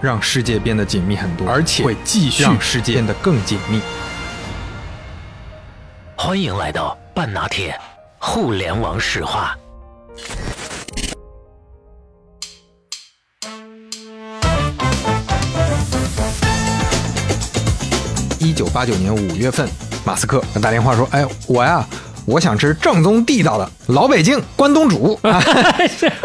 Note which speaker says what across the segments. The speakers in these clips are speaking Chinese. Speaker 1: 让世界变得紧密很多，而且会继续让世界变得更紧密。
Speaker 2: 欢迎来到半拿铁互联网史话。
Speaker 1: 一九八九年五月份，马斯克打电话说：“哎，我呀，我想吃正宗地道的老北京关东 煮啊，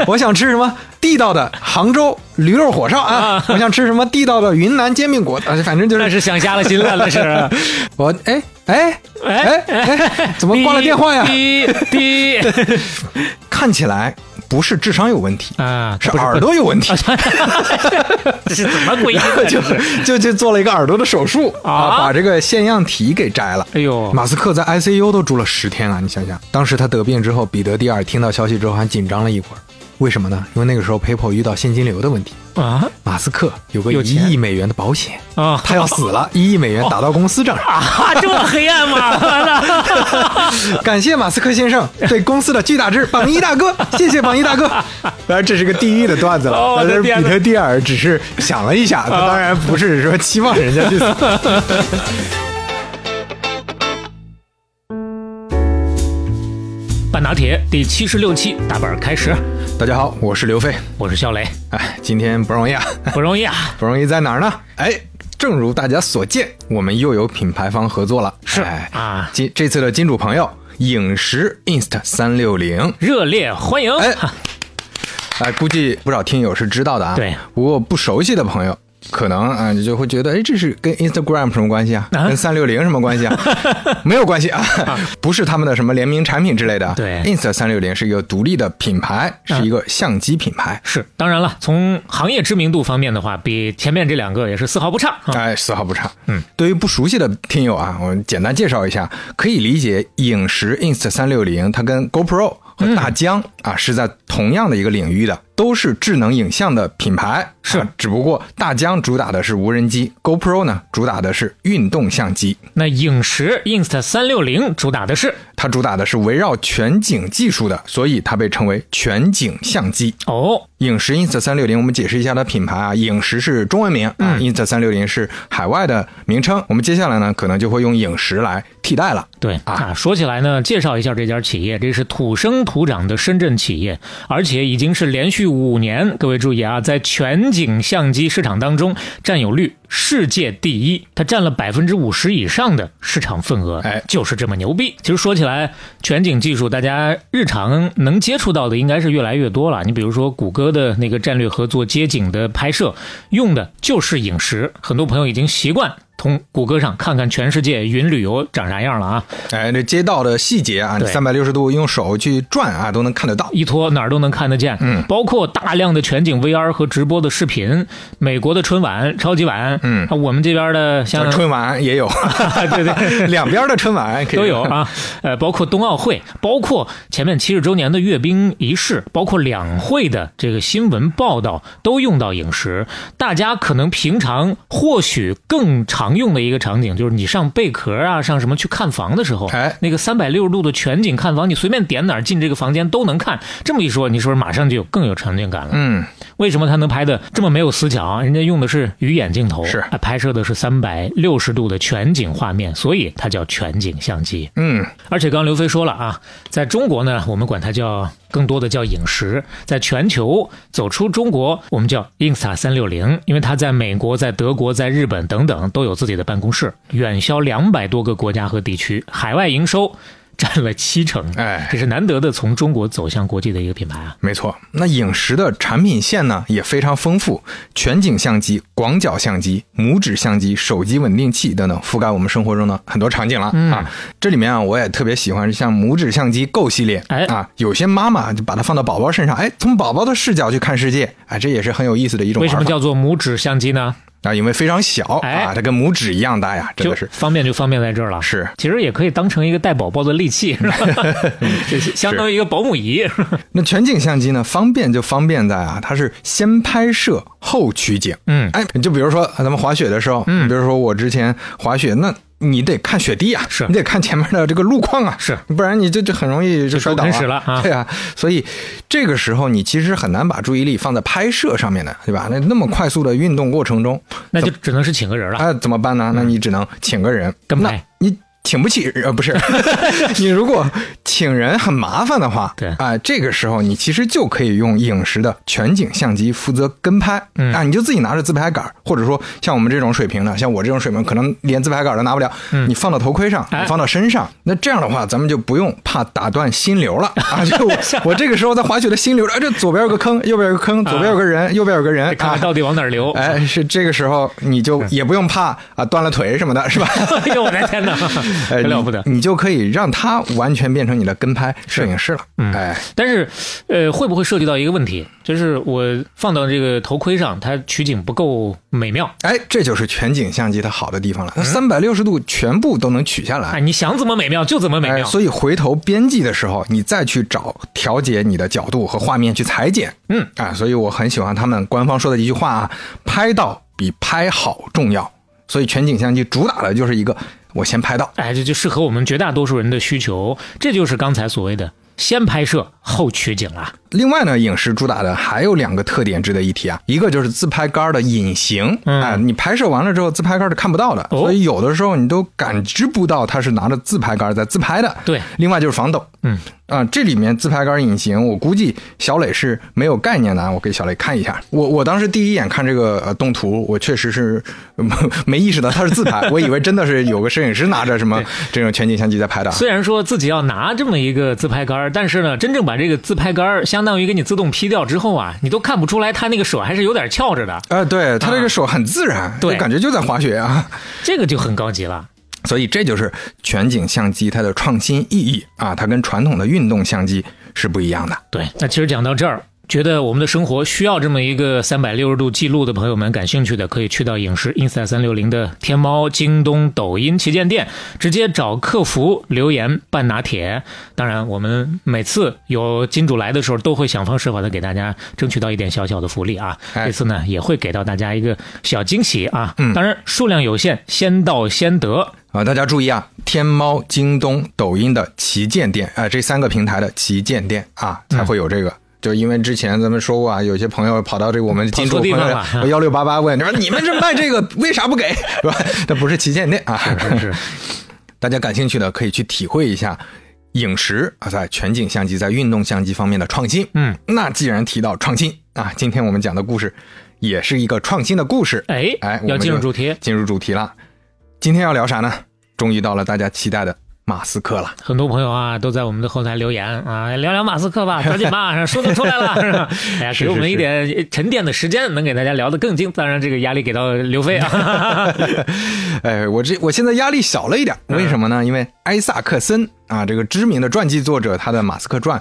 Speaker 1: 我想吃什么地道的杭州驴肉火烧啊，我想吃什么地道的云南煎饼果子，啊反正就
Speaker 3: 那
Speaker 1: 是
Speaker 3: 是想瞎了心了，那是。
Speaker 1: 我哎哎哎哎，怎么挂了电话呀？
Speaker 3: 滴滴滴
Speaker 1: 看起来不是智商有问题，
Speaker 3: 啊，
Speaker 1: 是
Speaker 3: 不
Speaker 1: 耳朵有问题。”
Speaker 3: 这是怎么回音啊？
Speaker 1: 就
Speaker 3: 这是，
Speaker 1: 就去做了一个耳朵的手术
Speaker 3: 啊
Speaker 1: 啊，把这个腺样体给摘了。
Speaker 3: 哎呦，
Speaker 1: 马斯克在 ICU 都住了十天啊！你想想，当时他得病之后，彼得蒂尔听到消息之后还紧张了一会儿，为什么呢？因为那个时候 PayPal 遇到现金流的问题，
Speaker 3: 啊
Speaker 1: 马斯克有个
Speaker 3: 有
Speaker 1: 一
Speaker 3: 钱
Speaker 1: 亿美元的保险，
Speaker 3: 啊
Speaker 1: 他要死了，一亿美元打到公司账上。
Speaker 3: 啊， 这么黑暗吗？完了，
Speaker 1: 感谢马斯克先生对公司的巨大支，榜一大哥，谢谢榜一 大哥。当然这是个地狱的段子
Speaker 3: 哦
Speaker 1: 了，
Speaker 3: 我
Speaker 1: 但
Speaker 3: 的
Speaker 1: 是彼
Speaker 3: 天哪
Speaker 1: 得蒂尔只是想了一
Speaker 3: 啊
Speaker 1: 下，他当然不是说期望人家去死。
Speaker 3: 半拿铁第七十六期大本儿开始，
Speaker 1: 大家好，我是刘飞。
Speaker 3: 我是肖雷，
Speaker 1: 哎，今天不容易啊，
Speaker 3: 不容易啊。
Speaker 1: 不容易在哪儿呢？哎，正如大家所见，我们又有品牌方合作了。
Speaker 3: 是
Speaker 1: 哎
Speaker 3: 啊
Speaker 1: 金这次的金主朋友影石 Inst 三六零。
Speaker 3: 热烈欢迎！
Speaker 1: 哎，哎，估计不少听友是知道的啊。
Speaker 3: 对，
Speaker 1: 不过不熟悉的朋友。可能啊，你就会觉得，哎，这是跟 Instagram 什么关系啊？
Speaker 3: 啊
Speaker 1: 跟三六零什么关系 啊？没有关系啊，不是他们的什么联名产品之类的。
Speaker 3: 对
Speaker 1: ，Insta 三六零是一个独立的品牌，是
Speaker 3: 嗯
Speaker 1: 一个相机品牌。
Speaker 3: 是，当然了，从行业知名度方面的话，比前面这两个也是丝毫不差啊。
Speaker 1: 哎，丝毫不差。
Speaker 3: 嗯，
Speaker 1: 对于不熟悉的听友啊，我简单介绍一下，可以理解影石 Inst 三六零，它跟 GoPro 和
Speaker 3: 嗯
Speaker 1: 大疆、啊是在同样的一个领域的，都是智能影像的品牌。
Speaker 3: 是
Speaker 1: 啊只不过大疆主打的是无人机，GoPro 呢主打的是运动相机，
Speaker 3: 那影石 Inst 三六零主打的是
Speaker 1: 它主打的是围绕全景技术的，所以它被称为全景相机。
Speaker 3: 哦，
Speaker 1: 影石 Inst 三六零，我们解释一下它品牌啊。影石是中文名
Speaker 3: 嗯
Speaker 1: 啊、i n s t 三六零是海外的名称。我们接下来呢，可能就会用影石来替代了。
Speaker 3: 对
Speaker 1: 啊
Speaker 3: 啊，说起来呢，介绍一下这家企业，这是土生土长的深圳企业，而且已经是连续五年，各位注意啊，在全景相机市场当中占有率世界第一，它占了百分之五十以上的市场份额，
Speaker 1: 哎
Speaker 3: 就是这么牛逼。其实说起来，全景技术大家日常能接触到的应该是越来越多了。你比如说谷歌的那个战略合作街景的拍摄，用的就是影石，很多朋友已经习惯。从谷歌上看看全世界云旅游长啥样了啊！
Speaker 1: 哎，这街道的细节啊，你
Speaker 3: 对
Speaker 1: 三百六十度用手去转啊，都能看得到。
Speaker 3: 一拖哪儿都能看得见，
Speaker 1: 嗯
Speaker 3: 包括大量的全景 VR 和直播的视频，美国的春晚、超级晚，
Speaker 1: 嗯
Speaker 3: 啊我们这边的像
Speaker 1: 春晚也 有，
Speaker 3: 对 对。
Speaker 1: 两边的春晚可以
Speaker 3: 都有。啊，呃，包括冬奥会，包括前面七十周年的阅兵仪式，包括两会的这个新闻报道，都用到影石。大家可能平常或许更常用的一个场景，就是你上贝壳啊，上什么去看房的时候，
Speaker 1: 哎
Speaker 3: 那个三百六十度的全景看房，你随便点哪儿进这个房间都能看。这么一说，你是不是马上就有更有场景感了？
Speaker 1: 嗯，
Speaker 3: 为什么它能拍的这么没有死角啊？人家用的是鱼眼镜头，
Speaker 1: 是
Speaker 3: 啊拍摄的是三百六十度的全景画面，所以它叫全景相机。
Speaker 1: 嗯，
Speaker 3: 而且刚刚刘飞说了啊，在中国呢，我们管它叫更多的叫影石，在全球走出中国，我们叫 Insta 三六零，因为它在美国、在德国、在日本等等都有自己的办公室，远销两百多个国家和地区，海外营收占了七成，
Speaker 1: 哎
Speaker 3: 这是难得的从中国走向国际的一个品牌啊。
Speaker 1: 没错。那影石的产品线呢也非常丰富，全景相机、广角相机、拇指相机、手机稳定器等等，覆盖我们生活中的很多场景了、
Speaker 3: 嗯
Speaker 1: 啊。这里面啊，我也特别喜欢像拇指相机 Go 系列，
Speaker 3: 哎
Speaker 1: 啊，有些妈妈就把它放到宝宝身上，哎，从宝宝的视角去看世界，哎，这也是很有意思的一种
Speaker 3: 为
Speaker 1: 玩
Speaker 3: 什
Speaker 1: 法
Speaker 3: 么。叫做拇指相机呢？
Speaker 1: 啊，因为非常小
Speaker 3: 哎
Speaker 1: 啊，它跟拇指一样大呀，真
Speaker 3: 就
Speaker 1: 的是
Speaker 3: 方便就方便在这儿了。
Speaker 1: 是
Speaker 3: 其实也可以当成一个带宝宝的利器，是 吧？这嗯相当于一个保姆仪。
Speaker 1: 那全景相机呢，方便就方便在啊，它是先拍摄后取景。
Speaker 3: 嗯
Speaker 1: 哎，就比如说啊咱们滑雪的时候，嗯，比如说我之前滑雪，那你得看雪地啊，
Speaker 3: 是
Speaker 1: 你得看前面的这个路况啊，
Speaker 3: 是
Speaker 1: 不然你就就很容易就摔倒
Speaker 3: 就出喷屎了啊
Speaker 1: 对啊，所以这个时候你其实很难把注意力放在拍摄上面的，对吧？那那么快速的运动过程中，
Speaker 3: 那就只能是请个人了。嗯
Speaker 1: 啊，怎么办呢？那你只能请个人
Speaker 3: 跟
Speaker 1: 那
Speaker 3: 拍
Speaker 1: 你请不起，呃，不是， 你如果请人很麻烦的话，
Speaker 3: 对
Speaker 1: 啊、这个时候你其实就可以用影石的全景相机负责跟拍，
Speaker 3: 嗯
Speaker 1: 啊，你就自己拿着自拍杆儿，或者说像我们这种水平的，像我这种水平，可能连自拍杆儿都拿不了，你放到头盔上，
Speaker 3: 哎
Speaker 1: 你放到身上，那这样的话，咱们就不用怕打断心流 了啊！就我我这个时候在滑雪的心流，哎，这左边有个坑，右边有个坑，左边有个人，右边有个人，
Speaker 3: 看
Speaker 1: 啊
Speaker 3: 看到底往哪儿 流。
Speaker 1: 哎，是这个时候你就
Speaker 3: 嗯
Speaker 1: 也不用怕啊断了腿什么的，是 吧？
Speaker 3: 哎呦，我的天哪，
Speaker 1: 哎，
Speaker 3: 很了不得。
Speaker 1: 你，你就可以让它完全变成你的跟拍摄影师了。
Speaker 3: 嗯
Speaker 1: 哎，
Speaker 3: 但是，呃，会不会涉及到一个问题？就是我放到这个头盔上，它取景不够美妙。
Speaker 1: 哎，这就是全景相机它好的地方
Speaker 3: 嗯
Speaker 1: 了，三百六十度全部都能取下
Speaker 3: 哎，
Speaker 1: 来。
Speaker 3: 你想怎么美妙就怎么美
Speaker 1: 哎，
Speaker 3: 妙。
Speaker 1: 所以回头编辑的时候，你再去找调节你的角度和画面去裁剪。
Speaker 3: 嗯，
Speaker 1: 啊，所以我很喜欢他们官方说的一句话啊：拍到比拍好重要。所以全景相机主打的就是一个我先拍到。
Speaker 3: 哎，这就适合我们绝大多数人的需求。这就是刚才所谓的先拍摄后取景啊。
Speaker 1: 另外呢，影视主打的还有两个特点值得一提啊，一个就是自拍杆的隐形，
Speaker 3: 嗯
Speaker 1: 啊，你拍摄完了之后自拍杆是看不到的，
Speaker 3: 哦
Speaker 1: 所以有的时候你都感知不到他是拿着自拍杆在自拍的。
Speaker 3: 对，
Speaker 1: 另外就是防抖，
Speaker 3: 嗯
Speaker 1: 啊、这里面自拍杆隐形，我估计小磊是没有概念的啊，我给小磊看一下。我我当时第一眼看这个呃动图，我确实是嗯没意识到它是自 拍，我以为真的是有个摄影师拿着什么这种全景相机在拍的啊。
Speaker 3: 虽然说自己要拿这么一个自拍杆儿，但是呢，真正把这个自拍杆儿相当于给你自动 P 掉之后啊，你都看不出来他那个手还是有点翘着的，
Speaker 1: 啊、对他这
Speaker 3: 啊
Speaker 1: 个手很自然，
Speaker 3: 对
Speaker 1: 就感觉就在滑雪啊。
Speaker 3: 这个就很高级了。
Speaker 1: 所以这就是全景相机它的创新意义啊，它跟传统的运动相机是不一样的。
Speaker 3: 对，那其实讲到这儿。觉得我们的生活需要这么一个三百六十度记录的朋友们，感兴趣的可以去到影视
Speaker 1: 哎
Speaker 3: Insta 三六零的天猫、京东、抖音旗舰店，直接找客服留言“半拿铁”。当然，我们每次有金主来的时候，都会想方设法的给大家争取到一点小小的福利啊。
Speaker 1: 哎
Speaker 3: 这次呢，也会给到大家一个小惊喜啊。
Speaker 1: 嗯
Speaker 3: 当然数量有限，先到先得。
Speaker 1: 啊，大家注意啊！天猫、京东、抖音的旗舰店，啊、这三个平台的旗舰店啊，才会有这个。就因为之前咱们说过啊，有些朋友跑到这个我们金主
Speaker 3: 跑错
Speaker 1: 朋
Speaker 3: 地方
Speaker 1: 友
Speaker 3: 了
Speaker 1: 幺六八八问，说你们这卖这个为啥不给？是吧？那不是旗舰店啊，
Speaker 3: 是是，
Speaker 1: 大家感兴趣的可以去体会一下影石啊，在全景相机、在运动相机方面的创新。
Speaker 3: 嗯，
Speaker 1: 那既然提到创新啊，今天我们讲的故事也是一个创新的故事。
Speaker 3: 哎，
Speaker 1: 哎，我
Speaker 3: 要
Speaker 1: 们
Speaker 3: 进入
Speaker 1: 就
Speaker 3: 主题，
Speaker 1: 进入主题了。今天要聊啥呢？终于到了大家期待的马斯克了。
Speaker 3: 很多朋友啊都在我们的后台留言啊，聊聊马 斯克吧，抓紧吧，说都出来了，是吧？哎呀，
Speaker 1: 是
Speaker 3: 给我们一点沉淀的时间，能给大家聊得更精。当然，这个压力给到刘飞 啊，
Speaker 1: 哎，我这我现在压力小了一点，为什么呢？因为埃萨克森啊，这个知名的传记作者，他的《马斯克传》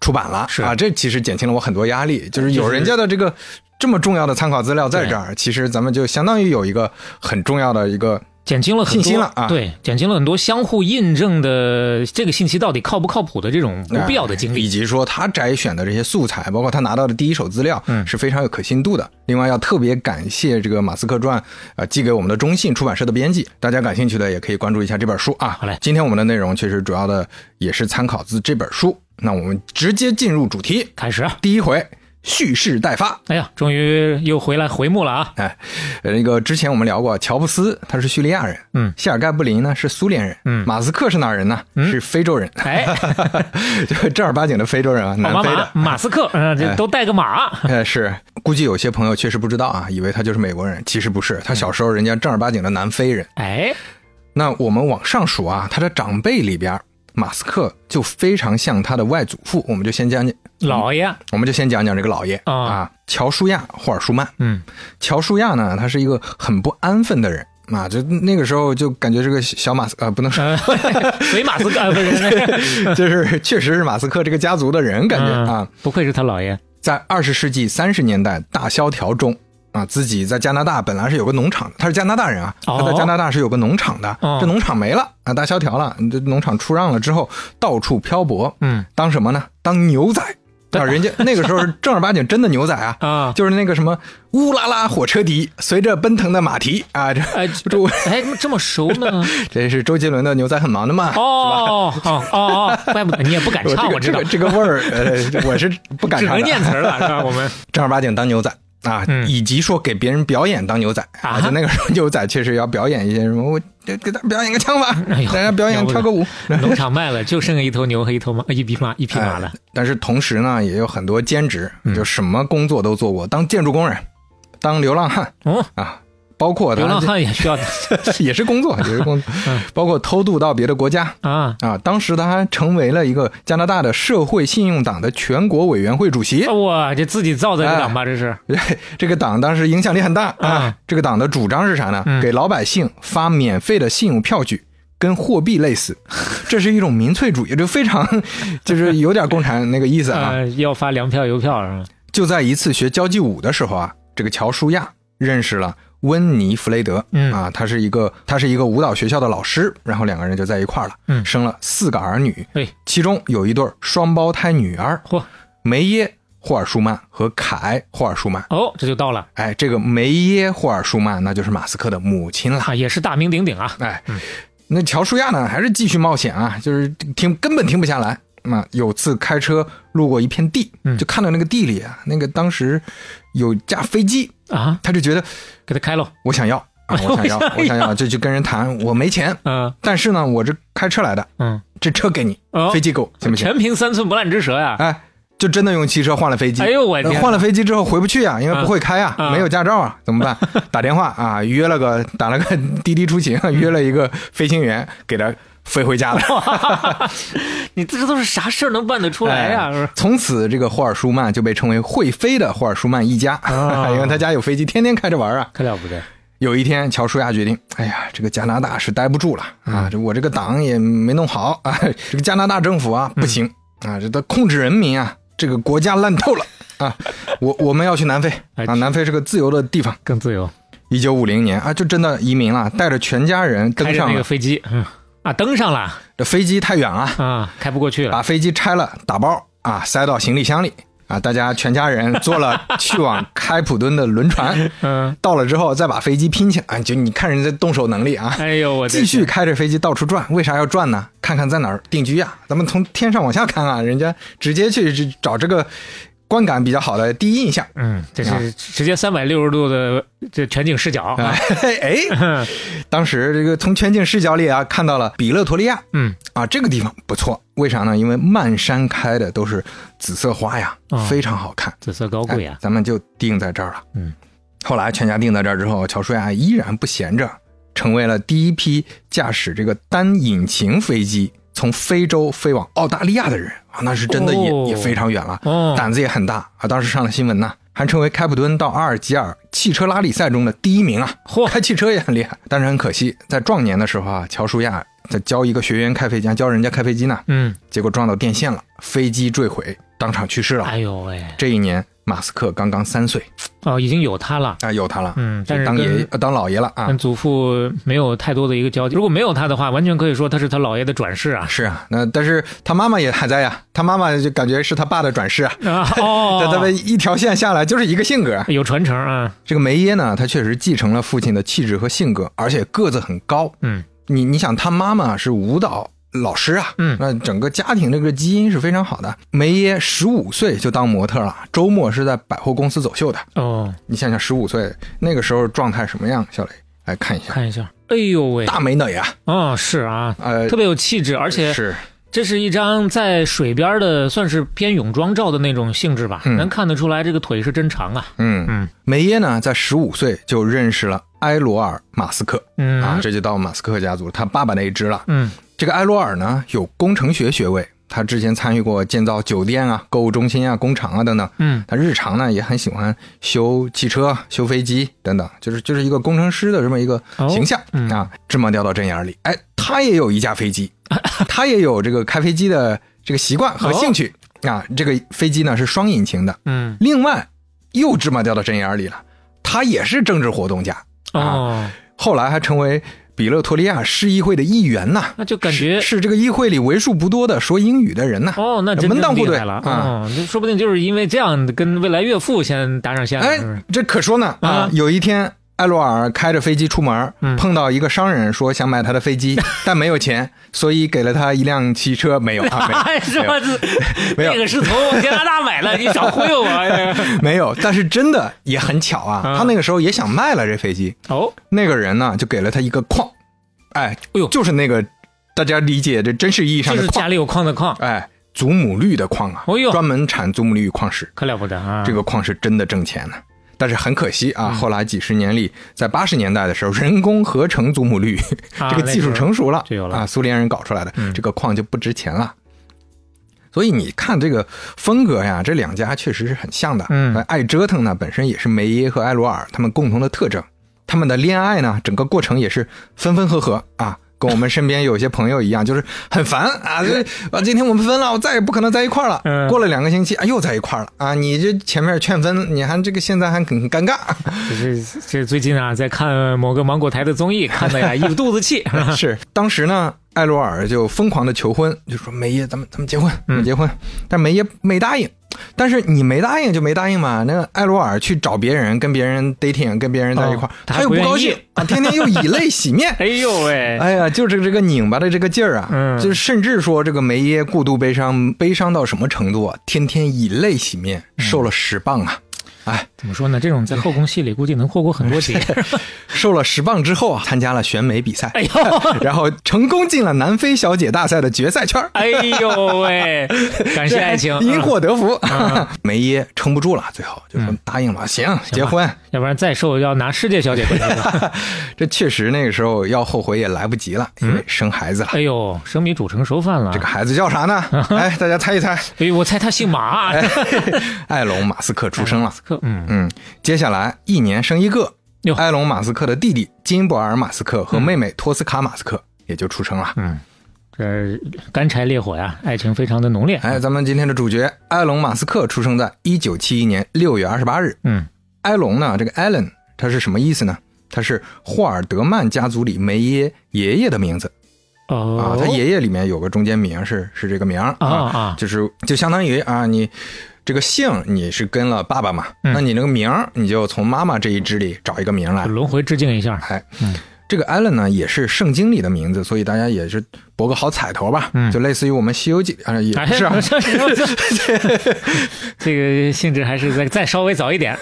Speaker 1: 出版了，
Speaker 3: 是
Speaker 1: 啊，这其实减轻了我很多压力，就是有人家的这个这么重要的参考资料在这儿，其实咱们就相当于有一个很重要的一个
Speaker 3: 减轻了很多
Speaker 1: 信心了啊
Speaker 3: 对，减轻了很多相互印证的这个信息到底靠不靠谱的这种不必要的经
Speaker 1: 哎以
Speaker 3: 历。
Speaker 1: 及说他摘选的这些素材，包括他拿到的第一手资料，
Speaker 3: 嗯
Speaker 1: 是非常有可信度的。另外要特别感谢这个《马斯克传》呃寄给我们的中信出版社的编辑，大家感兴趣的也可以关注一下这本书啊。
Speaker 3: 好嘞
Speaker 1: 今天我们的内容其实主要的也是参考自这本书。那我们直接进入主题，
Speaker 3: 开始，啊
Speaker 1: 第一回蓄势待发。
Speaker 3: 哎呀，终于又回来回目了 啊！
Speaker 1: 哎，呃那个之前我们聊过，乔布斯他是叙利亚人，
Speaker 3: 嗯
Speaker 1: 谢尔盖布林呢是苏联人，
Speaker 3: 嗯
Speaker 1: 马斯克是哪儿人呢？是非洲人，
Speaker 3: 哎，
Speaker 1: 就正儿八经的非洲人啊，
Speaker 3: 马
Speaker 1: 南
Speaker 3: 马
Speaker 1: 非的哎
Speaker 3: 马。马斯克，嗯、这都带个马。
Speaker 1: 呃，是，估计有些朋友确实不知道啊，以为他就是美国人，其实不是，他小时候人家正儿八经的南非人。
Speaker 3: 哎，
Speaker 1: 那我们往上数啊，他的长辈里边，马斯克就非常像他的外祖父。我们就先讲讲，
Speaker 3: 老爷，
Speaker 1: 我们就先讲讲这个老爷、
Speaker 3: 啊
Speaker 1: 啊，乔舒亚·霍尔舒曼。
Speaker 3: 嗯，
Speaker 1: 乔舒亚呢，他是一个很不安分的人啊，就那个时候就感觉这个小马斯啊、不能 说，
Speaker 3: 呃随马斯克，呃不是，
Speaker 1: 就是确实是马斯克这个家族的人感觉、
Speaker 3: 嗯
Speaker 1: 啊。
Speaker 3: 不愧是他老爷。
Speaker 1: 在二十世纪三十年代大萧条中，啊，自己在加拿大本来是有个农场的，他是加拿大人啊，
Speaker 3: 哦
Speaker 1: 他在加拿大是有个农场的，
Speaker 3: 哦
Speaker 1: 这农场没了啊，大萧条了，这农场出让了之后，到处漂泊，
Speaker 3: 嗯
Speaker 1: 当什么呢？当牛仔啊，人家那个时候是正儿八经真的牛仔啊，
Speaker 3: 啊，
Speaker 1: 就是那个什么乌拉拉火车笛，随着奔腾的马蹄啊，这
Speaker 3: 哎
Speaker 1: 这
Speaker 3: 哎，这么熟呢？
Speaker 1: 这 是周杰伦的《牛仔很忙》的嘛？
Speaker 3: 哦哦哦哦，怪不得你也不敢
Speaker 1: 我
Speaker 3: 唱，我知
Speaker 1: 这
Speaker 3: 道
Speaker 1: 个，这个这个味儿， 呃，我是不敢
Speaker 3: 只
Speaker 1: 唱的。
Speaker 3: 能念词儿了，是吧？我们
Speaker 1: 正儿八经当牛仔啊，
Speaker 3: 嗯
Speaker 1: 以及说给别人表演当牛仔
Speaker 3: 啊
Speaker 1: 就那个时候牛仔确实要表演一些什么，我给给他表演个枪法，
Speaker 3: 哎呦
Speaker 1: 大家表演跳个舞。
Speaker 3: 农场卖了，就剩一头牛和一头马，一匹马，一匹马了嗯
Speaker 1: 哎。但是同时呢，也有很多兼职，就什么工作都做过，当建筑工人，当流浪汉
Speaker 3: 哦，
Speaker 1: 啊，包括
Speaker 3: 流
Speaker 1: 他
Speaker 3: 浪汉嗯也需要
Speaker 1: 也是工作，也是工作，包括偷渡到别的国家。
Speaker 3: 啊。
Speaker 1: 啊，当时他还成为了一个加拿大的社会信用党的全国委员会主席。
Speaker 3: 哇，这自己造的这党
Speaker 1: 哎
Speaker 3: 吧，这
Speaker 1: 啊
Speaker 3: 是
Speaker 1: 这个党当时影响力很大
Speaker 3: 啊嗯
Speaker 1: 啊。这个党的主张是啥呢？给老百姓发免费的信用票据。跟货币类 似，这是一种民粹主义，就非常， 就是有点共产那个意思 啊。
Speaker 3: 呃，要发粮票、邮票嗯是吧？
Speaker 1: 就在一次学交际舞的时候啊，这个乔舒亚认识了温尼弗雷德，
Speaker 3: 嗯
Speaker 1: 啊，他是一个他是一个舞蹈学校的老师，然后两个人就在一块儿了，
Speaker 3: 嗯
Speaker 1: 生了四个儿女，
Speaker 3: 哎，
Speaker 1: 其中有一对儿双胞胎女儿
Speaker 3: 嚯，
Speaker 1: 梅耶霍尔舒曼和凯霍尔舒曼。
Speaker 3: 哦，这就到了
Speaker 1: 哎，这个梅耶霍尔舒曼那就是马斯克的母亲啦。
Speaker 3: 啊，也是大名鼎鼎啊。
Speaker 1: 哎，那乔舒亚呢，还是继续冒险啊，就是停根本停不下来。那、有次开车路过一片地，
Speaker 3: 嗯
Speaker 1: 就看到那个地里啊，那个当时有架飞机，
Speaker 3: 啊，
Speaker 1: 他就觉得
Speaker 3: 给他开喽。
Speaker 1: 我想要啊，我想要，我想要，就去跟人谈，我没钱，
Speaker 3: 嗯
Speaker 1: 但是呢，我这开车来的，
Speaker 3: 嗯，
Speaker 1: 这车给你，
Speaker 3: 哦
Speaker 1: 飞机给我，行不行？
Speaker 3: 全凭三寸不烂之舌呀。
Speaker 1: 哎，就真的用汽车换了飞机。
Speaker 3: 哎呦我的
Speaker 1: 呃
Speaker 3: 天
Speaker 1: 换了飞机之后回不去啊，因为不会开啊，
Speaker 3: 嗯嗯
Speaker 1: 没有驾照啊，怎么办？打电话啊，约了个打了个 滴滴出行，
Speaker 3: 嗯
Speaker 1: 约了一个飞行员给他飞回 家了。
Speaker 3: 你这都是啥事儿能办得出来呀？是
Speaker 1: 哎
Speaker 3: 吧
Speaker 1: 从此，这个霍尔舒曼就被称为会飞的霍尔舒曼一家，
Speaker 3: 啊
Speaker 1: 因为他家有飞机，天天开着玩啊。
Speaker 3: 可了不得。
Speaker 1: 有一天，乔舒亚决定，哎呀，这个加拿大是待不住了
Speaker 3: 嗯
Speaker 1: 啊，这我这个党也没弄好 啊，这个加拿大政府
Speaker 3: 嗯
Speaker 1: 啊不行啊，这都控制人民啊，这个国家烂透了啊，我我们要去南非
Speaker 3: 哎
Speaker 1: 啊，南非是个自由的地方。
Speaker 3: 更自由，
Speaker 1: 一九五零年啊，就真的移民了，带着全家人
Speaker 3: 开
Speaker 1: 登
Speaker 3: 着
Speaker 1: 上
Speaker 3: 那个
Speaker 1: 了
Speaker 3: 飞机，嗯啊，登上了
Speaker 1: 这飞机太远了，
Speaker 3: 啊，开不过去了。
Speaker 1: 把飞机拆了打包啊，塞到行李箱里啊，大家全家人坐了去往开普敦的轮 船，
Speaker 3: 嗯，
Speaker 1: 到了之后再把飞机拼起来，哎就你看人家动手能力啊，
Speaker 3: 哎呦，我的
Speaker 1: 继续
Speaker 3: 天
Speaker 1: 开着飞机到处转，为啥要转呢？看看在哪儿定居啊？咱们从天上往下看啊，人家直接去找这个观感比较好的第一印象。
Speaker 3: 嗯，这
Speaker 1: 啊
Speaker 3: 是直接三百六十度的这全景视角啊。
Speaker 1: 哎， 当时这个从全景视角里啊，看到了比勒陀利亚
Speaker 3: 嗯，
Speaker 1: 啊，这个地方不错。为啥呢？因为漫山开的都是紫色花呀
Speaker 3: 哦，
Speaker 1: 非常好看。
Speaker 3: 紫色高贵
Speaker 1: 哎
Speaker 3: 啊，
Speaker 1: 咱们就定在这儿了。
Speaker 3: 嗯，
Speaker 1: 后来全家定在这儿之后，乔舒亚依然不闲着，成为了第一批驾驶这个单引擎飞机从非洲飞往澳大利亚的人啊，那是真的也、
Speaker 3: 哦
Speaker 1: 也非常远了，
Speaker 3: 哦
Speaker 1: 胆子也很啊大啊。当时上了新闻呐，还成为开普敦到阿尔及尔汽车拉力赛中的第一名啊。
Speaker 3: 嚯
Speaker 1: 开汽车也很厉害，但是很可惜，在壮年的时候啊，乔舒亚在教一个学员开飞机，教人家开飞机呢，
Speaker 3: 嗯，
Speaker 1: 结果撞到电线了，飞机坠毁，当场去世了。
Speaker 3: 哎呦喂，
Speaker 1: 这一年，马斯克刚刚三岁
Speaker 3: 哦，已经有他了，
Speaker 1: 啊，有他了，
Speaker 3: 嗯但是
Speaker 1: 就当
Speaker 3: 跟嗯
Speaker 1: 爷爷、呃当老爷了啊
Speaker 3: 跟。祖父没有太多的一个交集。如果没有他的话，完全可以说他是他姥爷的转世啊。
Speaker 1: 是啊，那但是他妈妈也还在呀、他妈妈就感觉是他爸的转世啊。
Speaker 3: 啊
Speaker 1: 这他
Speaker 3: 哦，
Speaker 1: 们一条线下来就是一个性格啊。
Speaker 3: 有传承啊，
Speaker 1: 这个梅耶呢，他确实继承了父亲的气质和性格，而且个子很高。
Speaker 3: 嗯，
Speaker 1: 你你想，他妈妈是舞蹈老师啊，
Speaker 3: 嗯
Speaker 1: 那整个家庭这个基因是非常好的。梅耶十五岁就当模特了，周末是在百货公司走秀的。
Speaker 3: 哦，
Speaker 1: 你想想，十五岁那个时候状态什么样？小雷来看一下，
Speaker 3: 看一下，哎呦喂，
Speaker 1: 大美女啊，
Speaker 3: 哦，是啊。
Speaker 1: 呃
Speaker 3: 特，别有气质，而且
Speaker 1: 是
Speaker 3: 这是一张在水边的，算是偏泳装照的那种性质吧，
Speaker 1: 嗯
Speaker 3: 能看得出来这个腿是真长啊。
Speaker 1: 嗯
Speaker 3: 嗯
Speaker 1: 梅耶呢，在十五岁就认识了埃罗尔马斯克
Speaker 3: 嗯
Speaker 1: 啊，这就到马斯克家族，他爸爸那一支了。
Speaker 3: 嗯
Speaker 1: 这个埃罗尔呢，有工程学学位，他之前参与过建造酒店啊、购物中心啊、工厂啊等等。
Speaker 3: 嗯
Speaker 1: 他日常呢也很喜欢修汽车、修飞机等等，就是就是一个工程师的这么一个
Speaker 3: 哦
Speaker 1: 形象、
Speaker 3: 嗯
Speaker 1: 啊，芝麻掉到针眼里。哎，他也有一架飞 机，他也有这个开飞机的这个习惯和兴趣、
Speaker 3: 哦
Speaker 1: 啊。这个飞机呢是双引擎的，
Speaker 3: 嗯，
Speaker 1: 另外又芝麻掉到针眼里了。他也是政治活动家啊，
Speaker 3: 哦，
Speaker 1: 后来还成为比勒托利亚市议会的议员呐、
Speaker 3: 那就感觉
Speaker 1: 是这个议会里为数不多的说英语的人呐、
Speaker 3: 哦，那真
Speaker 1: 门当户
Speaker 3: 厉
Speaker 1: 对
Speaker 3: 害了
Speaker 1: 啊
Speaker 3: 哦，那说不定就是因为这样跟未来岳父先搭上线了，
Speaker 1: 哎
Speaker 3: 是不是，
Speaker 1: 这可说呢
Speaker 3: 啊
Speaker 1: 有一天，埃罗尔开着飞机出门，
Speaker 3: 嗯
Speaker 1: 碰到一个商人，说想买他的飞 机，但没有钱，所以给了他一辆汽车。没有啊，没有
Speaker 3: 哎，是吧？这
Speaker 1: 没有
Speaker 3: 那个是从加拿大买 了，你少忽悠我！哎呀
Speaker 1: 没有，但是真的也很巧啊
Speaker 3: 啊，
Speaker 1: 他那个时候也想卖了这飞机，
Speaker 3: 哦，
Speaker 1: 那个人呢就给了他一个矿，哎，
Speaker 3: 哎呦
Speaker 1: 就是那个大家理解这真实意义上
Speaker 3: 就
Speaker 1: 的
Speaker 3: 是家
Speaker 1: 矿，
Speaker 3: 里有矿的矿，
Speaker 1: 哎，祖母绿的矿啊
Speaker 3: 哎呦，
Speaker 1: 专门产祖母绿矿石，
Speaker 3: 可了不得啊！
Speaker 1: 这个矿是真的挣钱呢、但是很可惜啊，
Speaker 3: 嗯
Speaker 1: 后来几十年里，在八十年代的时候，人工合成祖母绿、
Speaker 3: 啊
Speaker 1: 这个技术成熟了，
Speaker 3: 就有了
Speaker 1: 啊，苏联人搞出来的、
Speaker 3: 嗯
Speaker 1: 这个矿就不值钱了。所以你看这个风格呀，这两家确实是很像的。
Speaker 3: 嗯
Speaker 1: 呃爱折腾呢，本身也是梅耶和埃罗尔他们共同的特征。他们的恋爱呢，整个过程也是分分合合啊，跟我们身边有些朋友一样，就是很烦啊。 这啊，今天我们分了，我再也不可能在一块儿了。
Speaker 3: 嗯
Speaker 1: 过了两个星期啊，又在一块儿了啊！你这前面劝分，你还这个现在还很很尴尬。
Speaker 3: 这是这最近啊，在看某个芒果台的综艺，看 的呀一肚子气。
Speaker 1: 是，当时呢，艾罗尔就疯狂的求婚，就说梅耶，咱们咱们结婚，
Speaker 3: 嗯
Speaker 1: 咱们结婚。但梅耶没答应。但是你没答应就没答应嘛，那个艾罗尔去找别人，跟别人 dating，跟别人在一块儿，
Speaker 3: 哦他
Speaker 1: 他又
Speaker 3: 不
Speaker 1: 不
Speaker 3: 愿
Speaker 1: 高
Speaker 3: 意，
Speaker 1: 兴啊，天天又以泪洗面
Speaker 3: 哎呦喂，
Speaker 1: 哎呀，就是这个拧巴的这个劲儿啊，
Speaker 3: 嗯
Speaker 1: 就是甚至说这个梅耶过度悲伤，悲伤到什么程度啊？天天以泪洗面，
Speaker 3: 嗯
Speaker 1: 瘦了十磅啊！哎，
Speaker 3: 怎么说呢？这种在后宫戏里估计能霍过很 多集。
Speaker 1: 瘦了十磅之后啊，参加了选美比赛，
Speaker 3: 哎呦，
Speaker 1: 然后成功进了南非小姐大赛的决赛圈儿。
Speaker 3: 哎呦喂， 感谢爱情，
Speaker 1: 因祸得福
Speaker 3: 嗯，
Speaker 1: 梅耶撑不住了，最后就说
Speaker 3: 嗯
Speaker 1: 答应了，行，结婚。
Speaker 3: 要不然再瘦要拿世界小姐冠 军了。
Speaker 1: 这确实那个时候要后悔也来不及了，因为生孩子了。
Speaker 3: 哎呦，生米煮成熟饭了
Speaker 1: 这。个孩子叫啥 呢？哎，大家猜一猜。
Speaker 3: 哎，我猜他姓马。
Speaker 1: 哎，埃隆·马斯克出生了。
Speaker 3: 嗯，
Speaker 1: 嗯，接下来一年生一个
Speaker 3: 哟。
Speaker 1: 埃隆·马斯克的弟弟金博尔·马斯克和妹妹托斯卡·马斯克也就出生了。
Speaker 3: 嗯，这干柴烈火呀，爱情非常的浓烈。
Speaker 1: 哎，咱们今天的主角埃隆·马斯克出生在一九七一年六月二十八日。
Speaker 3: 嗯，
Speaker 1: 埃隆呢，这个 Allen 它是什么意思呢？它是霍尔德曼家族里梅耶爷爷的名字啊
Speaker 3: 哦，，
Speaker 1: 他爷爷里面有个中间名是是这个名儿
Speaker 3: 啊啊
Speaker 1: 就是就相当于啊你。这个姓你是跟了爸爸嘛？
Speaker 3: 嗯
Speaker 1: 那你那个名儿，你就从妈妈这一支里找一个名儿来。
Speaker 3: 轮回致敬一下。
Speaker 1: 哎，
Speaker 3: 嗯
Speaker 1: 这个 Allen 呢也是圣经里的名字，所以大家也是博个好彩头吧。
Speaker 3: 嗯
Speaker 1: 就类似于我们《西游记》啊，也
Speaker 3: 哎
Speaker 1: 不是、 啊，
Speaker 3: 这个性质还是再再稍微早 一点。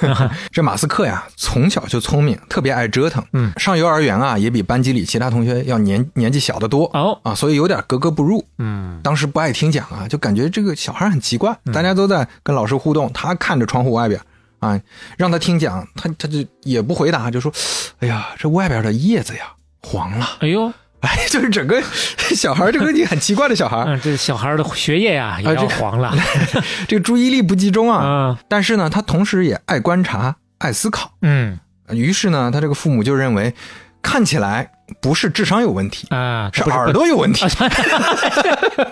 Speaker 1: 这马斯克呀，从小就聪明，特别爱折腾。
Speaker 3: 嗯
Speaker 1: 上幼儿园啊，也比班级里其他同学要年年纪小得多
Speaker 3: 哦，
Speaker 1: 啊，所以有点格格不入。
Speaker 3: 嗯，
Speaker 1: 当时不爱听讲啊，就感觉这个小孩很奇怪，大家都在跟老师互动，他看着窗户外边啊，让他听讲，他他就也不回答，就说：“哎呀，这外边的叶子呀黄了。
Speaker 3: 哎呦，”
Speaker 1: 哎， 就是整个小孩，这个你很奇怪的小孩，
Speaker 3: 嗯，这小孩的学业呀也要黄了
Speaker 1: 这个注意力不集中哎 啊。
Speaker 3: 啊。
Speaker 1: 但是呢，他同时也爱观察，爱思考。
Speaker 3: 嗯
Speaker 1: 于是呢，他这个父母就认为，看起来不是智商有问题，
Speaker 3: 啊，
Speaker 1: 是
Speaker 3: 不
Speaker 1: 耳朵有问题，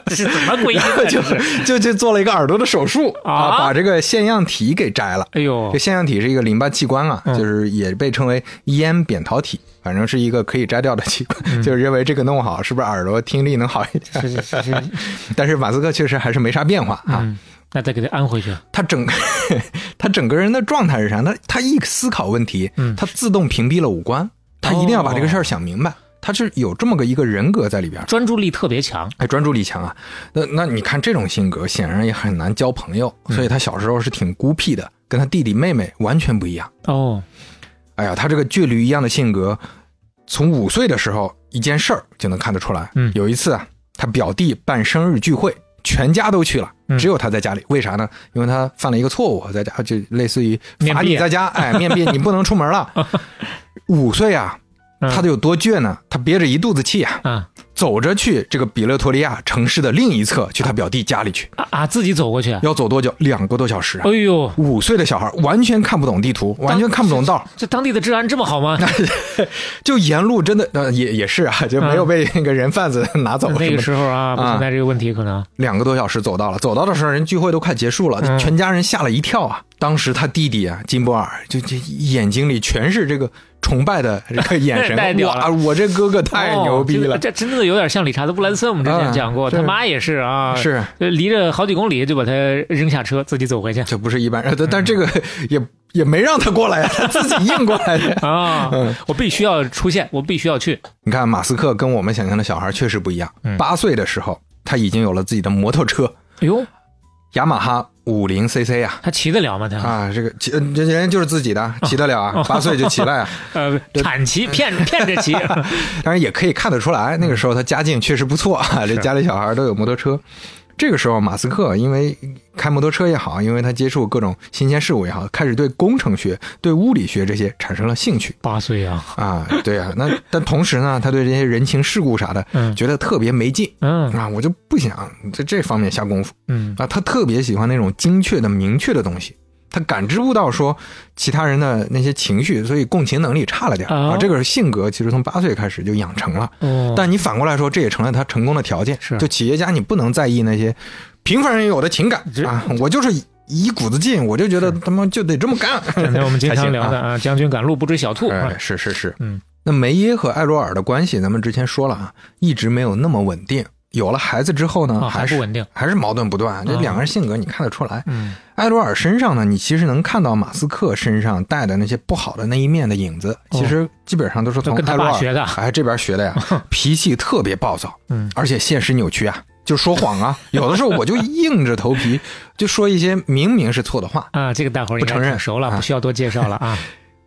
Speaker 3: 这是怎么归因的？
Speaker 1: 就
Speaker 3: 这是，
Speaker 1: 就就做了一个耳朵的手术
Speaker 3: 啊
Speaker 1: 啊，把这个腺样体给摘了。
Speaker 3: 哎呦
Speaker 1: 这，腺样体是一个淋巴器官啊，
Speaker 3: 嗯
Speaker 1: 就是也被称为咽扁桃体，反正是一个可以摘掉的器
Speaker 3: 嗯
Speaker 1: 官， 就是认为这个弄好，是不是耳朵听力能好一点？
Speaker 3: 是是是是，
Speaker 1: 但是马斯克确实还是没啥变化啊，
Speaker 3: 嗯，那再给他安回去。
Speaker 1: 他整 他整个人的状态是啥？他他一思考问题
Speaker 3: 嗯，
Speaker 1: 他自动屏蔽了五官，他一定要把这个事儿想明白。他是有这么个一个人格在里边儿，
Speaker 3: 专注力特别强，
Speaker 1: 哎，专注力强啊。那那你看这种性格，显然也很难交朋友，所以他小时候是挺孤僻的，跟他弟弟妹妹完全不一样。
Speaker 3: 哦，
Speaker 1: 哎呀，他这个倔驴一样的性格，从五岁的时候一件事儿就能看得出来。
Speaker 3: 嗯
Speaker 1: 有一次啊，他表弟办生日聚会，全家都去了
Speaker 3: 嗯，
Speaker 1: 只有他在家里。为啥呢？因为他犯了一个错误，在家就类似于
Speaker 3: 面
Speaker 1: 罚
Speaker 3: 壁
Speaker 1: 你在家，哎，面壁，你不能出门了。五岁啊，
Speaker 3: 嗯
Speaker 1: 他得有多倔呢？他憋着一肚子气啊，
Speaker 3: 啊
Speaker 1: 走着去这个比勒托利亚城市的另一侧，去他表弟家里去，
Speaker 3: 啊啊，自己走过去。
Speaker 1: 要走多久？两个多小时啊
Speaker 3: 哎！呦，
Speaker 1: 五岁的小孩完全看不懂地图，完全看不懂道儿，
Speaker 3: 这当地的治安这么好吗？
Speaker 1: 就沿路真的呃也也是啊， 就没有被那个人贩子拿走。
Speaker 3: 嗯那
Speaker 1: 什
Speaker 3: 个
Speaker 1: 么
Speaker 3: 时候啊，不存在这个问题，可能。
Speaker 1: 两个多小时走到了，走到的时候人聚会都快结束了，
Speaker 3: 嗯
Speaker 1: 全家人吓了一跳啊！当时他弟弟啊，金波尔就这眼睛里全是这个崇拜的这个眼
Speaker 3: 带
Speaker 1: 神，
Speaker 3: 掉
Speaker 1: 哇，
Speaker 3: 了
Speaker 1: 我这哥哥太牛逼了
Speaker 3: 哦，这这真的有点像理查德·布兰森，我们之前讲过，
Speaker 1: 啊
Speaker 3: 他
Speaker 1: 是
Speaker 3: 妈也是啊，
Speaker 1: 是
Speaker 3: 呃离着好几公里就把他扔下车，自己走回去
Speaker 1: 这不是一般呃人，但
Speaker 3: 嗯
Speaker 1: 但这个也也没让他过来啊，他 自己硬过来的。
Speaker 3: 啊
Speaker 1: 嗯！
Speaker 3: 我必须要出现，我必须要去，
Speaker 1: 你看，马斯克跟我们想象的小孩确实不一样
Speaker 3: 嗯。
Speaker 1: 八岁的时候，他已经有了自己的摩托车，
Speaker 3: 哎呦，
Speaker 1: 雅马哈五零 CC 啊。
Speaker 3: 他骑得了吗？他
Speaker 1: 啊，这个骑，呃这人家就是自己的，骑得了啊，八岁就骑了 呀、
Speaker 3: 呃，铲骑骗骗着 骑，
Speaker 1: 当然也可以看得出来，那个时候他家境确实不错啊，这家里小孩都有摩托车。这个时候，马斯克因为开摩托车也好，因为他接触各种新鲜事物也好，开始对工程学、对物理学这些产生了兴趣
Speaker 3: 八岁啊，
Speaker 1: 啊。对啊，那但同时呢，他对这些人情世故啥的，
Speaker 3: 嗯
Speaker 1: 觉得特别没劲
Speaker 3: 嗯
Speaker 1: 啊，我就不想在这方面下功夫
Speaker 3: 嗯
Speaker 1: 啊。他特别喜欢那种精确的、明确的东西，他感知不到说其他人的那些情绪，所以共情能力差了点儿
Speaker 3: 哦
Speaker 1: 啊。这个性格其实从八岁开始就养成了。
Speaker 3: 哦，
Speaker 1: 但你反过来说，这也成了他成功的条件。
Speaker 3: 是
Speaker 1: 就企业家，你不能在意那些平凡人有的情感
Speaker 3: 这
Speaker 1: 啊！我就是一股子劲，我就觉得他妈就得这么 干。
Speaker 3: 刚才我们经常聊的啊，将军赶路不追小兔，
Speaker 1: 哎，是是是，
Speaker 3: 嗯。
Speaker 1: 那梅耶和艾罗尔的关系，咱们之前说了啊，一直没有那么稳定。有了孩子之后呢，
Speaker 3: 啊还
Speaker 1: 还是
Speaker 3: 不稳定，
Speaker 1: 还是矛盾不断。这
Speaker 3: 啊
Speaker 1: 两个人性格你看得出来。
Speaker 3: 嗯
Speaker 1: 艾罗尔身上呢，你其实能看到马斯克身上带的那些不好的那一面的影子，其实基本上都是从
Speaker 3: 哦都跟他
Speaker 1: 艾罗
Speaker 3: 爸
Speaker 1: 尔
Speaker 3: 学的
Speaker 1: 哎这边学 的呀，脾气特别暴躁，
Speaker 3: 嗯
Speaker 1: 而且现实扭曲啊，就说谎啊，有的时候我就硬着头皮就说一些明明是错的话。
Speaker 3: 啊，这个大伙儿应
Speaker 1: 不
Speaker 3: 该
Speaker 1: 承认
Speaker 3: 挺熟了，
Speaker 1: 啊
Speaker 3: 不需要多介绍了 啊，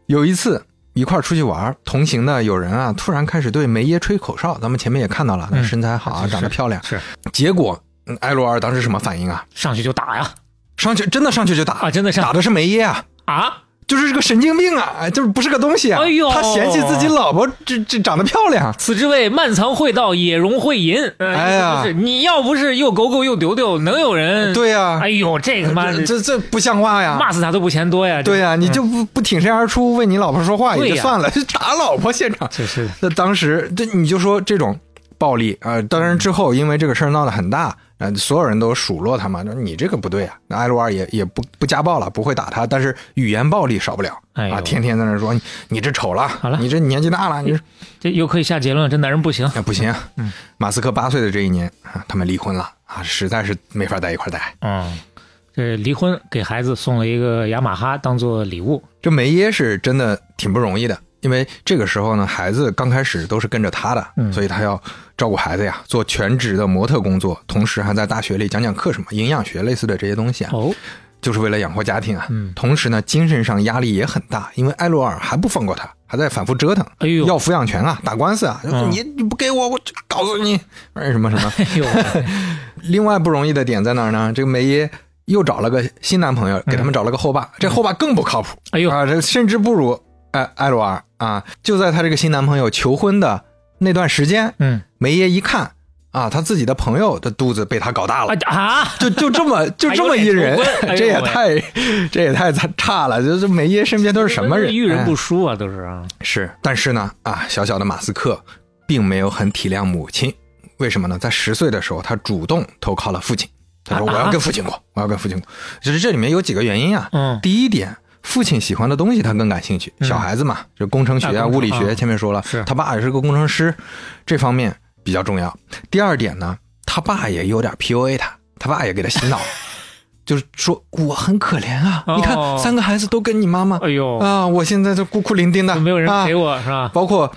Speaker 1: 有一次一块儿出去玩儿，同行的有人啊，突然开始对梅耶吹口哨，咱们前面也看到了，
Speaker 3: 嗯
Speaker 1: 身材好啊，
Speaker 3: 是
Speaker 1: 长得漂亮，
Speaker 3: 是
Speaker 1: 结果嗯艾罗尔当时什么反应啊？
Speaker 3: 上去就打呀
Speaker 1: 上去真的上去就打
Speaker 3: 啊，真的上
Speaker 1: 打的是梅耶啊。
Speaker 3: 啊，
Speaker 1: 就是这个神经病啊，哎就是不是个东西啊！
Speaker 3: 哎呦
Speaker 1: 他嫌弃自己老婆这这长得漂亮，
Speaker 3: 此之谓漫藏会道，野容会淫。呃
Speaker 1: 哎呀
Speaker 3: 就是你要不是又狗狗又丢丢，能有人？
Speaker 1: 对啊呀、
Speaker 3: 哎呦，这个他妈
Speaker 1: 这这这不像话呀！
Speaker 3: 骂死他都不嫌多呀！这
Speaker 1: 对呀、啊你就不不挺身而出为你老婆说话
Speaker 3: 对呀
Speaker 1: 也就算了， 就打老婆现场。
Speaker 3: 这是
Speaker 1: 那当时这你就说这种暴力啊、呃当然之后因为这个事儿闹得很大，呃，所有人都数落他嘛，说你这个不对啊。那艾罗尔也也不不家暴了，不会打他，但是语言暴力少不了、
Speaker 3: 哎呦
Speaker 1: 啊，天天在那说你你这丑了，
Speaker 3: 了
Speaker 1: 你这年纪大了，你这
Speaker 3: 这又可以下结论，这男人不行。
Speaker 1: 那不行，啊
Speaker 3: 嗯
Speaker 1: 马斯克八岁的这一年啊，他们离婚了啊，实在是没法在一块儿待。
Speaker 3: 嗯，这离婚给孩子送了一个雅马哈当做礼物。
Speaker 1: 这梅耶是真的挺不容易的，因为这个时候呢，孩子刚开始都是跟着他的，
Speaker 3: 嗯
Speaker 1: 所以他要照顾孩子呀，做全职的模特工作，同时还在大学里讲讲课什么营养学类似的这些东西啊，
Speaker 3: 哦，
Speaker 1: 就是为了养活家庭啊。
Speaker 3: 嗯
Speaker 1: 同时呢，精神上压力也很大，因为埃罗尔还不放过他，还在反复折腾。
Speaker 3: 哎呦，
Speaker 1: 要抚养权啊，打官司啊！
Speaker 3: 嗯
Speaker 1: 你你不给我，我就搞死你！哎，什么什么，
Speaker 3: 哎呦，
Speaker 1: 另外不容易的点在哪儿呢？这个梅耶又找了个新男朋友，给他们找了个后爸，这后爸更不靠谱，
Speaker 3: 哎呦
Speaker 1: 啊，这甚至不如艾艾罗尔啊。就在她这个新男朋友求婚的那段时间，
Speaker 3: 嗯
Speaker 1: 梅耶一看啊，她自己的朋友的肚子被他搞大了
Speaker 3: 啊。啊，
Speaker 1: 就就这 么就这么一人
Speaker 3: 还有点求婚，哎呦
Speaker 1: 这也太 这也太差了。就是梅耶身边都是什么人？
Speaker 3: 遇人
Speaker 1: 哎
Speaker 3: 不淑啊，都是啊。
Speaker 1: 是，但是呢，啊，小小的马斯克并没有很体谅母亲，为什么呢？在十岁的时候，他主动投靠了父亲，他说：“
Speaker 3: 啊
Speaker 1: 我
Speaker 3: 啊
Speaker 1: 要跟父亲过，我要跟父亲过。”就是这里面有几个原因啊。
Speaker 3: 嗯
Speaker 1: 第一点，父亲喜欢的东西他更感兴趣，
Speaker 3: 嗯
Speaker 1: 小孩子嘛，就工程学
Speaker 3: 啊
Speaker 1: 啊、
Speaker 3: 工程
Speaker 1: 物理
Speaker 3: 啊
Speaker 1: 学，前面说了
Speaker 3: 是，
Speaker 1: 他爸也是个工程师，这方面比较重要。第二点呢，他爸也有点 PUA 他，他爸也给他洗 脑。就是说我很可怜啊，你看
Speaker 3: 哦
Speaker 1: 三个孩子都跟你妈妈
Speaker 3: 哎呦，
Speaker 1: 啊，我现在就孤苦伶仃的，
Speaker 3: 没有人
Speaker 1: 啊
Speaker 3: 陪我是吧？
Speaker 1: 包括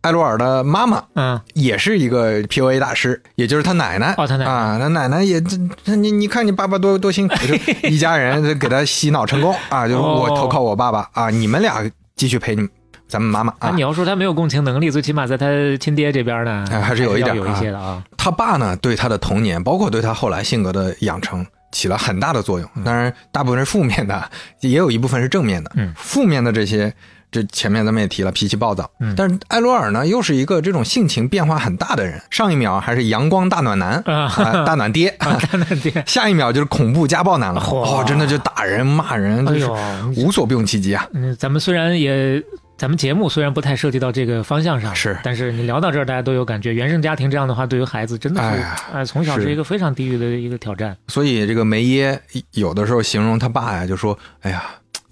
Speaker 1: 艾罗尔的妈妈
Speaker 3: 嗯，
Speaker 1: 也是一个 PUA 大师，也就是他奶奶。
Speaker 3: 哦他奶奶
Speaker 1: 啊，他奶奶也这这你你看你爸爸多多辛苦，就一家人就给他洗脑成功啊，就是
Speaker 3: 哦
Speaker 1: 我投靠我爸爸啊，你们俩继续陪你咱们妈妈
Speaker 3: 啊，
Speaker 1: 啊
Speaker 3: 你。要说他没有共情能力，最起码在他亲爹这边呢，
Speaker 1: 哎还是有一
Speaker 3: 要
Speaker 1: 点
Speaker 3: 有
Speaker 1: 啊
Speaker 3: 一些的啊。
Speaker 1: 他爸呢，对他的童年，包括对他后来性格的养成。起了很大的作用，当然大部分是负面的， 也有一部分是正面的。
Speaker 3: 嗯
Speaker 1: 负面的这些，这前面咱们也提了，脾气暴躁。
Speaker 3: 嗯
Speaker 1: 但是艾罗尔呢，又是一个这种性情变化很大的人。上一秒还是阳光大暖男，
Speaker 3: 啊
Speaker 1: 啊，大暖爹，
Speaker 3: 啊，他那爹，
Speaker 1: 下一秒就是恐怖家暴男了，
Speaker 3: 嚯
Speaker 1: 哦，真的就打人骂人，就
Speaker 3: 哎
Speaker 1: 是
Speaker 3: 呦，
Speaker 1: 无所不用其极啊！
Speaker 3: 嗯，咱们虽然也咱们节目虽然不太涉及到这个方向上，
Speaker 1: 是
Speaker 3: 但是你聊到这儿，大家都有感觉，原生家庭这样的话，对于孩子真的
Speaker 1: 哎
Speaker 3: 是
Speaker 1: 呀，
Speaker 3: 哎，从小
Speaker 1: 是
Speaker 3: 是一个非常地狱的一个挑战。
Speaker 1: 所以这个梅耶有的时候形容他爸呀，就说：“哎呀，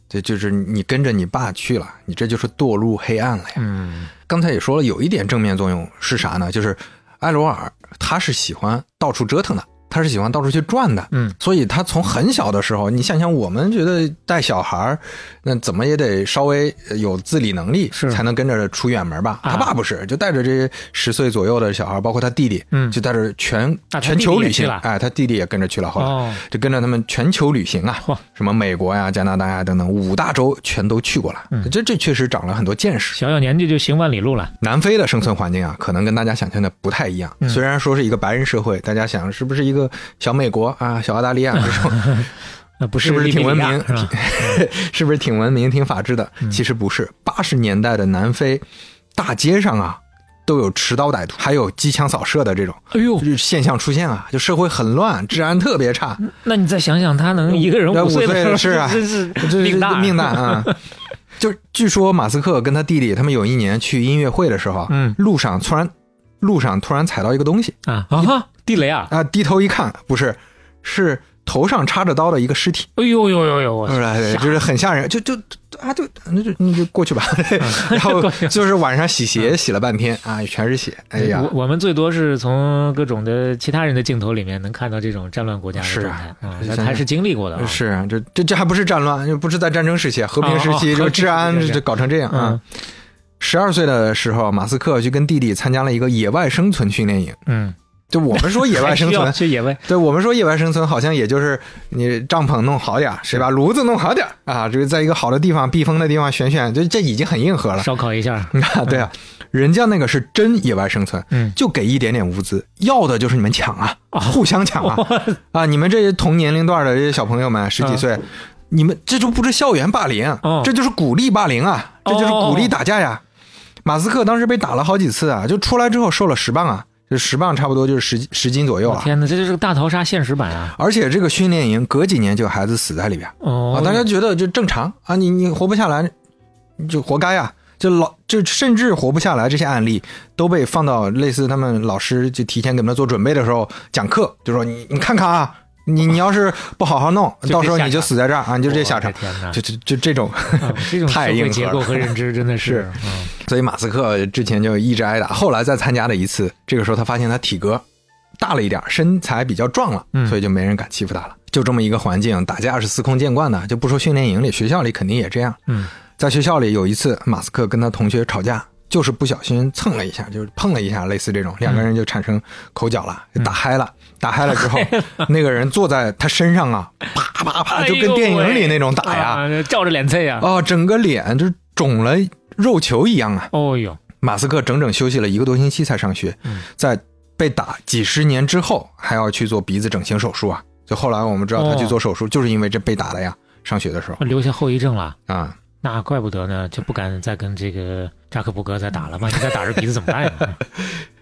Speaker 1: 这就是你跟着你爸去了，你这就是堕入黑暗了呀。”
Speaker 3: 嗯，
Speaker 1: 刚才也说了，有一点正面作用是啥呢？就是埃罗尔他是喜欢到处折腾的，他是喜欢到处去转的。
Speaker 3: 嗯，
Speaker 1: 所以他从很小的时候，你想想，我们觉得带小孩儿，那怎么也得稍微有自理能力，
Speaker 3: 是
Speaker 1: 才能跟着出远门吧？
Speaker 3: 啊
Speaker 1: 他爸不是，就带着这十岁左右的小孩儿，包括他弟弟，
Speaker 3: 嗯
Speaker 1: 就带着全
Speaker 3: 啊他
Speaker 1: 全
Speaker 3: 弟弟
Speaker 1: 球
Speaker 3: 也
Speaker 1: 旅
Speaker 3: 去
Speaker 1: 行
Speaker 3: 了。
Speaker 1: 哎，他弟弟也跟着去了，后来。
Speaker 3: 哦，
Speaker 1: 就跟着他们全球旅行啊
Speaker 3: 嚯，
Speaker 1: 什么美国呀、加拿大呀等等五大洲全都去过了，这这确实长了很多见识。
Speaker 3: 小小年纪就行万里路了。
Speaker 1: 南非的生存环境啊，可能跟大家想象的不太一样。虽然说是一个白人社会，大家想是不是一个小美国啊、小澳大利亚这种，
Speaker 3: 那不
Speaker 1: 是不是
Speaker 3: 利比
Speaker 1: 挺文
Speaker 3: 里亚
Speaker 1: 明
Speaker 3: 是吧？
Speaker 1: 是不是挺文明、挺法治的？其实不是。八十年代的南非，大街上啊都有持刀歹徒，还有机枪扫射的这种
Speaker 3: 哎呦，
Speaker 1: 现象出现啊，就社会很乱，治安特别差。
Speaker 3: 那你再想想，他能一个人
Speaker 1: 嗯那
Speaker 3: 五岁的
Speaker 1: 五岁
Speaker 3: 时候，
Speaker 1: 是啊
Speaker 3: 真是
Speaker 1: 这
Speaker 3: 命大
Speaker 1: 命大 啊！就是据说马斯克跟他弟弟他们有一年去音乐会的时候，啊
Speaker 3: 嗯
Speaker 1: 路上突然路上突然踩到一个东西
Speaker 3: 啊啊哈！地雷啊！
Speaker 1: 啊，低头一看，不是，是头上插着刀的一个尸体，
Speaker 3: 哎呦呦呦呦！我
Speaker 1: 是吧
Speaker 3: 吓
Speaker 1: 就是很吓人，就就啊，就那就那就过去吧。 然后
Speaker 3: 嗯 过去嗯
Speaker 1: 就是晚上洗鞋洗了半天啊，全是血，哎呀，
Speaker 3: 我我们最多是从各种的其他人的镜头里面能看到这种战乱国家的
Speaker 1: 是
Speaker 3: 状
Speaker 1: 啊
Speaker 3: 态，啊
Speaker 1: 是，
Speaker 3: 那
Speaker 1: 真
Speaker 3: 他
Speaker 1: 的
Speaker 3: 是经历过的啊，
Speaker 1: 是啊，这这这还不是战乱，就不是在战争时期，啊和平时期
Speaker 3: 哦哦
Speaker 1: 就治安
Speaker 3: 和平时期
Speaker 1: 就搞成这样啊
Speaker 3: 嗯。
Speaker 1: 十二岁的时候，马斯克去跟弟弟参加了一个野外生存训练营。
Speaker 3: 嗯，
Speaker 1: 就我们说野外
Speaker 3: 还需
Speaker 1: 生
Speaker 3: 要
Speaker 1: 存，
Speaker 3: 去野外，
Speaker 1: 对我们说野外生存，好像也就是你帐篷弄好点儿，是吧？炉子弄好点儿啊，这个在一个好的地方、避风的地方选选，就这已经很硬核了。
Speaker 3: 烧烤一下，
Speaker 1: 啊，对啊，人家那个是真野外生存，
Speaker 3: 嗯
Speaker 1: 就给一点点物资，要的就是你们抢啊，互相抢 啊啊！你们这些同年龄段的这些小朋友们，十几岁，你们这就不是校园霸凌，
Speaker 3: 啊哦
Speaker 1: 这就是鼓励霸凌啊，这就是鼓励打架呀。马斯克当时被打了好几次啊，就出来之后瘦了十磅啊，就十磅差不多就是十十斤左右
Speaker 3: 我
Speaker 1: 啊。
Speaker 3: 天哪，这就是个大逃杀现实版啊！
Speaker 1: 而且这个训练营隔几年就有孩子死在里边，啊，，
Speaker 3: 哦
Speaker 1: 大家觉得就正常啊，你你活不下来，你就活该啊。就老就甚至活不下来这些案例都被放到类似他们老师就提前给他们做准备的时候讲课，就说你你看看啊，你你要是不好好弄，
Speaker 3: 就这
Speaker 1: 到时候
Speaker 3: 下
Speaker 1: 你就
Speaker 3: 场
Speaker 1: 死在这儿啊，你就这
Speaker 3: 我
Speaker 1: 下
Speaker 3: 的
Speaker 1: 场，
Speaker 3: 天哪！
Speaker 1: 就就就这种。
Speaker 3: 啊这种社
Speaker 1: 太硬核
Speaker 3: 会
Speaker 1: 了
Speaker 3: 结构和认知真的是，嗯
Speaker 1: 所以马斯克之前就一直挨打，后来再参加了一次，这个时候他发现他体格大了一点，身材比较壮了
Speaker 3: 嗯，
Speaker 1: 所以就没人敢欺负他了。就这么一个环境，打架是司空见惯的，就不说训练营里，学校里肯定也这样。
Speaker 3: 嗯，
Speaker 1: 在学校里有一次，马斯克跟他同学吵架，就是不小心蹭了一下，就是碰了一下，类似这种，两个人就产生口角了，就打嗨了。嗯打嗨了之后， 那个人坐在他身上啊，啪啪啪，就跟电影里那种打呀，
Speaker 3: 哎呦喂啊照着脸啐呀！
Speaker 1: 啊，整个脸就肿了肉球一样啊。
Speaker 3: 哦呦，
Speaker 1: 马斯克整整休息了一个多星期才上学，在被打几十年之后还要去做鼻子整形手术啊！就后来我们知道他去做手术，就是因为这被打的呀。上学的时候
Speaker 3: 留下后遗症了。
Speaker 1: 啊，
Speaker 3: 那怪不得呢，就不敢再跟这个扎克伯格再打了，万一再打着鼻子怎么 办呀？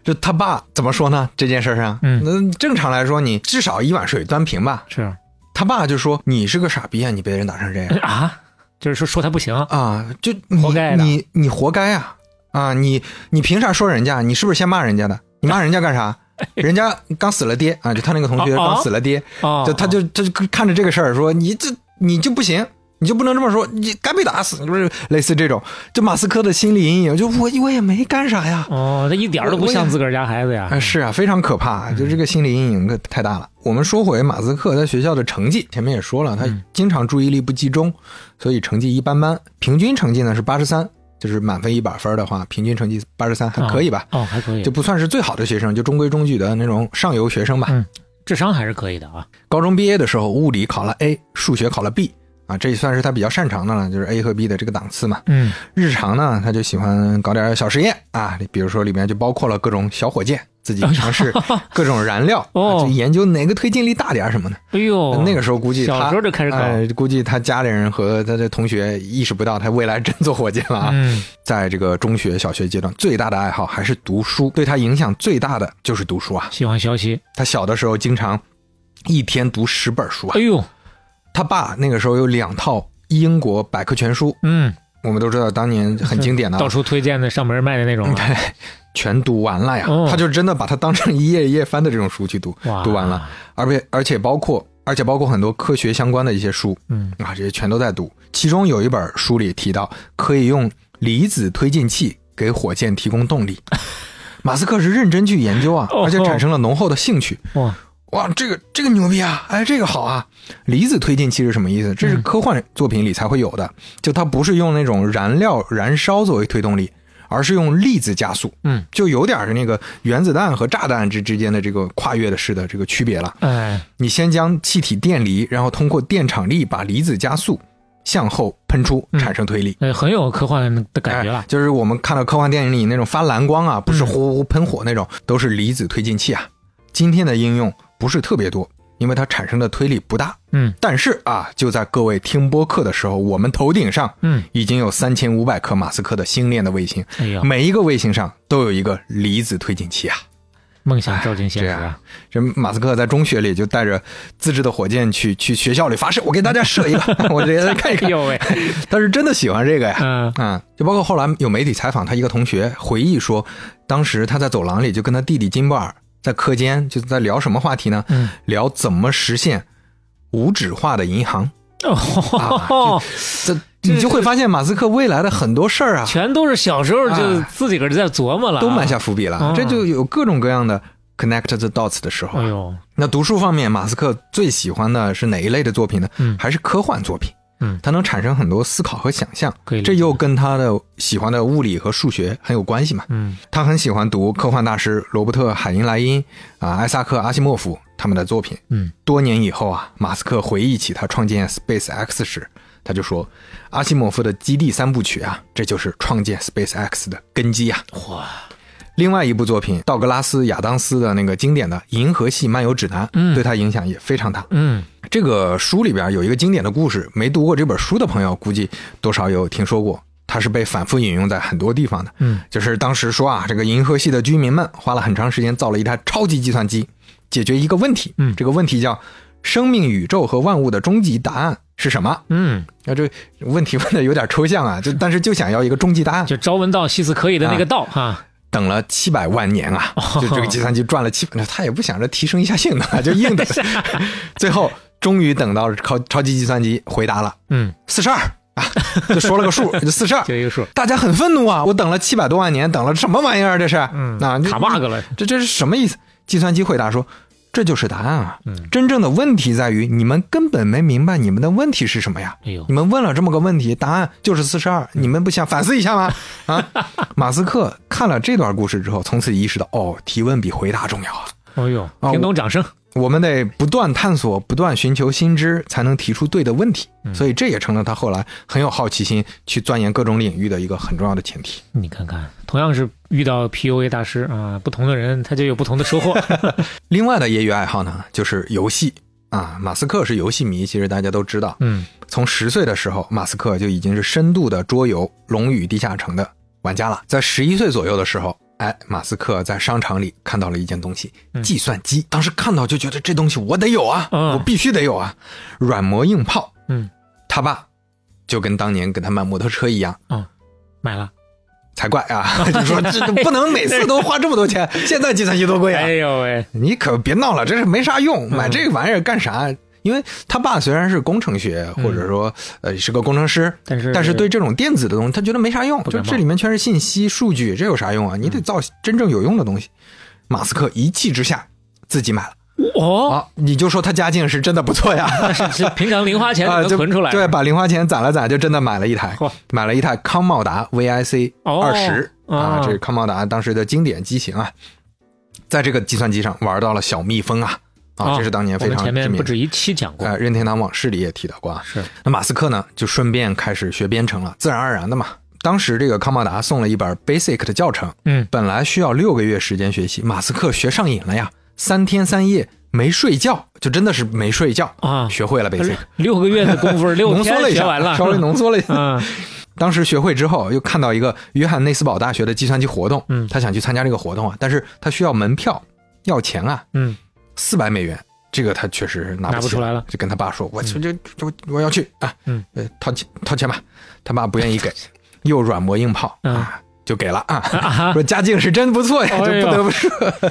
Speaker 1: 就他爸怎么说呢？这件事上，
Speaker 3: 嗯
Speaker 1: 那正常来说你至少一碗水端平吧。
Speaker 3: 是
Speaker 1: 他爸就说你是个傻逼啊，你被人打成这样
Speaker 3: 啊，就是说说他不行，
Speaker 1: 啊，就你
Speaker 3: 活该的
Speaker 1: 你你活该啊啊，你你凭啥说人家？你是不是先骂人家的？你骂人家干啥？人家刚死了爹啊，就他那个同学
Speaker 3: 哦哦
Speaker 1: 刚死了爹，
Speaker 3: 哦，
Speaker 1: 就他就他就看着这个事儿说你这你就不行，你就不能这么说，你该被打死，就是类似这种。就马斯克的心理阴影，就我我也没干啥呀。
Speaker 3: 哦，他一点儿都不像自个儿家孩子呀。
Speaker 1: 啊，是啊，非常可怕，就这个心理阴影可太大了。我们说回马斯克在学校的成绩，前面也说了，他经常注意力不集中，所以成绩一般般。平均成绩呢是八十三，就是满分一百分的话，平均成绩八十三还可以吧，
Speaker 3: 哦，还可以
Speaker 1: 就，不算是最好的学生，就中规中矩的那种上游学生吧。
Speaker 3: 智商还是可以的啊。
Speaker 1: 高中毕业的时候，物理考了 A，数学考了 B，啊，这也算是他比较擅长的了，就是 A 和 B 的这个档次嘛。
Speaker 3: 嗯，
Speaker 1: 日常呢，他就喜欢搞点小实验啊，比如说里面就包括了各种小火箭，自己尝试 各种燃料，
Speaker 3: 哦
Speaker 1: 啊、就研究哪个推进力大点儿什么的。
Speaker 3: 哎呦，
Speaker 1: 那个时候估计他
Speaker 3: 小时候就开始搞，
Speaker 1: 哎估计他家里人和他的同学意识不到他未来真做火箭了啊。
Speaker 3: 嗯，
Speaker 1: 在这个中学、小学阶段，最大的爱好还是读书，对他影响最大的就是读书啊。
Speaker 3: 喜欢学习。
Speaker 1: 他小的时候经常一天读十本书啊
Speaker 3: 哎。呦，
Speaker 1: 他爸那个时候有两套英国百科全书，
Speaker 3: 嗯，
Speaker 1: 我们都知道当年很经 典的
Speaker 3: 到处推荐的上门卖的那种、啊，
Speaker 1: 嗯全读完了呀，
Speaker 3: 哦
Speaker 1: 他就真的把它当成一页一页翻的这种书去读
Speaker 3: 哇，
Speaker 1: 读完了，而且而且包括而且包括很多科学相关的一些书，
Speaker 3: 嗯
Speaker 1: 啊，这些全都在读。其中有一本书里提到，可以用离子推进器给火箭提供动力。马斯克是认真去研究啊，
Speaker 3: 哦
Speaker 1: 而且产生了浓厚的兴趣。
Speaker 3: 哇，
Speaker 1: 哇，这个这个牛逼啊！哎，这个好啊！离子推进器是什么意思？
Speaker 3: 嗯
Speaker 1: 这是科幻作品里才会有的，就它不是用那种燃料燃烧作为推动力，而是用粒子加速，
Speaker 3: 嗯，
Speaker 1: 就有点儿那个原子弹和炸弹之之间的这个跨越的式的这个区别了。
Speaker 3: 哎，
Speaker 1: 你先将气体电离，然后通过电场力把离子加速向后喷出，
Speaker 3: 嗯
Speaker 1: 产生推力。
Speaker 3: 呃，很有科幻的感觉
Speaker 1: 哎
Speaker 3: 了，嗯
Speaker 1: 就是我们看到科幻电影里那种发蓝光啊，不是呼呼喷火那种，都是离子推进器啊。今天的应用不是特别多，因为它产生的推力不大。
Speaker 3: 嗯
Speaker 1: 但是啊，就在各位听播客的时候，我们头顶上
Speaker 3: 嗯，
Speaker 1: 已经有三千五百颗马斯克的星链的卫星，
Speaker 3: 哎呀，
Speaker 1: 每一个卫星上都有一个离子推进器啊。
Speaker 3: 梦想照进现实
Speaker 1: 哎这
Speaker 3: 啊
Speaker 1: 样！这马斯克在中学里就带着自制的火箭去去学校里发射，我给大家射一 个，我直接来看一
Speaker 3: 哎
Speaker 1: 看。
Speaker 3: 呦喂，
Speaker 1: 他是真的喜欢这个呀，
Speaker 3: 嗯
Speaker 1: 嗯，就包括后来有媒体采访他一个同学，回忆说，当时他在走廊里就跟他弟弟金巴尔在课间就在聊什么话题呢？
Speaker 3: 嗯，
Speaker 1: 聊怎么实现无纸化的银行。
Speaker 3: 哦
Speaker 1: 啊，这你就会发现马斯克未来的很多事儿啊，
Speaker 3: 全都是小时候就自己个儿在琢磨了啊，
Speaker 1: 啊都埋下伏笔了
Speaker 3: 啊。
Speaker 1: 这就有各种各样的 connect the dots 的时候
Speaker 3: 哎
Speaker 1: 啊。
Speaker 3: 呦，
Speaker 1: 那读书方面，马斯克最喜欢的是哪一类的作品呢？
Speaker 3: 嗯
Speaker 1: 还是科幻作品。
Speaker 3: 嗯
Speaker 1: 它能产生很多思考和想象
Speaker 3: 可以理，解
Speaker 1: 这又跟他的喜欢的物理和数学很有关系嘛。
Speaker 3: 嗯
Speaker 1: 他很喜欢读科幻大师罗伯特·海因莱因啊、艾萨克·阿西莫夫他们的作品。
Speaker 3: 嗯，
Speaker 1: 多年以后啊，马斯克回忆起他创建 SpaceX 时，他就说：“阿西莫夫的《基地》三部曲啊，这就是创建 SpaceX 的根基啊。”
Speaker 3: 哇，
Speaker 1: 另外一部作品，道格拉斯·亚当斯的那个经典的《银河系漫游指南》，
Speaker 3: 嗯
Speaker 1: 对他影响也非常大。
Speaker 3: 嗯，
Speaker 1: 这个书里边有一个经典的故事，没读过这本书的朋友估计多少有听说过，它是被反复引用在很多地方的。
Speaker 3: 嗯，
Speaker 1: 就是当时说啊，这个银河系的居民们花了很长时间造了一台超级计算机，解决一个问题。
Speaker 3: 嗯
Speaker 1: 这个问题叫“生命、宇宙和万物的终极答案是什么
Speaker 3: 嗯，”。
Speaker 1: 那这问题问的有点抽象啊，就但是就想要一个终极答案。
Speaker 3: 就朝闻道，夕死可矣的那个道
Speaker 1: 啊
Speaker 3: 哈，
Speaker 1: 等了七百万年啊，
Speaker 3: 哦
Speaker 1: 就这个计算机转了七，他也不想着提升一下性能啊，就 硬的。最后终于等到超超级计算机回答了
Speaker 3: 嗯，
Speaker 1: 四十二啊，就说了个 数，就四十二。
Speaker 3: 就一个数，
Speaker 1: 大家很愤怒啊！我等了七百多万年，等了什么玩意儿？这是，
Speaker 3: 嗯
Speaker 1: 啊，这
Speaker 3: 卡 bug 了，
Speaker 1: 这这是什么意思？计算机回答说：“这就是答案啊！
Speaker 3: 嗯
Speaker 1: 真正的问题在于你们根本没明白你们的问题是什么呀！
Speaker 3: 哎呦
Speaker 1: 你，们问了这么个问题，答案就是四十二，你们不想反思一下吗？啊，马斯克看了这段故事之后，从此意识到，哦，提问比回答重要啊！
Speaker 3: 哎呦，听懂掌声，
Speaker 1: 我嗯们得不断探索，不断寻求新知，才能提出对的问题。所以这也成了他后来很有好奇心去钻研各种领域的一个很重要的前提。
Speaker 3: 你看看，同样是遇到 PUA 大师啊，不同的人他就有不同的 收获，
Speaker 1: 另外的业余爱好呢，就是游戏啊。马斯克是游戏迷，其实大家都知道。
Speaker 3: 嗯，
Speaker 1: 从十岁的时候，马斯克就已经是深度的桌游《龙与地下城》的玩家了。在十一岁左右的时候，哎，马斯克在商场里看到了一件东西——
Speaker 3: 嗯
Speaker 1: 计算机。当时看到就觉得这东西我得有啊，
Speaker 3: 嗯
Speaker 1: 我必须得有啊，软磨硬泡。
Speaker 3: 嗯，
Speaker 1: 他爸就跟当年给他买摩托车一样。
Speaker 3: 买了，
Speaker 1: 才怪 啊！就说这这不能每次都花这么多钱，现在计算机多贵啊！
Speaker 3: 哎呦喂，
Speaker 1: 你可别闹了，这是没啥用，
Speaker 3: 嗯
Speaker 1: 买这个玩意儿干啥？因为他爸虽然是工程学，或者说呃是个工程师，
Speaker 3: 嗯但是
Speaker 1: 但是对这种电子的东西，他觉得没啥用，
Speaker 3: 不
Speaker 1: 就
Speaker 3: 感冒嗯
Speaker 1: 这里面全是信息数据，这有啥用啊？你得造真正有用的东西。马斯克一气之下自己买了
Speaker 3: 哦，
Speaker 1: 啊！你就说他家境是真的不错呀，
Speaker 3: 是是平常零花钱
Speaker 1: 啊，
Speaker 3: 能
Speaker 1: 就
Speaker 3: 存出来，
Speaker 1: 对，把零花钱攒了攒，就真的买了一台
Speaker 3: 嚯，
Speaker 1: 买了一台康茂达 VIC
Speaker 3: 哦
Speaker 1: 二十啊
Speaker 3: 啊，
Speaker 1: 这是康茂达当时的经典机型啊，在这个计算机上玩到了小蜜蜂啊啊，这是当年非
Speaker 3: 哦我们
Speaker 1: 常
Speaker 3: 前
Speaker 1: 知
Speaker 3: 面
Speaker 1: 名
Speaker 3: 不
Speaker 1: 的。
Speaker 3: 止一期讲过，
Speaker 1: 呃，任天堂往事里也提到过啊。
Speaker 3: 是，
Speaker 1: 那马斯克呢，就顺便开始学编程了，自然而然的嘛。当时这个康茂达送了一本 Basic 的教程，
Speaker 3: 嗯，
Speaker 1: 本来需要六个月时间学习，马斯克学上瘾了呀，三天三夜没睡觉，就真的是没睡觉
Speaker 3: 啊
Speaker 1: 学会了 Basic。
Speaker 3: 六个月的功夫，六
Speaker 1: 浓缩
Speaker 3: 哎天
Speaker 1: 了一
Speaker 3: 学
Speaker 1: 下，
Speaker 3: 完了，
Speaker 1: 稍微 浓缩了一下。
Speaker 3: 嗯，
Speaker 1: 当时学会之后，又看到一个约翰内斯堡大学的计算机活动，
Speaker 3: 嗯
Speaker 1: 他想去参加这个活动啊，但是他需要门票，要钱啊，
Speaker 3: 嗯
Speaker 1: 四百美元。这个他确实拿
Speaker 3: 拿不
Speaker 1: 起
Speaker 3: 出来了
Speaker 1: 就跟他爸说：“我去，这我我要去啊，
Speaker 3: 嗯
Speaker 1: 呃，掏钱掏钱吧。”他爸不愿 意给，又软磨硬泡
Speaker 3: 嗯
Speaker 1: 啊，就给了 啊。
Speaker 3: 啊哈，
Speaker 1: 说家境是真不错呀，
Speaker 3: 哎
Speaker 1: 这
Speaker 3: 呦
Speaker 1: 不得不说。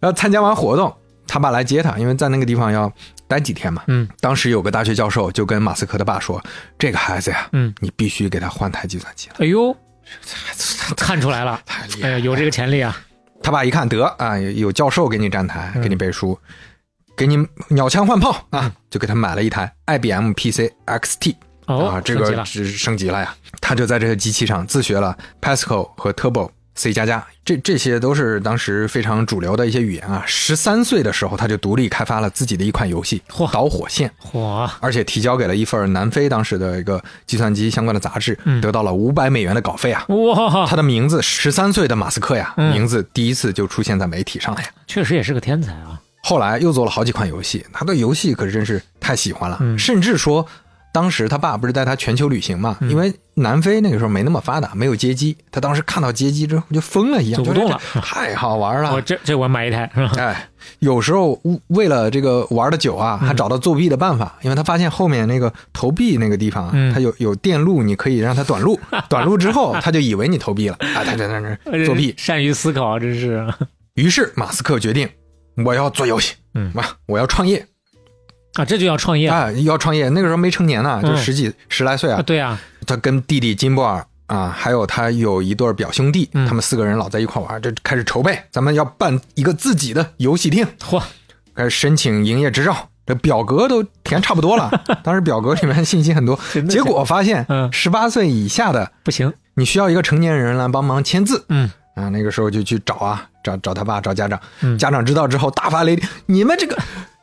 Speaker 1: 然后参加完活动，他爸来接他，因为在那个地方要待几天嘛。
Speaker 3: 嗯
Speaker 1: 当时有个大学教授就跟马斯克的爸说：“这个孩子呀，
Speaker 3: 嗯，
Speaker 1: 你必须给他换台计算机了。
Speaker 3: 哎呦，看出来了，
Speaker 1: 太厉
Speaker 3: 哎
Speaker 1: 害
Speaker 3: 呀，
Speaker 1: 了！
Speaker 3: 有这个潜力啊，
Speaker 1: 他爸一看得啊，有教授给你站台，
Speaker 3: 嗯
Speaker 1: 给你背书，给你鸟枪换炮啊，就给他买了一台 IBM PC XT 啊
Speaker 3: 哦，，
Speaker 1: 这
Speaker 3: 升级
Speaker 1: 个
Speaker 3: 了，
Speaker 1: 只升级了呀。他就在这个机器上自学了 Pascal 和 Turbo、C 加加，这这些都是当时非常主流的一些语言啊。十三岁的时候，他就独立开发了自己的一款游戏
Speaker 3: 嚯
Speaker 1: 《导火线》。
Speaker 3: 嚯，
Speaker 1: 而且提交给了一份南非当时的一个计算机相关的杂志，
Speaker 3: 嗯
Speaker 1: 得到了五百美元的稿费啊！
Speaker 3: 哇，
Speaker 1: 他的名字十三岁的马斯克呀，
Speaker 3: 嗯
Speaker 1: 名字第一次就出现在媒体上了呀。
Speaker 3: 确实也是个天才啊，
Speaker 1: 后来又做了好几款游戏，他对游戏可真是太喜欢了，
Speaker 3: 嗯
Speaker 1: 甚至说。当时他爸不是带他全球旅行嘛？
Speaker 3: 嗯
Speaker 1: 因为南非那个时候没那么发达，没有街机。他当时看到街机之后就疯了一样，
Speaker 3: 走不
Speaker 1: 就
Speaker 3: 动
Speaker 1: 觉
Speaker 3: 了
Speaker 1: 得这太好玩了。
Speaker 3: 我这这我买一台是吧？
Speaker 1: 哎，有时候为为了这个玩的久啊，
Speaker 3: 嗯
Speaker 1: 还找到作弊的办法，因为他发现后面那个投币那个地方啊，
Speaker 3: 嗯
Speaker 1: 它有有电路，你可以让它短 路，短路之后他就以为你投币了啊，他在那
Speaker 3: 哎
Speaker 1: 儿 作弊。
Speaker 3: 善于思考，真是，
Speaker 1: 于是马斯克决定，我要做游戏，
Speaker 3: 嗯
Speaker 1: 哇，我要创业
Speaker 3: 啊，这就要创业啊，
Speaker 1: 啊，要创业。那个时候没成年呢，就
Speaker 3: 嗯
Speaker 1: 十几十来岁啊，
Speaker 3: 对啊，
Speaker 1: 他跟弟弟金波尔啊，还有他有一对儿表兄弟，
Speaker 3: 嗯
Speaker 1: 他们四个人老在一块玩，这开始筹备，咱们要办一个自己的游戏厅。
Speaker 3: 嚯，
Speaker 1: 开始申请营业执照，这表格都填差不多 了。当时表格里面信息很多
Speaker 3: 真，的假
Speaker 1: 结
Speaker 3: 的
Speaker 1: 果发现
Speaker 3: 嗯，
Speaker 1: 十八岁以下的
Speaker 3: 不行，
Speaker 1: 你需要一个成年人来帮忙签字
Speaker 3: 嗯，
Speaker 1: 啊。那个时候就去找啊，找找他爸，找家长
Speaker 3: 嗯。
Speaker 1: 家长知道之后大发雷霆：“你们这 个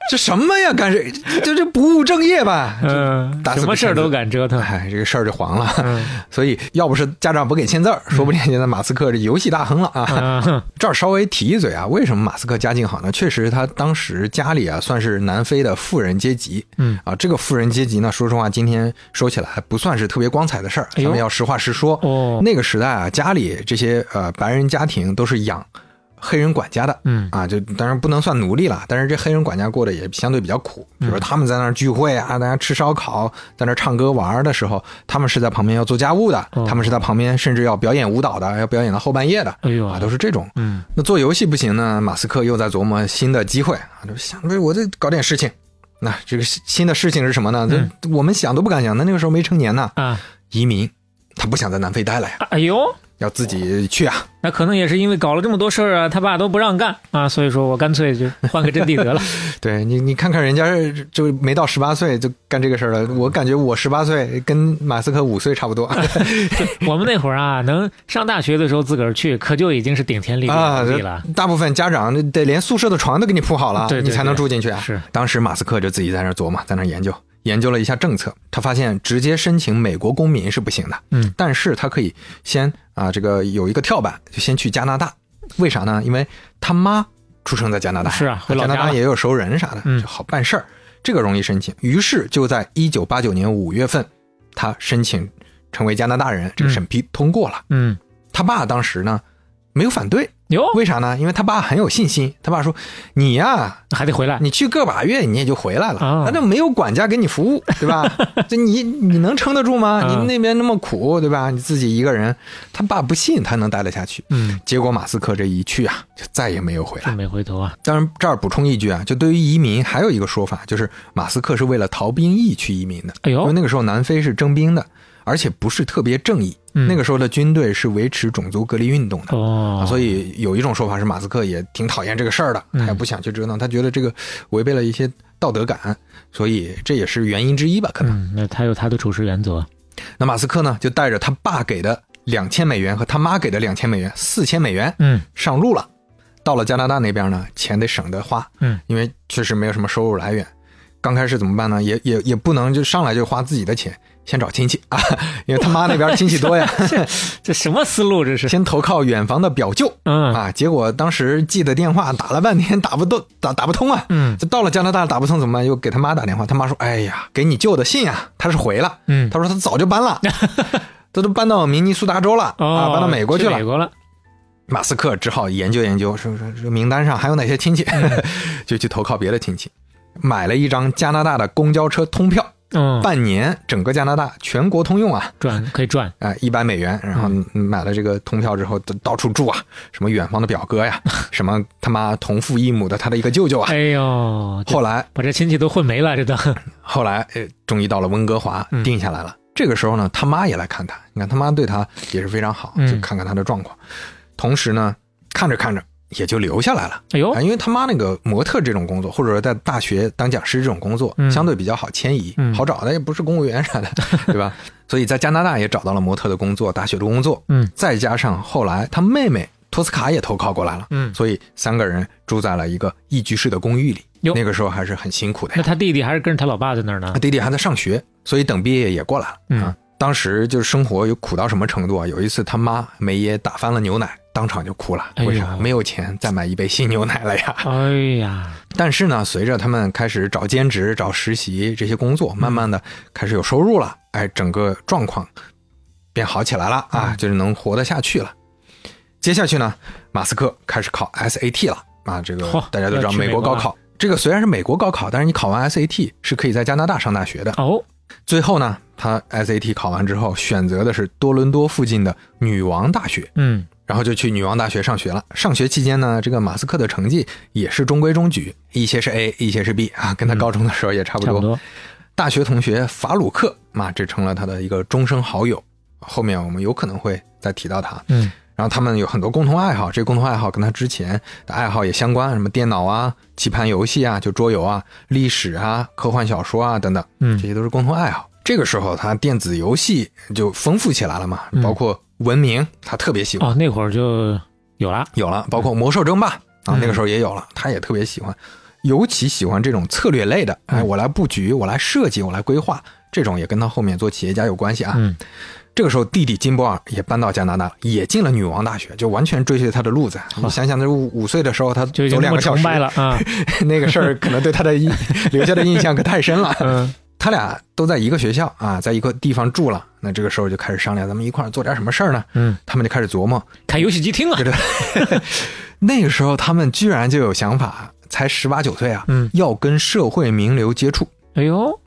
Speaker 1: 这什么呀？干这这这不务正业吧？”
Speaker 3: 嗯，
Speaker 1: 打死
Speaker 3: 什
Speaker 1: 不
Speaker 3: 么事儿
Speaker 1: 签字
Speaker 3: 都 敢折腾，
Speaker 1: 哎，这个事儿就黄了。
Speaker 3: 嗯
Speaker 1: 所以要不是家长不给签字儿，说不定现在马斯克这游戏大亨了啊。
Speaker 3: 啊， 哼
Speaker 1: 这儿稍微提一嘴啊，为什么马斯克家境好呢？确实，他当时家里啊算是南非的富人阶级，
Speaker 3: 嗯
Speaker 1: 啊，这个富人阶级呢，说实话，今天说起来还不算是特别光彩的事儿，
Speaker 3: 哎
Speaker 1: 咱
Speaker 3: 呦
Speaker 1: 们要实话实说。
Speaker 3: 哦
Speaker 1: 那个时代啊，家里这些呃白人家庭都是养黑人管家的，
Speaker 3: 嗯
Speaker 1: 啊，就当然不能算奴隶了，但是这黑人管家过得也相对比较苦。
Speaker 3: 嗯
Speaker 1: 比如说他们在那儿聚会啊，大家吃烧烤，在那儿唱歌玩儿的时候，他们是在旁边要做家务的，
Speaker 3: 哦
Speaker 1: 他们是在旁边甚至要表演舞蹈的，要表演到后半夜的，
Speaker 3: 哎呦
Speaker 1: 啊，都是这种。
Speaker 3: 嗯
Speaker 1: 那做游戏不行呢，马斯克又在琢磨新的机会啊，就想着我得搞点事情。那这个新的事情是什么呢？
Speaker 3: 嗯
Speaker 1: 这我们想都不敢想，那那个时候没成年呢，
Speaker 3: 啊，
Speaker 1: 移民，他不想在南非待了呀，
Speaker 3: 哎呦。
Speaker 1: 要自己去啊。
Speaker 3: 那可能也是因为搞了这么多事儿啊，他爸都不让干啊，所以说我干脆就换个阵地得了。
Speaker 1: 对你，你看看人家就没到十八岁就干这个事儿了，我感觉我十八岁跟马斯克五岁差不多
Speaker 3: 我们那会儿啊，能上大学的时候自个儿去，可就已经是顶天立地
Speaker 1: 啊
Speaker 3: 的能力了。。
Speaker 1: 大部分家长得连宿舍的床都给你铺好了，
Speaker 3: 对对
Speaker 1: 你才能
Speaker 3: 对
Speaker 1: 住进去啊。
Speaker 3: 是，
Speaker 1: 当时马斯克就自己在那儿琢磨，在那儿研究，研究了一下政策，他发现直接申请美国公民是不行的，
Speaker 3: 嗯，
Speaker 1: 但是他可以先啊，这个有一个跳板，就先去加拿大，为啥呢？因为他妈出生在加拿大，
Speaker 3: 是啊回老
Speaker 1: 加
Speaker 3: 家
Speaker 1: 拿大
Speaker 3: 了
Speaker 1: 也有熟人啥的，
Speaker 3: 嗯
Speaker 1: 就好办事儿，这个容易申请。于是就在一九八九年五月份，他申请成为加拿大人，这个审批通过了。
Speaker 3: 嗯，
Speaker 1: 他爸当时呢没有反对，
Speaker 3: 哟，
Speaker 1: 为啥呢？因为他爸很有信心，他爸说：“你呀、
Speaker 3: 还得回来。
Speaker 1: 你去个把月你也就回来了，
Speaker 3: 啊
Speaker 1: 反正没有管家给你服务，对吧？ 这你你能撑得住吗？
Speaker 3: 啊
Speaker 1: 你那边那么苦，对吧？你自己一个人，他爸不信他能待得下去。
Speaker 3: 嗯，
Speaker 1: 结果马斯克这一去啊，就再也没有回
Speaker 3: 真
Speaker 1: 来。
Speaker 3: 没回头啊。
Speaker 1: 当然，这儿补充一句啊，就对于移民还有一个说法，就是马斯克是为了逃兵役去移民的，
Speaker 3: 哎
Speaker 1: 因为
Speaker 3: 呦，
Speaker 1: 那个时候南非是征兵的，而且不是特别正义。
Speaker 3: 嗯
Speaker 1: 那个时候的军队是维持种族隔离运动的，啊，，
Speaker 3: 哦
Speaker 1: 所以有一种说法是马斯克也挺讨厌这个事儿的，
Speaker 3: 嗯
Speaker 1: 他也不想去折腾，他觉得这个违背了一些道德感，所以这也是原因之一吧，可能。
Speaker 3: 嗯，那他有他的处事原则。
Speaker 1: 那马斯克呢，就带着他爸给的两千美元和他妈给的两千美元，四千美元
Speaker 3: 嗯
Speaker 1: 上路了。到了加拿大那边呢，钱得省得花，
Speaker 3: 嗯，
Speaker 1: 因为确实没有什么收入来源。刚开始怎么办呢？也也也不能就上来就花自己的钱，先找亲戚啊，因为他妈那边亲戚 多呀，
Speaker 3: 这什么思路这是？
Speaker 1: 先投靠远房的表舅。
Speaker 3: 嗯
Speaker 1: 啊，结果当时记的电话打了半天打不动，打打不通啊。
Speaker 3: 嗯
Speaker 1: 这到了加拿大打不通怎么办？又给他妈打电话，他妈说：“哎呀，给你舅的信啊，他是回了。
Speaker 3: 嗯，
Speaker 1: 他说他早就搬了，他都搬到明尼苏达州了、啊，
Speaker 3: 哦，
Speaker 1: 搬到美国去
Speaker 3: 去
Speaker 1: 了
Speaker 3: 美。国了。”
Speaker 1: 马斯克只好研究研究，说说这名单上还有哪些亲戚，就去投靠别的亲戚。买了一张加拿大的公交车通票，
Speaker 3: 嗯，
Speaker 1: 半年整个加拿大全国通用啊，
Speaker 3: 赚可以赚，
Speaker 1: 哎，一百美元，然后
Speaker 3: 嗯
Speaker 1: 买了这个通票之后，到到处住啊，什么远方的表哥 呀，什么他妈同父异母的他的一个舅舅啊。
Speaker 3: 哎呦，这
Speaker 1: 后来，
Speaker 3: 把这亲戚都混没了，这都，
Speaker 1: 后来，呃，终于到了温哥华
Speaker 3: 嗯
Speaker 1: 定下来了。这个时候呢，他妈也来看他，你看他妈对他也是非常好，
Speaker 3: 嗯
Speaker 1: 就看看他的状况。同时呢，看着看着也就留下来了。
Speaker 3: 哎呦
Speaker 1: 啊，，因为他妈那个模特这种工作，或者说在大学当讲师这种工作，
Speaker 3: 嗯
Speaker 1: 相对比较好迁移，
Speaker 3: 嗯
Speaker 1: 好找的也不是公务员 啥的，对吧？所以在加拿大也找到了模特的工作，大学的工作，
Speaker 3: 嗯
Speaker 1: 再加上后来他妹妹托斯卡也投靠过来了，
Speaker 3: 嗯，
Speaker 1: 所以三个人住在了一个一居室的公寓里。
Speaker 3: 哟
Speaker 1: 那个时候还是很辛苦的
Speaker 3: 那
Speaker 1: 呀，
Speaker 3: 他弟弟还是跟着他老爸在那儿呢
Speaker 1: 他，弟弟还在上学，所以等毕业也过来了。
Speaker 3: 嗯
Speaker 1: 啊，当时就是生活有苦到什么程度啊？有一次他妈梅耶打翻了牛奶，当场就哭了，
Speaker 3: 哎呦
Speaker 1: 为啥？没有钱再买一杯新牛奶了呀。
Speaker 3: 哎呀，
Speaker 1: 但是呢，随着他们开始找兼职、找实习这些工作，慢慢的开始有收入了，哎，整个状况变好起来了
Speaker 3: 嗯
Speaker 1: 啊，就是能活得下去了。接下去呢，马斯克开始考 SAT 了啊，这个
Speaker 3: 嚯
Speaker 1: 大家都知道
Speaker 3: 要去
Speaker 1: 美国
Speaker 3: 美国
Speaker 1: 高
Speaker 3: 了
Speaker 1: 考，这个虽然是美国高考，但是你考完 SAT 是可以在加拿大上大学的。
Speaker 3: 哦，
Speaker 1: 最后呢，他 SAT 考完之后选择的是多伦多附近的女王大学。
Speaker 3: 嗯
Speaker 1: 然后就去女王大学上学了。上学期间呢，这个马斯克的成绩也是中规中矩，一些是 A，一些是 B 啊，跟他高中的时候也差不
Speaker 3: 嗯差
Speaker 1: 多。
Speaker 3: 不多，
Speaker 1: 大学同学法鲁克嘛，这成了他的一个终生好友。后面我们有可能会再提到他。
Speaker 3: 嗯
Speaker 1: 然后他们有很多共同爱好，这共同爱好跟他之前的爱好也相关，什么电脑啊、 棋盘游戏啊、就桌游啊、历史啊、科幻小说啊等等。
Speaker 3: 嗯
Speaker 1: 这些都是共同爱好。这个时候，他电子游戏就丰富起来了嘛，
Speaker 3: 嗯
Speaker 1: 包括文明，他特别喜欢。
Speaker 3: 哦，那会儿就有了，
Speaker 1: 有了，包括《魔兽争霸》啊
Speaker 3: 嗯，
Speaker 1: 那个时候也有了，他也特别喜欢，尤其喜欢这种策略类的，哎，
Speaker 3: 嗯
Speaker 1: 我来布局，我来设计，我来规划，这种也跟他后面做企业家有关系啊。
Speaker 3: 嗯
Speaker 1: 这个时候，弟弟金波尔也搬到加拿大了，也进了女王大学，就完全追随他的路子。你想想，他五五岁的时候，他
Speaker 3: 哦就已
Speaker 1: 走
Speaker 3: 经那
Speaker 1: 两
Speaker 3: 么
Speaker 1: 个小
Speaker 3: 崇
Speaker 1: 时，
Speaker 3: 拜了啊，
Speaker 1: 那个事儿可能对他的 印留下的印象可太深了。
Speaker 3: 嗯
Speaker 1: 他俩都在一个学校啊，在一个地方住了，那这个时候就开始商量，咱们一块儿做点什么事儿呢？
Speaker 3: 嗯，
Speaker 1: 他们 就开始琢磨，
Speaker 3: 开游戏机厅啊
Speaker 1: 对，对，那个时候他们居然就有想法，才十八九岁啊，
Speaker 3: 嗯
Speaker 1: 要跟社会名流接触，
Speaker 3: 哎呦，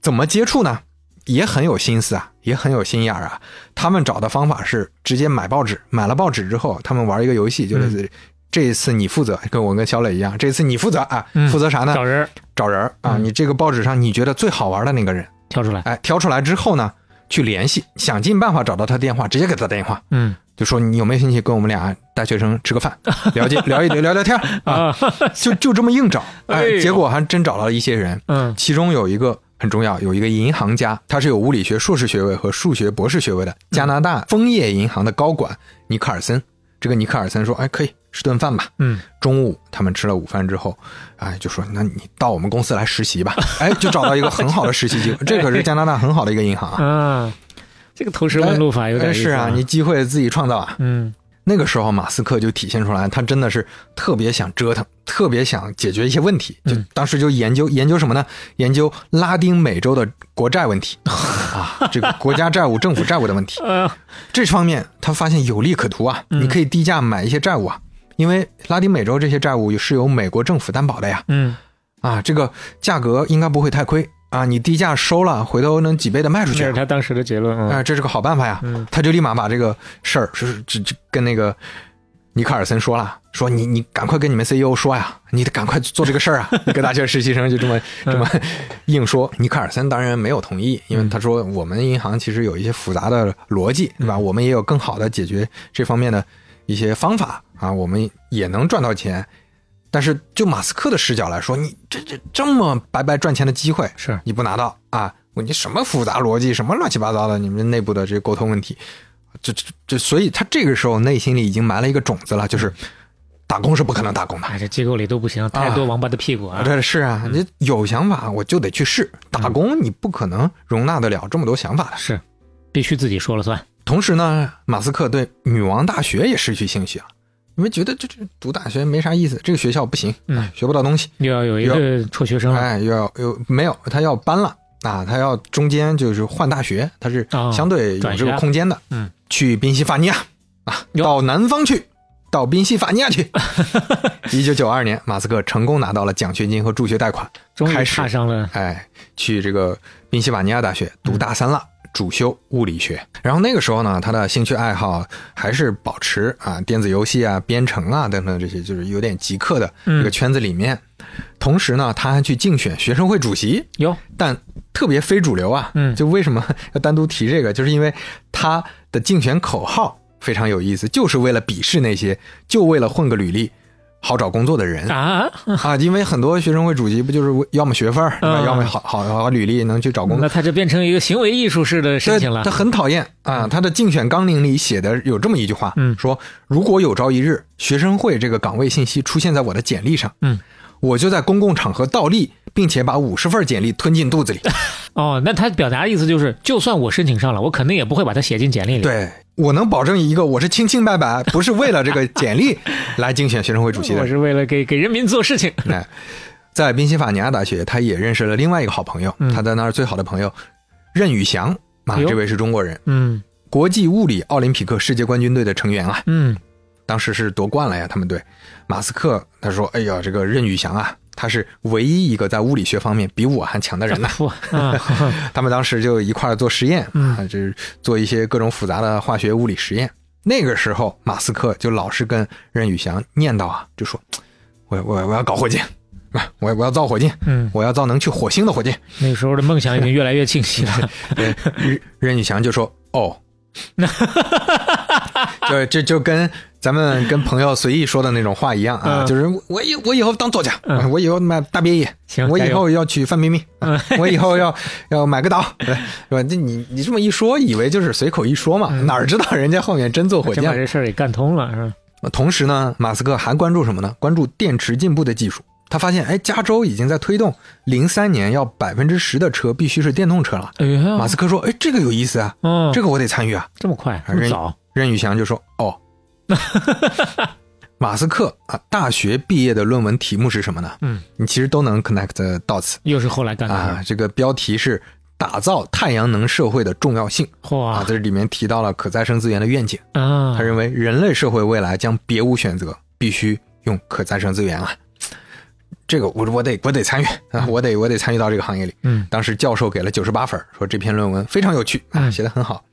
Speaker 1: 怎么接触呢？也很有心思啊，也很有心眼儿啊。他们找的方法是直接买报纸，买了报纸之后，他们玩一个游戏，就类
Speaker 3: 嗯
Speaker 1: 似于这次你负责，跟我跟小磊一样，这次你负责啊，
Speaker 3: 嗯
Speaker 1: 负责啥呢
Speaker 3: 找？人
Speaker 1: 找人儿啊，
Speaker 3: 嗯
Speaker 1: 你这个报纸上你觉得最好玩的那个人，
Speaker 3: 跳出来，
Speaker 1: 哎，挑出来之后呢，去联系，想尽办法找到他电话，直接给他打电话，
Speaker 3: 嗯
Speaker 1: 就说你有没有兴趣跟我们俩大学生吃个 饭，了解聊一聊聊聊天儿啊？
Speaker 3: 啊，
Speaker 1: 就就这么硬找，
Speaker 3: 哎
Speaker 1: 哎，
Speaker 3: 呦
Speaker 1: 结果还真找到了一些人，
Speaker 3: 嗯
Speaker 1: 其中有一个很重要，有一个银行家，他是有物理学硕士学位和数学博士学位的，加拿大枫叶银行的高管尼克尔森。这个尼克尔森说：“哎，可以吃顿饭吧。”
Speaker 3: 嗯，
Speaker 1: 中午他们吃了午饭之后，哎，就说：“那你到我们公司来实习吧。”哎，就找到一个很好的实习机会，这可是加拿大很好的一个银行 啊。
Speaker 3: 啊，这个投石问路法有点
Speaker 1: 哎
Speaker 3: 意思
Speaker 1: 是啊，你机会自己创造啊。
Speaker 3: 嗯
Speaker 1: 那个时候，马斯克就体现出来，他真的是特别想折腾，特别想解决一些问题。就
Speaker 3: 嗯
Speaker 1: 当时就研究研究什么呢？研究拉丁美洲的国债问题啊，这个国家债务、政府债务的问题。
Speaker 3: 呃
Speaker 1: 这方面他发现有利可图啊，你可以低价买一些债务啊，因为拉丁美洲这些债务是由美国政府担保的呀，
Speaker 3: 嗯，
Speaker 1: 啊，这个价格应该不会太亏啊，你低价收了，回头能几倍的卖出
Speaker 3: 这
Speaker 1: 去啊、
Speaker 3: 是他当时的结论
Speaker 1: 哎，
Speaker 3: 啊，
Speaker 1: 这是个好办法呀！
Speaker 3: 嗯
Speaker 1: 他就立马把这个事儿，就是这这跟那个尼克尔森说了，说你你赶快跟你们 CEO 说呀，你得赶快做这个事儿啊！一个大学实习生就这么 这么硬说，尼克尔森当然没有同意，因为他说我们银行其实有一些复杂的逻辑，对吧？我们也有更好的解决这方面的一些方法啊，我们也能赚到钱。但是就马斯克的视角来说，你这这这么白白赚钱的机会，
Speaker 3: 是
Speaker 1: 你不拿到啊，我你什么复杂逻辑，什么乱七八糟的，你们内部的这个沟通问题，这这这，所以他这个时候内心里已经埋了一个种子了，就是打工是不可能打工的。
Speaker 3: 哎，这机构里都不行，太多王八的屁股啊，
Speaker 1: 对，是啊，你有想法我就得去试，打工你不可能容纳得了这么多想法的。
Speaker 3: 是必须自己说了算，
Speaker 1: 同时呢，马斯克对女王大学也失去兴趣了，因为觉得这这读大学没啥意思，这个学校不行，
Speaker 3: 嗯
Speaker 1: 哎学不到东西。
Speaker 3: 又要有一个辍学生了，
Speaker 1: 哎，要有没有他要搬了啊，他要中间就是换大学，他是
Speaker 3: 哦
Speaker 1: 相对有
Speaker 3: 转
Speaker 1: 这
Speaker 3: 学
Speaker 1: 个
Speaker 3: 啊
Speaker 1: 空间的。
Speaker 3: 嗯，
Speaker 1: 去宾夕法尼亚啊，
Speaker 3: 哟
Speaker 1: 到南方去到宾夕法尼亚 去。一九九二年，马斯克成功拿到了奖学金和助学贷款，
Speaker 3: 终于
Speaker 1: 开始
Speaker 3: 踏上了
Speaker 1: 哎，去这个宾夕法尼亚大学读大三了，主修物理学。然后那个时候呢，他的兴趣爱好还是保持啊电子游戏啊、编程啊等等这些，就是有点极客的
Speaker 3: 嗯
Speaker 1: 这个圈子里面。同时呢，他还去竞选学生会主席，
Speaker 3: 哟，
Speaker 1: 但特别非主流啊。
Speaker 3: 嗯
Speaker 1: 就为什么 要单独提这个，就是因为他的竞选口号非常有意思，就是为了鄙视那些就为了混个履历好找工作的人。
Speaker 3: 啊，
Speaker 1: 啊，因为很多学生会主席不就是为要么学分儿，对吧
Speaker 3: 嗯
Speaker 1: 要么好好好履历能去找工
Speaker 3: 那
Speaker 1: 作。
Speaker 3: 他这变成一个行为艺术式的
Speaker 1: 对
Speaker 3: 事情了
Speaker 1: 他。很讨厌啊！他的竞选纲领里写的有这么一句话，
Speaker 3: 嗯
Speaker 1: 说如果有朝一日学生会这个岗位信息出现在我的简历上，
Speaker 3: 嗯，
Speaker 1: 我就在公共场合倒立，并且把五十份简历吞进肚子里。
Speaker 3: 哦，那他表达的意思就是，就算我申请上了，我肯定也不会把它写进简历里。，
Speaker 1: 对我能保证一个，我是清清白 白，不是为了这个简 历来竞选学生会主席的
Speaker 3: 我
Speaker 1: 人。
Speaker 3: 是为了给给人民做事情。
Speaker 1: 哎，在宾夕法尼亚大学，他也认识了另外一个好朋友，他在那儿最好的朋友任宇翔啊
Speaker 3: 嗯哎，呦
Speaker 1: 这位是中国人，
Speaker 3: 嗯
Speaker 1: 国际物理奥林匹克世界冠军队的成员啊，
Speaker 3: 嗯，
Speaker 1: 当时是夺冠了呀，他们队。马斯克他说：“哎呀，这个任宇翔啊，他是唯一一个在物理学方面比我还强的 人呢、
Speaker 3: 不啊，
Speaker 1: 他们当时就一块儿做实验，
Speaker 3: 嗯
Speaker 1: 啊，就是做一些各种复杂的化学、物理实验。那个时候，马斯克就老是跟任宇翔念叨啊，就说：“我我我要搞火箭，啊我我要造火箭，
Speaker 3: 嗯，
Speaker 1: 我要造能去火星的火箭。
Speaker 3: 那个时候的梦想已经越来越清 晰了。
Speaker 1: 任”任任宇翔就说：“哦，就就就跟咱们跟朋友随意说的那种话一样啊，
Speaker 3: 嗯
Speaker 1: 就是我以我以后当作家，
Speaker 3: 嗯
Speaker 1: 我以后买大别野，
Speaker 3: 行
Speaker 1: 我
Speaker 3: 加
Speaker 1: 以
Speaker 3: 油嗯
Speaker 1: 后要娶范冰冰，啊 我以后要要买个岛，对是吧？这你你这么一说，以为就是随口一说嘛，哪儿知道人家后面真做火
Speaker 3: 嗯真把这
Speaker 1: 箭。
Speaker 3: 事儿给干通了，是吧？
Speaker 1: 同时呢，马斯克还关注什么呢？关注电池进步的技术。他发现，哎，加州已经在推动零三年要百分之十的车必须是电动车了。
Speaker 3: 哎呀，
Speaker 1: 马斯克说，哎，这个有意思啊，
Speaker 3: 嗯，
Speaker 1: 这个我得参与啊。
Speaker 3: 这么快，这
Speaker 1: 人
Speaker 3: 么早，
Speaker 1: 任宇翔就说：“ 哦，马斯克啊，大学毕业的论文题目是什么呢？
Speaker 3: 嗯，
Speaker 1: 你其实都能 connect 到此
Speaker 3: 又是后来干的
Speaker 1: 啊。
Speaker 3: 事
Speaker 1: 这个标题是‘打造太阳能社会的重要性’
Speaker 3: 儿。哇
Speaker 1: 啊，这里面提到了可再生资源的愿景。
Speaker 3: 啊
Speaker 1: 他，认为人类社会未来将别无选择，必须用可再生资源啊。这个我我得我得参与啊，我得我得参与到这个行业里。
Speaker 3: 嗯
Speaker 1: 当时教授给了九十八分，说这篇论文非常有趣啊，
Speaker 3: 嗯
Speaker 1: 写的很好。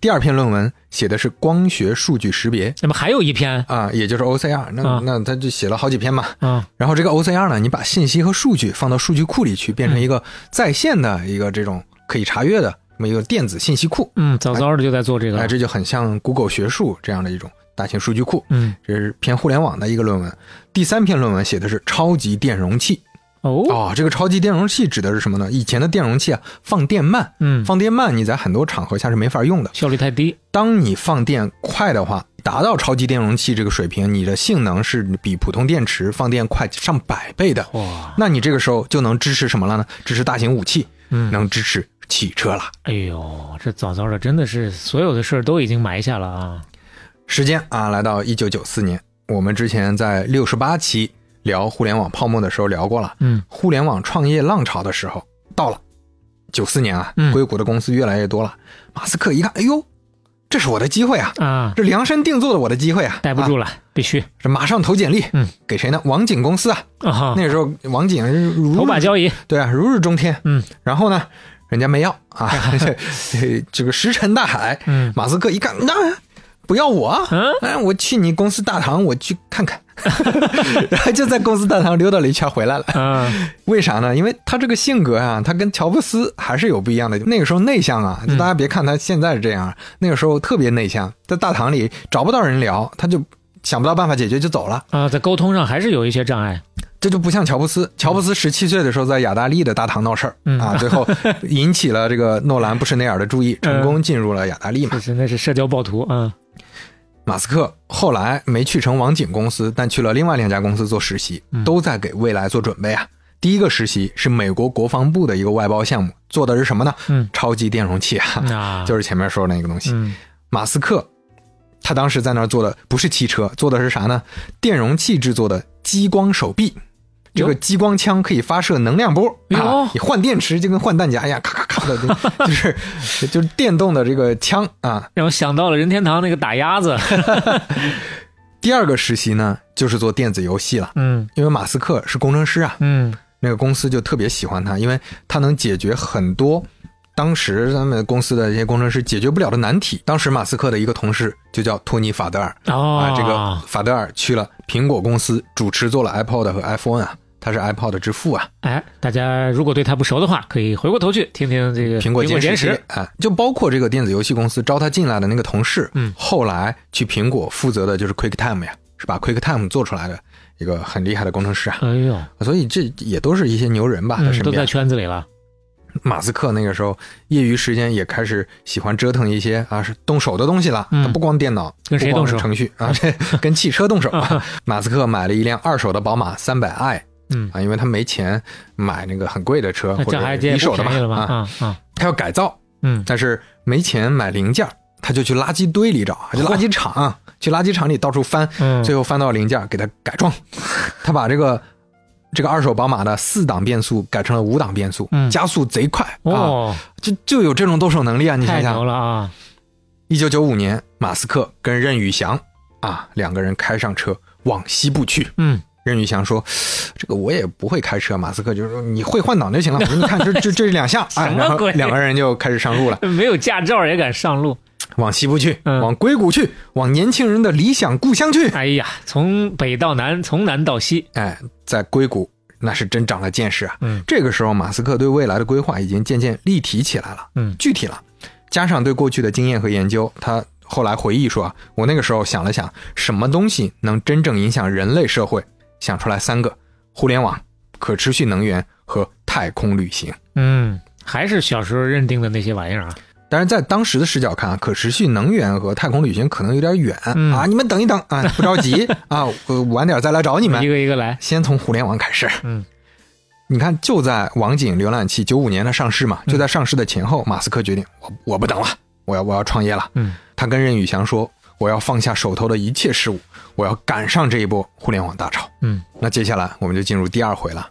Speaker 1: 第二篇论文写的是光学数据识别
Speaker 3: 那么还有一篇
Speaker 1: 啊，也就是 OCR 那。那、
Speaker 3: 啊
Speaker 1: 他就写了好几篇嘛。
Speaker 3: 啊，
Speaker 1: 然后这个 OCR 呢，你把信息和数据放到数据库里去，变
Speaker 3: 嗯
Speaker 1: 成一个在线的一个这种可以查阅的这么一个电子信息库。
Speaker 3: 嗯，早早的就在做这个
Speaker 1: 哎，
Speaker 3: 了。
Speaker 1: 这就很像 Google 学术这样的一种大型数据库。
Speaker 3: 嗯，
Speaker 1: 这是偏互联网的一个论文。第三篇论文写的是超级电容器。
Speaker 3: 哦，
Speaker 1: 哦，这个超级电容器指的是什么呢？以前的电容器啊，放电慢，
Speaker 3: 嗯，
Speaker 1: 放电慢你在很多场合下是没法用的。
Speaker 3: 效率太低。
Speaker 1: 当你放电快的话，达到超级电容器这个水平，你的性能是比普通电池放电快上百倍的。
Speaker 3: 哇，
Speaker 1: 那你这个时候就能支持什么了呢？支持大型武器，
Speaker 3: 嗯，
Speaker 1: 能支持汽车了。
Speaker 3: 哎呦，这早早的真的是所有的事儿都已经埋下了啊。
Speaker 1: 时间啊，来到一九九四年，我们之前在六十八期聊互联网泡沫的时候聊过了。
Speaker 3: 嗯
Speaker 1: 互联网创业浪潮的时候到了。九四年啊
Speaker 3: 嗯，
Speaker 1: 硅谷的公司越来越多了。马斯克一看，哎呦，这是我的机会啊，
Speaker 3: 啊，
Speaker 1: 这量身定做的我的机会啊，
Speaker 3: 待不
Speaker 1: 啊
Speaker 3: 住了，必须
Speaker 1: 这马上投简历，
Speaker 3: 嗯，
Speaker 1: 给谁呢？王景公司啊，
Speaker 3: 啊哈
Speaker 1: 那，个时候王景是如
Speaker 3: 头把交椅。
Speaker 1: 对啊，如日中天，
Speaker 3: 嗯，
Speaker 1: 然后呢，人家没要啊， 这这这个石沉大海，
Speaker 3: 嗯
Speaker 1: 马斯克一看，那不要我啊，
Speaker 3: 嗯
Speaker 1: 哎，我去你公司大堂，我去看看， 然后就在公司大堂溜达了一圈回来了。
Speaker 3: 啊，
Speaker 1: 为啥呢？因为他这个性格啊，他跟乔布斯还是有不一样的。那个时候内向啊，
Speaker 3: 嗯
Speaker 1: 大家别看他现在是这样，啊那个时候特别内向，在大堂里找不到人聊，他就想不到办法解决就走了。
Speaker 3: 啊，在沟通上还是有一些障碍。
Speaker 1: 这就不像乔布斯，乔布斯十七岁的时候在雅达利的大堂闹事儿、
Speaker 3: 嗯
Speaker 1: 啊，最后引起了这个诺兰、布什内尔的注 意，成功进入了雅达利嘛。
Speaker 3: 这真的是社交暴徒啊！
Speaker 1: 马斯克后来没去成网景公司，但去了另外两家公司做实习，
Speaker 3: 嗯
Speaker 1: 都在给未来做准备啊。第一个实习是美国国防部的一个外包项目，做的是什么呢？
Speaker 3: 嗯
Speaker 1: 超级电容器啊，
Speaker 3: 啊，
Speaker 1: 就是前面说的那个东西。
Speaker 3: 嗯
Speaker 1: 马斯克他当时在那儿做的不是汽车，做的是啥呢？电容器制作的激光手臂。这
Speaker 3: 哟
Speaker 1: 个激光枪可以发射能量波
Speaker 3: 哎呦
Speaker 1: 啊！你换电池就跟换弹夹一样，咔咔咔 的，就是就是电动的这个枪啊。
Speaker 3: 让我想到了任天堂那个打鸭子。
Speaker 1: 第二个实习呢，就是做电子游戏了，
Speaker 3: 嗯
Speaker 1: 因为马斯克是工程师啊，
Speaker 3: 嗯
Speaker 1: 那个公司就特别喜欢他，因为他能解决很多当时他们公司的这些工程师解决不了的难题。当时马斯克的一个同事就叫托尼·法德尔
Speaker 3: 哦，
Speaker 1: 啊，这个法德尔去了苹果公司，主持做了 iPod 和 iPhone 啊，他是 iPod 之父啊，
Speaker 3: 哎，大家如果对他不熟的话，可以回过头去听听这个
Speaker 1: 苹果
Speaker 3: 苹
Speaker 1: 坚
Speaker 3: 果
Speaker 1: 实
Speaker 3: 简
Speaker 1: 系列
Speaker 3: 史，
Speaker 1: 啊，就包括这个电子游戏公司招他进来的那个同事，
Speaker 3: 嗯
Speaker 1: 后来去苹果负责的就是 QuickTime 呀，是把 QuickTime 做出来的一个很厉害的工程师啊，
Speaker 3: 哎呦，
Speaker 1: 所以这也都是一些牛人吧，他
Speaker 3: 嗯，
Speaker 1: 身
Speaker 3: 都
Speaker 1: 边
Speaker 3: 在。圈子里了，
Speaker 1: 马斯克那个时候业余时间也开始喜欢折腾一些啊是动手的东西了，
Speaker 3: 嗯
Speaker 1: 他不光电脑，
Speaker 3: 跟谁
Speaker 1: 不光是
Speaker 3: 动手啊
Speaker 1: 程序 啊， 这跟汽车动手。马斯克买了一辆二手的宝马三百 i
Speaker 3: 嗯，
Speaker 1: 啊，因为他没钱买那个很贵的车
Speaker 3: 那
Speaker 1: 或
Speaker 3: 这
Speaker 1: 者
Speaker 3: 还这也
Speaker 1: 一手
Speaker 3: 不
Speaker 1: 的
Speaker 3: 便宜了吧？
Speaker 1: 啊，
Speaker 3: 啊啊，
Speaker 1: 他要改造，
Speaker 3: 嗯
Speaker 1: 但是没钱买零件儿，他就去垃圾堆里找，去垃圾场，去垃圾场里到处翻，
Speaker 3: 哦嗯，
Speaker 1: 最后翻到零件儿给它改装。 他把这个这个二手宝马的四档变速改成了五档变速，
Speaker 3: 嗯
Speaker 1: 加速贼快啊！
Speaker 3: 哦，
Speaker 1: 就就有这种动手能力啊！你
Speaker 3: 太
Speaker 1: 想
Speaker 3: 牛
Speaker 1: 想，
Speaker 3: 了啊！
Speaker 1: 一九九五年，马斯克跟任宇翔啊两个人开上车往西部去。
Speaker 3: 嗯，
Speaker 1: 任宇翔说：“这个我也不会开车。”马斯克就说：“你会换挡就行了。”我说：“你看，这这这两下啊！”
Speaker 3: 什么
Speaker 1: 然后
Speaker 3: 鬼
Speaker 1: 两个人就开始上路了。
Speaker 3: 没有驾照也敢上路，
Speaker 1: 往西部去，
Speaker 3: 嗯
Speaker 1: 往硅谷去，往年轻人的理想故乡去。
Speaker 3: 哎呀，从北到南，从南到西，
Speaker 1: 哎，在硅谷那是真长了见识啊！
Speaker 3: 嗯
Speaker 1: 这个时候，马斯克对未来的规划已经渐渐立体起来了，
Speaker 3: 嗯
Speaker 1: 具体了。加上对过去的经验和研究，他后来回忆说啊，我那个时候想了想，什么东西能真正影响人类社会？想出来三个：互联网、可持续能源和太空旅行。
Speaker 3: 嗯，还是小时候认定的那些玩意儿啊，
Speaker 1: 但是在当时的视角看啊，可持续能源和太空旅行可能有点远、
Speaker 3: 嗯
Speaker 1: 啊，你们等一等啊，不着急啊，我晚点再来找你
Speaker 3: 一
Speaker 1: 们。
Speaker 3: 个一个来，
Speaker 1: 先从互联网开始，
Speaker 3: 嗯，
Speaker 1: 你看，就在网景浏览器九五年它上市嘛，
Speaker 3: 嗯
Speaker 1: 就在上市的前后，马斯克决定我我不等了，我要我要创业了。
Speaker 3: 嗯，
Speaker 1: 他跟任宇翔说，我要放下手头的一切事物，我要赶上这一波互联网大潮。
Speaker 3: 嗯
Speaker 1: 那接下来我们就进入第二回了，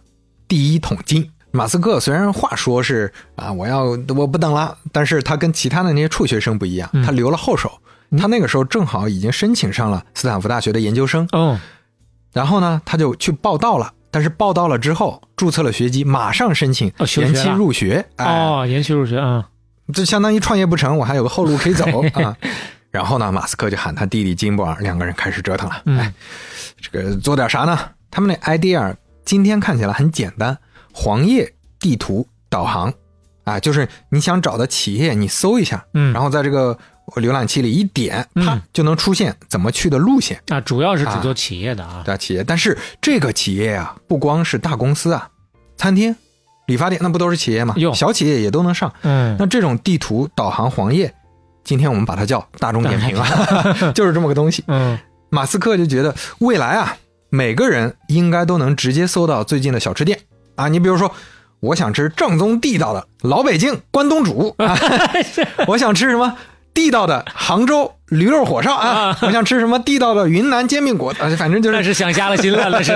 Speaker 1: 第一桶金。马斯克虽然话说是啊，我要我不等了，但是他跟其他的那些辍学生不一样，
Speaker 3: 嗯
Speaker 1: 他留了后手。他那个时候正好已经申请上了斯坦福大学的研究生，
Speaker 3: 哦，
Speaker 1: 然后呢，他就去报道了。但是报道了之后，注册了学籍，马上申请
Speaker 3: 哦休学
Speaker 1: 延
Speaker 3: 了
Speaker 1: 期入学，哎，
Speaker 3: 哦，延续入学啊，
Speaker 1: 这相当于创业不成，我还有个后路可以走 啊。然后呢，马斯克就喊他弟弟金博尔，两个人开始折腾了。
Speaker 3: 嗯
Speaker 1: 哎，这个做点啥呢？他们那 idea 今天看起来很简单，黄页地图导航，啊，就是你想找的企业，你搜一下，
Speaker 3: 嗯
Speaker 1: 然后在这个浏览器里一点，啪
Speaker 3: 嗯
Speaker 1: 就能出现怎么去的路线。
Speaker 3: 啊，主要是只
Speaker 1: 啊
Speaker 3: 做企业的啊，
Speaker 1: 大企业，但是这个企业啊，不光是大公司啊，餐厅、理发店那不都是企业吗
Speaker 3: 哟？
Speaker 1: 小企业也都能上。
Speaker 3: 嗯，
Speaker 1: 那这种地图导航黄页，今天我们把它叫大众点评啊， 就是这么个东西。
Speaker 3: 嗯
Speaker 1: 马斯克就觉得未来啊，每个人应该都能直接搜到最近的小吃店啊。你比如说，我想吃正宗地道的老北京关东煮 啊，我想吃什么地道的杭州驴肉火烧啊
Speaker 3: 啊，
Speaker 1: 我想吃什么地道的云南煎饼果子，啊反正就是
Speaker 3: 那是想瞎了心了，那是，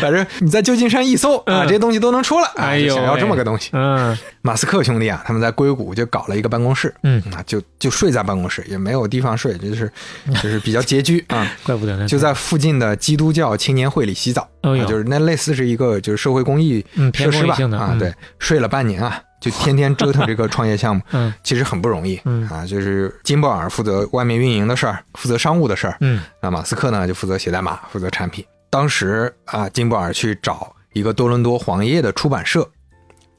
Speaker 1: 反正你在旧金山一搜啊，
Speaker 3: 嗯
Speaker 1: 这些东西都能出来。啊
Speaker 3: 哎
Speaker 1: 就
Speaker 3: 呦喂，
Speaker 1: 想要这么个东西。
Speaker 3: 嗯
Speaker 1: 马斯克兄弟啊，他们在硅谷就搞了一个办公室，
Speaker 3: 嗯，
Speaker 1: 啊，就就睡在办公室，也没有地方睡， 就是就是比较拮据啊，
Speaker 3: 怪不得呢，
Speaker 1: 就在附近的基督教青年会里洗澡，
Speaker 3: 哎呦
Speaker 1: 啊就是那类似是一个就是社会公益
Speaker 3: 嗯
Speaker 1: 设
Speaker 3: 偏
Speaker 1: 施
Speaker 3: 公益
Speaker 1: 吧
Speaker 3: 性的
Speaker 1: 啊
Speaker 3: 嗯，，
Speaker 1: 对，睡了半年啊，就天天折腾这个创业项目
Speaker 3: 嗯
Speaker 1: 其实很不容易
Speaker 3: 嗯
Speaker 1: 啊，就是金鲍尔负责外面运营的事儿，负责商务的事儿，
Speaker 3: 嗯
Speaker 1: 那马斯克呢就负责写代码，负责产品。当时啊，金博尔去找一个多伦多黄页的出版社，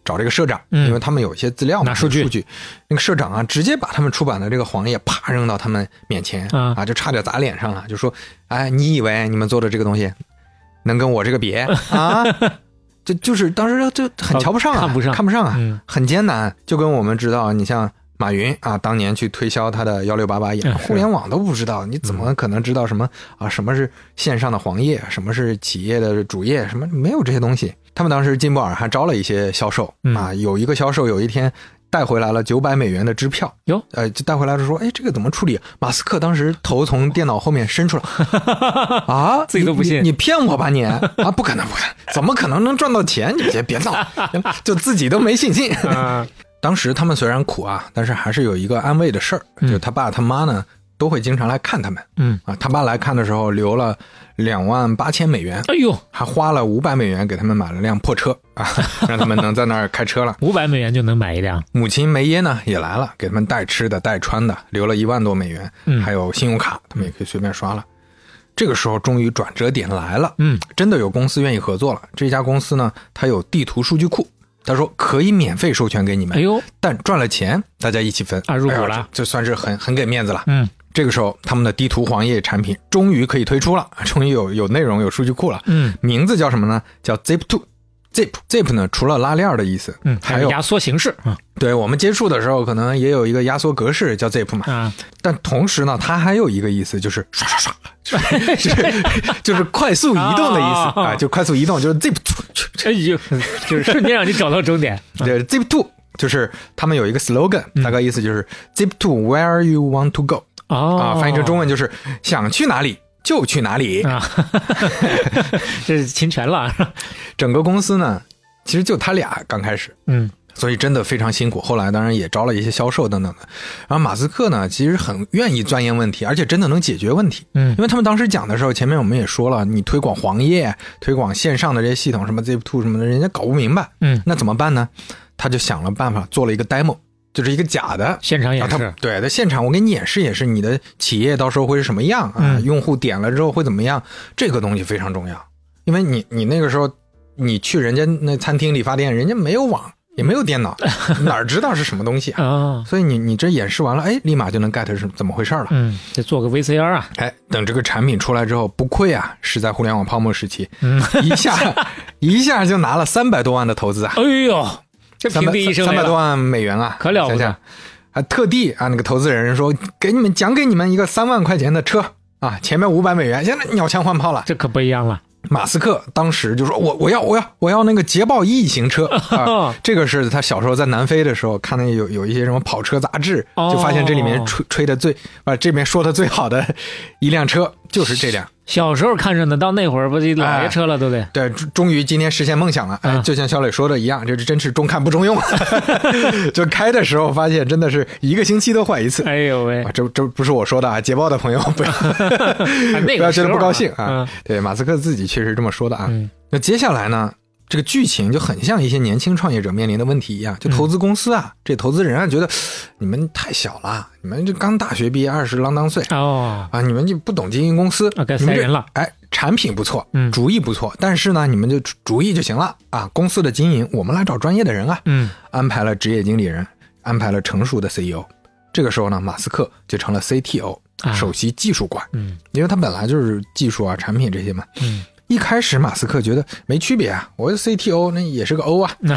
Speaker 1: 找这个社长，
Speaker 3: 嗯
Speaker 1: 因为他们有一些资料嘛，
Speaker 3: 拿数据
Speaker 1: 据那个社长啊，直接把他们出版的这个黄页啪扔到他们面前
Speaker 3: 啊
Speaker 1: 就差点砸脸上了，就说：“哎，你以为你们做的这个东西能跟我这个 比啊？”这就是当时就很瞧不上啊，
Speaker 3: 哦看不上
Speaker 1: 看不上啊，
Speaker 3: 嗯
Speaker 1: 很艰难。就跟我们知道，你像马云啊，当年去推销他的幺六八八一样，
Speaker 3: 嗯是
Speaker 1: 互联网都不知道，你怎么可能知道什么啊？什么是线上的黄页，什么是企业的主页，什么没有这些东西。他们当时金博尔还招了一些销售
Speaker 3: 嗯
Speaker 1: 啊，有一个销售有一天带回来了九百美元的支票，
Speaker 3: 哟，
Speaker 1: 呃，就带回来就说，哎，这个怎么处理？马斯克当时头从电脑后面伸 出来，啊，
Speaker 3: 自己都不
Speaker 1: 你
Speaker 3: 信
Speaker 1: 你你骗我吧你啊，不可能不可能，怎么可能能赚到钱？你别 别闹，就自己都没信心。
Speaker 3: 啊
Speaker 1: 当时他们虽然苦啊，但是还是有一个安慰的事儿，
Speaker 3: 嗯
Speaker 1: 就他爸他妈呢都会经常来看他们
Speaker 3: 嗯，
Speaker 1: 啊。他爸来看的时候留了两万八千美元，
Speaker 3: 哎呦，
Speaker 1: 还花了五百美元给他们买了辆破车啊， 让他们能在那儿开车了。
Speaker 3: 五百美元就能买一辆，
Speaker 1: 母亲梅耶呢也来了，给他们带吃的、带穿的，留了一万多美元，
Speaker 3: 嗯
Speaker 1: 还有信用卡，他们也可以随便刷了。这个时候终于转折点来了，
Speaker 3: 嗯，
Speaker 1: 真的有公司愿意合作了。这家公司呢，它有地图数据库，他说可以免费授权给你们，
Speaker 3: 哎呦，
Speaker 1: 但赚了钱大家一起分。
Speaker 3: 啊入股
Speaker 1: 哎呦
Speaker 3: 了
Speaker 1: 这这算是很很给面子了。
Speaker 3: 嗯
Speaker 1: 这个时候，他们的地图黄页产品终于可以推出了，终于有有内容、有数据库了。
Speaker 3: 嗯
Speaker 1: 名字叫什么呢？叫 Zip Two。Zip Zip 呢，除了拉链的意思，
Speaker 3: 嗯，
Speaker 1: 还
Speaker 3: 还
Speaker 1: 有
Speaker 3: 有压缩形式 啊
Speaker 1: 对我们接触的时候，可能也有一个压缩格式叫 zip 嘛，
Speaker 3: 啊，
Speaker 1: 但同时呢，它还有一个意思就是刷刷刷， 就是就是就是快速移动的意
Speaker 3: 哦哦
Speaker 1: 思
Speaker 3: 哦
Speaker 1: 啊，就快速移动就是 zip，
Speaker 3: 这就就是瞬间让你找到终点，
Speaker 1: 对 zip to，就是他们有一个 slogan，大
Speaker 3: 嗯
Speaker 1: 概意思就是 zip to where you want to go
Speaker 3: 哦，
Speaker 1: 啊，翻译成中文就是想去哪里就去哪里。
Speaker 3: 啊，这是侵权了，
Speaker 1: 整个公司呢，其实就他俩刚开始，
Speaker 3: 嗯
Speaker 1: 所以真的非常辛苦。后来当然也招了一些销售等等的。然后马斯克呢，其实很愿意钻研问题，而且真的能解决问题。
Speaker 3: 嗯
Speaker 1: 因为他们当时讲的时候，前面我们也说了，你推广黄页、推广线上的这些系统，什么 Zip Two 什么的，人家搞不明白，
Speaker 3: 嗯，
Speaker 1: 那怎么办呢？他就想了办法，做了一个 demo，就是一个假的。
Speaker 3: 现场演
Speaker 1: 然后
Speaker 3: 示
Speaker 1: 他，对，在现场我给你演示演示你的企业到时候会是什么样啊，
Speaker 3: 嗯
Speaker 1: 用户点了之后会怎么样，这个东西非常重要，因为你你那个时候你去人家那餐厅理发店，人家没有网也没有电 脑，哪儿知道是什么东西啊？
Speaker 3: 啊，
Speaker 1: 所以你你这演示完了，哎，立马就能 get 是怎么回事了。
Speaker 3: 嗯，得做个 VCR 啊，
Speaker 1: 哎，等这个产品出来之后，不愧啊是在互联网泡沫时期，
Speaker 3: 嗯，
Speaker 1: 一 下一下就拿了三百多万的投资啊，
Speaker 3: 哎呦，这
Speaker 1: 三
Speaker 3: 平
Speaker 1: 百
Speaker 3: 地一声
Speaker 1: 三
Speaker 3: 雷
Speaker 1: 百
Speaker 3: 了
Speaker 1: 多万美元啊，
Speaker 3: 可了不得
Speaker 1: 想想还特地啊，那个投资人说给你们奖给你们一个三万块钱的车啊，前面五百美元，现在鸟枪换炮了。
Speaker 3: 这可不一样了，
Speaker 1: 马斯克当时就说我我要我要我要那个捷豹 E 型车 啊，这个是他小时候在南非的时候看那有有一些什么跑车杂志，
Speaker 3: 哦
Speaker 1: 就发现这里面吹吹的最啊这边说的最好的一辆车就是这辆。
Speaker 3: 小时候看着呢，到那会儿不就老爷车了，都得，
Speaker 1: 对，终终于今天实现梦想了。哎，
Speaker 3: 嗯
Speaker 1: 就像小磊说的一样，这真是中看不中用。 就开的时候发现，真的是一个星期都换一次。
Speaker 3: 哎呦喂
Speaker 1: 啊，，这这不是我说的啊！捷豹的朋友不要、
Speaker 3: 啊 那个
Speaker 1: 不要觉得
Speaker 3: 时候
Speaker 1: 不高
Speaker 3: 啊
Speaker 1: 兴啊！
Speaker 3: 嗯
Speaker 1: 对，马斯克自己确实这么说的啊。
Speaker 3: 嗯
Speaker 1: 那接下来呢，这个剧情就很像一些年轻创业者面临的问题一样，
Speaker 3: 嗯
Speaker 1: 就投资公司啊，这投资人啊，觉得你们太小了，你们这刚大学毕业，二十郎当岁，
Speaker 3: 哦，
Speaker 1: 啊，你们就不懂经营公司，
Speaker 3: 啊该
Speaker 1: 你们
Speaker 3: 塞
Speaker 1: 这
Speaker 3: 人了。
Speaker 1: 哎，产品不错，
Speaker 3: 嗯
Speaker 1: 主意不错，但是呢，你们就主主意就行了啊。公司的经营，我们来找专业的人啊。
Speaker 3: 嗯，
Speaker 1: 安排了职业经理人，安排了成熟的 CEO。这个时候呢，马斯克就成了 CTO，、
Speaker 3: 啊
Speaker 1: 首席技术官，
Speaker 3: 嗯
Speaker 1: 因为他本来就是技术啊、产品这些嘛。
Speaker 3: 嗯，
Speaker 1: 一开始马斯克觉得没区别啊，我 CTO 那也是个 O 啊，
Speaker 3: 那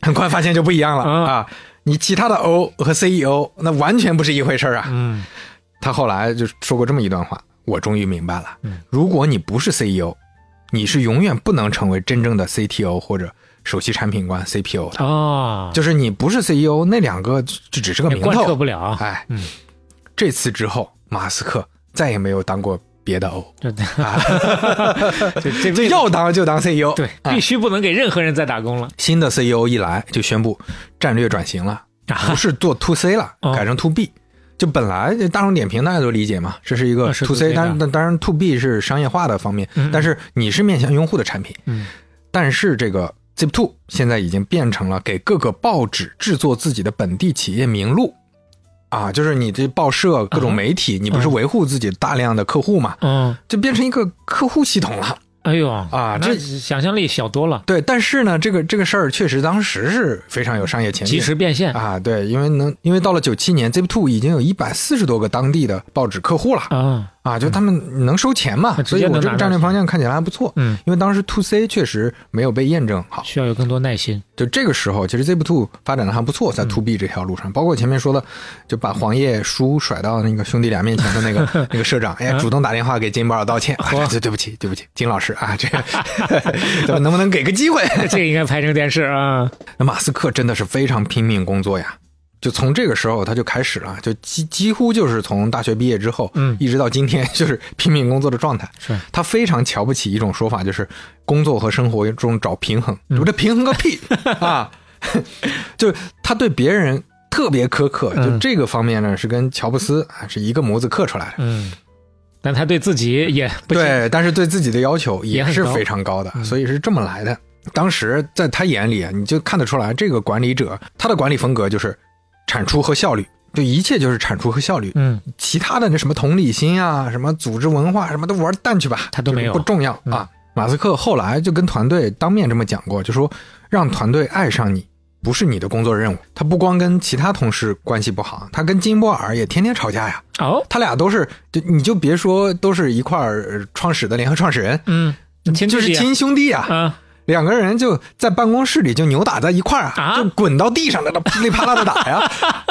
Speaker 1: 很快发现就不一样了、
Speaker 3: 啊
Speaker 1: 啊。你其他的 O 和 CEO 那完全不是一回事儿啊。
Speaker 3: 嗯
Speaker 1: 他后来就说过这么一段话，我终于明白了。
Speaker 3: 嗯
Speaker 1: 如果你不是 CEO，你是永远不能成为真正的 CTO 或者首席产品官 CPO 的。
Speaker 3: 哦，
Speaker 1: 就是你不是 CEO，那两个就只是个
Speaker 3: 也
Speaker 1: 名
Speaker 3: 贯彻
Speaker 1: 头
Speaker 3: 不。了，
Speaker 1: 哎，
Speaker 3: 嗯
Speaker 1: 这次之后，马斯克再也没有当过别的 O，
Speaker 3: 这这这
Speaker 1: 就
Speaker 3: 辈子
Speaker 1: 要当就当 CEO。
Speaker 3: 对，
Speaker 1: 哎
Speaker 3: 必须不能给任何人再打工了
Speaker 1: 新的 CEO 一来就宣布战略转型了，不
Speaker 3: 啊！
Speaker 1: 是做 to C 了，
Speaker 3: 哦
Speaker 1: 改成 to B。就本来大众点评大家都理解嘛，这是一个
Speaker 3: 啊是
Speaker 1: to
Speaker 3: to
Speaker 1: C，
Speaker 3: C
Speaker 1: 当然当然 to B 是商业化的方面
Speaker 3: 嗯嗯，
Speaker 1: 但是你是面向用户的产品，
Speaker 3: 嗯
Speaker 1: 但是这个 Zip Two 现在已经变成了给各个报纸制作自己的本地企业名录啊，就是你这报社各种媒体，你不是维护自己大量的客户嘛，
Speaker 3: 嗯，
Speaker 1: 就变成一个客户系统了。
Speaker 3: 哎呦
Speaker 1: 啊
Speaker 3: 那
Speaker 1: 这
Speaker 3: 想象力小多了，
Speaker 1: 对，但是呢，这个这个事儿确实当时是非常有商业前
Speaker 3: 及
Speaker 1: 景。
Speaker 3: 时变 现啊
Speaker 1: 啊，对，因为能，因为到了九七年，Zip Two 已经有一百四十多个当地的报纸客户了啊，就他们能收钱嘛，
Speaker 3: 嗯
Speaker 1: 所以我这个战略方向看起来还不错。
Speaker 3: 嗯，
Speaker 1: 因为当时 To C 确实没有被验证好，
Speaker 3: 需要有更多耐心。
Speaker 1: 就这个时候，其实 Zip Two 发展的还不错，在 To B 这条路上，包括前面说的，就把黄页书甩到那个兄弟俩面前的那个那个社长，哎呀，主动打电话给金宝道歉，啊对对不起，对不起，金老师啊，这个 咱们能不能给个机会？
Speaker 3: 这个应该拍成电视啊！
Speaker 1: 那马斯克真的是非常拼命工作呀，就从这个时候他就开始了，就几几乎就是从大学毕业之后，
Speaker 3: 嗯
Speaker 1: 一直到今天 就是拼命工作的状态。
Speaker 3: 是
Speaker 1: 他非常瞧不起一种说法，就是工作和生活
Speaker 3: 嗯
Speaker 1: 中找平衡，我这平衡个屁啊！就是他对别人特别苛刻，
Speaker 3: 嗯
Speaker 1: 就这个方面呢是跟乔布斯啊是一个模子刻出来的。
Speaker 3: 嗯，但他对自己也不行，
Speaker 1: 对，但是对自己的要求
Speaker 3: 也
Speaker 1: 也
Speaker 3: 很
Speaker 1: 是
Speaker 3: 高嗯
Speaker 1: 非常高的，所以是这么来的。当时在他眼里，啊你就看得出来，这个管理者他的管理风格就是产出和效率，就一切就是产出和效率，
Speaker 3: 嗯，
Speaker 1: 其他的那什么同理心啊、什么组织文化什么都玩蛋去吧，
Speaker 3: 他都没有
Speaker 1: 就是不重要
Speaker 3: 嗯
Speaker 1: 啊。马斯克后来就跟团队当面这么讲过，就说让团队爱上你不是你的工作任务。他不光跟其他同事关系不好，他跟金波尔也天天吵架呀。
Speaker 3: 哦，
Speaker 1: 他俩都是，就你就别说都是一块儿呃创始的联合创始人，
Speaker 3: 嗯，亲
Speaker 1: 就
Speaker 3: 自
Speaker 1: 是
Speaker 3: 己啊
Speaker 1: 亲兄弟啊，
Speaker 3: 啊，
Speaker 1: 两个人就在办公室里就扭打在一块儿
Speaker 3: 啊
Speaker 1: 就滚到地上的 噼里啪啦的打呀，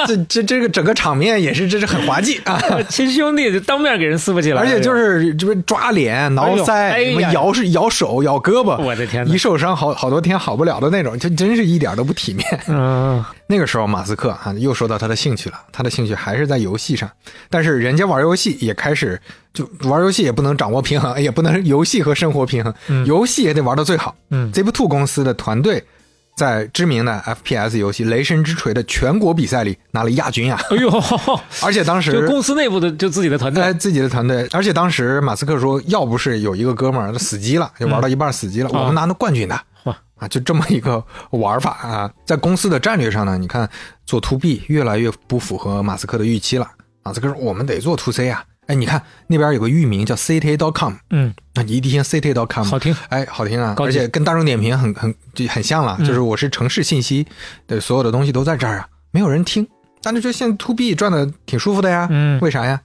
Speaker 1: 这这这个整个场面也是这是很滑稽 啊。
Speaker 3: 亲兄弟就当面给人撕不起来，
Speaker 1: 而且就是这边抓脸、挠腮、
Speaker 3: 哎呦哎呀
Speaker 1: 什么咬是咬手、咬胳膊，
Speaker 3: 我的天哪
Speaker 1: 一受伤好好多天好不了的那种，就真是一点都不体面。
Speaker 3: 嗯，
Speaker 1: 那个时候，马斯克啊，又说到他的兴趣了，他的兴趣还是在游戏上，但是人家玩游戏也开始就玩游戏也不能掌握平衡，也不能游戏和生活平衡，游戏也得玩到最好。
Speaker 3: 嗯
Speaker 1: z i p Two 公司的团队在知名的 FPS 游戏《雷神之锤》的全国比赛里拿了亚 军啊，
Speaker 3: 哎呦，
Speaker 1: 而且当时
Speaker 3: 就公司内部的就自己的团队
Speaker 1: 哎，自己的团队，而且当时马斯克说，要不是有一个哥们儿他死机了，就玩到一半死机了，
Speaker 3: 嗯
Speaker 1: 我们拿到冠军的。
Speaker 3: 哇
Speaker 1: 啊，就这么一个玩法啊，在公司的战略上呢，你看做 to B 越来越不符合马斯克的预期了。马斯克说，我们得做 to C 啊。哎，你看那边有个域名叫 ct.com，
Speaker 3: 嗯，
Speaker 1: 那你一听 ct.com，
Speaker 3: 好听，
Speaker 1: 哎，好听啊，
Speaker 3: 高
Speaker 1: 而
Speaker 3: 级嗯
Speaker 1: 且跟大众点评很很就很像了，就是我是城市信息的所有的东西都在这儿啊，没有人听，但是这现在 to B 赚的挺舒服的呀，
Speaker 3: 嗯
Speaker 1: 为啥呀？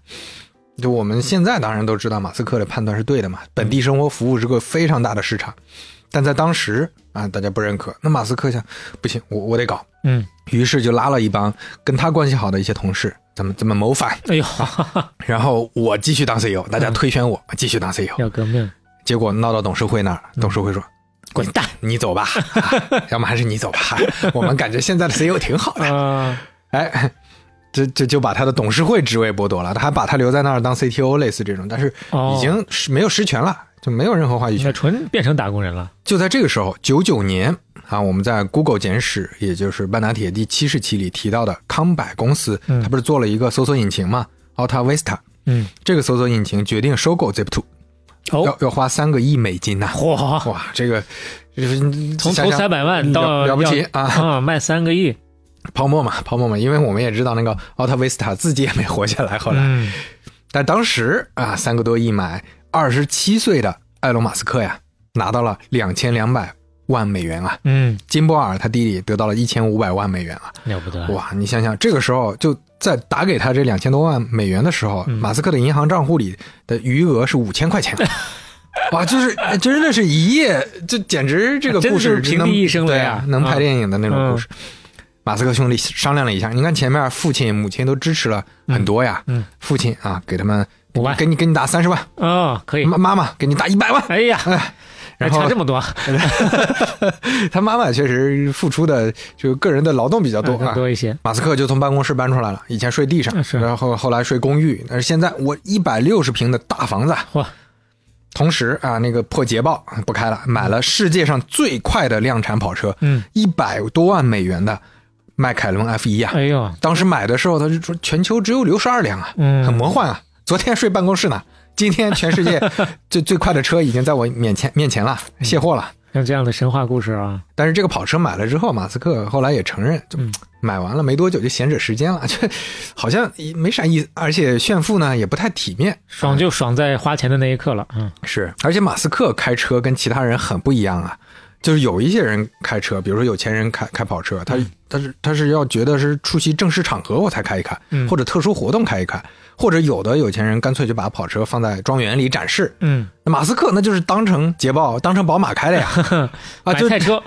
Speaker 1: 就我们现在当然都知道马斯克的判断是对的嘛，本地生活服务是个非常大的市场，但在当时啊，大家不认可，那马斯克想不行，我我得搞，
Speaker 3: 嗯，
Speaker 1: 于是就拉了一帮跟他关系好的一些同事，咱们咱们谋反，
Speaker 3: 哎呦，哈哈
Speaker 1: 然后我继续当 CEO，大
Speaker 3: 嗯
Speaker 1: 家推选我、继续当 CEO，
Speaker 3: 要革命，
Speaker 1: 结果闹到董事会那儿了，董事会说。
Speaker 3: 嗯滚蛋
Speaker 1: 你走吧， 啊要么还是你走吧。 我们感觉现在的 CEO 挺好的，
Speaker 3: 啊，
Speaker 1: 哎， 这这就把他的董事会职位剥夺了，他还把他留在那儿当 CTO，类似这种，但是
Speaker 3: 哦
Speaker 1: 已经是没有实权了，就没有任何话语
Speaker 3: 那
Speaker 1: 权。
Speaker 3: 纯变成打工人了，
Speaker 1: 就在这个时候，九九年啊，我们在 Google 简史，也就是半打铁第七十期里提到的康柏公司，
Speaker 3: 嗯
Speaker 1: 他不是做了一个搜索引擎嘛，Alta Vista，
Speaker 3: 嗯，
Speaker 1: 这个搜索引擎决定收购 Zip2，要
Speaker 3: 哦，
Speaker 1: 要花三个亿美金呐、
Speaker 3: 嚯，
Speaker 1: 哇，这个这个
Speaker 3: 从
Speaker 1: 想
Speaker 3: 投
Speaker 1: 想
Speaker 3: 三百万到
Speaker 1: 了了不起
Speaker 3: 要
Speaker 1: 啊
Speaker 3: 啊，卖三个亿，
Speaker 1: 泡沫嘛，泡沫嘛，因为我们也知道那个奥特维斯塔自己也没活下来，后来，
Speaker 3: 嗯，
Speaker 1: 但当时啊，三个多亿买，二十七岁的埃隆·马斯克呀，拿到了两千两百万美元啊，
Speaker 3: 嗯，
Speaker 1: 金波尔他弟弟得到了一千五百万美元啊，
Speaker 3: 了不得，
Speaker 1: 哇，你想想，这个时候就在打给他这两千多万美元的时
Speaker 3: 嗯
Speaker 1: 候，马斯克的银行账户里的余额是五千块 钱。啊哇，就是哎真的是一夜，就简直这个
Speaker 3: 啊真
Speaker 1: 故事
Speaker 3: 是平
Speaker 1: 能
Speaker 3: 地一声
Speaker 1: 对
Speaker 3: 雷啊
Speaker 1: 啊，能拍
Speaker 3: 啊
Speaker 1: 电影的那种故事。马斯克兄弟商量了一下，你看前面父亲母亲都支持了很多呀，
Speaker 3: 嗯嗯
Speaker 1: 父亲啊给他们
Speaker 3: 五万
Speaker 1: 给你给你打三十万，
Speaker 3: 啊，可以，
Speaker 1: 妈妈妈给你打一百万，
Speaker 3: 哎呀，
Speaker 1: 哎，
Speaker 3: 还
Speaker 1: 然后
Speaker 3: 差这么多，
Speaker 1: 他妈妈确实付出的就个人的劳动比 较多
Speaker 3: 更
Speaker 1: 啊，
Speaker 3: 多一些，
Speaker 1: 马斯克就从办公室搬出来了，以前睡地上
Speaker 3: 嗯，哎是
Speaker 1: 然后后来睡公寓，但是现在我一百六十平的大房子啊，
Speaker 3: 嚯，
Speaker 1: 同时啊，那个破捷豹不开了，买了世界上最快的量产跑车，
Speaker 3: 嗯，
Speaker 1: 一百多万美元的迈凯伦 F 一啊，
Speaker 3: 哎呦，
Speaker 1: 当时买的时候他就说全球只有六十二辆啊，
Speaker 3: 嗯
Speaker 1: 很魔幻啊。昨天睡办公室呢，今天全世 界最最快的车已经在我面前面前了，
Speaker 3: 嗯
Speaker 1: 卸货了。
Speaker 3: 像这样的神话故事啊，
Speaker 1: 但是这个跑车买了之后，马斯克后来也承认，就
Speaker 3: 嗯
Speaker 1: 买完了没多久就闲着时间了，就 好像也没啥意思，而且炫富呢也不太体面。
Speaker 3: 爽就爽在花钱的那一刻了，嗯，
Speaker 1: 是，而且马斯克开车跟其他人很不一样啊，就是有一些人开车，比如说有钱人开开跑车，他
Speaker 3: 嗯
Speaker 1: 他是他是要觉得是出席正式场合我才开一开，
Speaker 3: 嗯
Speaker 1: 或者特殊活动开一开，或者有的有钱人干脆就把跑车放在庄园里展示。
Speaker 3: 嗯，
Speaker 1: 那马斯克那就是当成捷豹、当成宝马开的呀，啊，
Speaker 3: 买
Speaker 1: 就
Speaker 3: 菜车，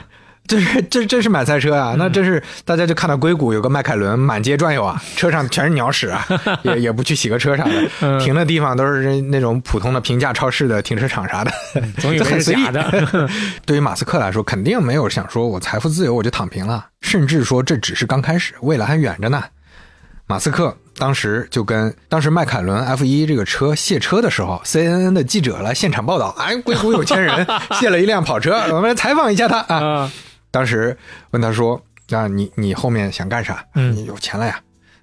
Speaker 1: 这是这这是买菜车啊，
Speaker 3: 嗯
Speaker 1: 那真是大家就看到硅谷有个迈凯伦满街转悠啊，车上全是鸟屎啊，也也不去洗个车啥
Speaker 3: 嗯
Speaker 1: 的，停的地方都是那种普通的平价超市的停车场啥的，
Speaker 3: 嗯总以
Speaker 1: 就
Speaker 3: 为
Speaker 1: 很
Speaker 3: 是
Speaker 1: 随意
Speaker 3: 假的，
Speaker 1: 对于马斯克来说，肯定没有想说我财富自由我就躺平了，甚至说这只是刚开始，未来还远着呢。马斯克当时就跟当时迈凯伦 F 一这个车卸车的时候，CNN 的记者来现场报道，哎，硅谷 有钱人卸了一辆跑车，我们来采访一下他啊。
Speaker 3: 啊，
Speaker 1: 当时问他说：“那你你后面想干啥？
Speaker 3: 嗯
Speaker 1: 你有钱了呀？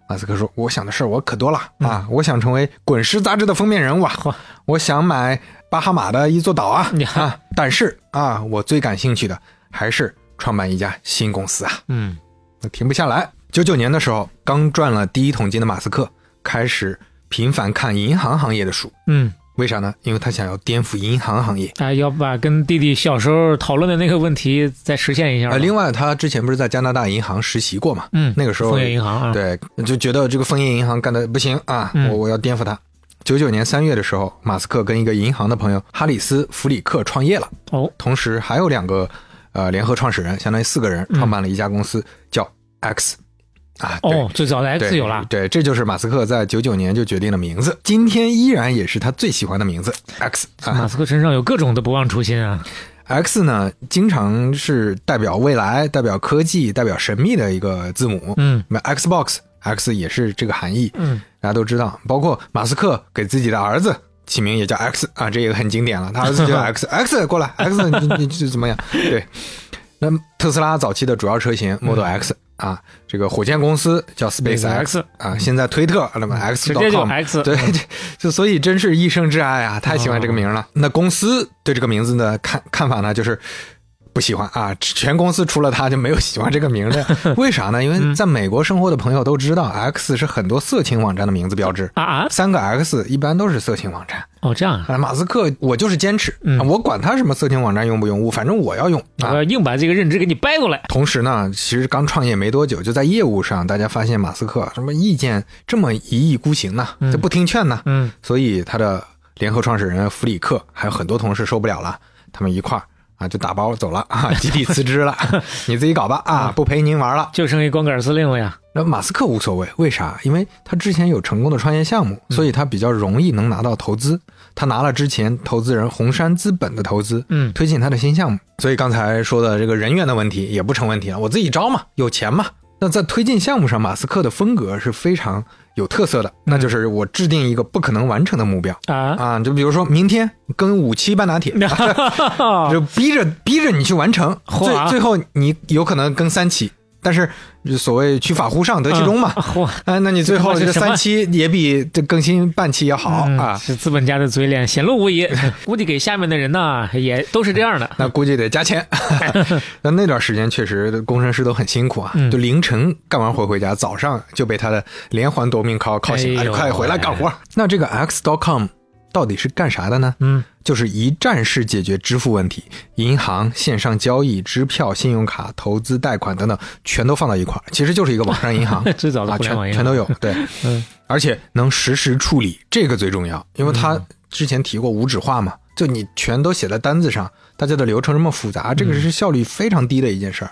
Speaker 1: 马斯克说：“我想的事儿我可多了啊！我想成为《滚石》杂志的封面人物
Speaker 3: 嚯
Speaker 1: 啊！我想买巴哈马的一座岛啊
Speaker 3: 呀
Speaker 1: 啊！但是啊，我最感兴趣的还是创办一家新公司啊！
Speaker 3: 嗯
Speaker 1: 那停不下来。九九年的时候，刚赚了第一桶金的马斯克开始频繁看银行行业的书，
Speaker 3: 嗯，
Speaker 1: 为啥呢？因为他想要颠覆银行行业。
Speaker 3: 啊，要把跟弟弟小时候讨论的那个问题再实现一下吧。
Speaker 1: 呃，另外他之前不是在加拿大银行实习过嘛？
Speaker 3: 嗯，
Speaker 1: 那个时候
Speaker 3: 枫叶银行啊，，
Speaker 1: 对，就觉得这个枫叶银行干的不行啊，
Speaker 3: 嗯
Speaker 1: 我我要颠覆它。九九年三月的时候，马斯克跟一个银行的朋友哈里斯·弗里克创业了，
Speaker 3: 哦，
Speaker 1: 同时还有两个呃联合创始人，相当于四个人
Speaker 3: 嗯
Speaker 1: 创办了一家公司、叫 X，啊，对
Speaker 3: 哦，最早的
Speaker 1: 对啊
Speaker 3: X 有了，
Speaker 1: 对，这就是马斯克在九九年就决定的名字，今天依然也是他最喜欢的名字 X
Speaker 3: 马
Speaker 1: 啊。
Speaker 3: 斯克身上有各种的不忘初心啊。
Speaker 1: X 呢，经常是代表未来、代表科技、代表神秘的一个字母。
Speaker 3: 嗯
Speaker 1: 那么 Xbox X 也是这个含义，
Speaker 3: 嗯，
Speaker 1: 大家都知道，包括马斯克给自己的儿子起名也叫 X 啊，这也很经典了。他儿子就 叫 X X 过来 X，你你你怎么样？对，那么特斯拉早期的主要车型 Model
Speaker 3: 嗯
Speaker 1: X、啊，这个火箭公司叫 Space X 啊，现在推特那么 X
Speaker 3: 嗯直接就
Speaker 1: com。
Speaker 3: X，
Speaker 1: 对，这 就所以真是一生挚爱啊！太喜欢这个名了。那公司对这个名字的看看法呢，就是不喜欢啊。全公司除了他就没有喜欢这个名的，为啥呢？因为在美国生活的朋友都知道，X 是很多色情网站的名字标志。
Speaker 3: 啊啊，
Speaker 1: 三个 X 一般都是色情网站
Speaker 3: 哦这样啊，
Speaker 1: 啊。马斯克，我就是坚持，
Speaker 3: 嗯
Speaker 1: 啊我管他什么色情网站用不用，反正我要用啊
Speaker 3: 我。要硬把这个认知给你掰过来。
Speaker 1: 同时呢，其实刚创业没多久，就在业务上，大家发现马斯克什么意见这么一意孤行呢？就不听劝呢？
Speaker 3: 嗯
Speaker 1: 所以他的联合创始人弗里克还有很多同事受不了了，他们一块儿啊就打包走了 啊，集体辞职了， 你自己搞吧啊，不陪您玩了。
Speaker 3: 就剩一光杆司令了呀。
Speaker 1: 那马斯克无所谓，为啥？因为他之前有成功的创业项目，所以他比较容易能拿到投资。他拿了之前投资人红杉资本的投资，
Speaker 3: 嗯
Speaker 1: 推进他的新项目。所以刚才说的这个人员的问题也不成问题了，我自己招嘛，有钱嘛。那在推进项目上，马斯克的风格是非常有特色的，那就是我制定一个不可能完成的目标，
Speaker 3: 啊，
Speaker 1: 啊，就比如说明天跟五期半拿铁，
Speaker 3: 啊
Speaker 1: 就逼着逼着你去完成，
Speaker 3: 嚯啊
Speaker 1: 最最后你有可能跟三期，但是就所谓取法乎上，得其中嘛。
Speaker 3: 嚯，
Speaker 1: 哎，那你最后这三期也比这更新半期要好
Speaker 3: 嗯
Speaker 1: 啊，
Speaker 3: 是资本家的嘴脸显露无遗。估计给下面的人呢，也都是这样的。
Speaker 1: 那估计得加 钱。那那段时间确实工程师都很辛苦啊，
Speaker 3: 嗯
Speaker 1: 就凌晨干完活回家，早上就被他的连环夺命 call 敲醒，
Speaker 3: 哎
Speaker 1: 哎，
Speaker 3: 呦
Speaker 1: 快回来干活。那这个 X.com 到底是干啥的呢？
Speaker 3: 嗯
Speaker 1: 就是一站式解决支付问题，银行、线上交易、支票、信用卡、投资、贷款等等，全都放到一块儿，其实就是一个网上银 行
Speaker 3: 最早的
Speaker 1: 啊，
Speaker 3: 互联网
Speaker 1: 全
Speaker 3: 银
Speaker 1: 全
Speaker 3: 行
Speaker 1: 都有。对，
Speaker 3: 嗯，
Speaker 1: 而且能实时处理，这个最重要，因为他
Speaker 3: 嗯
Speaker 1: 之前提过无纸化嘛，就你全都写在单子上，大家的流程这么复杂，这个
Speaker 3: 嗯
Speaker 1: 是效率非常低的一件事儿。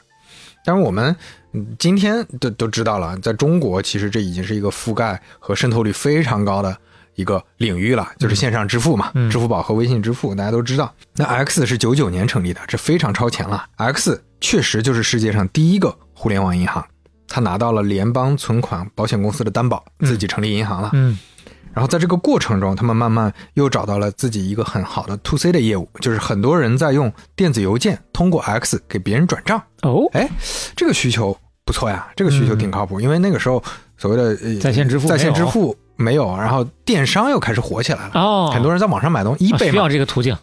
Speaker 1: 当然，我们嗯今天都都知道了，在中国其实这已经是一个覆盖和渗透率非常高的一个领域了，就是线上支付嘛，
Speaker 3: 嗯
Speaker 1: 支付宝和微信支付大家都知道。那 X 是九九年成立的，这非常超前了。X 确实就是世界上第一个互联网银行，他拿到了联邦存款保险公司的担保，自己成立银行了。
Speaker 3: 嗯
Speaker 1: 然后在这个过程中，他们慢慢又找到了自己一个很好的 to C 的业务，就是很多人在用电子邮件通过 X 给别人转账。
Speaker 3: 哦，
Speaker 1: 哎，这个需求不错呀，这个需求挺靠谱，因为那个时候所谓的、呃
Speaker 3: 在线嗯支付
Speaker 1: 在线
Speaker 3: 没
Speaker 1: 支
Speaker 3: 有
Speaker 1: 付没有，然后电商又开始火起来了，
Speaker 3: 哦，
Speaker 1: 很多人在网上买东西，一
Speaker 3: 啊
Speaker 1: 倍
Speaker 3: 需
Speaker 1: 嘛，
Speaker 3: 要这个途径。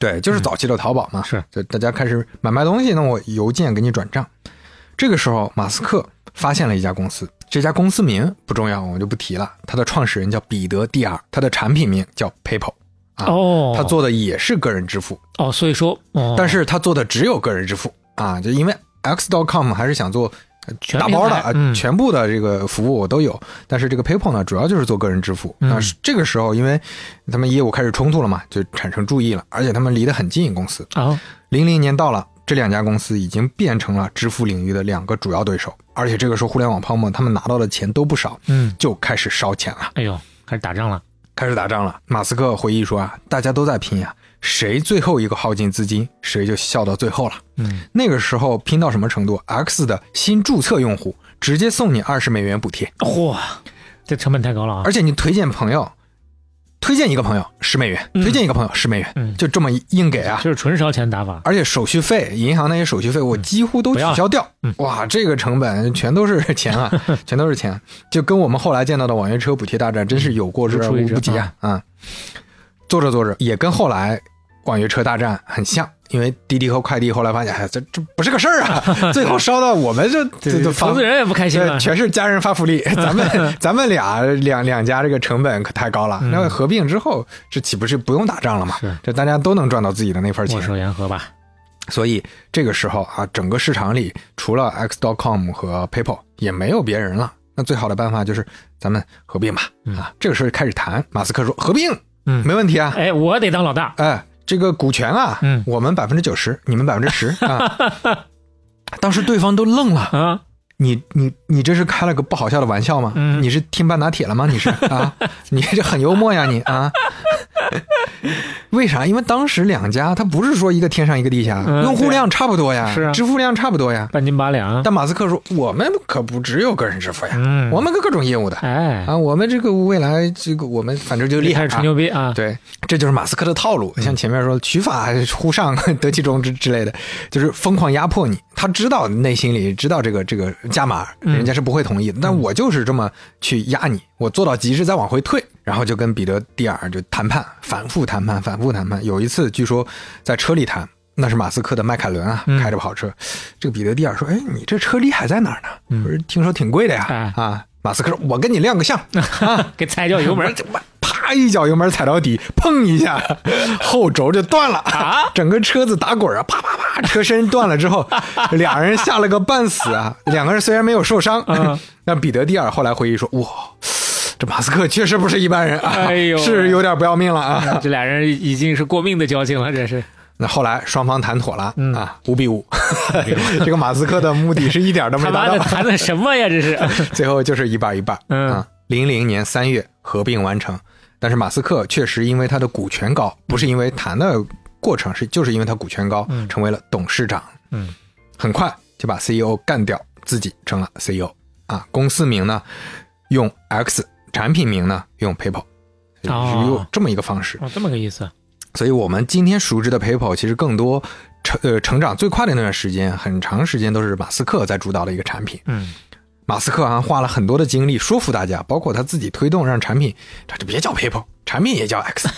Speaker 1: 对，就是早期的淘宝嘛，
Speaker 3: 是
Speaker 1: 就大家开始买卖东西，那我邮件给你转账。这个时候，马斯克发现了一家公司，这家公司名不重要，我就不提了。他的创始人叫彼得蒂尔，他的产品名叫 PayPal，啊
Speaker 3: 哦，
Speaker 1: 他做的也是个人支付，
Speaker 3: 哦，所以说，哦，
Speaker 1: 但是他做的只有个人支付啊，就因为 X.com 还是想做呃
Speaker 3: 全
Speaker 1: 打包的
Speaker 3: 平台
Speaker 1: 啊，
Speaker 3: 嗯
Speaker 1: 全部的这个服务我都有。但是这个 PayPal 呢，主要就是做个人支付。
Speaker 3: 嗯
Speaker 1: 那是这个时候，因为他们业务开始冲突了嘛，就产生注意了，而且他们离得很近，公司。
Speaker 3: 啊，
Speaker 1: 零零年到了，这两家公司已经变成了支付领域的两个主要对手，而且这个时候互联网泡沫，他们拿到的钱都不少，
Speaker 3: 嗯，
Speaker 1: 就开始烧钱了，
Speaker 3: 哎呦，开始打仗了。
Speaker 1: 开始打仗了。马斯克回忆说啊，大家都在拼呀、谁最后一个耗尽资金，谁就笑到最后了。
Speaker 3: 嗯，
Speaker 1: 那个时候拼到什么程度？X 的新注册用户直接送你二十美元补贴，
Speaker 3: 嚯，这成本太高了啊
Speaker 1: 而！且你推荐朋友，推荐一个朋友十美元，推荐一个朋友十美元，
Speaker 3: 嗯
Speaker 1: 就这么硬给啊。
Speaker 3: 就是纯烧钱打法。
Speaker 1: 而且手续费，银行那些手续费我几乎都
Speaker 3: 不
Speaker 1: 取
Speaker 3: 要了
Speaker 1: 消掉。
Speaker 3: 嗯
Speaker 1: 哇，这个成本全都是钱 啊，全都是钱，就跟我们后来见到的网约车补贴大战真是有过
Speaker 3: 嗯
Speaker 1: 之而无不及啊！啊、做着做着也跟后来网约车大战很像，因为滴滴和快递后来发现，哎，这这不是个事儿 啊，最后烧到我们这这这
Speaker 3: 投
Speaker 1: 房
Speaker 3: 资人也不开心
Speaker 1: 对，
Speaker 3: 了。
Speaker 1: 全是家人发 福利，咱们咱们俩两两家这个成本可太高了。那合并之后，这岂不是不用打仗了吗
Speaker 3: 嗯是？
Speaker 1: 这大家都能赚到自己的那份
Speaker 3: 握
Speaker 1: 钱。
Speaker 3: 手言和吧。
Speaker 1: 所以这个时候啊，整个市场里除了 X.com 和 PayPal 也没有别人了。那最好的办法就是咱们合并吧。
Speaker 3: 嗯
Speaker 1: 啊，这个时候开始谈，马斯克说合并
Speaker 3: 嗯
Speaker 1: 没问题啊。
Speaker 3: 哎，我得当老大。
Speaker 1: 哎，这个股权啊，
Speaker 3: 嗯
Speaker 1: 我们百分之九十，你们百分之十啊。 当时对方都愣了，
Speaker 3: 啊，
Speaker 1: 你你你这是开了个不好笑的玩笑吗？
Speaker 3: 嗯
Speaker 1: 你是听半打铁了吗？你是 啊？你这很幽默呀你啊？ 为啥？因为当时两家它不是说一个天上一个地下，
Speaker 3: 嗯
Speaker 1: 用户量差不多呀，
Speaker 3: 是啊
Speaker 1: 支付量差不多呀。
Speaker 3: 半斤八两。
Speaker 1: 但马斯克说，我们可不只有个人支付呀，
Speaker 3: 嗯，
Speaker 1: 我们各各种业务的、
Speaker 3: 哎，
Speaker 1: 啊，我们这个未来这个我们反正就厉
Speaker 3: 厉
Speaker 1: 害
Speaker 3: 害
Speaker 1: 啊
Speaker 3: 吹牛逼啊！嗯
Speaker 1: 对，这就是马斯克的套路。像前面说取法忽上 得其中之之类的，就是疯狂压迫你。他知道内心里知道这个这个价码，
Speaker 3: 嗯
Speaker 1: 人家是不会同意的。但我就是这么去压你，我做到极致再往回退，然后就跟彼得蒂尔就谈判，反复谈判，反复谈判。有一次据说在车里谈。那是马斯克的迈凯伦啊，
Speaker 3: 嗯
Speaker 1: 开着跑车。这个彼得蒂尔说：“哎，你这车厉害在哪儿呢？
Speaker 3: 嗯
Speaker 1: 我说听说挺贵的呀。
Speaker 3: 哎
Speaker 1: 啊，马斯克说：“我跟你亮个相。”，
Speaker 3: 给踩脚油门
Speaker 1: 啪一脚油门踩到底，砰一下，后轴就断了
Speaker 3: 啊！
Speaker 1: 整个车子打滚啊，啪啪啪，车身断了之后，俩人吓了个半死啊！两个人虽然没有受伤
Speaker 3: 嗯，
Speaker 1: 但彼得蒂尔后来回忆说：“哇，这马斯克确实不是一般人啊，
Speaker 3: 哎呦
Speaker 1: 是有点不要命了啊
Speaker 3: 这俩人已经是过命的交情 了，这是。！”
Speaker 1: 那后来双方谈妥了
Speaker 3: 嗯
Speaker 1: 啊，五比五。 这个马斯克的目的是一点都没
Speaker 3: 他
Speaker 1: 达
Speaker 3: 妈的
Speaker 1: 到，
Speaker 3: 谈的什么呀？这是
Speaker 1: 最后就是一半一半。
Speaker 3: 嗯
Speaker 1: 啊，零零年三月合并完成，但是马斯克确实因为他的股权高，不是因为谈的过程，是就是因为他股权高，
Speaker 3: 嗯
Speaker 1: 成为了董事长。
Speaker 3: 嗯，
Speaker 1: 很快就把 CEO 干掉，自己成了 CEO。啊，公司名呢用 X，产品名呢用 PayPal，是
Speaker 3: 哦
Speaker 1: 用这么一个方式。
Speaker 3: 哦，这么个意思。
Speaker 1: 所以我们今天熟知的 PayPal 其实更多成呃成长最快的那段时间，很长时间都是马斯克在主导的一个产品。
Speaker 3: 嗯，
Speaker 1: 马斯克啊花了很多的精力说服大家，包括他自己推动让产品，这这别叫 PayPal，产品也叫 X，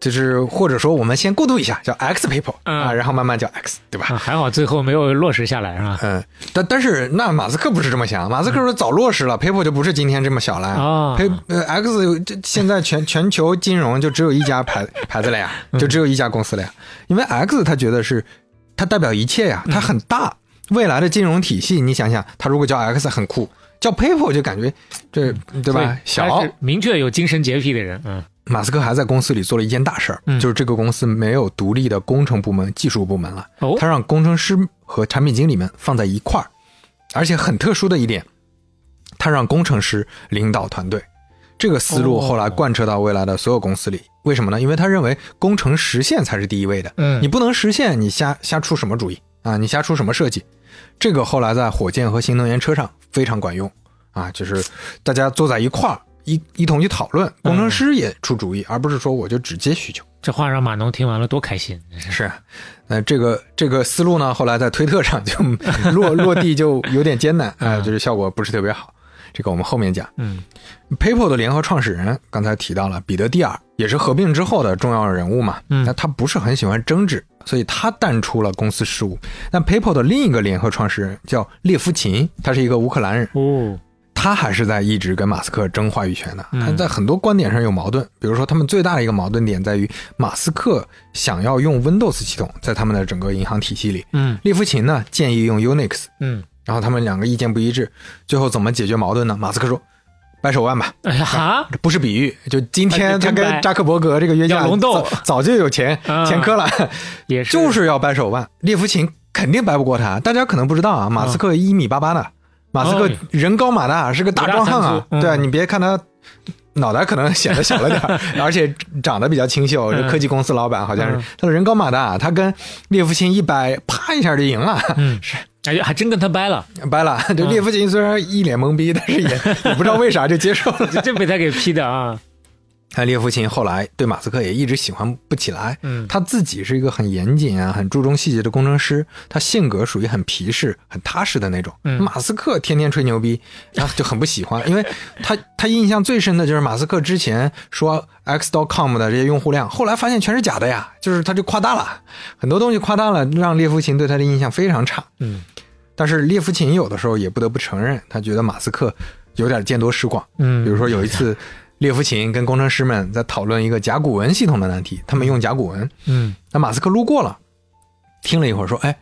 Speaker 1: 就是或者说我们先过渡一下，叫 X PayPal
Speaker 3: 嗯
Speaker 1: 啊，然后慢慢叫 X，对吧？
Speaker 3: 啊，还好最后没有落实下来，是吧？
Speaker 1: 嗯，但但是那马斯克不是这么想，马斯克说早落实了、p a y p a l 就不是今天这么小了
Speaker 3: 啊
Speaker 1: Pay 呃 X 这现在全全球金融就只有一家牌牌子了呀，
Speaker 3: 嗯
Speaker 1: 就只有一家公司了呀，因为 X 他觉得是它代表一切呀，
Speaker 3: 嗯
Speaker 1: 它很大，未来的金融体系，你想想，它如果叫 X 很酷，叫 PayPal 就感觉这对
Speaker 3: 嗯所以
Speaker 1: 吧
Speaker 3: 他
Speaker 1: 小
Speaker 3: 是。明确有精神洁癖的人，嗯
Speaker 1: 马斯克还在公司里做了一件大事儿，
Speaker 3: 嗯
Speaker 1: 就是这个公司没有独立的工程部门、技术部门了，
Speaker 3: 哦
Speaker 1: 他让工程师和产品经理们放在一块儿，而且很特殊的一点，他让工程师领导团队。这个思路
Speaker 3: 哦
Speaker 1: 后来贯彻到未来的所有公司里，为什么呢？因为他认为工程实现才是第一位的，
Speaker 3: 嗯
Speaker 1: 你不能实现，你瞎瞎出什么主意啊？你瞎出什么设计？这个后来在火箭和新能源车上非常管用啊，就是大家坐在一块儿一一同去讨论，工程师也出主意，而不是说我就只接需求。
Speaker 3: 这话让码农听完了多开心。
Speaker 1: 是，呃，这个这个思路呢，后来在推特上就 落落地就有点艰难啊、
Speaker 3: 嗯
Speaker 1: 就是效果不是特别好。这个我们后面讲。
Speaker 3: 嗯
Speaker 1: PayPal 的联合创始人刚才提到了彼得蒂尔，也是合并之后的重要人物嘛。
Speaker 3: 嗯
Speaker 1: 那他不是很喜欢争执，所以他淡出了公司事务。那 PayPal 的另一个联合创始人叫列夫琴，他是一个乌克兰人，
Speaker 3: 哦，
Speaker 1: 他还是在一直跟马斯克争话语权的。
Speaker 3: 嗯
Speaker 1: 他在很多观点上有矛盾，比如说他们最大的一个矛盾点在于马斯克想要用 Windows 系统在他们的整个银行体系里，
Speaker 3: 嗯
Speaker 1: 列夫琴呢建议用 Unix，
Speaker 3: 嗯，
Speaker 1: 然后他们两个意见不一致，最后怎么解决矛盾呢？马斯克说。掰手腕吧，
Speaker 3: 哎呀哈，
Speaker 1: 不是比喻，就今天他
Speaker 3: 真
Speaker 1: 跟
Speaker 3: 掰
Speaker 1: 扎克伯格这个约架
Speaker 3: 要龙斗
Speaker 1: 早早就有前
Speaker 3: 嗯
Speaker 1: 前科了，
Speaker 3: 也是，
Speaker 1: 就是要掰手腕。列夫琴肯定掰不过他，大家可能不知道啊，马斯克一米八八的，马斯克
Speaker 3: 嗯哦
Speaker 1: 人高马大，是个大壮汉啊。
Speaker 3: 五大三粗嗯
Speaker 1: 对啊，你别看他脑袋可能显得小了点儿， 而且长得比较清秀，
Speaker 3: 嗯
Speaker 1: 这科技公司老板好像
Speaker 3: 嗯
Speaker 1: 是，他的人高马大，他跟列夫琴一掰，啪一下就赢了。
Speaker 3: 嗯是，哎呀，还真跟他掰了，
Speaker 1: 掰了，
Speaker 3: 嗯
Speaker 1: 这列夫琴虽然一脸懵逼，但是也也不知道为啥就接受了。
Speaker 3: 这真被他给批的啊。
Speaker 1: 那列夫琴后来对马斯克也一直喜欢不起来。
Speaker 3: 嗯
Speaker 1: 他自己是一个很严谨啊、很注重细节的工程师，他性格属于很皮实、很踏实的那种。
Speaker 3: 嗯
Speaker 1: 马斯克天天吹牛逼，然后就很不喜欢，因为他他印象最深的就是马斯克之前说 X.com 的这些用户量，后来发现全是假的呀，就是他就夸大了很多东西，夸大了让列夫琴对他的印象非常差。
Speaker 3: 嗯
Speaker 1: 但是列夫琴有的时候也不得不承认，他觉得马斯克有点见多识广。
Speaker 3: 嗯，
Speaker 1: 比如说有一次，列夫琴跟工程师们在讨论一个甲骨文系统的难题，他们用甲骨文，
Speaker 3: 嗯
Speaker 1: 那马斯克路过了，听了一会儿说：“哎，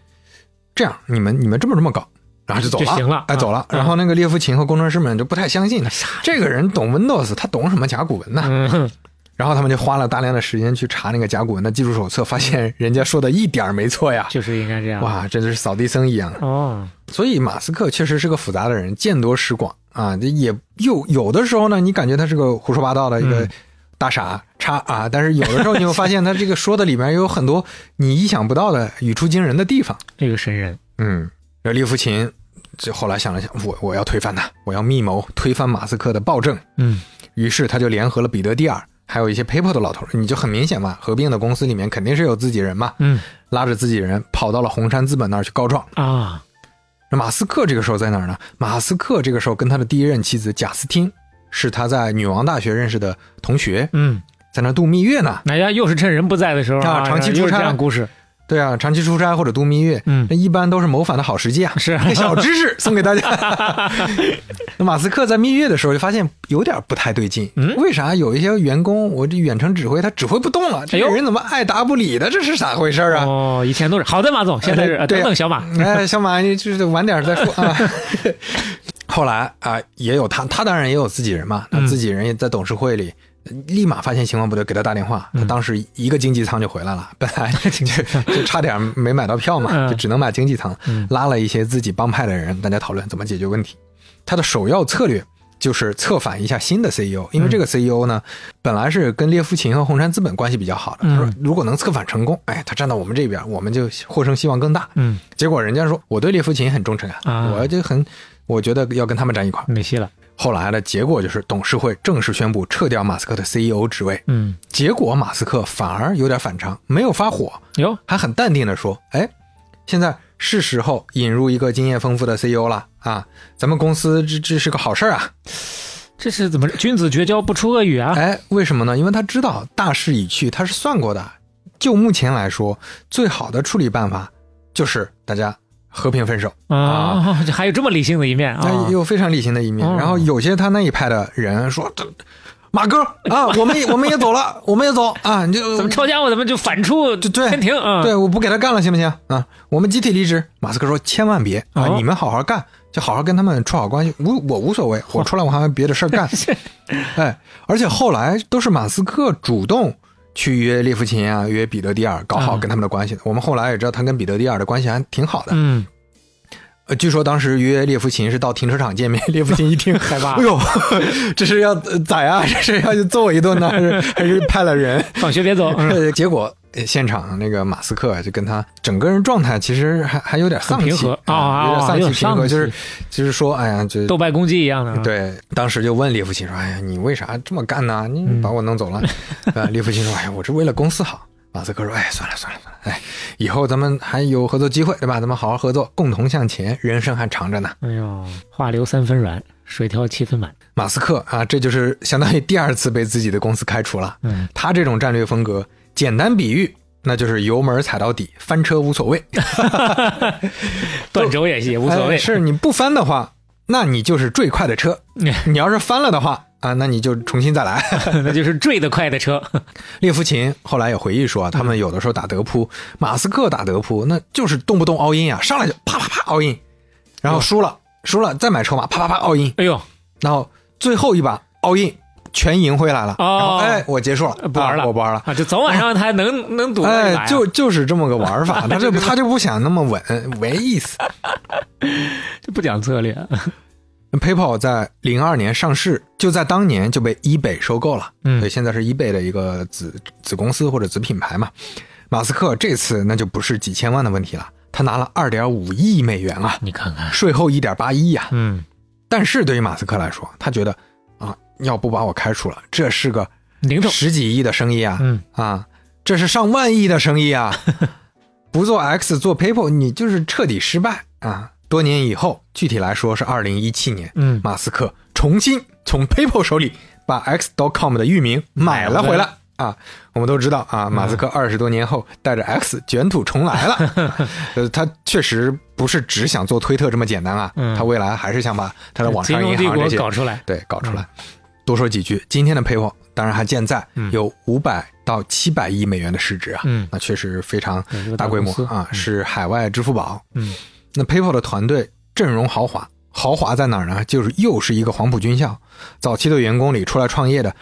Speaker 1: 这样你们你们这么这么搞。”然后就走了，
Speaker 3: 就行了
Speaker 1: 哎，走了。
Speaker 3: 嗯
Speaker 1: 然后那个列夫琴和工程师们就不太相信，这个人懂 Windows，他懂什么甲骨文呢？
Speaker 3: 嗯
Speaker 1: 然后他们就花了大量的时间去查那个甲骨文的技术手册，发现人家说的一点儿没错呀！
Speaker 3: 就是应该这样。
Speaker 1: 哇，真的是扫地僧一样。
Speaker 3: 哦，
Speaker 1: 所以马斯克确实是个复杂的人，见多识广啊，这也又有的时候呢，你感觉他是个胡说八道的一个
Speaker 3: 嗯
Speaker 1: 大傻叉啊，但是有的时候你会发现他这个说的里面有很多你意想不到的语出惊人的地方。
Speaker 3: 这个神人，
Speaker 1: 嗯，这列夫琴这后来想了想，我我要推翻他，我要密谋推翻马斯克的暴政，
Speaker 3: 嗯
Speaker 1: 于是他就联合了彼得蒂尔。还有一些 PayPal 的老头儿，你就很明显嘛，合并的公司里面肯定是有自己人嘛，
Speaker 3: 嗯
Speaker 1: 拉着自己人跑到了红杉资本那儿去告状。
Speaker 3: 啊，
Speaker 1: 那马斯克这个时候在哪儿呢？马斯克这个时候跟他的第一任妻子贾斯汀，是他在女王大学认识的同学，
Speaker 3: 嗯，
Speaker 1: 在那儿度蜜月呢。
Speaker 3: 哎呀，又是趁人不在的时候
Speaker 1: 啊长期
Speaker 3: 又
Speaker 1: 出
Speaker 3: 是
Speaker 1: 差
Speaker 3: 这样故事，
Speaker 1: 对啊，长期出差或者度蜜月，
Speaker 3: 嗯
Speaker 1: 那一般都是谋反的好时机 啊。
Speaker 3: 是
Speaker 1: 这小知识送给 大家。那马斯克在蜜月的时候就发现有点不太对劲，
Speaker 3: 嗯
Speaker 1: 为啥有一些员工我这远程指挥他指挥不动了？这
Speaker 3: 哎
Speaker 1: 个
Speaker 3: 呦
Speaker 1: 人怎么爱答不理的？这是咋回事儿啊？
Speaker 3: 哦，以前都是好的，马总，现在是
Speaker 1: 呃
Speaker 3: 呃
Speaker 1: 对
Speaker 3: 等等小马，
Speaker 1: 哎，小马，你就是晚点再说啊。 后来啊、也有他，他当然也有自己人嘛，他
Speaker 3: 嗯
Speaker 1: 自己人也在董事会里，立马发现情况不对，给他打电话。他当时一个经济舱就回来了，本来就就差点没买到票嘛，
Speaker 3: 嗯
Speaker 1: 就只能买经济舱
Speaker 3: 嗯，
Speaker 1: 拉了一些自己帮派的人，大家讨论怎么解决问题。他的首要策略就是策反一下新的 CEO，因为这个 CEO 呢，本来是跟列夫琴和红杉资本关系比较好的，他说
Speaker 3: 嗯
Speaker 1: 如果能策反成功，哎，他站到我们这边，我们就获胜希望更大。
Speaker 3: 嗯，
Speaker 1: 结果人家说我对列夫琴很忠诚啊，
Speaker 3: 啊
Speaker 1: 我就很，我觉得要跟他们站一块儿。
Speaker 3: 没戏了，
Speaker 1: 后来的结果就是董事会正式宣布撤掉马斯克的 CEO 职位，
Speaker 3: 嗯，
Speaker 1: 结果马斯克反而有点反常，没有发火，
Speaker 3: 哟，
Speaker 1: 还很淡定的说：“哎，现在是时候引入一个经验丰富的 CEO 了啊，咱们公司这这是个好事儿啊。
Speaker 3: 这是怎么君子绝交不出恶语啊？
Speaker 1: 哎，为什么呢？因为他知道大势已去，他是算过的。就目前来说，最好的处理办法就是大家和平分手。
Speaker 3: 啊，这还有这么理性的一面
Speaker 1: 那
Speaker 3: 啊
Speaker 1: 也！有非常理性的一面。
Speaker 3: 哦
Speaker 1: 然后有些他那一派的人说：“这马哥 啊，我们也我们也走了，我们也走啊，你就
Speaker 3: 怎么抄家伙，怎么就反出
Speaker 1: 对对
Speaker 3: 天庭啊？
Speaker 1: 对，我不给他干了，行不行啊？我们集体离职。”马斯克说：“千万别啊，
Speaker 3: 哦
Speaker 1: 你们好好干，就好好跟他们处好关系。无我无所
Speaker 3: 哦
Speaker 1: 谓，我出来我还有别的事儿 干。哎，而且后来都是马斯克主动。”去约列夫琴啊，约彼得蒂尔，搞好
Speaker 3: 嗯
Speaker 1: 跟他们的关系的。我们后来也知道，他跟彼得蒂尔的关系还挺好的。
Speaker 3: 嗯，
Speaker 1: 呃，据说当时约列夫琴是到停车场见面， 列夫琴一听
Speaker 3: 害怕
Speaker 1: 哎呦， 这是要呃宰啊， 这是要去揍我一顿呢，还 是还是派了人？
Speaker 3: 放学别走，嗯
Speaker 1: 呃结果呃现场那个马斯克就跟他整个人状态其实还还有点丧
Speaker 3: 很
Speaker 1: 气
Speaker 3: 平和啊
Speaker 1: 有点
Speaker 3: 啊有
Speaker 1: 丧
Speaker 3: 点
Speaker 1: 气平和，
Speaker 3: 丧气
Speaker 1: 就是就是说，哎呀，就
Speaker 3: 斗败公鸡一样的啊。
Speaker 1: 对，当时就问列夫琴说：“哎呀，你为啥这么干呢？
Speaker 3: 嗯
Speaker 1: 你把我弄 走了？”呃，列夫琴说：“哎呀，我是为了公司好。”马斯克说：“哎，算了算了算了，哎，以后咱们还有合作机会，对吧？咱们好好合作，共同向前，人生还长着呢。
Speaker 3: 哎呦，话留三分软，水挑七分满。”
Speaker 1: 马斯克啊，这就是相当于第二次被自己的公司开除了。
Speaker 3: 嗯，
Speaker 1: 他这种战略风格，简单比喻，那就是油门踩到底，翻车无所谓。
Speaker 3: 断轴也也无所谓。
Speaker 1: 哎是你不翻的话， 那你就是最快的车；你要是翻了的话啊，那你就重新再来。
Speaker 3: 那就是坠得快的车。
Speaker 1: 列夫琴后来也回忆说啊，他们有的时候打德扑，马斯克打德扑那就是动不动 all in 啊，上来就啪啪啪 all in，然后输了输了再买筹码，啪啪啪 all in，
Speaker 3: 哎呦，
Speaker 1: 然后最后一把 all in 全赢回来了，
Speaker 3: 哦
Speaker 1: 然后哎我结束了，
Speaker 3: 不玩了，
Speaker 1: 啊我不玩了。
Speaker 3: 啊！就早晚上他能能赌过一把
Speaker 1: 哎
Speaker 3: 呀，
Speaker 1: 就就是这么个玩法，他 就他就不想那么稳，没意思。
Speaker 3: 这不讲 策略。
Speaker 1: PayPal 在零二年上市，就在当年就被 eBay 收购了，
Speaker 3: 嗯
Speaker 1: 所以现在是 eBay 的一个子子公司或者子品牌嘛。马斯克这次那就不是几千万的问题了，他拿了二点五亿美元啊，
Speaker 3: 你看看，
Speaker 1: 税后一点八亿呀。
Speaker 3: 嗯
Speaker 1: 啊但是对于马斯克来说，他觉得啊，要不把我开除了，这是个
Speaker 3: 零头，
Speaker 1: 十几亿的生意啊，
Speaker 3: 嗯
Speaker 1: 啊，这是上万亿的生意啊！ 不做 X 做 PayPal，你就是彻底失败啊！多年以后，具体来说是二零一七年，
Speaker 3: 嗯
Speaker 1: 马斯克重新从 PayPal 手里把 X.com 的域名买了回
Speaker 3: 买了回嗯
Speaker 1: 来。啊，我们都知道啊，马斯克二十多年后带着 X 卷土重来 了。呃，他确实不是只想做推特这么简单啊，
Speaker 3: 嗯
Speaker 1: 他未来还是想把他的网
Speaker 3: 金
Speaker 1: 上
Speaker 3: 融
Speaker 1: 银
Speaker 3: 帝
Speaker 1: 行
Speaker 3: 国
Speaker 1: 这些
Speaker 3: 搞出来，
Speaker 1: 对，搞出来。多说几句，今天的 PayPal 当然还健在，
Speaker 3: 嗯
Speaker 1: 有五百到七百亿美元的市值啊，
Speaker 3: 嗯
Speaker 1: 那确实非常
Speaker 3: 对这个大
Speaker 1: 大规模
Speaker 3: 公司
Speaker 1: 啊，
Speaker 3: 嗯
Speaker 1: 是海外支付宝。
Speaker 3: 嗯
Speaker 1: 那 PayPal 的团队阵容豪华，豪华在哪儿呢？就是又是一个黄埔军校，早期的员工里出来创业的，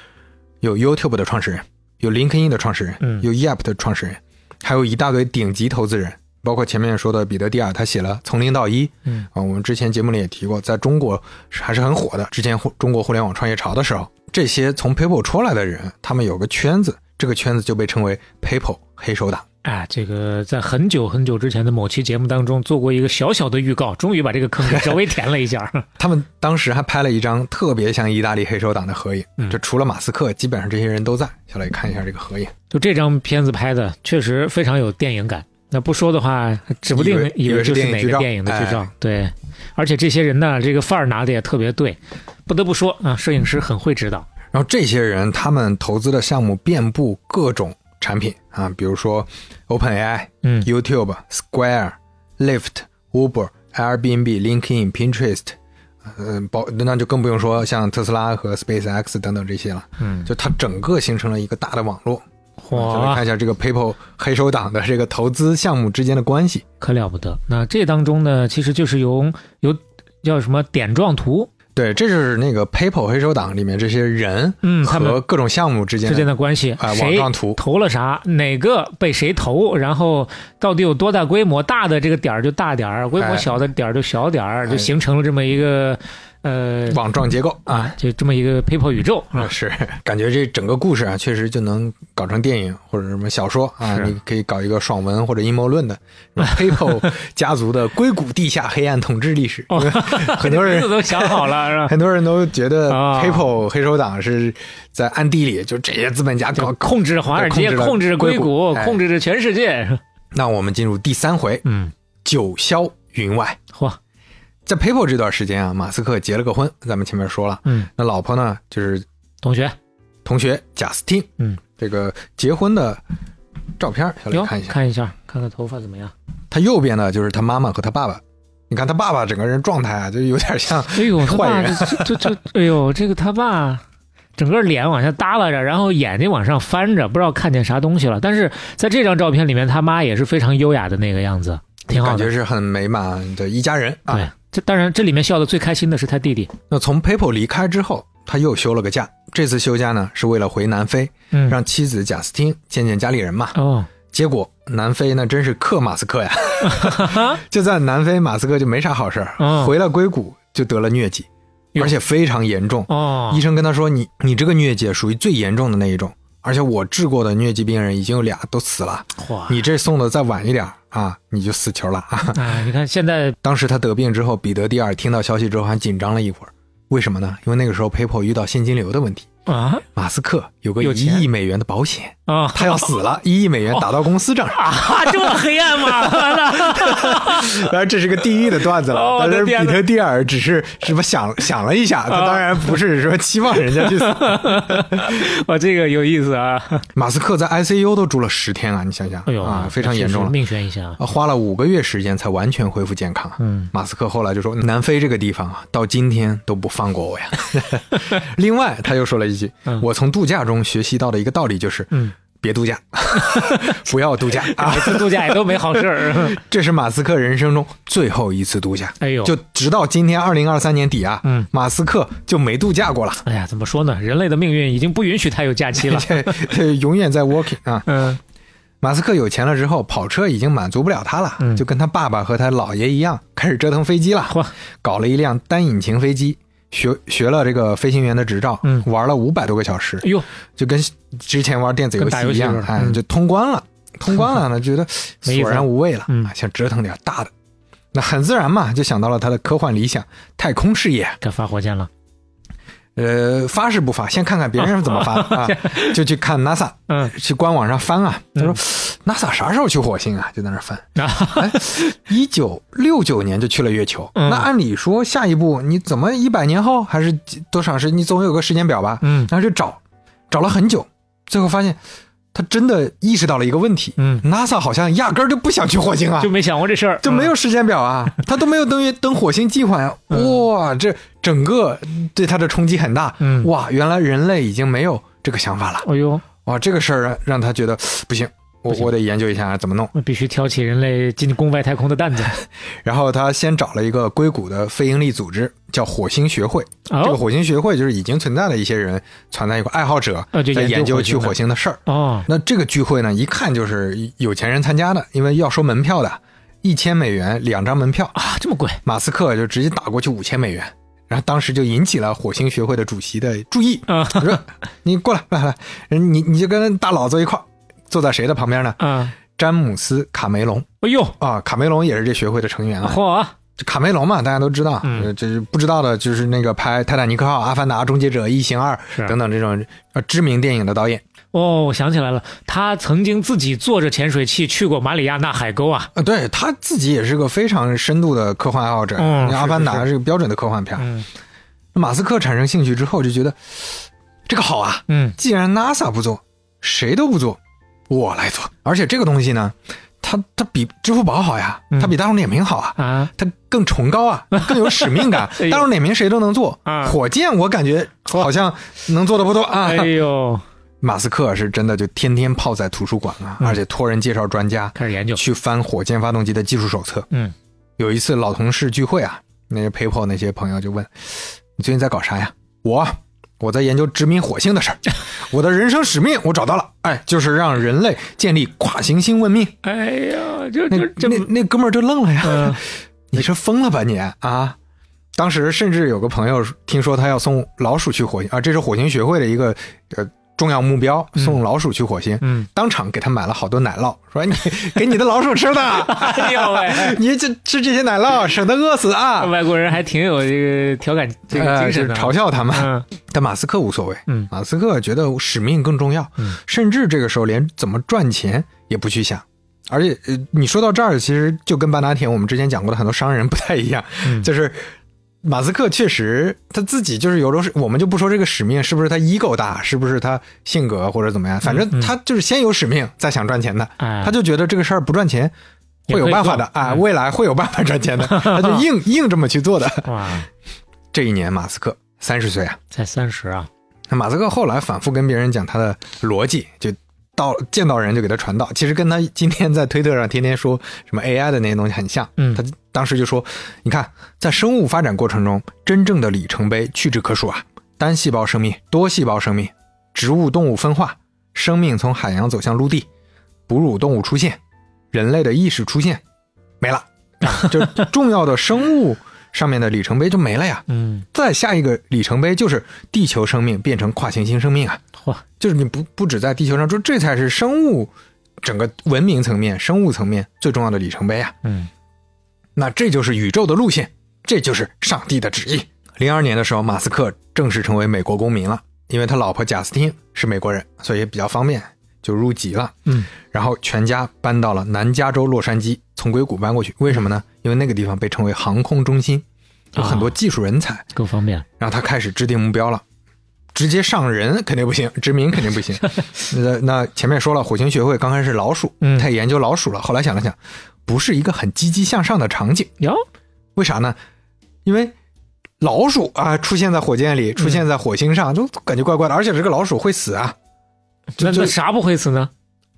Speaker 1: 有 YouTube 的创始人，有 LinkedIn 的创始人，
Speaker 3: 嗯
Speaker 1: 有 Yelp 的创始人，还有一大堆顶级投资人，包括前面说的彼得蒂尔，他写了《从零到一》，
Speaker 3: 嗯
Speaker 1: 啊，我们之前节目里也提过，在中国是还是很火的。之前互中国互联网创业潮的时候，这些从 PayPal 出来的人，他们有个圈子，这个圈子就被称为 PayPal 黑手党。
Speaker 3: 啊，这个在很久很久之前的某期节目当中做过一个小小的预告，终于把这个坑给稍微填了一下。
Speaker 1: 他们当时还拍了一张特别像意大利黑手党的合影，
Speaker 3: 嗯
Speaker 1: 这除了马斯克，基本上这些人都在。小磊看一下这个合影，
Speaker 3: 就这张片子拍的确实非常有电影感。那不说的话，指不定
Speaker 1: 以为
Speaker 3: 以为就是哪
Speaker 1: 以为是电影剧
Speaker 3: 个
Speaker 1: 照
Speaker 3: 电影的剧照。
Speaker 1: 哎
Speaker 3: 对，而且这些人呢，这个范儿拿的也特别对，不得不说啊，摄影师很会指导。
Speaker 1: 然后这些人他们投资的项目遍布各种产品啊，比如说 OpenAI、
Speaker 3: 嗯
Speaker 1: YouTube、Square、Lyft、Uber、Airbnb、LinkedIn、Pinterest，嗯、呃，包那就更不用说像特斯拉和 SpaceX 等等这些了。
Speaker 3: 嗯，
Speaker 1: 就它整个形成了一个大的网络。咱们
Speaker 3: 哇
Speaker 1: 嗯看，一下这个 PayPal 黑手党的这个投资项目之间的关系。
Speaker 3: 可了不得。那这当中呢，其实就是由由叫什么点状图
Speaker 1: 对，这就是那个 PayPal 黑手党里面这些人
Speaker 3: 嗯他们
Speaker 1: 和各种项目之间
Speaker 3: 之
Speaker 1: 的
Speaker 3: 间的关系，
Speaker 1: 啊、网
Speaker 3: 谁
Speaker 1: 状图。
Speaker 3: 投了啥，哪个被谁投，然后到底有多大规模，大的这个点儿就大点儿，规模
Speaker 1: 哎
Speaker 3: 小的点儿就小点儿，就
Speaker 1: 哎
Speaker 3: 形成了这么一个呃
Speaker 1: 网状结构啊
Speaker 3: 啊，，就这么一个 PayPal 宇宙啊
Speaker 1: 啊，，是感觉这整个故事啊，确实就能搞成电影或者什么小说啊，
Speaker 3: 是
Speaker 1: 你可以搞一个爽文或者阴谋论 的什么 PayPal 家族的硅谷地下黑暗统治历史。
Speaker 3: 哦
Speaker 1: 因为 很多
Speaker 3: 名
Speaker 1: 人
Speaker 3: 字都想好 了是吧？
Speaker 1: 很多人都觉得
Speaker 3: 啊
Speaker 1: PayPal 黑手党是在暗地里就这些资本家搞
Speaker 3: 就控制着华尔街，
Speaker 1: 控制了
Speaker 3: 控制着硅
Speaker 1: 硅
Speaker 3: 谷，
Speaker 1: 谷哎
Speaker 3: 控制着全世界。
Speaker 1: 那我们进入第三回，
Speaker 3: 嗯，
Speaker 1: 九霄云外。
Speaker 3: 嚯，
Speaker 1: 在 PayPal 这段时间啊，马斯克结了个婚，咱们前面说了，
Speaker 3: 嗯，
Speaker 1: 那老婆呢就是
Speaker 3: 同学，
Speaker 1: 同学贾斯汀，
Speaker 3: 嗯，
Speaker 1: 这个结婚的照片，小
Speaker 3: 哟，
Speaker 1: 磊看一下。
Speaker 3: 看一下，看看头发怎 么样？
Speaker 1: 他右边呢就是他妈妈和他爸爸。你看他爸爸整个人状态啊，就有点像
Speaker 3: 哎呦，他爸
Speaker 1: 坏人
Speaker 3: 这这这，哎呦，这个他爸整个脸往下耷拉着，然后眼睛往上翻着，不知道看见啥东西了。但是在这张照片里面，他妈也是非常优雅的那个样子，挺好
Speaker 1: 感
Speaker 3: 的
Speaker 1: 觉。是很美满的一家人啊。
Speaker 3: 对，这当然，这里面笑的最开心的是他弟弟，
Speaker 1: 那从 PayPal 离开之后，他又休了个假。这次休假呢是为了回南非，
Speaker 3: 嗯，
Speaker 1: 让妻子贾斯汀见见家里人嘛。
Speaker 3: 哦，
Speaker 1: 结果南非那真是克马斯克 呀，就在南非马斯克就没啥好事儿，
Speaker 3: 嗯
Speaker 1: 回了硅谷就得了疟疾，
Speaker 3: 哟
Speaker 1: 而且非常严重。
Speaker 3: 哦，
Speaker 1: 医生跟他说：“你你这个疟疾啊属于最严重的那一种，而且我治过的疟疾病人已经有俩都死了。”
Speaker 3: 哇，
Speaker 1: 你这送的再晚一点儿啊，你就死球了啊！
Speaker 3: 啊，你看现在
Speaker 1: 当时他得病之后，彼得蒂尔听到消息之后还紧张了一会儿，为什么呢？因为那个时候 PayPal 遇到现金流的问题，
Speaker 3: 啊
Speaker 1: 马斯克有个
Speaker 3: 有
Speaker 1: 一
Speaker 3: 钱
Speaker 1: 亿美元的保险，
Speaker 3: 啊
Speaker 1: 他要死 了，一亿美元打到公司 账上，
Speaker 3: 啊， 这么黑暗吗？
Speaker 1: 当然这是个地狱的段子
Speaker 3: 哦
Speaker 1: 了。
Speaker 3: 我
Speaker 1: 但
Speaker 3: 的
Speaker 1: 是
Speaker 3: 天
Speaker 1: 彼
Speaker 3: 哪
Speaker 1: 得蒂尔只是什么想想了一下，他当然不是说期望人家去死。
Speaker 3: 哇，这个有意思啊！
Speaker 1: 马斯克在 ICU 都住了十天啊，你想想
Speaker 3: 哎呦
Speaker 1: 啊，非常严重了。
Speaker 3: 命悬一线啊！
Speaker 1: 啊，花了五个月时间才完全恢复健康。啊
Speaker 3: 嗯，
Speaker 1: 马斯克后来就说，南非这个地方啊，到今天都不放过我呀。 另外，他又说了一句，
Speaker 3: 嗯
Speaker 1: 我从度假中学习到的一个道理就是，
Speaker 3: 嗯，
Speaker 1: 别度 假，不要度假啊
Speaker 3: 每！次度假也都没好事儿。
Speaker 1: 这是马斯克人生中最后一次度假。
Speaker 3: 哎呦，
Speaker 1: 就直到今天二零二三年底啊，
Speaker 3: 嗯
Speaker 1: 马斯克就没度假过了，。
Speaker 3: 哎呀，怎么说呢？人类的命运已经不允许他有假期了
Speaker 1: 这这永远在 working 啊。
Speaker 3: 嗯
Speaker 1: 马斯克有钱了之后，跑车已经满足不了他了，
Speaker 3: 嗯
Speaker 1: 就跟他爸爸和他姥爷一样，开始折腾飞机了
Speaker 3: 嚯，
Speaker 1: 搞了一辆单引擎飞机，学学了这个飞行员的执照，
Speaker 3: 嗯
Speaker 1: 玩了五百多个小时，
Speaker 3: 哎呦，
Speaker 1: 就跟之前玩电子游
Speaker 3: 跟打游
Speaker 1: 戏一
Speaker 3: 戏
Speaker 1: 样
Speaker 3: 似，的
Speaker 1: 哎，
Speaker 3: 嗯
Speaker 1: 就通关 了，通关了呢，觉得
Speaker 3: 没意思
Speaker 1: 索然无味了，
Speaker 3: 嗯
Speaker 1: 啊想折腾点大的，那很自然嘛，就想到了他的科幻理想——太空事业。
Speaker 3: 该发火箭了。
Speaker 1: 呃，发是不发？先看看别人是怎么 发
Speaker 3: 哦
Speaker 1: 的啊，就去看 NASA，
Speaker 3: 嗯
Speaker 1: 去官网上翻啊。他说、NASA 啥时候去火星啊？就在那儿翻。 哎，一九六九年就去了月球，
Speaker 3: 嗯
Speaker 1: 那按理说下一步你怎么一百年后还是几多长时？你总有个时间表吧？
Speaker 3: 嗯
Speaker 1: 然后就找，找了很久，最后发现他真的意识到了一个问题、
Speaker 3: 嗯，
Speaker 1: n a s a 好像压根儿就不想去火星啊，
Speaker 3: 就没嗯想过这事儿，
Speaker 1: 就没有时间表啊，他都没有登月登火星计划呀、哇，这整个对他的冲击很大。
Speaker 3: 嗯
Speaker 1: 哇，原来人类已经没有这个想法了。
Speaker 3: 嗯。哎呦，
Speaker 1: 哇，这个事儿让他觉得不行，我我得研究一下怎么弄。
Speaker 3: 我必须挑起人类进攻外太空的担 子。
Speaker 1: 然后他先找了一个硅谷的非营利组织，叫火星学会。这个
Speaker 3: 哦
Speaker 1: 火星学会就是已经存在的一些人，存在一个爱好者
Speaker 3: 啊就
Speaker 1: 在
Speaker 3: 研究
Speaker 1: 研究
Speaker 3: 火星
Speaker 1: 去
Speaker 3: 的
Speaker 1: 火星的事儿。
Speaker 3: 哦，
Speaker 1: 那这个聚会呢，一看就是有钱人参加的，因为要收门票的，一千美元两张门票。
Speaker 3: 啊，这么贵
Speaker 1: 马斯克就直接打过去五千美元，然后当时就引起了火星学会的主席的注意，
Speaker 3: 啊
Speaker 1: 他 说：“你过来，来来，你你就跟大佬坐一块儿，坐在谁的旁边呢？
Speaker 3: 啊！
Speaker 1: 詹姆斯卡梅隆
Speaker 3: 哎呦，
Speaker 1: 啊，卡梅隆也是这学会的成员啊。
Speaker 3: 嚯啊！
Speaker 1: 这卡梅隆嘛，大家都知道，
Speaker 3: 嗯
Speaker 1: 呃这是不知道的就是那个拍《泰坦尼克号》《阿凡达》《终结者》《异形二
Speaker 3: 是》啊
Speaker 1: 等等这种呃知名电影的导演。
Speaker 3: 哦，我想起来了，他曾经自己坐着潜水器去过马里亚纳海沟啊。
Speaker 1: 啊，对他自己也是个非常深度的科幻爱好者，
Speaker 3: 嗯
Speaker 1: 那阿
Speaker 3: 是
Speaker 1: 凡
Speaker 3: 是
Speaker 1: 达》
Speaker 3: 是
Speaker 1: 是个标准的科幻片儿。
Speaker 3: 嗯
Speaker 1: 马斯克产生兴趣之后，就觉得这个好啊，
Speaker 3: 嗯
Speaker 1: 既然 NASA 不做，谁都不做，我来做。而且这个东西呢，它它比支付宝好呀，
Speaker 3: 嗯
Speaker 1: 它比大众点评好啊，
Speaker 3: 啊，
Speaker 1: 它更崇高 啊，更有使命感
Speaker 3: 哎。呦
Speaker 1: 大众点评谁都能做
Speaker 3: 啊，
Speaker 1: 火箭我感觉好像能做的不多啊。
Speaker 3: 哎呦，
Speaker 1: 马斯克是真的就天天泡在图书馆啊，
Speaker 3: 嗯
Speaker 1: 而且托人介绍专家
Speaker 3: 开始研究。
Speaker 1: 去翻火箭发动机的技术手册。
Speaker 3: 嗯
Speaker 1: 有一次老同事聚会啊，那些 PayPal 那些朋友就问：“你最近在搞啥呀？”我啊我在研究殖民火星的事 儿，我的人生使命我找到了，哎，就是让人类建立跨行星文明。
Speaker 3: 哎呀，这
Speaker 1: 那
Speaker 3: 这这
Speaker 1: 那，那哥们儿就愣了呀，
Speaker 3: 嗯
Speaker 1: 你是疯了吧你啊！当时甚至有个朋友听说他要送老鼠去火星啊，这是火星学会的一个呃重要目标，送老鼠去火星，
Speaker 3: 嗯，
Speaker 1: 当场给他买了好多奶酪，说哎你给你的老鼠吃的，
Speaker 3: 哎呦 喂，
Speaker 1: 你这吃这些奶酪省得饿死啊！
Speaker 3: 外国人还挺有这个调侃 这个精神
Speaker 1: 呃就是
Speaker 3: 的。
Speaker 1: 嘲笑他们。
Speaker 3: 嗯
Speaker 1: 但马斯克无所谓，
Speaker 3: 嗯
Speaker 1: 马斯克觉得使命更重要，
Speaker 3: 嗯
Speaker 1: 甚至这个时候连怎么赚钱也不去想。而且，呃，你说到这儿，其实就跟巴拿田我们之前讲过的很多商人不 太一样，
Speaker 3: 嗯
Speaker 1: 就是马斯克确实他自己就是有种使，我们就不说这个使命是不是他 ego 大，是不是他性格或者怎么样，反
Speaker 3: 嗯
Speaker 1: 正
Speaker 3: 嗯
Speaker 1: 他就是先有使命，再想赚钱的。
Speaker 3: 哎，
Speaker 1: 他就觉得这个事儿不赚钱
Speaker 3: 也
Speaker 1: 会有
Speaker 3: 可以
Speaker 1: 办法
Speaker 3: 做
Speaker 1: 的啊，
Speaker 3: 嗯
Speaker 1: 未来会有办法赚钱的，他就 硬硬这么去做的。
Speaker 3: 哇，
Speaker 1: 这一年，马斯克三十岁啊。
Speaker 3: 才三十啊。
Speaker 1: 那马斯克后来反复跟别人讲他的逻辑，就到见到人就给他传道。其实跟他今天在推特上天天说什么 AI 的那些东西很像。
Speaker 3: 嗯
Speaker 1: 他当时就说：“你看，在生物发展过程中，真正的里程碑屈指可数啊，单细胞生命、多细胞生命、植物动物分化、生命从海洋走向陆地、哺乳动物出现、人类的意识出现，没了， 啊就重要的生物上面的里程碑就没了呀。”
Speaker 3: 嗯，
Speaker 1: 再下一个里程碑就是地球生命变成跨行星生命啊！
Speaker 3: 嚯，
Speaker 1: 就是你不不止在地球上，就这才是生物整个文明层面、生物层面最重要的里程碑啊！
Speaker 3: 嗯
Speaker 1: 那这就是宇宙的路线，这就是上帝的旨意。零二年的时候，马斯克正式成为美国公民了，因为他老婆贾斯汀是美国人，所以也比较方便就入籍了。
Speaker 3: 嗯，
Speaker 1: 然后全家搬到了南加州洛杉矶，从硅谷搬过去。为什么呢？因为那个地方被称为航空中心，有很多技术人才。
Speaker 3: 更啊方便。
Speaker 1: 然后他开始制定目标了。直接上人肯定不行，殖民肯定不 行。那那前面说了，火星学会刚开始老鼠，
Speaker 3: 嗯
Speaker 1: 他也研究老鼠了。后来想了想，不是一个很积极向上的场景，
Speaker 3: 哟，
Speaker 1: 为啥呢？因为老鼠啊出现在火箭里，出现在火星上，就感觉怪怪的。而且这个老鼠会死啊，
Speaker 3: 那
Speaker 1: 就
Speaker 3: 那啥不会死呢？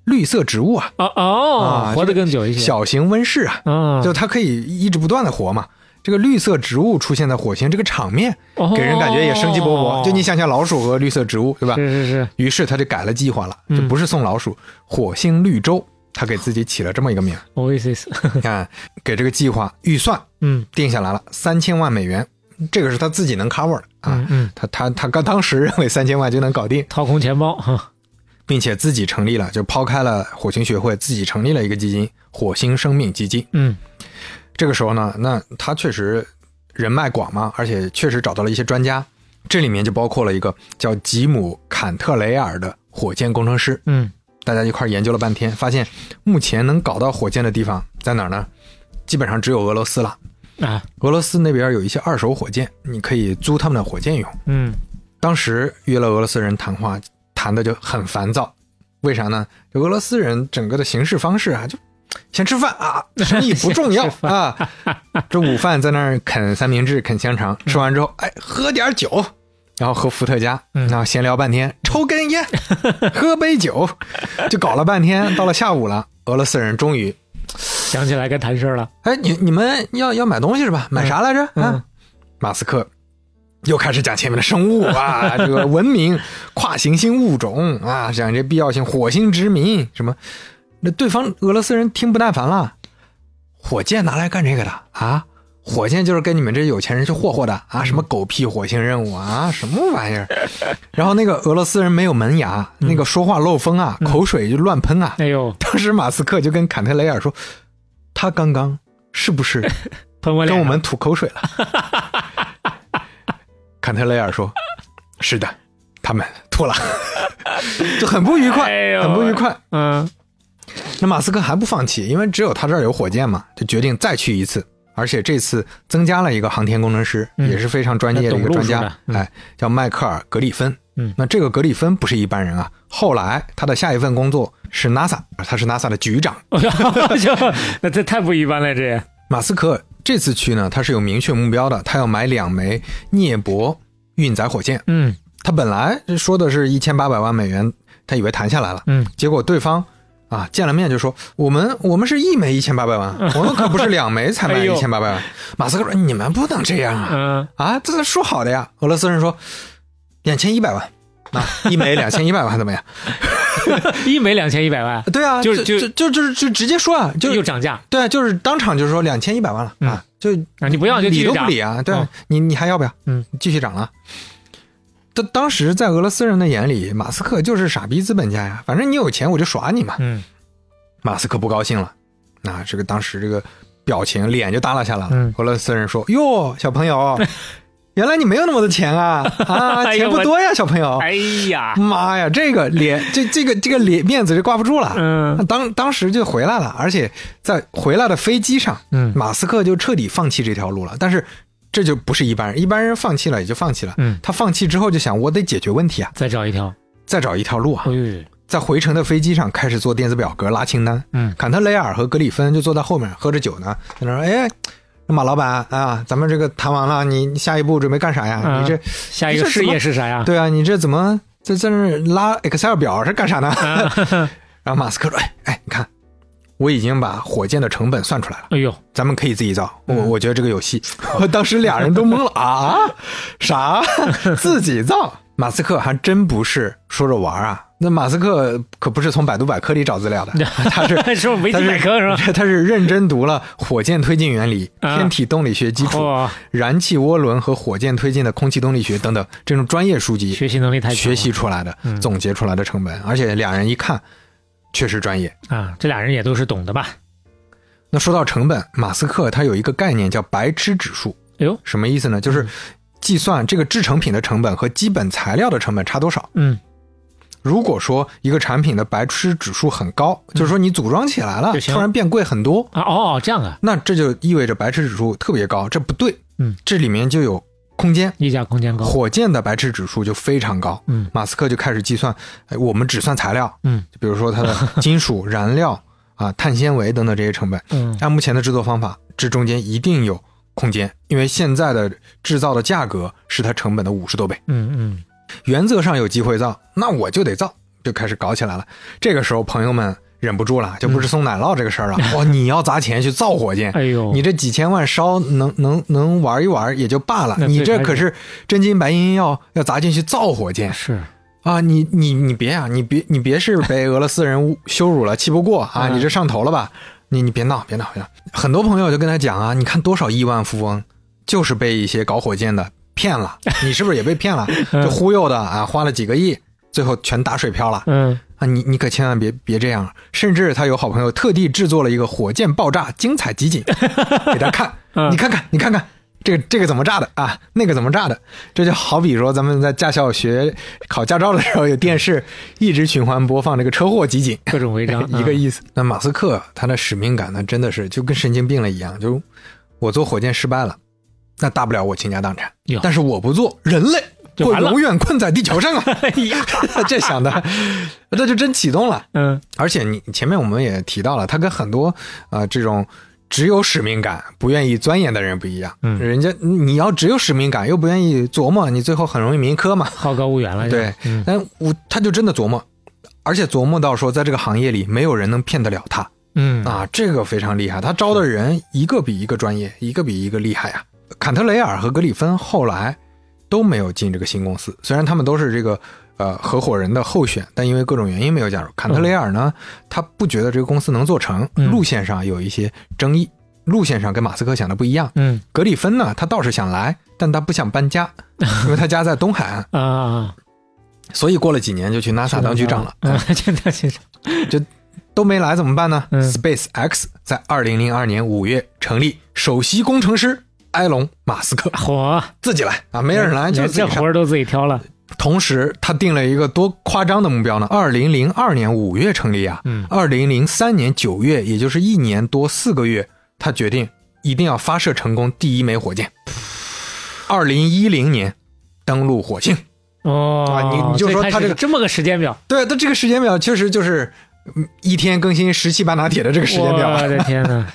Speaker 1: 绿色植物啊，
Speaker 3: 哦哦
Speaker 1: 啊，
Speaker 3: 活得更久一些。
Speaker 1: 小型温室啊，
Speaker 3: 啊，
Speaker 1: 就它可以一直不断的活嘛。这个绿色植物出现在火星，这个场面
Speaker 3: 哦
Speaker 1: 给人感觉也生机勃勃。就你想想，老鼠和绿色植物，对吧？
Speaker 3: 是是 是，
Speaker 1: 于是他就改了计划了，
Speaker 3: 嗯
Speaker 1: 就不是送老鼠，火星绿洲，他给自己起了这么一个 名儿。
Speaker 3: Oasis，
Speaker 1: 你看，给这个计划预算
Speaker 3: 嗯
Speaker 1: 定下来了，三千万美元，这个是他自己能 cover 的啊。
Speaker 3: 嗯嗯，
Speaker 1: 他他他刚当时认为三千万就能搞定，
Speaker 3: 掏空钱包哈，
Speaker 1: 并且自己成立了，就抛开了火星学会，自己成立了一个基金——火星生命基金。
Speaker 3: 嗯
Speaker 1: 这个时候呢，那他确实人脉广嘛，而且确实找到了一些专家，这里面就包括了一个叫吉姆·坎特雷尔的火箭工程师。
Speaker 3: 嗯
Speaker 1: 大家一块儿研究了半天，发现目前能搞到火箭的地方在哪儿呢？基本上只有俄罗斯了。
Speaker 3: 啊
Speaker 1: 俄罗斯那边有一些二手火箭，你可以租他们的火箭用。
Speaker 3: 嗯
Speaker 1: 当时约了俄罗斯人谈话，谈的就很烦躁。为啥呢？就俄罗斯人整个的行事方式啊，就先吃饭 啊，生意不重要
Speaker 3: 先吃
Speaker 1: 啊。这午饭在那儿啃三明治、啃香肠，吃完之后，哎，喝点酒，然后喝伏特加，
Speaker 3: 嗯
Speaker 1: 然后闲聊半天，抽根烟，喝杯酒，就搞了半天。到了下午了，俄罗斯人终于
Speaker 3: 想起来该谈事儿了，
Speaker 1: 哎，你你们要要买东西是吧？买啥来着？
Speaker 3: 嗯
Speaker 1: 啊，马斯克又开始讲前面的生物 啊，这个文明、跨行星物种啊，讲这必要性、火星殖民什么。那对方俄罗斯人听不耐烦了，火箭拿来干这个的啊？火箭就是跟你们这有钱人去霍霍的
Speaker 3: 嗯
Speaker 1: 啊？什么狗屁火星任务啊？什么玩意儿？然后那个俄罗斯人没有门牙，
Speaker 3: 嗯
Speaker 1: 那个说话漏风啊，口水就乱喷啊。
Speaker 3: 哎呦，
Speaker 1: 当时马斯克就跟坎特雷尔说：“他刚刚是不 是
Speaker 3: 喷我脸
Speaker 1: 跟
Speaker 3: 上
Speaker 1: 我们吐口水了？” 坎特雷尔说：“是的，他们吐了， 就很不愉快，
Speaker 3: 哎呦
Speaker 1: 很不愉快。
Speaker 3: 嗯”
Speaker 1: 那马斯克还不放弃，因为只有他这儿有火箭嘛，就决定再去一次。而且这次增加了一个航天工程师，
Speaker 3: 嗯
Speaker 1: 也是非常专业的一个专
Speaker 3: 那懂路
Speaker 1: 家
Speaker 3: 数，的嗯
Speaker 1: 哎，叫迈克尔·格里芬。
Speaker 3: 嗯
Speaker 1: 那这个格里芬不是一般人啊，后来他的下一份工作是 NASA，他是 NASA 的局长。
Speaker 3: 就那这太不一般了，这也
Speaker 1: 马斯克这次去呢，他是有明确目标的，他要买两枚涅勃运载火箭。
Speaker 3: 嗯
Speaker 1: 他本来说的是一千八百万美元，他以为谈下来了，
Speaker 3: 嗯
Speaker 1: 结果对方啊见了面就说：“我们我们是一枚一千八百万，我们可不是两枚才卖
Speaker 3: 哎呦
Speaker 1: 一千八百万。”马斯克说：“你们不能这样啊！
Speaker 3: 嗯
Speaker 1: 啊，这是说好的呀。”俄罗斯人说：“两千一百万 啊，一枚两千一百万怎么样？
Speaker 3: 一枚两千一百万，
Speaker 1: 对啊，
Speaker 3: 就是
Speaker 1: 就
Speaker 3: 就
Speaker 1: 就就就直接说啊，就
Speaker 3: 又涨价
Speaker 1: 对啊，就是当场就说两千一百万了啊，就
Speaker 3: 啊！你不要就
Speaker 1: 理
Speaker 3: 继续
Speaker 1: 都不
Speaker 3: 涨
Speaker 1: 理啊，对啊
Speaker 3: 嗯
Speaker 1: 你你还要不要？
Speaker 3: 嗯，
Speaker 1: 继续涨了。当当时在俄罗斯人的眼里，马斯克就是傻逼资本家呀，反正你有钱我就耍你嘛。
Speaker 3: 嗯
Speaker 1: 马斯克不高兴了，那这个当时这个表情脸就耷拉下来了。
Speaker 3: 嗯
Speaker 1: 俄罗斯人说：“哟，小朋 友，原来你没有那么多钱啊啊，
Speaker 3: 哎
Speaker 1: 钱
Speaker 3: 呦
Speaker 1: 不
Speaker 3: 我
Speaker 1: 多呀，小朋友。
Speaker 3: 哎呀，
Speaker 1: 妈呀，这个脸，这这个这个脸面子就挂不住了。
Speaker 3: 嗯
Speaker 1: 那当当时就回来了，而且在回来的飞机上，
Speaker 3: 嗯
Speaker 1: 马斯克就彻底放弃这条路了。但是这就不是一般人，一般人放弃了也就放弃了。
Speaker 3: 嗯，
Speaker 1: 他放弃之后就想，我得解决问题啊，
Speaker 3: 再找一条，
Speaker 1: 再找一条路啊
Speaker 3: 哎。呦，
Speaker 1: 在回程的飞机上开始做电子表格拉清单。
Speaker 3: 嗯
Speaker 1: 坎特雷尔和格里芬就坐在后面喝着酒呢，在那说：“哎，马老板啊，咱们这个谈完了，你你下一步准备干啥呀？
Speaker 3: 嗯
Speaker 1: 你这
Speaker 3: 下一个事业是啥呀？
Speaker 1: 对啊，你这怎么在在那儿拉 Excel 表是干啥呢？
Speaker 3: 嗯
Speaker 1: 然后马斯克说：“哎哎，你看，我已经把火箭的成本算出来了，
Speaker 3: 哎呦，
Speaker 1: 咱们可以自己造。我
Speaker 3: 嗯
Speaker 1: 我觉得这个有戏。我当时俩人都懵了 啊，啥自己造？马斯克还真不是说着玩儿啊。那马斯克可不是从百度百科里找资 料的，他是
Speaker 3: 是不是维
Speaker 1: 他
Speaker 3: 基百科是吧？
Speaker 1: 他他是认真读了《火箭推进原理》
Speaker 3: 啊
Speaker 1: 天体动力学基础》
Speaker 3: 嚯
Speaker 1: 燃气涡轮和火箭推进的空气动力学》等等这种专业书籍
Speaker 3: 学习能力太强
Speaker 1: 学
Speaker 3: 了嗯
Speaker 1: 习出来的、总结出来的成本，而且俩人一看确实专业。
Speaker 3: 啊，这俩人也都是懂的吧？
Speaker 1: 那说到成本，马斯克他有一个概念叫白痴指数，
Speaker 3: 哎呦，
Speaker 1: 什么意思呢？就是
Speaker 3: 嗯
Speaker 1: 计算这个制成品的成本和基本材料的成本差多少。
Speaker 3: 嗯，
Speaker 1: 如果说一个产品的白痴指数很高，就是说你组装起来了
Speaker 3: 嗯就，行
Speaker 1: 突然变贵很多，
Speaker 3: 啊哦，这样啊，
Speaker 1: 那这就意味着白痴指数特别高，这不对。
Speaker 3: 嗯，
Speaker 1: 这里面就有空间。
Speaker 3: 溢价空间高，
Speaker 1: 火箭的白痴指数就非常高。
Speaker 3: 嗯
Speaker 1: 马斯克就开始计算，哎，我们只算材料，
Speaker 3: 嗯
Speaker 1: 就比如说它的金属、 燃料啊、碳纤维等等这些成本。
Speaker 3: 嗯
Speaker 1: 按目前的制作方法，这中间一定有空间，因为现在的制造的价格是它成本的五十多倍。
Speaker 3: 嗯嗯，
Speaker 1: 原则上有机会造，那我就得造，就开始搞起来了。这个时候，朋友们忍不住了，就不是送奶酪这个事儿了。 哇，你要砸钱去造火箭，
Speaker 3: 哎呦，
Speaker 1: 你这几千万烧能能能玩一玩也就罢了
Speaker 3: 那，最
Speaker 1: 你这
Speaker 3: 开始
Speaker 1: 可是真金白银要要砸进去造火箭
Speaker 3: 是
Speaker 1: 啊！你你你别啊，你别你别是被俄罗斯人羞辱了，气不过啊，
Speaker 3: 嗯
Speaker 1: 你这上头了吧？你你别闹别闹别闹！很多朋友就跟他讲啊，你看多少亿万富翁就是被一些搞火箭的骗了，你是不是也被骗了？就忽悠的啊，花了几个亿，最后全打水漂了。
Speaker 3: 嗯
Speaker 1: 啊，你你可千万别别这样！甚至他有好朋友特地制作了一个火箭爆炸精彩集锦给他看，
Speaker 3: 嗯
Speaker 1: 你看看，你看看，这个这个怎么炸的啊，那个怎么炸的，这就好比说咱们在驾校学考驾照的时候，有电视一直循环播放这个车祸集锦，
Speaker 3: 各种违章
Speaker 1: 一个
Speaker 3: 嗯
Speaker 1: 意思。那马斯克他的使命感呢，真的是就跟神经病了一样，就我做火箭失败了，那大不了我倾家荡产
Speaker 3: 哟，
Speaker 1: 但是我不做，人类
Speaker 3: 就
Speaker 1: 会
Speaker 3: 完了
Speaker 1: 永远困在地球上啊！
Speaker 3: 哎呀，
Speaker 1: 这想的，那就真启动了。
Speaker 3: 嗯，
Speaker 1: 而且你前面我们也提到了，他跟很多呃这种只有使命感不愿意钻研的人不一样。
Speaker 3: 嗯
Speaker 1: 人家你要只有使命感又不愿意琢磨，你最后很容易民科嘛。
Speaker 3: 好高骛远了。
Speaker 1: 对，
Speaker 3: 嗯
Speaker 1: 但我他就真的琢磨，而且琢磨到说，在这个行业里没有人能骗得了他
Speaker 3: 嗯
Speaker 1: 啊，这个非常厉害。他招的人一个比一个专业，一个比一个厉害啊。坎特雷尔和格里芬后来都没有进这个新公司，虽然他们都是这个呃合伙人的候选，但因为各种原因没有加入。坎特雷尔呢，他不觉得这个公司能做成，
Speaker 3: 嗯
Speaker 1: 路线上有一些争议，路线上跟马斯克想的不一样。
Speaker 3: 嗯
Speaker 1: 格里芬呢，他倒是想来，但他不想搬 家，因为他家在东海岸。
Speaker 3: 啊啊，
Speaker 1: 所以过了几年就去 NASA 当局长了，
Speaker 3: 嗯，真的局长。
Speaker 1: 都没来怎么办呢、
Speaker 3: 嗯
Speaker 1: s p a c e x 在二零零二年五月成立，首席工程师埃隆·马斯克
Speaker 3: 火，
Speaker 1: 自己来啊，没人来就
Speaker 3: 连
Speaker 1: 是自
Speaker 3: 这
Speaker 1: 己
Speaker 3: 活
Speaker 1: 上。
Speaker 3: 儿都自己挑了。
Speaker 1: 同时，他定了一个多夸张的目标呢，二零零二年五月成立啊，
Speaker 3: 嗯
Speaker 1: 二零零三年九月，也就是一年多四个月，他决定一定要发射成功第一枚火 箭。二零一零年登陆火星。
Speaker 3: 哦，
Speaker 1: 啊你你就
Speaker 3: 所以
Speaker 1: 说
Speaker 3: 他
Speaker 1: 他
Speaker 3: 是
Speaker 1: 这个
Speaker 3: 这么个时间表，
Speaker 1: 对，他这个时间表确实就是嗯一天更新十七半拿铁的这个时间表啊。
Speaker 3: 我的天哪，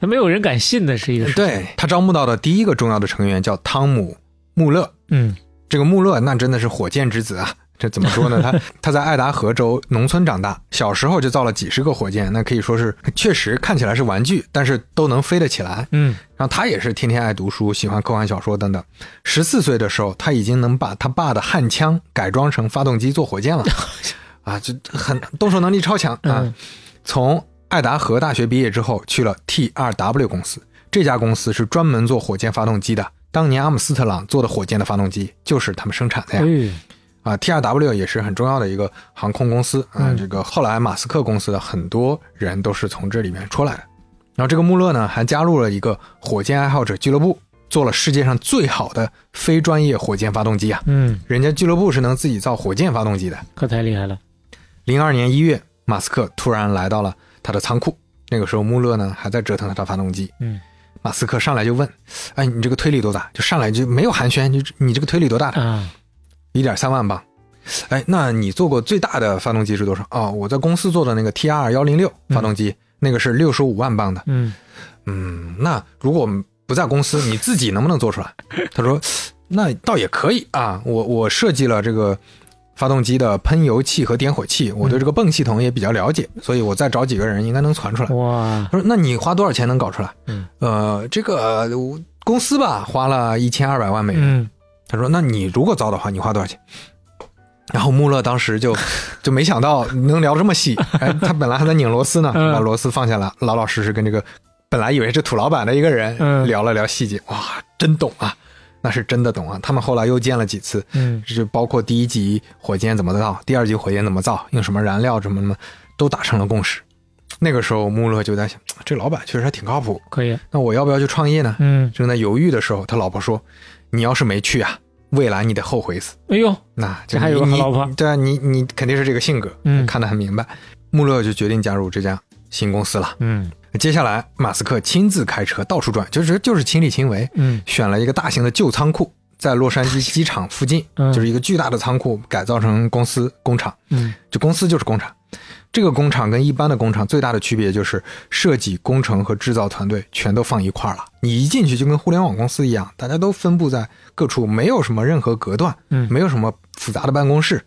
Speaker 3: 那没有人敢信的是一个事。
Speaker 1: 对他招募到的第一个重要的成员叫汤姆·穆勒，
Speaker 3: 嗯
Speaker 1: 这个穆勒那真的是火箭之子啊！这怎么说呢？ 他他在爱达荷州农村长大，小时候就造了几十个火箭，那可以说是确实看起来是玩具，但是都能飞得起来。
Speaker 3: 嗯，
Speaker 1: 然后他也是天天爱读书，喜欢科幻小说等等。十四岁的时候，他已经能把他爸的焊枪改装成发动机做火 箭了，啊，就很动手能力超强啊。
Speaker 3: 嗯
Speaker 1: 从爱达荷大学毕业之后，去了 T 2 W 公司，这家公司是专门做火箭发动机的。当年阿姆斯特朗做的火箭的发动机就是他们生产的呀。
Speaker 3: 哎，
Speaker 1: 啊，T 2 W 也是很重要的一个航空公司啊。
Speaker 3: 嗯
Speaker 1: 这个后来马斯克公司的很多人都是从这里面出来的。然后这个穆勒呢，还加入了一个火箭爱好者俱乐部，做了世界上最好的非专业火箭发动机啊。
Speaker 3: 嗯，
Speaker 1: 人家俱乐部是能自己造火箭发动机的。
Speaker 3: 可太厉害了。
Speaker 1: 零二年一月，马斯克突然来到了他的仓库。那个时候，穆勒呢还在折腾他的发动机。
Speaker 3: 嗯，
Speaker 1: 马斯克上来就问：“哎，你这个推力多大？”就上来就没有寒暄，就你这个推力多大？
Speaker 3: 啊，
Speaker 1: 一点三万磅。哎，那你做过最大的发动机是多少？哦，我在公司做的那个 T R 幺零六发动机，那个是六十五万磅的。
Speaker 3: 嗯，
Speaker 1: 嗯，那如果不在公司，你自己能不能做出来？他说，那倒也可以啊。我我设计了这个发动机的喷油器和点火器，我对这个泵系统也比较了解，所以我再找几个人应该能传出来。
Speaker 3: 哇，
Speaker 1: 他说，那你花多少钱能搞出来？
Speaker 3: 嗯，
Speaker 1: 呃，这个呃我公司吧花了一千二百万美元。
Speaker 3: 嗯，
Speaker 1: 他说，那你如果造的话，你花多少钱？然后穆勒当时 就就没想到能聊这么细，哎，他本来还在拧螺丝呢，
Speaker 3: 嗯
Speaker 1: 把螺丝放下来，老老实实跟这个本来以为是土老板的一个人
Speaker 3: 嗯
Speaker 1: 聊了聊细节，哇，真懂啊，那是真的懂啊。他们后来又见了几次，
Speaker 3: 嗯，
Speaker 1: 这就包括第一集火箭怎么造，第二集火箭怎么造，用什么燃料，怎么怎么，都达成了共识。那个时候穆勒就在想，这老板确实还挺靠谱，
Speaker 3: 可以，
Speaker 1: 那我要不要去创业呢？
Speaker 3: 嗯，
Speaker 1: 正在犹豫的时候，他老婆说：“你要是没去啊，未来你得后悔死。
Speaker 3: 哎呦，”
Speaker 1: 那
Speaker 3: 这还有个
Speaker 1: 你
Speaker 3: 好老婆
Speaker 1: 你对啊，你你肯定是这个性格，
Speaker 3: 嗯
Speaker 1: 看得很明白。穆勒就决定加入这家新公司了。
Speaker 3: 嗯
Speaker 1: 接下来，马斯克亲自开车到处转，就是就是亲力亲为，
Speaker 3: 嗯
Speaker 1: 选了一个大型的旧仓库，在洛杉矶机场附近，
Speaker 3: 嗯
Speaker 1: 就是一个巨大的仓库，改造成公司工厂。
Speaker 3: 嗯
Speaker 1: 就公司就是工厂。这个工厂跟一般的工厂最大的区别就是设计、工程和制造团队全都放一块儿了。你一进去就跟互联网公司一样，大家都分布在各处，没有什么任何隔断，
Speaker 3: 嗯
Speaker 1: 没有什么复杂的办公室，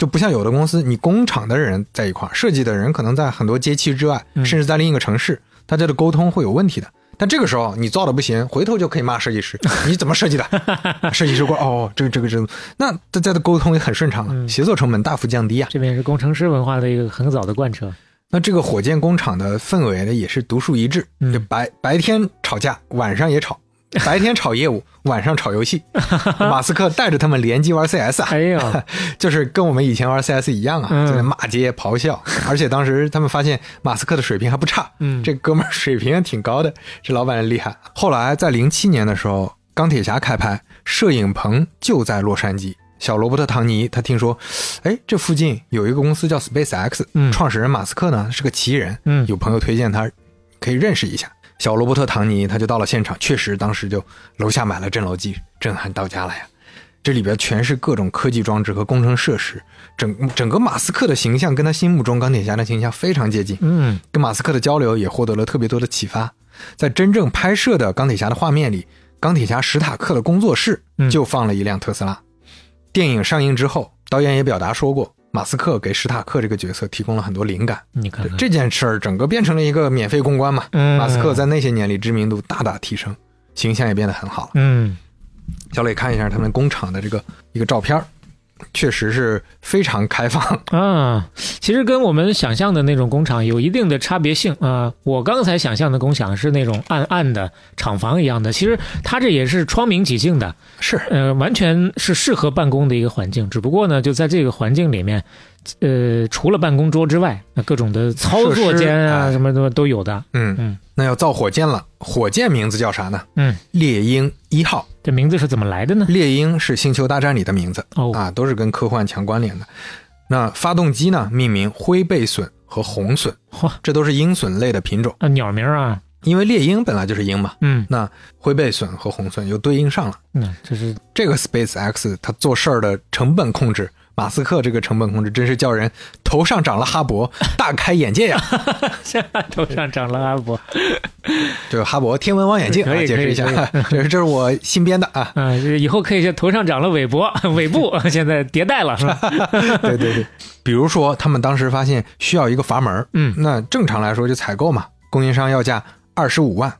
Speaker 1: 就不像有的公司，你工厂的人在一块儿，设计的人可能在很多街区之外，
Speaker 3: 嗯
Speaker 1: 甚至在另一个城市，大家的沟通会有问题的。但这个时候你造的不行，回头就可以骂设计 师，你怎么设计的？设计师过哦，这个这个这个，那大家的沟通也很顺畅了，
Speaker 3: 嗯
Speaker 1: 协作成本大幅降低啊。
Speaker 3: 这边是工程师文化的一个很早的贯彻。
Speaker 1: 那这个火箭工厂的氛围呢，也是独树一帜，
Speaker 3: 嗯
Speaker 1: 就白白天吵架，晚上也吵，白天炒业务，晚上炒游戏。马斯克带着他们联机玩 CS 啊，
Speaker 3: 哎呦，
Speaker 1: 就是跟我们以前玩 CS 一样啊，
Speaker 3: 嗯
Speaker 1: 就在骂街咆哮。而且当时他们发现马斯克的水平还不差，
Speaker 3: 嗯
Speaker 1: 这哥们儿水平挺高的，这老板厉害。后来在零七年的时候，钢铁侠开拍，摄影棚就在洛杉矶。小罗伯特·唐尼他听说，哎，这附近有一个公司叫 SpaceX，、
Speaker 3: 嗯
Speaker 1: 创始人马斯克呢是个奇人，
Speaker 3: 嗯
Speaker 1: 有朋友推荐他可以认识一下。小罗伯特·唐尼他就到了现场，确实当时就楼下买了震楼机，震撼到家了呀。这里边全是各种科技装置和工程设施，整整个马斯克的形象跟他心目中钢铁侠的形象非常接近。
Speaker 3: 嗯
Speaker 1: 跟马斯克的交流也获得了特别多的启发。在真正拍摄的钢铁侠的画面里，钢铁侠史塔克的工作室
Speaker 3: 嗯
Speaker 1: 就放了一辆特斯拉。电影上映之后，导演也表达说过，马斯克给史塔克这个角色提供了很多灵感。
Speaker 3: 你看看，
Speaker 1: 这件事儿整个变成了一个免费公关嘛。
Speaker 3: 嗯
Speaker 1: 马斯克在那些年里知名度大大提升，形象也变得很好了。
Speaker 3: 嗯
Speaker 1: 小磊看一下他们工厂的这个一个照片儿，确实是非常开放。
Speaker 3: 啊，其实跟我们想象的那种工厂有一定的差别性啊、我刚才想象的工厂是那种暗暗的厂房一样的，其实它这也是窗明几净的，
Speaker 1: 是，
Speaker 3: 呃，完全是适合办公的一个环境。只不过呢，就在这个环境里面，呃，除了办公桌之外，那各种的操作间
Speaker 1: 设施
Speaker 3: 啊，
Speaker 1: 哎
Speaker 3: 什么的都有的。
Speaker 1: 嗯，
Speaker 3: 嗯
Speaker 1: 那要造火箭了，火箭名字叫啥呢？
Speaker 3: 嗯，
Speaker 1: 猎鹰一号，
Speaker 3: 这名字是怎么来的呢？
Speaker 1: 猎鹰是《星球大战》里的名字
Speaker 3: 哦
Speaker 1: 啊，都是跟科幻强关联的。那发动机呢，命名灰背隼和红隼，
Speaker 3: 嚯
Speaker 1: 这都是鹰隼类的品种，
Speaker 3: 啊，鸟名啊，
Speaker 1: 因为猎鹰本来就是鹰嘛。
Speaker 3: 嗯，
Speaker 1: 那灰背隼和红隼又对应上了。
Speaker 3: 那、这是
Speaker 1: 这个 SpaceX 它做事儿的成本控制，马斯克这个成本控制真是叫人头上长了哈 勃，大开眼界呀！
Speaker 3: 头上长了阿伯，
Speaker 1: 就是哈勃天文望远镜啊，
Speaker 3: 可以
Speaker 1: 解释一下
Speaker 3: 可以，
Speaker 1: 这是这是我新编的啊。
Speaker 3: 啊，以后可以叫头上长了尾脖、 尾部，现在迭代了是 吧？
Speaker 1: 对对对，比如说他们当时发现需要一个阀门儿，
Speaker 3: 嗯
Speaker 1: 那正常来说就采购嘛，供应商要价二十五万，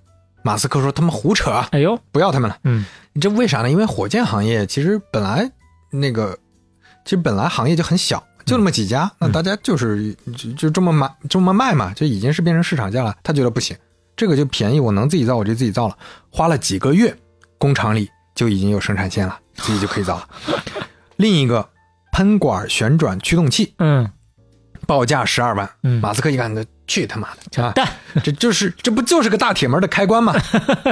Speaker 1: 马斯克说他们胡扯啊，
Speaker 3: 哎呦，
Speaker 1: 不要他们了。
Speaker 3: 嗯
Speaker 1: 这为啥呢？因为火箭行业其实本来那个，其实本来行业就很小，就那么几家，那大家就是就就这么买这么卖嘛，就已经是变成市场价了。他觉得不行，这个就便宜，我能自己造我就自己造了。花了几个月，工厂里就已经有生产线了，自己就可以造了。另一个喷管旋转驱动器，
Speaker 3: 嗯
Speaker 1: 报价十二万，
Speaker 3: 嗯
Speaker 1: 马斯克一看，那去他妈的啊！
Speaker 3: 蛋
Speaker 1: 这就是这不就是个大铁门的开 关吗？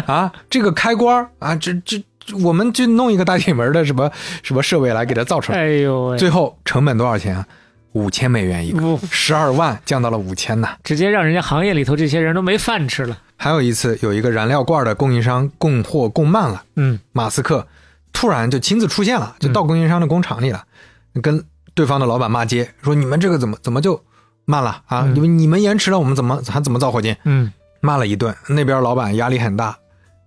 Speaker 1: 啊，这个开关儿啊，这这这我们就弄一个大铁门的什么什么设备来给它造出来。
Speaker 3: 哎呦喂，
Speaker 1: 最后成本多少钱啊？五千美元一个，
Speaker 3: 不
Speaker 1: 十二万降到了五千呐。
Speaker 3: 直接让人家行业里头这些人都没饭吃了。
Speaker 1: 还有一次，有一个燃料罐的供应商供货供慢了，
Speaker 3: 嗯
Speaker 1: 马斯克突然就亲自出现了，就到供应商的工厂里了，跟对方的老板骂街，说你们这个怎么怎么就慢了啊？
Speaker 3: 嗯
Speaker 1: 你们你们延迟了，我们怎么还怎么造火箭？
Speaker 3: 嗯，
Speaker 1: 骂了一顿，那边老板压力很大。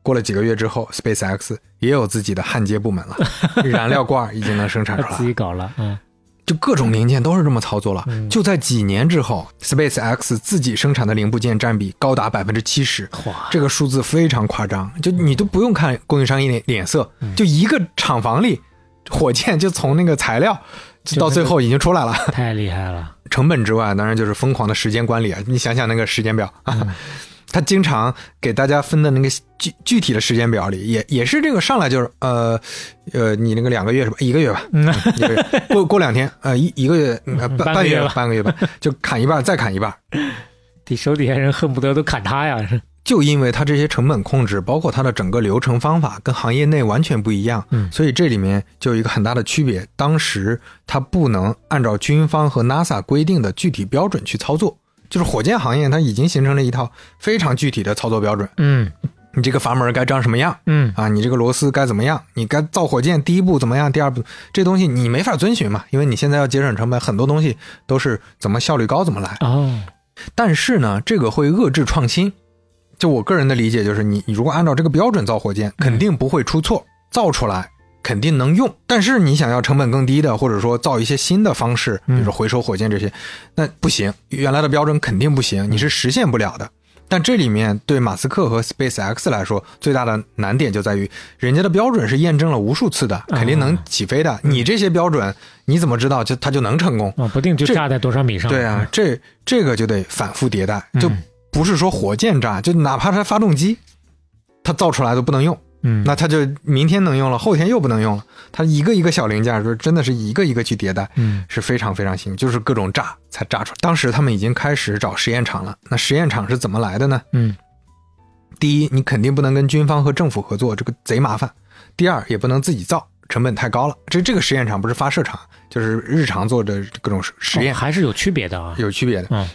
Speaker 1: 过了几个月之后，SpaceX 也有自己的焊接部 门了，燃料罐已经能生产
Speaker 3: 他
Speaker 1: 出来
Speaker 3: 自
Speaker 1: 了，
Speaker 3: 己搞了。嗯
Speaker 1: 就各种零件都是这么操作了。
Speaker 3: 嗯
Speaker 1: 就在几年之后，SpaceX 自己生产的零部件占比高达百分之七十，
Speaker 3: 哇，
Speaker 1: 这个数字非常夸张。就你都不用看供应商一脸脸色，
Speaker 3: 嗯
Speaker 1: 就一个厂房里，火箭就从那个材料
Speaker 3: 就那
Speaker 1: 到
Speaker 3: 个
Speaker 1: 最后已经出来了。
Speaker 3: 太厉害了。
Speaker 1: 成本之外，当然就是疯狂的时间管理啊！你想想那个时间表啊，他经常给大家分的那个具具体的时间表里，也也是这个上来就是呃呃，你那个两个月是吧？一个月吧，
Speaker 3: 嗯
Speaker 1: 一个月过过两天呃一一个月、嗯呃
Speaker 3: 嗯
Speaker 1: 半
Speaker 3: 半个
Speaker 1: 月
Speaker 3: 月
Speaker 1: 吧半个月吧，就砍一半再砍一半。
Speaker 3: 底手底下人恨不得都砍他呀！是
Speaker 1: 就因为它这些成本控制，包括它的整个流程方法跟行业内完全不一样，
Speaker 3: 嗯
Speaker 1: 所以这里面就有一个很大的区别。当时它不能按照军方和 NASA 规定的具体标准去操作，就是火箭行业它已经形成了一套非常具体的操作标准。
Speaker 3: 嗯
Speaker 1: 你这个阀门该长什么样
Speaker 3: 嗯，
Speaker 1: 啊？你这个螺丝该怎么样？你该造火箭第一步怎么样？第二步这东西你没法遵循嘛，因为你现在要节省成本，很多东西都是怎么效率高怎么来。
Speaker 3: 哦，
Speaker 1: 但是呢，这个会遏制创新。就我个人的理解，就是你你如果按照这个标准造火
Speaker 3: 嗯
Speaker 1: 箭，肯定不会出错，造出来肯定能用。但是你想要成本更低的，或者说造一些新的方式，比
Speaker 3: 嗯
Speaker 1: 如说回收火箭这些，那不行，原来的标准肯定不
Speaker 3: 嗯
Speaker 1: 行，你是实现不了的。但这里面对马斯克和 SpaceX 来说，最大的难点就在于，人家的标准是验证了无数次
Speaker 3: 啊
Speaker 1: 的，肯定能起飞的。
Speaker 3: 嗯
Speaker 1: 你这些标准，你怎么知道就它就能成功？
Speaker 3: 哦，不定就
Speaker 1: 这
Speaker 3: 炸在多少米上。
Speaker 1: 对啊，，这这个就得反复迭代，就
Speaker 3: 嗯
Speaker 1: 不是说火箭炸，就哪怕它发动机，它造出来都不能用，
Speaker 3: 嗯，
Speaker 1: 那它就明天能用了，后天又不能用了。它一个一个小零件，就是真的是一个一个去迭代，
Speaker 3: 嗯
Speaker 1: 是非常非常辛苦，就是各种炸才炸出来。当时他们已经开始找实验场了。那实验场是怎么来的呢？
Speaker 3: 嗯
Speaker 1: 第一，你肯定不能跟军方和政府合作，这个贼麻烦；第二，也不能自己造，成本太高了。这这个实验场不是发射场，就是日常做的各种实实验、
Speaker 3: 哦还是有区别的啊。
Speaker 1: 有区别的。
Speaker 3: 嗯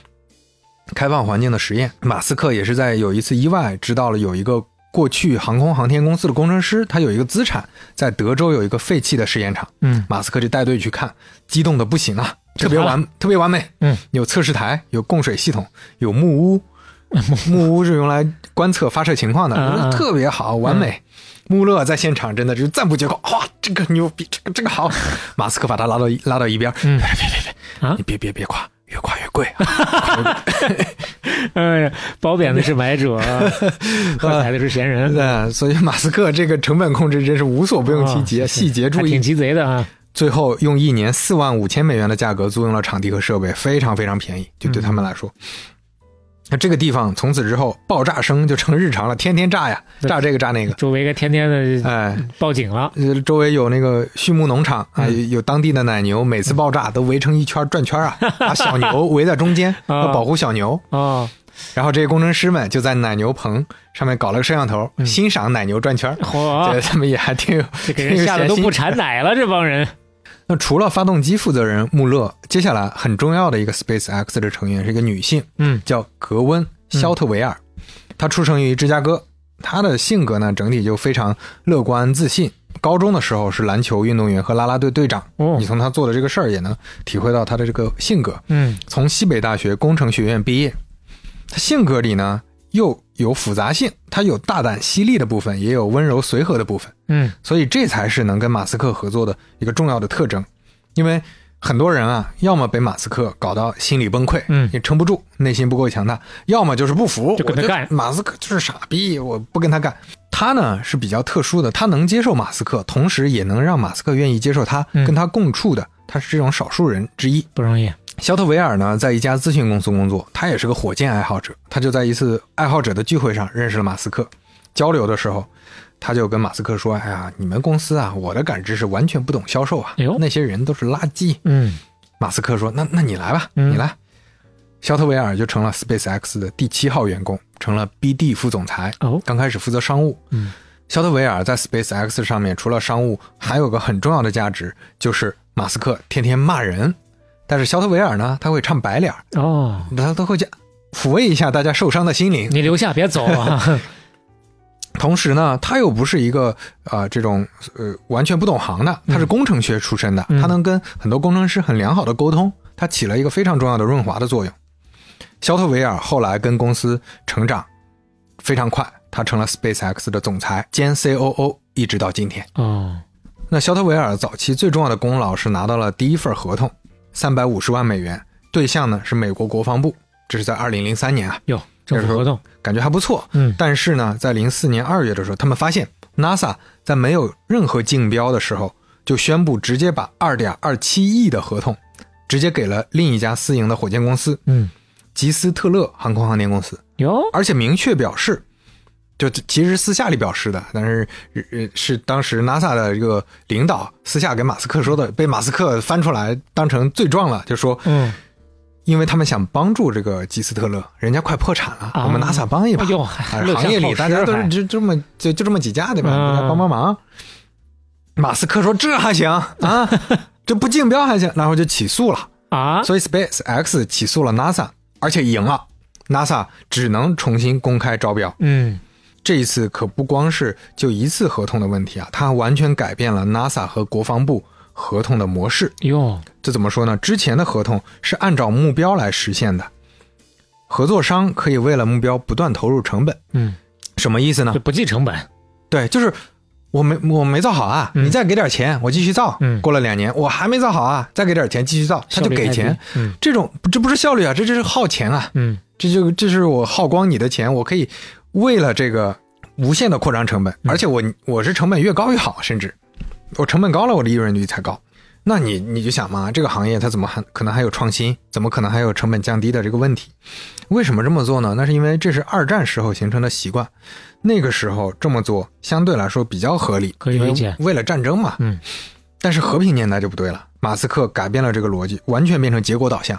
Speaker 1: 开放环境的实验。马斯克也是在有一次意外知道了有一个过去航空航天公司的工程师，他有一个资产在德州有一个废弃的实验场，
Speaker 3: 嗯
Speaker 1: 马斯克就带队去看，激动的不行啊，特
Speaker 3: 就他
Speaker 1: 别
Speaker 3: 了
Speaker 1: 完特别完美，
Speaker 3: 嗯，
Speaker 1: 有测试台，有供水系统，有木 屋，木屋是用来观测发射情况的，
Speaker 3: 嗯
Speaker 1: 我说
Speaker 3: 嗯
Speaker 1: 特别好，完美。穆勒在现场真的就是赞不绝口，哇，这个牛逼，这个这个 好。马斯克把他拉到一拉到一边，
Speaker 3: 嗯
Speaker 1: 别别别别，
Speaker 3: 啊
Speaker 1: 你别别别夸，越夸越贵 啊。
Speaker 3: 哎呀，褒贬的是买者， 喝彩的是闲 人，
Speaker 1: 对，所以马斯克这个成本控制真是无所不用其极，
Speaker 3: 啊
Speaker 1: 细节
Speaker 3: 还
Speaker 1: 注
Speaker 3: 挺
Speaker 1: 意。
Speaker 3: 鸡贼的啊。
Speaker 1: 最后用一年四万五千美元的价格租用了场地和设备，非常非常便宜，就对他们来说。
Speaker 3: 嗯
Speaker 1: 那这个地方从此之后爆炸声就成日常了，天天炸呀，
Speaker 3: 对
Speaker 1: 炸这个炸那 个，
Speaker 3: 周围该天天的
Speaker 1: 哎，
Speaker 3: 报警了。
Speaker 1: 呃周围有那个畜牧农场
Speaker 3: 嗯
Speaker 1: 啊，有有当地的奶牛，每次爆炸都围成一圈转圈 啊，把小牛围在中间，
Speaker 3: 啊
Speaker 1: 要保护小牛。
Speaker 3: 哦，
Speaker 1: 然后这些工程师们就在奶牛棚上面搞了个摄像头，
Speaker 3: 嗯
Speaker 1: 欣赏奶牛转圈儿。
Speaker 3: 嚯
Speaker 1: 对，，他们也还挺有
Speaker 3: 这啊给人吓得都不产奶了，这帮人。
Speaker 1: 那除了发动机负责人穆勒，接下来很重要的一个 SpaceX 的成员是一个女性，
Speaker 3: 嗯
Speaker 1: 叫格温·肖特维尔。她出生于芝加哥，她的性格呢整体就非常乐观自信。高中的时候是篮球运动员和啦啦队队长，
Speaker 3: 哦
Speaker 1: 你从她做的这个事儿也能体会到她的这个性格。
Speaker 3: 嗯
Speaker 1: 从西北大学工程学院毕业，她性格里呢又有复杂性，她有大胆犀利的部分，也有温柔随和的部分。
Speaker 3: 嗯
Speaker 1: 所以这才是能跟马斯克合作的一个重要的特征。因为很多人啊，要么被马斯克搞到心理崩溃，
Speaker 3: 嗯
Speaker 1: 也撑不住，内心不够强大；要么就是不服，
Speaker 3: 就跟他
Speaker 1: 我
Speaker 3: 干
Speaker 1: 马斯克就是傻逼，我不跟他干。他呢是比较特殊的，他能接受马斯克，同时也能让马斯克愿意接受他，
Speaker 3: 嗯
Speaker 1: 跟他共处的，他是这种少数人之一。
Speaker 3: 不容易。
Speaker 1: 肖特维尔呢，在一家咨询公司工作，他也是个火箭爱好者。他就在一次爱好者的聚会上认识了马斯克。交流的时候，他就跟马斯克说：“哎呀，你们公司啊，我的感知是完全不懂销售啊
Speaker 3: 哎呦，
Speaker 1: 那些人都是垃圾。
Speaker 3: 嗯”
Speaker 1: 马斯克说：“那那你来吧，
Speaker 3: 嗯
Speaker 1: 你来。”肖特维尔就成了 SpaceX 的第七号员工，成了 BD 副总裁。
Speaker 3: 哦
Speaker 1: 刚开始负责商务。
Speaker 3: 嗯，
Speaker 1: 肖特维尔在 SpaceX 上面除了商务，还有个很重要的价值，就是马斯克天天骂人。但是肖特维尔呢，他会唱白脸儿，
Speaker 3: 哦，
Speaker 1: 他他会去抚慰一下大家受伤的心灵。
Speaker 3: 你留下别走 啊。
Speaker 1: 嗯同时呢，他又不是一个呃这种呃完全不懂行的，他是工程学出身的，
Speaker 3: 嗯
Speaker 1: 他能跟很多工程师很良好的沟通，他起了一个非常重要的润滑的作用。肖特维尔后来跟公司成长非常快，他成了 SpaceX 的总裁兼 COO，一直到今天。
Speaker 3: 哦，
Speaker 1: 那肖特维尔早期最重要的功劳是拿到了第一份合同，三百五十万美元，对象呢是美国国防部，这是在二零零三年啊，
Speaker 3: 哟，政府活动。
Speaker 1: 感觉还不错。
Speaker 3: 嗯
Speaker 1: 但是呢，在零四年二月的时候，他们发现 NASA 在没有任何竞标的时候，就宣布直接把二点二七亿的合同直接给了另一家私营的火箭公司
Speaker 3: 嗯，
Speaker 1: 吉斯特勒航空航天公司，
Speaker 3: 哟，
Speaker 1: 而且明确表示，就其实私下里表示的，但是呃是当时 NASA 的这个领导私下给马斯克说的，被马斯克翻出来当成罪状了，就说
Speaker 3: 嗯，
Speaker 1: 因为他们想帮助这个吉斯特勒，人家快破产了，
Speaker 3: 啊
Speaker 1: 我们 NASA 帮一把。
Speaker 3: 哎呦
Speaker 1: 哎
Speaker 3: 乐
Speaker 1: 行业
Speaker 3: 善好
Speaker 1: 里
Speaker 3: 施
Speaker 1: 大家都是
Speaker 3: 还
Speaker 1: 就这么就就这么几家对吧？
Speaker 3: 嗯
Speaker 1: 大家帮帮忙。马斯克说这还行 啊，这不竞标还行，然后就起诉了。
Speaker 3: 啊，
Speaker 1: 所以 SpaceX 起诉了 NASA，而且赢了。NASA 只能重新公开招标。
Speaker 3: 嗯，
Speaker 1: 这一次可不光是就一次合同的问题啊，它完全改变了 NASA 和国防部合同的模式。
Speaker 3: 哟，
Speaker 1: 这怎么说呢？之前的合同是按照目标来实现的，合作商可以为了目标不断投入成本。
Speaker 3: 嗯，
Speaker 1: 什么意思呢
Speaker 3: 就？不计成本。
Speaker 1: 对，就是我没我没造好啊，
Speaker 3: 嗯
Speaker 1: 你再给点钱，我继续造。
Speaker 3: 嗯
Speaker 1: 过了两年我还没造好啊，再给点钱继续造，他
Speaker 3: 效
Speaker 1: 就
Speaker 3: 率
Speaker 1: 给
Speaker 3: 太低
Speaker 1: 钱。。
Speaker 3: 嗯
Speaker 1: 这种这不是效率啊，这就是耗钱啊，
Speaker 3: 嗯，
Speaker 1: 这就这是我耗光你的钱，我可以为了这个无限的扩张成本，而且我我是成本越高越好，甚至我成本高了，我利润率才高。那你你就想嘛，这个行业它怎么还可能还有创新？怎么可能还有成本降低的这个问题？为什么这么做呢？那是因为这是二战时候形成的习惯，那个时候这么做相对来说比较合理，
Speaker 3: 可以理解
Speaker 1: 因为为了战争嘛。
Speaker 3: 嗯。
Speaker 1: 但是和平年代就不对了，马斯克改变了这个逻辑，完全变成结果导向，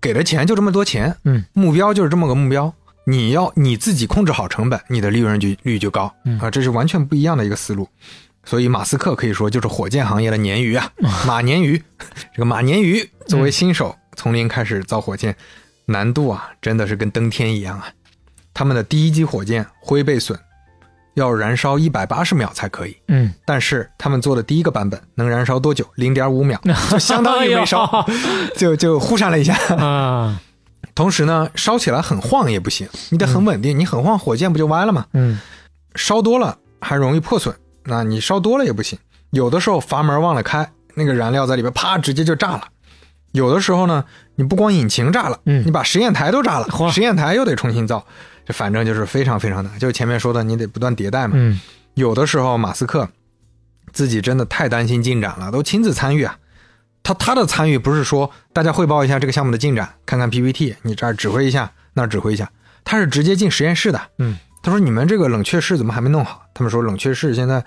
Speaker 1: 给的钱就这么多钱，
Speaker 3: 嗯，
Speaker 1: 目标就是这么个目标。你要你自己控制好成本，你的利润就率就高
Speaker 3: 嗯
Speaker 1: 啊，这是完全不一样的一个思路。所以马斯克可以说就是火箭行业的鲶鱼啊，马鲶鱼。 这个马鲶鱼作为新手，从零开始造火箭，难度啊真的是跟登天一样啊。他们的第一级火箭灰背隼要燃烧一百八十秒才可以，
Speaker 3: 嗯，
Speaker 1: 但是他们做的第一个版本能燃烧多久？零点五秒，就相当于没
Speaker 3: 哎
Speaker 1: 烧，就就忽闪了一下。
Speaker 3: 啊，
Speaker 1: 同时呢，烧起来很晃也不行，你得很稳定，你很晃火箭不就歪了吗？
Speaker 3: 嗯
Speaker 1: 烧多了还容易破损，那你烧多了也不行。有的时候阀门忘了开，那个燃料在里边啪直接就炸了。有的时候呢，你不光引擎炸了，
Speaker 3: 嗯
Speaker 1: 你把实验台都炸了，
Speaker 3: 嚯
Speaker 1: 实验台又得重新造，这反正就是非常非常难。就是前面说的，你得不断迭代嘛。
Speaker 3: 嗯
Speaker 1: 有的时候马斯克自己真的太担心进展了，都亲自参与啊。他他的参与不是说大家汇报一下这个项目的进展，看看 PPT，你这儿指挥一下，那儿指挥一下，他是直接进实验室的。
Speaker 3: 嗯，
Speaker 1: 他说你们这个冷却室怎么还没弄好？他们说冷却室现在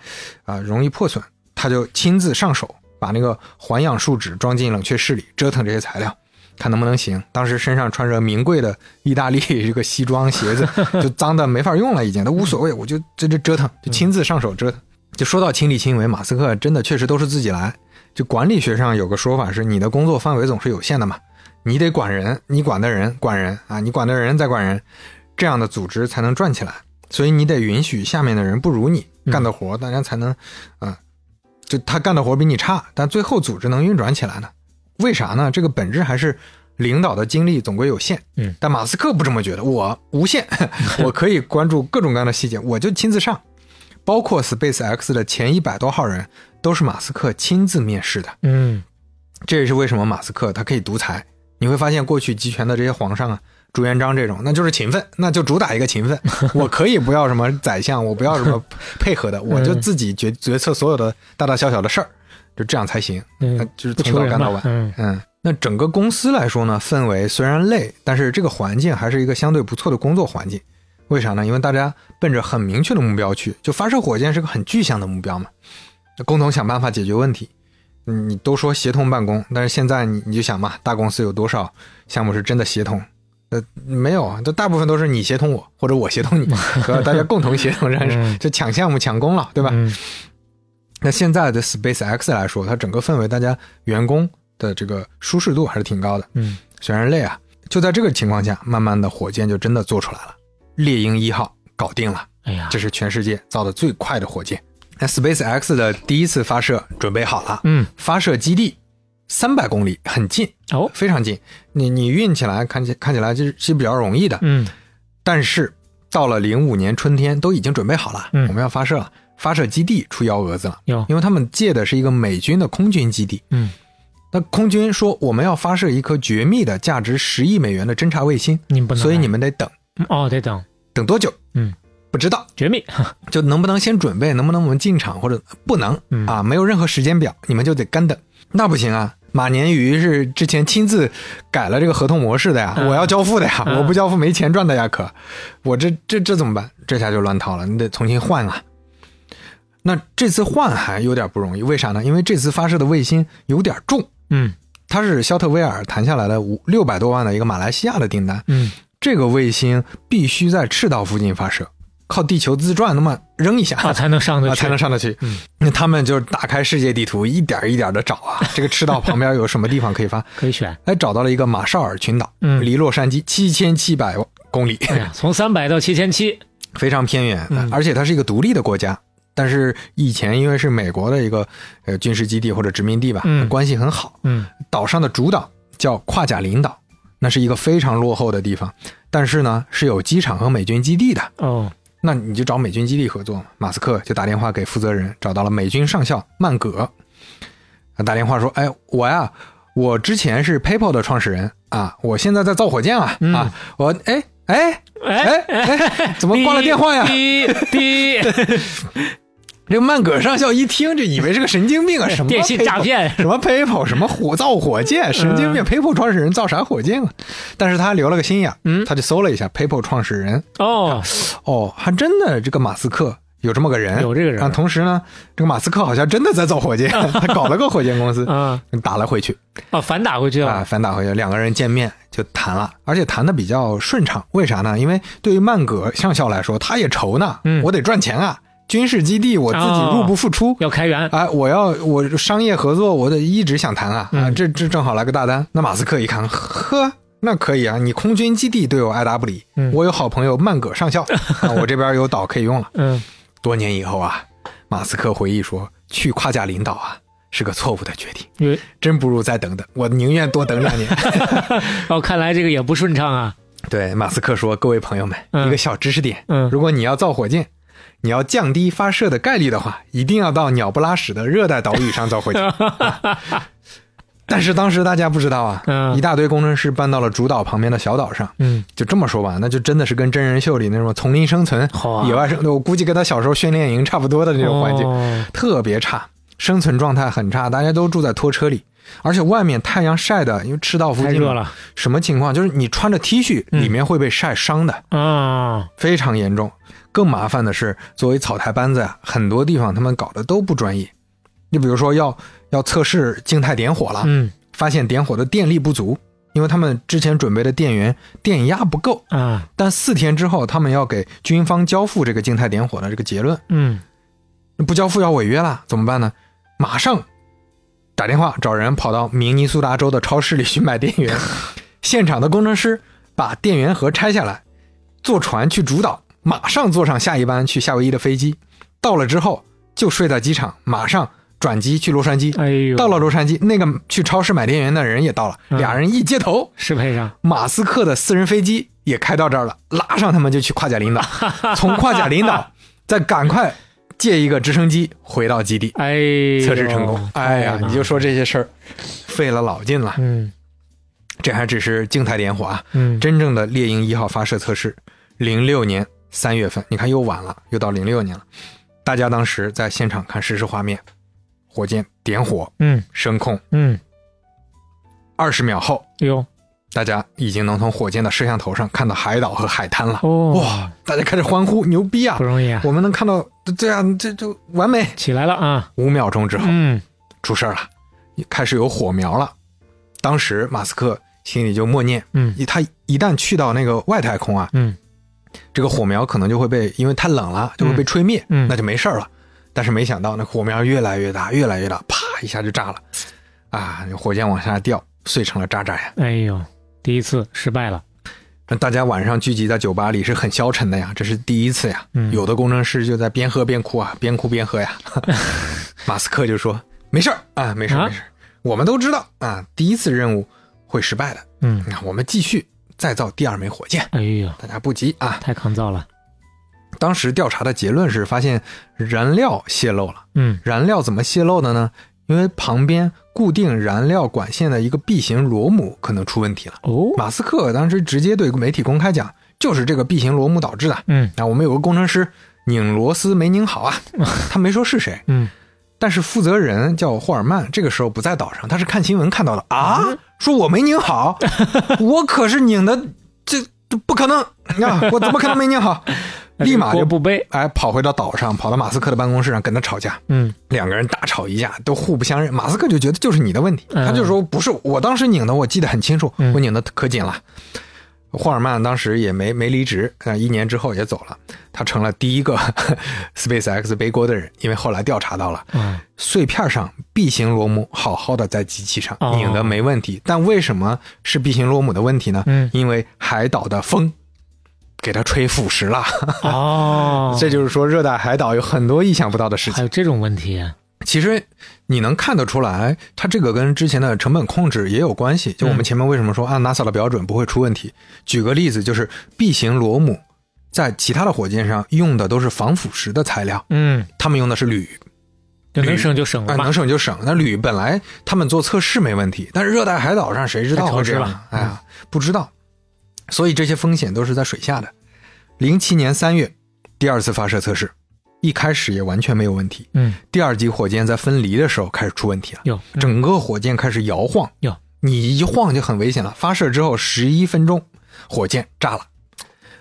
Speaker 1: 啊、容易破损，他就亲自上手把那个环氧树脂装进冷却室里，折腾这些材料。看能不能行。当时身上穿着名贵的意大利这个西装鞋子，就脏的没法用了，已经。他无所谓，我就这这折腾，就亲自上手折腾。就说到亲力亲为，马斯克真的确实都是自己来。就管理学上有个说法是，你的工作范围总是有限的嘛，你得管人，你管的人管人啊，你管的人再管人，这样的组织才能转起来。所以你得允许下面的人不如你
Speaker 3: 嗯
Speaker 1: 干的活，大家才能，啊、就他干的活比你差，但最后组织能运转起来呢？为啥呢？这个本质还是领导的精力总归有限。
Speaker 3: 嗯，
Speaker 1: 但马斯克不这么觉得，我无限，我可以关注各种各样的细节，我就亲自上，包括 SpaceX 的前一百多号人都是马斯克亲自面试的。
Speaker 3: 嗯
Speaker 1: 这也是为什么马斯克他可以独裁。你会发现，过去集权的这些皇上啊，朱元璋这种，那就是勤奋，那就主打一个勤 奋。我可以不要什么宰相，我不要什么配合的，我就
Speaker 3: 嗯
Speaker 1: 自己决决策所有的大大小小的事儿，就这样才行。那
Speaker 3: 嗯，
Speaker 1: 就是
Speaker 3: 不
Speaker 1: 从
Speaker 3: 求
Speaker 1: 早
Speaker 3: 人
Speaker 1: 干到
Speaker 3: 嘛
Speaker 1: 晚，。
Speaker 3: 嗯
Speaker 1: 嗯，那整个公司来说呢，氛围虽然累，但是这个环境还是一个相对不错的工作环境。为啥呢？因为大家奔着很明确的目标去，就发射火箭是个很具象的目标嘛，那共同想办法解决问题。嗯你都说协同办公，但是现在你你就想嘛，大公司有多少项目是真的协同？呃，没有啊，这大部分都是你协同我，或者我协同你，对吧？大家共同协同，这样是
Speaker 3: 嗯
Speaker 1: 就抢项目、抢功劳，对吧？
Speaker 3: 嗯
Speaker 1: 那现在的 SpaceX 来说，它整个氛围，大家员工的这个舒适度还是挺高的，
Speaker 3: 嗯
Speaker 1: 虽然累啊。就在这个情况下，慢慢的火箭就真的做出来了，猎鹰一号搞定了，
Speaker 3: 哎呀，
Speaker 1: 这是全世界造的最快的火箭。那 SpaceX 的第一次发射准备好了，
Speaker 3: 嗯
Speaker 1: 发射基地三百公里，很近，
Speaker 3: 哦
Speaker 1: 非常近。你你运起来看起看起来就是是比较容易的，
Speaker 3: 嗯
Speaker 1: 但是到了零五年春天，都已经准备好了，
Speaker 3: 嗯
Speaker 1: 我们要发射了，发射基地出幺蛾子了。
Speaker 3: 有
Speaker 1: 因为他们借的是一个美军的空军基地。
Speaker 3: 嗯
Speaker 1: 那空军说我们要发射一颗绝密的价值十亿美元的侦察卫星，
Speaker 3: 你们不能来，啊
Speaker 1: 所以你们得等，
Speaker 3: 嗯哦得等
Speaker 1: 等多久？
Speaker 3: 嗯，
Speaker 1: 不知道，
Speaker 3: 绝密，
Speaker 1: 就能不能先准备，能不能我们进场或者不能
Speaker 3: 嗯
Speaker 1: 啊？没有任何时间表，你们就得干等。那不行啊！马年鱼是之前亲自改了这个合同模式的呀，
Speaker 3: 嗯
Speaker 1: 我要交付的呀，
Speaker 3: 嗯
Speaker 1: 我不交付没钱赚的呀，可我这这这怎么办？这下就乱套了，你得重新换啊。那这次换还有点不容易，为啥呢？因为这次发射的卫星有点重，
Speaker 3: 嗯
Speaker 1: 它是肖特威尔谈下来的五六百多万的一个马来西亚的订单，
Speaker 3: 嗯
Speaker 1: 这个卫星必须在赤道附近发射，靠地球自转那么扔一下，
Speaker 3: 啊才能上得
Speaker 1: 啊，
Speaker 3: 去，
Speaker 1: 才能上得去。
Speaker 3: 嗯
Speaker 1: 那他们就是打开世界地图，一点儿一点的找 啊，这个赤道旁边有什么地方可以发？
Speaker 3: 可以选。
Speaker 1: 哎，找到了一个马绍尔群岛，
Speaker 3: 嗯
Speaker 1: 离洛杉矶七千七百公里，
Speaker 3: 哎呀，从三百到七千七，
Speaker 1: 非常偏远
Speaker 3: 嗯，
Speaker 1: 而且它是一个独立的国家。但是以前因为是美国的一个呃军事基地或者殖民地吧，
Speaker 3: 嗯
Speaker 1: 关系很好。
Speaker 3: 嗯
Speaker 1: 岛上的主岛叫夸贾林岛，那是一个非常落后的地方，但是呢是有机场和美军基地的。
Speaker 3: 哦
Speaker 1: 那你就找美军基地合作嘛。马斯克就打电话给负责人，找到了美军上校曼葛，打电话说：“哎，我呀，我之前是 PayPal 的创始人啊，我现在在造火箭啊、
Speaker 3: 嗯
Speaker 1: 啊，我哎哎哎哎，怎么挂了电话呀？
Speaker 3: 滴滴，滴
Speaker 1: 这曼戈上校一听，这以为是个神经病啊！ 什么
Speaker 3: 电信
Speaker 1: PayPal，
Speaker 3: 诈骗 嗯
Speaker 1: 什么 PayPal，什么火造火箭，神经病！PayPal 创始人造啥火箭啊？但是他留了个心眼，嗯，他就搜了一下 PayPal 创始人，
Speaker 3: 哦，
Speaker 1: 哦，还真的这个马斯克有这么个人，
Speaker 3: 有这个人
Speaker 1: 啊同时呢，这个马斯克好像真的在造火 箭，他搞了个火箭公司，
Speaker 3: 嗯，
Speaker 1: 打了回去
Speaker 3: 哦，反打回去
Speaker 1: 啊，
Speaker 3: 了，
Speaker 1: 反打回去，两个人见面就谈了，而且谈的比较顺畅。为啥呢？因为对于曼戈上校来说，他也愁呢，
Speaker 3: 嗯
Speaker 1: 我得赚钱啊，军事基地我自己
Speaker 3: 哦
Speaker 1: 入不敷出。
Speaker 3: 要开源，
Speaker 1: 哎，我要我商业合作，我得一直想谈啊，啊，
Speaker 3: 嗯
Speaker 1: 这这正好来个大单。那马斯克一看，呵，那可以啊，你空军基地对我爱答不理，
Speaker 3: 嗯
Speaker 1: 我有好朋友曼戈上 校，啊，我这边有岛可以用了。
Speaker 3: 嗯，
Speaker 1: 多年以后啊，马斯克回忆说，去夸奖领导啊是个错误的决定，
Speaker 3: 因为
Speaker 1: 真不如再等等，我宁愿多等两年。
Speaker 3: 哦，看来这个也不顺畅啊，
Speaker 1: 对，马斯克说：“各位朋友们，
Speaker 3: 嗯
Speaker 1: 一个小知识点，
Speaker 3: 嗯
Speaker 1: 如果你要造火箭，你要降低发射的概率的话，一定要到鸟不拉屎的热带岛屿上造火 箭。但是当时大家不知道啊，
Speaker 3: 嗯
Speaker 1: 一大堆工程师搬到了主岛旁边的小岛上。
Speaker 3: 嗯，
Speaker 1: 就这么说吧，那就真的是跟真人秀里那种丛林生存、
Speaker 3: 好啊
Speaker 1: 野外生，我估计跟他小时候训练营差不多的那种环境，
Speaker 3: 哦
Speaker 1: 特别差，生存状态很差，大家都住在拖车里，而且外面太阳晒的，因为赤道附近嘛
Speaker 3: 太热了，
Speaker 1: 什么情况？就是你穿着 T 恤，
Speaker 3: 嗯
Speaker 1: 里面会被晒伤的，
Speaker 3: 啊，
Speaker 1: 非常严重。更麻烦的是，作为草台班子呀、很多地方他们搞得都不专业。你比如说要要测试静态点火了，
Speaker 3: 嗯
Speaker 1: 发现点火的电力不足，因为他们之前准备的电源电压不够。
Speaker 3: 啊，
Speaker 1: 但四天之后，他们要给军方交付这个静态点火的这个结论，
Speaker 3: 嗯，
Speaker 1: 不交付要违约了，怎么办呢？马上打电话找人跑到明尼苏达州的超市里去买电 源，现场的工程师把电源盒拆下来，坐船去主岛，马上坐上下一班去夏威夷的飞机，到了之后就睡在机场，马上转机去洛杉矶。
Speaker 3: 哎呦，
Speaker 1: 到了洛杉矶，那个去超市买电源的人也到了，
Speaker 3: 嗯
Speaker 1: 俩人一接头，
Speaker 3: 适配上，
Speaker 1: 马斯克的私人飞机也开到这儿了，拉上他们就去夸贾 林岛，从夸贾林岛再赶快借一个直升机回到基地
Speaker 3: 哎呦，
Speaker 1: 测试成功。哎呀，你就说这些事儿，费了老劲了。
Speaker 3: 嗯
Speaker 1: 这还只是静态点火啊，
Speaker 3: 嗯，
Speaker 1: 真正的猎鹰一号发射测试，零六年三月份，你看又晚了，又到零六年了。大家当时在现场看实时画面，火箭点火
Speaker 3: 嗯
Speaker 1: 升空，
Speaker 3: 嗯，
Speaker 1: 二十秒后，
Speaker 3: 哟
Speaker 1: 大家已经能从火箭的摄像头上看到海岛和海滩了。
Speaker 3: 哦，
Speaker 1: 哇，大家开始欢呼，牛逼啊
Speaker 3: 不！容易啊，
Speaker 1: 我们能看到，这这样这就完美。
Speaker 3: 起来了啊，
Speaker 1: 五秒钟之后
Speaker 3: 嗯
Speaker 1: 出事儿了，开始有火苗了。当时马斯克心里就默念，
Speaker 3: 嗯
Speaker 1: 他一旦去到那个外太空啊，
Speaker 3: 嗯
Speaker 1: 这个火苗可能就会被因为太冷了就会被吹灭，
Speaker 3: 嗯
Speaker 1: 那就没事儿了。但是没想到那火苗越来越大，越来越大，啪一下就炸了，啊，那火箭往下掉，碎成了渣渣呀。
Speaker 3: 哎呦，第一次失败了，
Speaker 1: 那大家晚上聚集在酒吧里是很消沉的呀，这是第一次呀。
Speaker 3: 嗯
Speaker 1: 有的工程师就在边喝边哭啊， 边哭边喝呀。马斯克就说：“没事儿啊，没事儿
Speaker 3: 啊
Speaker 1: 没事儿，我们都知道啊，第一次任务会失败的，
Speaker 3: 嗯，
Speaker 1: 那我们继续再造第二枚火箭，
Speaker 3: 哎呦，
Speaker 1: 大家不急啊。
Speaker 3: 太抗造了，”
Speaker 1: 当时调查的结论是发现燃料泄漏了，
Speaker 3: 嗯
Speaker 1: 燃料怎么泄漏的呢？因为旁边固定燃料管线的一个 B 型螺母可能出问题了。
Speaker 3: 哦，
Speaker 1: 马斯克当时直接对媒体公开讲，就是这个 B 型螺母导致的。
Speaker 3: 嗯
Speaker 1: 啊，我们有个工程师拧螺丝没拧好啊，他没说是谁，
Speaker 3: 嗯，
Speaker 1: 但是负责人叫霍尔曼，这个时候不在岛上，他是看新闻看到的啊，说我没拧好，我可是拧的，这这不可能啊，我怎么可能没拧好？立马
Speaker 3: 锅
Speaker 1: 就
Speaker 3: 不背，
Speaker 1: 哎跑回到岛上，跑到马斯克的办公室上跟他吵架。
Speaker 3: 嗯
Speaker 1: 两个人大吵一架，都互不相认。马斯克就觉得就是你的问题，
Speaker 3: 嗯
Speaker 1: 他就说不是，我当时拧的，我记得很清楚，
Speaker 3: 嗯
Speaker 1: 我拧的可紧了。霍尔曼当时也没没离职，啊，一年之后也走了。他成了第一个 SpaceX 背锅的人，因为后来调查到了
Speaker 3: 啊，
Speaker 1: 碎片上 B 型螺母好好的在机器上
Speaker 3: 哦
Speaker 1: 拧的没问题，但为什么是 B 型螺母的问题呢？
Speaker 3: 嗯
Speaker 1: 因为海岛的风给它吹腐蚀了。
Speaker 3: 哦，
Speaker 1: 这就是说，热带海岛有很多意想不到的事情
Speaker 3: 还。有这种问题啊，
Speaker 1: 其实你能看得出来，它这个跟之前的成本控制也有关系。就我们前面为什么说按 NASA 的标准不会出问题？举个例子，就是 B 型螺母在其他的火箭上用的都是防腐蚀的材料，
Speaker 3: 嗯，
Speaker 1: 他们用的是铝，
Speaker 3: 就能省就省
Speaker 1: 啊、
Speaker 3: 了嘛
Speaker 1: 能，省就省。那铝本来他们做测试没问题，但是热带海岛上谁知道
Speaker 3: 太潮
Speaker 1: 会这
Speaker 3: 湿
Speaker 1: 样
Speaker 3: 了？
Speaker 1: 哎呀，不知道。所以这些风险都是在水下的。零七年三月，第二次发射测试，一开始也完全没有问题。
Speaker 3: 嗯，
Speaker 1: 第二级火箭在分离的时候开始出问题了，
Speaker 3: 有
Speaker 1: 整个火箭开始摇晃，
Speaker 3: 有
Speaker 1: 你一晃就很危险了。发射之后十一分钟，火箭炸了。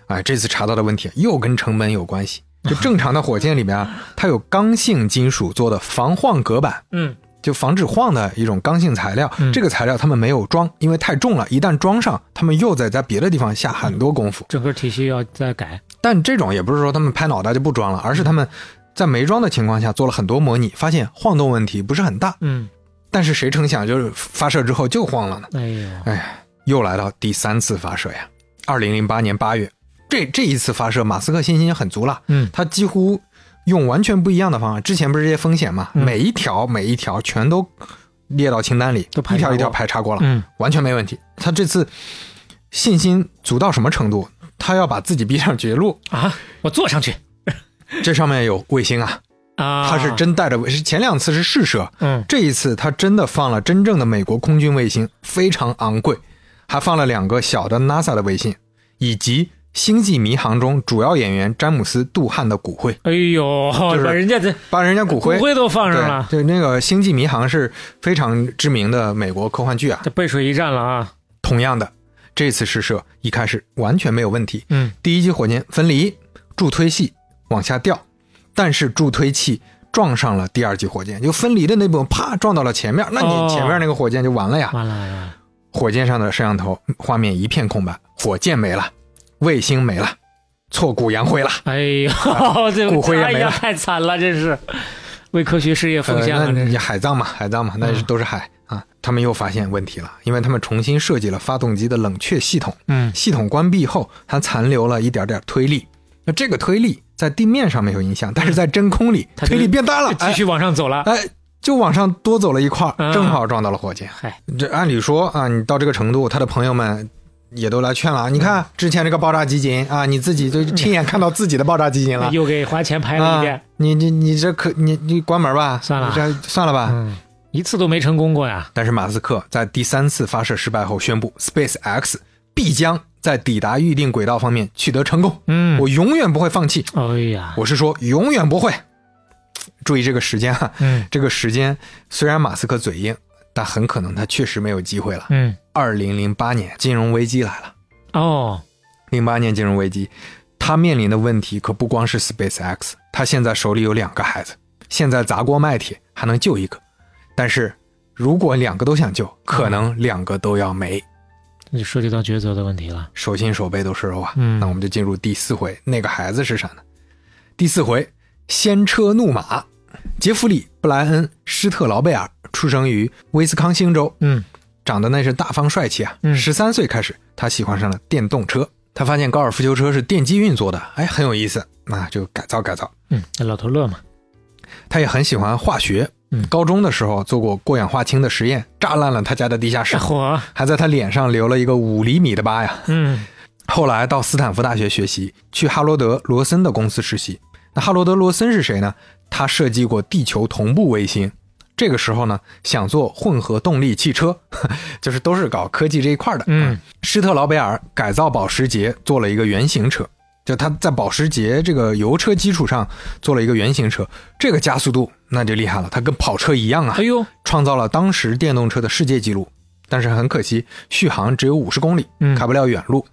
Speaker 1: 哎，这次查到的问题又跟成本有关系。就正常的火箭里面啊，它有刚性金属做的防晃隔板，
Speaker 3: 嗯
Speaker 1: 就防止晃的一种刚性材料。
Speaker 3: 嗯
Speaker 1: 这个材料他们没有装，因为太重了，一旦装上，他们又得在别的地方下很多功夫。
Speaker 3: 整个体系要再改。
Speaker 1: 但这种也不是说他们拍脑袋就不装了，而是他们在没装的情况下做了很多模拟，发现晃动问题不是很大。
Speaker 3: 嗯，
Speaker 1: 但是谁成想，就是发射之后就晃了呢？
Speaker 3: 哎呦，
Speaker 1: 又来到第三次发射呀，二零零八年八月，这这一次发射，马斯克信心很足了，
Speaker 3: 嗯
Speaker 1: 他几乎用完全不一样的方案。之前不是这些风险嘛，
Speaker 3: 嗯
Speaker 1: 每一条每一条全都列到清单里，
Speaker 3: 都排
Speaker 1: 一
Speaker 3: 查
Speaker 1: 条一条
Speaker 3: 过
Speaker 1: 排查过了，
Speaker 3: 嗯
Speaker 1: 完全没问题。他这次信心足到什么程度？他要把自己逼上绝路，
Speaker 3: 啊，我坐上去
Speaker 1: 这上面有卫星啊，
Speaker 3: 啊，
Speaker 1: 他是真带着卫，是前两次是试射，
Speaker 3: 嗯
Speaker 1: 这一次他真的放了真正的美国空军卫星，非常昂贵，还放了两个小的 NASA 的卫星，以及《星际迷航》中主要演员詹姆斯·杜汉的骨灰，
Speaker 3: 哎呦，
Speaker 1: 就是
Speaker 3: 把人家的
Speaker 1: 把人家骨
Speaker 3: 骨
Speaker 1: 灰。
Speaker 3: 灰都放上
Speaker 1: 对，
Speaker 3: 了，
Speaker 1: 对，那个《星际迷航》是非常知名的美国科幻剧 啊。
Speaker 3: 这背水一战了啊。
Speaker 1: 同样的，这次试射一开始完全没有问题，
Speaker 3: 嗯
Speaker 1: 第一级火箭分离，助推器往下掉，但是助推器撞上了第二级火箭，就分离的那部分啪撞到了前面，那
Speaker 3: 哦
Speaker 1: 你前面那个火箭就完了呀。
Speaker 3: 完了完了，
Speaker 1: 火箭上的摄像头画面一片空白，火箭没了，卫星没了，挫骨扬 灰了。
Speaker 3: 哎呦，这
Speaker 1: 骨灰也
Speaker 3: 哎
Speaker 1: 没
Speaker 3: 呀，
Speaker 1: 了
Speaker 3: 太惨了，真是为科学事业奉献
Speaker 1: 呃
Speaker 3: 了，
Speaker 1: 那你
Speaker 3: 真啊是。嗯
Speaker 1: 海葬嘛，海葬嘛，那是都是海、啊。他们又发现问题了，因为他们重新设计了发动机的冷却系统。
Speaker 3: 嗯
Speaker 1: 系统关闭后，它残留了一点点推力。那这个推力在地面上没有影响，但是在真空里，
Speaker 3: 它就
Speaker 1: 推力变大了，
Speaker 3: 继续往上走了。
Speaker 1: 啊哎，哎，就往上多走了一块儿，
Speaker 3: 嗯
Speaker 1: 正好撞到了火箭。
Speaker 3: 嗨，
Speaker 1: 这按理说啊，你到这个程度，他的朋友们也都来劝了。你
Speaker 3: 嗯
Speaker 1: 看之前这个爆炸集锦啊，你自己就亲眼看到自己的爆炸集锦了。
Speaker 3: 又给花钱拍了一
Speaker 1: 啊
Speaker 3: 遍，，
Speaker 1: 你你你这可你你关门吧，
Speaker 3: 算了
Speaker 1: 你这算了吧。
Speaker 3: 嗯，一次都没成功过呀。
Speaker 1: 但是马斯克在第三次发射失败后宣布，SpaceX 必将在抵达预定轨道方面取得成功。
Speaker 3: 嗯，
Speaker 1: 我永远不会放弃，
Speaker 3: 哎呀，
Speaker 1: 我是说永远不会。注意这个时间啊，
Speaker 3: 嗯
Speaker 1: 这个时间虽然马斯克嘴硬，但很可能他确实没有机会了。
Speaker 3: 嗯，
Speaker 1: 二零零八年金融危机来了，
Speaker 3: 哦，
Speaker 1: 零八年金融危机，他面临的问题可不光是 SpaceX，他现在手里有两个孩子，现在砸锅卖铁还能救一个，但是如果两个都想救，可能两个都要没，
Speaker 3: 那就涉及到抉择的问题了。
Speaker 1: 手心手背都是肉啊。
Speaker 3: 嗯
Speaker 1: 那我们就进入第四回，那个孩子是啥呢？第四回，先车怒马，杰弗里·布莱恩·施特劳贝尔出生于威斯康星州，
Speaker 3: 嗯
Speaker 1: 长得那是大方帅气啊
Speaker 3: 嗯。
Speaker 1: 十三岁开始，他喜欢上了电动车。他发现高尔夫球车是电机运作的，哎，很有意思，那就改造改造。
Speaker 3: 嗯，那老头乐嘛，
Speaker 1: 他也很喜欢化学，
Speaker 3: 嗯
Speaker 1: 高中的时候做过过氧化氢的实验，炸烂了他家的地下室
Speaker 3: 这，火，
Speaker 1: 还在他脸上留了一个五厘米的疤呀。
Speaker 3: 嗯
Speaker 1: 后来到斯坦福大学学习，去哈罗德·罗森的公司实习。那哈罗德·罗森是谁呢？他设计过地球同步卫星。这个时候呢，想做混合动力汽车， 就是都是搞科技这一块的。
Speaker 3: 嗯，
Speaker 1: 施特劳贝尔改造保时捷做了一个原型车，就他在保时捷这个油车基础上做了一个原型车，这个加速度那就厉害了，它跟跑车一样啊
Speaker 3: 哎，呦，
Speaker 1: 创造了当时电动车的世界纪录。但是很可惜，续航只有五十公里，
Speaker 3: 嗯
Speaker 1: 开不了远路。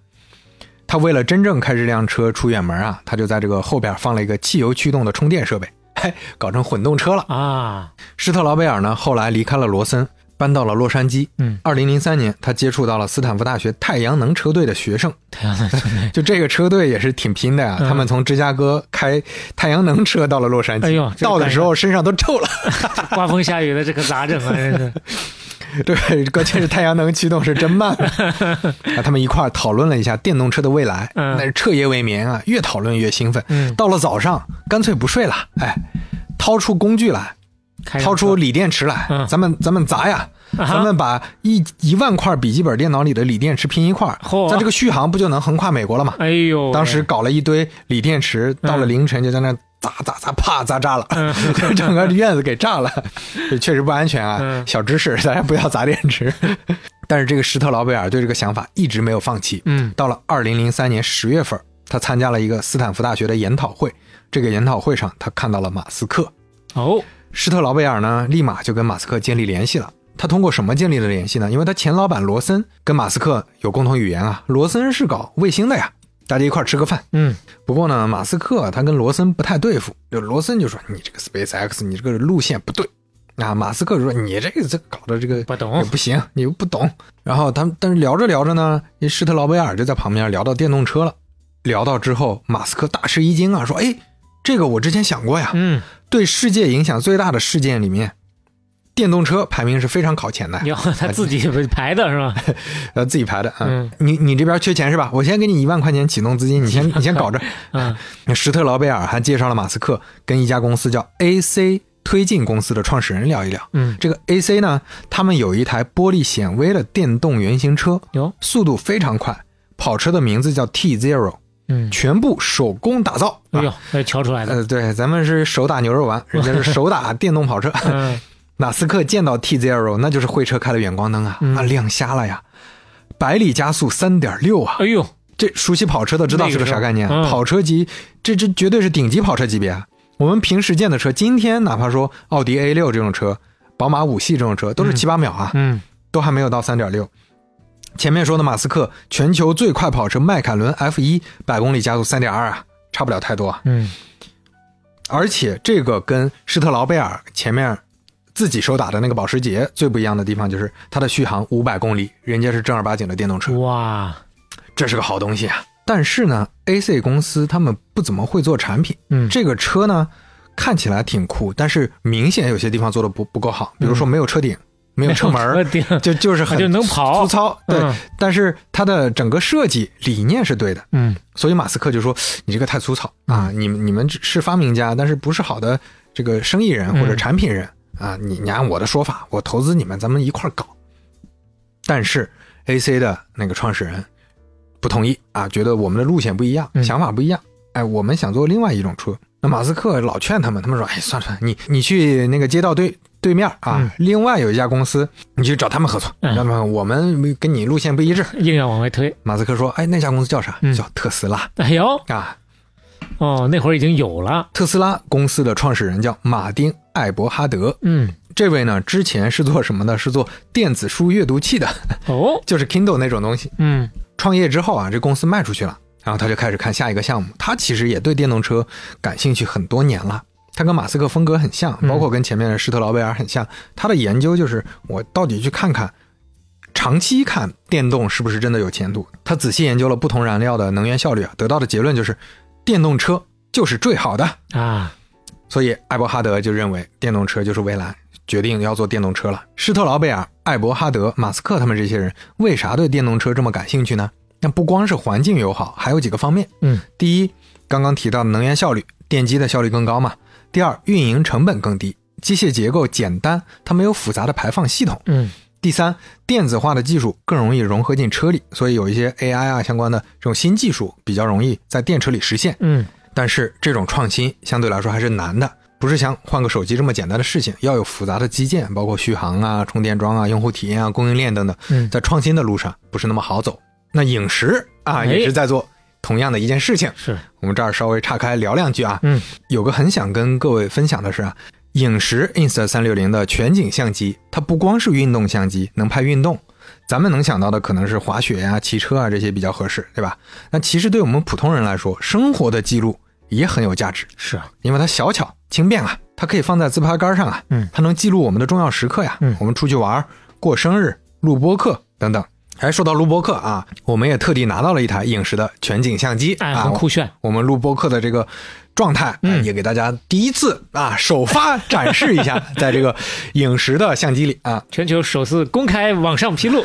Speaker 1: 他为了真正开这辆车出远门啊，他就在这个后边放了一个汽油驱动的充电设备，嘿，搞成混动车了。
Speaker 3: 啊，
Speaker 1: 施特劳贝尔呢，后来离开了罗森，搬到了洛杉矶。
Speaker 3: 嗯，
Speaker 1: 二零零三年，他接触到了斯坦福大学太阳能车队的学生，
Speaker 3: 太阳能兄弟，
Speaker 1: 就这个车队也是挺拼的呀、
Speaker 3: 嗯
Speaker 1: 他们从芝加哥开太阳能车到了洛杉矶，
Speaker 3: 哎呦这个
Speaker 1: 到的时候身上都臭了。
Speaker 3: 刮风下雨的这可咋整啊？ 这是，
Speaker 1: 对，关键是太阳能驱动是真 慢。啊，他们一块儿讨论了一下电动车的未来，
Speaker 3: 嗯
Speaker 1: 那是彻夜未眠啊，越讨论越兴奋。
Speaker 3: 嗯，
Speaker 1: 到了早上，干脆不睡了，哎，掏出工具来，
Speaker 3: 开上
Speaker 1: 掏出
Speaker 3: 车，
Speaker 1: 锂电池来，
Speaker 3: 嗯
Speaker 1: 咱们咱们砸呀，
Speaker 3: 啊哈
Speaker 1: 咱们把一一万块笔记本电脑里的锂电池拼一块儿，
Speaker 3: 嚯
Speaker 1: 咱这个续航不就能横跨美国了吗？
Speaker 3: 哎呦，
Speaker 1: 当时，搞了一堆锂电池，到了
Speaker 3: 嗯
Speaker 1: 凌晨就在那砸砸砸，啪砸炸了，
Speaker 3: 嗯
Speaker 1: 就 整个院子给炸了， 这确实不安全啊。
Speaker 3: 嗯
Speaker 1: 小知识，大 家不要砸电池。 但是这个施特劳贝尔对这个想法一直没有放弃。
Speaker 3: 嗯
Speaker 1: 到了二零零三年十月份，他参加了一个斯坦福大学的研讨会，这个研讨会上他看到了马斯克。
Speaker 3: 哦，
Speaker 1: 施特劳贝尔呢，立马就跟马斯克建立联系了。他通过什么建立了联系呢？因为他前老板罗森跟马斯克有共同语言啊，罗森是搞卫星的呀，大家一块儿吃个饭。
Speaker 3: 嗯，
Speaker 1: 不过呢，马斯克他跟罗森不太对付，就罗森就说你这个 SpaceX 你这个路线不对，啊，马斯克说你这个这搞的这个
Speaker 3: 不懂
Speaker 1: 也不行，你又不懂。然后他们但是聊着聊着呢，施特劳贝尔就在旁边聊到电动车了，聊到之后，马斯克大吃一惊啊，说哎，这个我之前想过呀，
Speaker 3: 嗯，
Speaker 1: 对世界影响最大的事件里面，电动车排名是非常靠前 的，
Speaker 3: 要他自己排的是吧？
Speaker 1: 呃，自己排的啊。
Speaker 3: 嗯
Speaker 1: 你你这边缺钱是吧？我先给你一万块钱启动资金，你 先你先搞着。
Speaker 3: 嗯，
Speaker 1: 史特劳贝尔还介绍了马斯克跟一家公司叫 AC 推进公司的创始人聊一聊。
Speaker 3: 嗯，
Speaker 1: 这个 AC 呢，他们有一台玻璃显微的电动原型车，
Speaker 3: 有，
Speaker 1: 速度非常快，跑车的名字叫 T Zero，
Speaker 3: 嗯，
Speaker 1: 全部手工打造。
Speaker 3: 哎
Speaker 1: 啊
Speaker 3: 呦，那瞧出来的，
Speaker 1: 呃，对，咱们是手打牛肉丸，人家是手打电动跑车。
Speaker 3: 嗯
Speaker 1: 马斯克见到 T Zero，那就是会车开的远光灯啊，
Speaker 3: 嗯
Speaker 1: 啊亮瞎了呀！百里加速三点六啊，
Speaker 3: 哎呦，
Speaker 1: 这熟悉跑车的知道是个啥概念啊？
Speaker 3: 那个时候嗯
Speaker 1: 跑车级，这这绝对是顶级跑车级别啊！我们平时见的车，今天哪怕说奥迪 A 六这种车，宝马五系这种车，都是
Speaker 3: 嗯
Speaker 1: 七八秒啊，
Speaker 3: 嗯，
Speaker 1: 都还没有到三点六。前面说的马斯克全球最快跑车迈凯伦 F 一百公里加速三点二啊，差不了太多啊。
Speaker 3: 嗯，
Speaker 1: 而且这个跟施特劳贝尔前面自己手打的那个保时捷最不一样的地方，就是它的续航五百公里，人家是正儿八经的电动
Speaker 3: 哦嗯
Speaker 1: 车，
Speaker 3: 哇，
Speaker 1: 这是个好东西啊。但是呢，AC 公司他们不怎么会做产品，
Speaker 3: 嗯，
Speaker 1: 这个车呢看起来挺酷，但是明显有些地方做的不不够好，比如
Speaker 3: 嗯
Speaker 1: 说没有车顶，没有车门儿，
Speaker 3: 顶，
Speaker 1: 就就是很
Speaker 3: 就能跑
Speaker 1: 粗糙，对。
Speaker 3: 嗯
Speaker 1: 但是它的整个设计理念是对的，
Speaker 3: 嗯
Speaker 1: 所以马斯克就说：“你这个太粗糙啊！你们你们只是发明家，但是不是好的这个生意人
Speaker 3: 嗯
Speaker 1: 或者产品人、啊！你你按我的说法，我投资你们，咱们一块儿搞。”但是 AC 的那个创始人不同意啊，觉得我们的路线不一样，
Speaker 3: 嗯
Speaker 1: 想法不一样。哎，我们想做另外一种车。那马斯克老劝他们，他们说：“哎，算了算了，你你去那个街道对对面啊，
Speaker 3: 嗯
Speaker 1: 另外有一家公司，你去找他们合作，
Speaker 3: 嗯
Speaker 1: 那么我们跟你路线不一致。”
Speaker 3: 硬要往外推，
Speaker 1: 马斯克说：“哎，那家公司叫啥？
Speaker 3: 嗯
Speaker 1: 叫特斯拉
Speaker 3: 哎呦，
Speaker 1: 啊。”
Speaker 3: 哦，那会儿已经有了，
Speaker 1: 特斯拉公司的创始人叫马丁·艾伯哈德。
Speaker 3: 嗯，
Speaker 1: 这位呢，之前是做什么的？是做电子书阅读器的，
Speaker 3: 哦，
Speaker 1: 就是 Kindle 那种东西。
Speaker 3: 嗯
Speaker 1: 创业之后啊，这公司卖出去了，然后他就开始看下一个项目。他其实也对电动车感兴趣很多年了。他跟马斯克风格很像，
Speaker 3: 嗯
Speaker 1: 包括跟前面的施特劳贝尔很像。他的研究就是，我到底去看看，长期看电动是不是真的有前途？他仔细研究了不同燃料的能源效率啊，得到的结论就是，电动车就是最好的。
Speaker 3: 啊，
Speaker 1: 所以艾伯哈德就认为电动车就是未来，决定要做电动车了。施特劳贝尔、艾伯哈德、马斯克他们这些人为啥对电动车这么感兴趣呢？那不光是环境友好，还有几个方面。
Speaker 3: 嗯，
Speaker 1: 第一，刚刚提到的能源效率，电机的效率更高嘛。第二，运营成本更低，机械结构简单，它没有复杂的排放系统。
Speaker 3: 嗯
Speaker 1: 第三，电子化的技术更容易融合进车里，所以有一些 AI 啊相关的这种新技术比较容易在电车里实现。
Speaker 3: 嗯
Speaker 1: 但是这种创新相对来说还是难的，不是想换个手机这么简单的事情，要有复杂的基建，包括续航啊、充电桩啊、用户体验啊、供应链等等，
Speaker 3: 嗯，
Speaker 1: 在创新的路上不是那么好走。那饮食啊，
Speaker 3: 哎
Speaker 1: 也是在做同样的一件事情。
Speaker 3: 是，
Speaker 1: 我们这儿稍微岔开聊两句啊，
Speaker 3: 嗯
Speaker 1: 有个很想跟各位分享的是啊，影石 Insta 三六零的全景相机，它不光是运动相机，能拍运动。咱们能想到的可能是滑雪呀、骑车啊这些比较合适，对吧？那其实对我们普通人来说，生活的记录也很有价值，
Speaker 3: 是啊，
Speaker 1: 因为它小巧轻便啊，它可以放在自拍杆上啊，
Speaker 3: 嗯
Speaker 1: 它能记录我们的重要时刻呀，
Speaker 3: 嗯
Speaker 1: 我们出去玩儿、过生日、录播课等等。哎，说到录播课啊，我们也特地拿到了一台影石的全景相机，
Speaker 3: 哎，
Speaker 1: 啊
Speaker 3: 很，酷炫，
Speaker 1: 我们录播客的这个状态，嗯，也给大家第一次啊首发展示一下，在这个影石的相机里啊，
Speaker 3: 全球首次公开网上披露，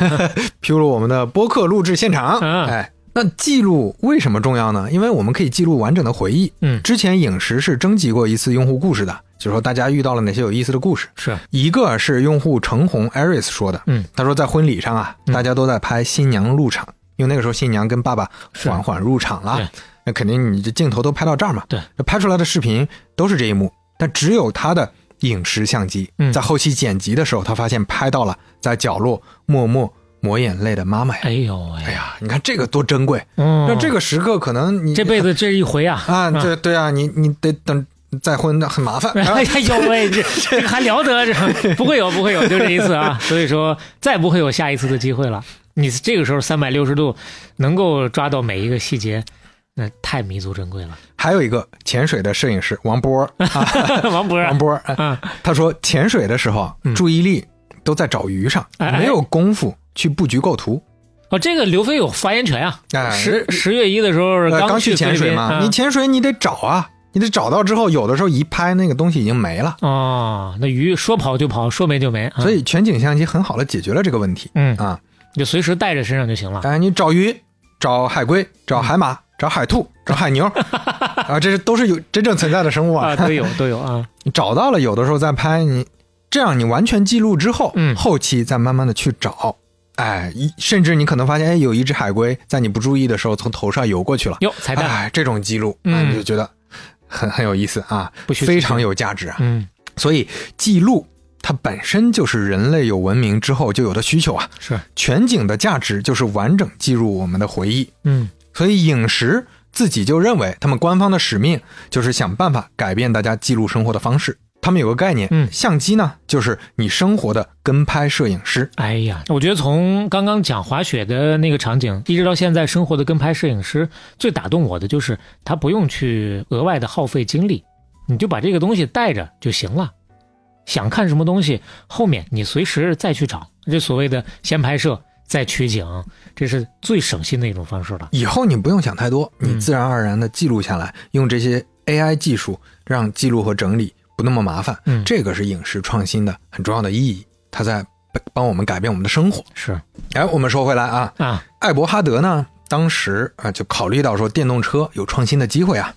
Speaker 1: 披露我们的播客录制现场。
Speaker 3: 嗯
Speaker 1: 哎，那记录为什么重要呢？因为我们可以记录完整的回忆。
Speaker 3: 嗯
Speaker 1: 之前影石是征集过一次用户故事的，就是说大家遇到了哪些有意思的故事。
Speaker 3: 是，
Speaker 1: 一个是用户程红 Aris 说的，
Speaker 3: 嗯，
Speaker 1: 他说在婚礼上啊，大家都在拍新娘入场，因为那个时候新娘跟爸爸
Speaker 3: 是
Speaker 1: 缓缓入场了
Speaker 3: 对，
Speaker 1: 那肯定你这镜头都拍到这儿嘛，
Speaker 3: 对，
Speaker 1: 那拍出来的视频都是这一幕，但只有他的影视相机
Speaker 3: 嗯
Speaker 1: 在后期剪辑的时候，他发现拍到了在角落默默抹眼泪的妈妈呀！
Speaker 3: 哎呦喂、
Speaker 1: 哎呀，你看这个多珍贵！
Speaker 3: 嗯，
Speaker 1: 那这个时刻可能你
Speaker 3: 这辈子这一回啊
Speaker 1: 啊，对对啊，你你得等再婚很麻烦。啊
Speaker 3: 哎 呦喂，这这个还了得？这不会有，不会有，就 这一次啊！ 所以说，再不会有下一次的机会了。你这个时候三百六十度能够抓到每一个细节，那太弥足珍 贵了。
Speaker 1: 还有一个潜水的摄影师王波儿，
Speaker 3: 王博，
Speaker 1: 王波儿，哎
Speaker 3: 啊，
Speaker 1: 他说潜水的时候啊
Speaker 3: 嗯
Speaker 1: 注意力都在找鱼上，
Speaker 3: 哎哎
Speaker 1: 没有功夫去布局构图。
Speaker 3: 哦，这个刘飞有发言权啊！
Speaker 1: 哎
Speaker 3: 十十月一的时候
Speaker 1: 呃，刚
Speaker 3: 去菲律
Speaker 1: 潜
Speaker 3: 宾
Speaker 1: 水嘛，
Speaker 3: 啊
Speaker 1: 你潜水你得找啊，你得找到之后，有的时候一拍那个东西已经没了，
Speaker 3: 哦，那鱼说跑就跑，说没就没，啊
Speaker 1: 所以全景相机很好的解决了这个问题
Speaker 3: 嗯，
Speaker 1: 啊。
Speaker 3: 你就随时带着身上就行了。
Speaker 1: 哎，你找鱼、找海龟、找海 马、找海兔、找海牛啊，这是都是有真正存在的生物
Speaker 3: 啊，
Speaker 1: 啊。
Speaker 3: 都有都有啊，
Speaker 1: 你找到了，有的时候再拍你，这样你完全记录之后，
Speaker 3: 嗯
Speaker 1: 后期再慢慢的去找。哎，一甚至你可能发现，哎，有一只海龟在你不注意的时候从头上游过去了，
Speaker 3: 哟，彩蛋，
Speaker 1: 哎，这种记录，
Speaker 3: 嗯
Speaker 1: 啊你就觉得很很有意思啊，
Speaker 3: 不虚此
Speaker 1: 非
Speaker 3: 行
Speaker 1: 常有价值啊。
Speaker 3: 嗯，
Speaker 1: 所以记录它本身就是人类有文明之后就有的需求啊。
Speaker 3: 是，
Speaker 1: 全景的价值就是完整记录我们的回忆，
Speaker 3: 嗯
Speaker 1: 所以影石自己就认为他们官方的使命就是想办法改变大家记录生活的方式。他们有个概念，
Speaker 3: 嗯
Speaker 1: 相机呢就是你生活的跟拍摄影师。
Speaker 3: 哎呀，我觉得从刚刚讲滑雪的那个场景，一直到现在生活的跟拍摄影师，最打动我的就是他不用去额外的耗费精力，你就把这个东西带着就行了。想看什么东西，后面你随时再去找。这所谓的先拍摄再取景，这是最省心的一种方式了。
Speaker 1: 以后你不用想太多，
Speaker 3: 嗯
Speaker 1: 你自然而然的记录下来，用这些 AI 技术让记录和整理不那么麻烦。
Speaker 3: 嗯
Speaker 1: 这个是影视创新的很重要的意义，它在帮我们改变我们的生活。
Speaker 3: 是
Speaker 1: 哎，我们说回来啊，
Speaker 3: 啊，
Speaker 1: 艾伯哈德呢，当时啊就考虑到说电动车有创新的机会啊，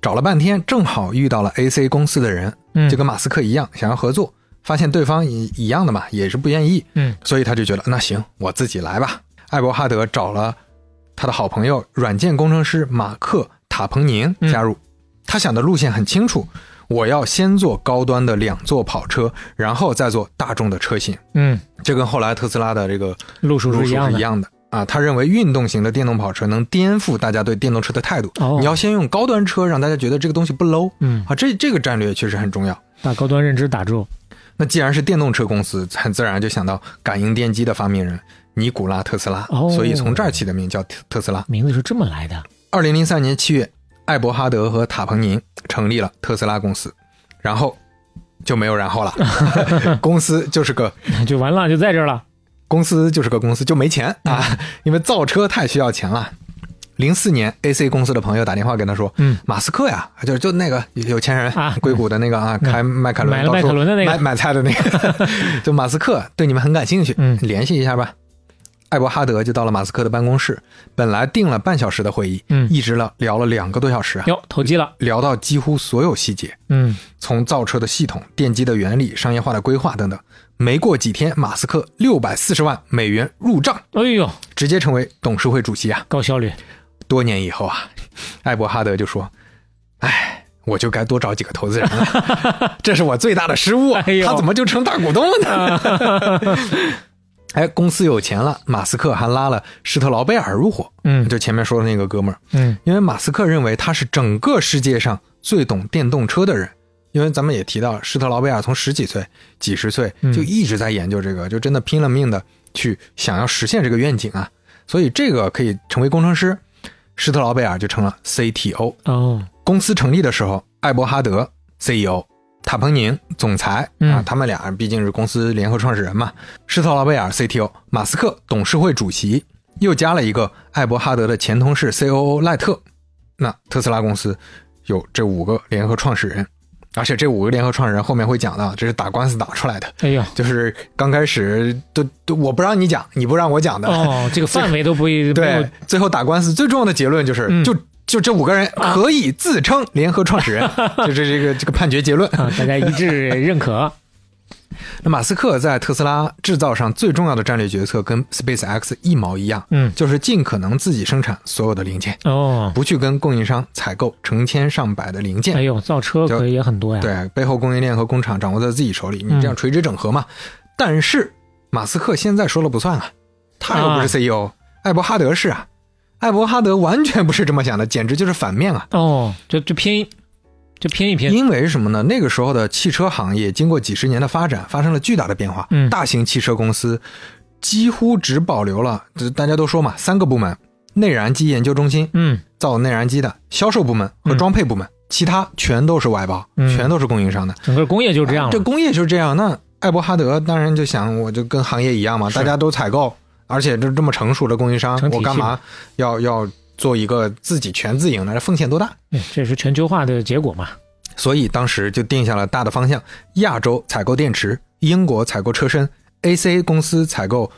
Speaker 1: 找了半天，正好遇到了 AC 公司的人，
Speaker 3: 嗯，
Speaker 1: 就跟马斯克一样想要合作，发现对方一一样的嘛，也是不愿意，
Speaker 3: 嗯
Speaker 1: 所以他就觉得那行，我自己来吧。艾伯哈德找了他的好朋友软件工程师马克塔彭宁
Speaker 3: 嗯
Speaker 1: 加入，他想的路线很清楚，我要先做高端的两座跑车，然后再做大众的车型，
Speaker 3: 嗯，
Speaker 1: 这跟后来特斯拉的这个
Speaker 3: 路数
Speaker 1: 路
Speaker 3: 是一
Speaker 1: 数
Speaker 3: 样
Speaker 1: 是
Speaker 3: 的
Speaker 1: 一。样的啊。他认为运动型的电动跑车能颠覆大家对电动车的态度。
Speaker 3: 哦
Speaker 1: 你要先用高端车让大家觉得这个东西不 low
Speaker 3: 嗯，
Speaker 1: 啊，这这个战略确实很重要。
Speaker 3: 把高端认知打住。
Speaker 1: 那既然是电动车公司，很自然就想到感应电机的发明人尼古拉特斯拉，
Speaker 3: 哦
Speaker 1: 所以从这儿起的名叫特特斯拉。
Speaker 3: 名字是这么来的。
Speaker 1: 二零零三年七月，艾伯哈德和塔彭宁成立了特斯拉公司，然后就没有然后了， 公司就是个
Speaker 3: 就完了，就在这儿了。
Speaker 1: 公司就是个公司，就没钱
Speaker 3: 嗯
Speaker 1: 啊，因为造车太需要钱了。零四年，AC 公司的朋友打电话跟他说：“
Speaker 3: 嗯，
Speaker 1: 马斯克呀，就就那个有钱人
Speaker 3: 啊嗯
Speaker 1: 硅谷的那个啊，开迈凯伦
Speaker 3: 买了
Speaker 1: 到处
Speaker 3: 迈凯伦的那个
Speaker 1: 买买菜的那 个，就马斯克对你们很感兴趣，
Speaker 3: 嗯
Speaker 1: 联系一下吧。”艾伯哈德就到了马斯克的办公室，本来定了半小时的会议，
Speaker 3: 嗯
Speaker 1: 一直了聊了两个多小时啊，
Speaker 3: 哟，投机了。
Speaker 1: 聊到几乎所有细节，
Speaker 3: 嗯，
Speaker 1: 从造车的系统、电机的原理、商业化的规划等等。没过几天，马斯克六百四十万美元入账，
Speaker 3: 哎呦，
Speaker 1: 直接成为董事会主席啊！
Speaker 3: 高效率。
Speaker 1: 多年以后啊，艾伯哈德就说：“哎，我就该多找几个投资人了， 这是我最大的失误啊。
Speaker 3: 哎呦
Speaker 1: 他怎么就成大股东了呢？” 哎，公司有钱了，马斯克还拉了施特劳贝尔入伙，
Speaker 3: 嗯
Speaker 1: 就前面说的那个哥们儿，
Speaker 3: 嗯
Speaker 1: 因为马斯克认为他是整个世界上最懂电动车的人。因为咱们也提到，施特劳贝尔从十几岁、几十岁
Speaker 3: 嗯
Speaker 1: 就一直在研究这个，就真的拼了命的去想要实现这个愿景啊。所以这个可以成为工程师，施特劳贝尔就成了 CTO。
Speaker 3: 哦，
Speaker 1: 公司成立的时候，艾伯哈德 CEO，塔彭宁总裁啊
Speaker 3: 嗯，
Speaker 1: 他们俩毕竟是公司联合创始人嘛。施特劳贝尔 CTO，马斯克董事会主席，又加了一个艾伯哈德的前同事 COO 赖特。那特斯拉公司有这五个联合创始人，而且这五个联合创始人后面会讲到，这是打官司打出来的，
Speaker 3: 哎呦，
Speaker 1: 就是刚开始都都我不让你讲，你不让我讲的，
Speaker 3: 哦，这个范围都不一没有
Speaker 1: 对，最后打官司最重要的结论就是，
Speaker 3: 嗯啊
Speaker 1: 就就这五个人可以自称联合创始 人，就是这个这个判决结论。
Speaker 3: 啊，大家一致 认可。
Speaker 1: 那马斯克在特斯拉制造上最重要的战略决策跟 SpaceX 一毛一样，
Speaker 3: 嗯，
Speaker 1: 就是尽可能自己生产所有的零件，
Speaker 3: 哦，
Speaker 1: 不去跟供应商采购成千上百的零件。
Speaker 3: 哎呦，造车可以也很多呀。，
Speaker 1: 对，背后供应链和工厂掌握在自己手里，你这样
Speaker 3: 嗯
Speaker 1: 垂直整合嘛。但是马斯克现在说了不算啊，他又不是
Speaker 3: 啊
Speaker 1: CEO，、艾伯哈德是啊，艾伯哈德完全不是这么想的，简直就是反面啊！
Speaker 3: 哦，就就偏就偏一偏，
Speaker 1: 因为什么呢？那个时候的汽车行业经过几十年的发展，发生了巨大的变化。
Speaker 3: 嗯
Speaker 1: 大型汽车公司几乎只保留了，这大家都说嘛，三个部门：内燃机研究中心、
Speaker 3: 嗯
Speaker 1: 造内燃机的销售部门和
Speaker 3: 嗯
Speaker 1: 装配部门，其他全都是外包，
Speaker 3: 嗯
Speaker 1: 全都是供应商的。
Speaker 3: 整个工业就这样了。
Speaker 1: 这工业就是这样。那艾伯哈德当然就想，我就跟行业一样嘛，
Speaker 3: 是
Speaker 1: 大家都采购，而且这这么成熟的供应商
Speaker 3: 成，体系
Speaker 1: 我干嘛要要做一个自己全自营的？这风险多大？
Speaker 3: 嗯这是全球化的结果嘛？
Speaker 1: 所以当时就定下了大的方向：亚洲采购电池，英国采购车身，AC 公司采购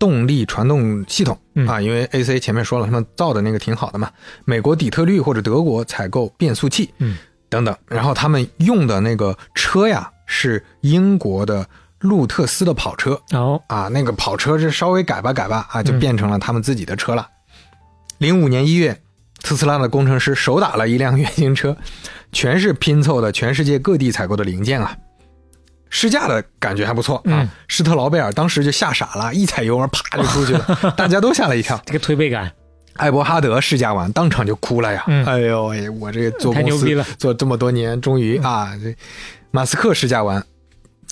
Speaker 1: 动力传动系统
Speaker 3: 嗯
Speaker 1: 啊，因为 AC 前面说了，他们造的那个挺好的嘛。美国底特律或者德国采购变速器，
Speaker 3: 嗯，
Speaker 1: 等等。然后他们用的那个车呀，是英国的路特斯的跑车，
Speaker 3: 哦，
Speaker 1: 啊，那个跑车是稍微改吧改吧啊，就
Speaker 3: 嗯
Speaker 1: 变成了他们自己的车了。零五、年一月，特斯拉的工程师手打了一辆原型车，全是拼凑的全世界各地采购的零件啊。试驾的感觉还不错啊，
Speaker 3: 嗯
Speaker 1: 施特劳贝尔当时就吓傻了，一踩油门啪就出去 了，大家都吓了一跳。
Speaker 3: 这个推背感，
Speaker 1: 艾伯哈德试驾完当场就哭了呀！
Speaker 3: 嗯
Speaker 1: 哎呦喂，我这个做
Speaker 3: 太
Speaker 1: 公
Speaker 3: 牛逼
Speaker 1: 司
Speaker 3: 了嗯
Speaker 1: 做这么多年，终于啊，这马斯克试驾完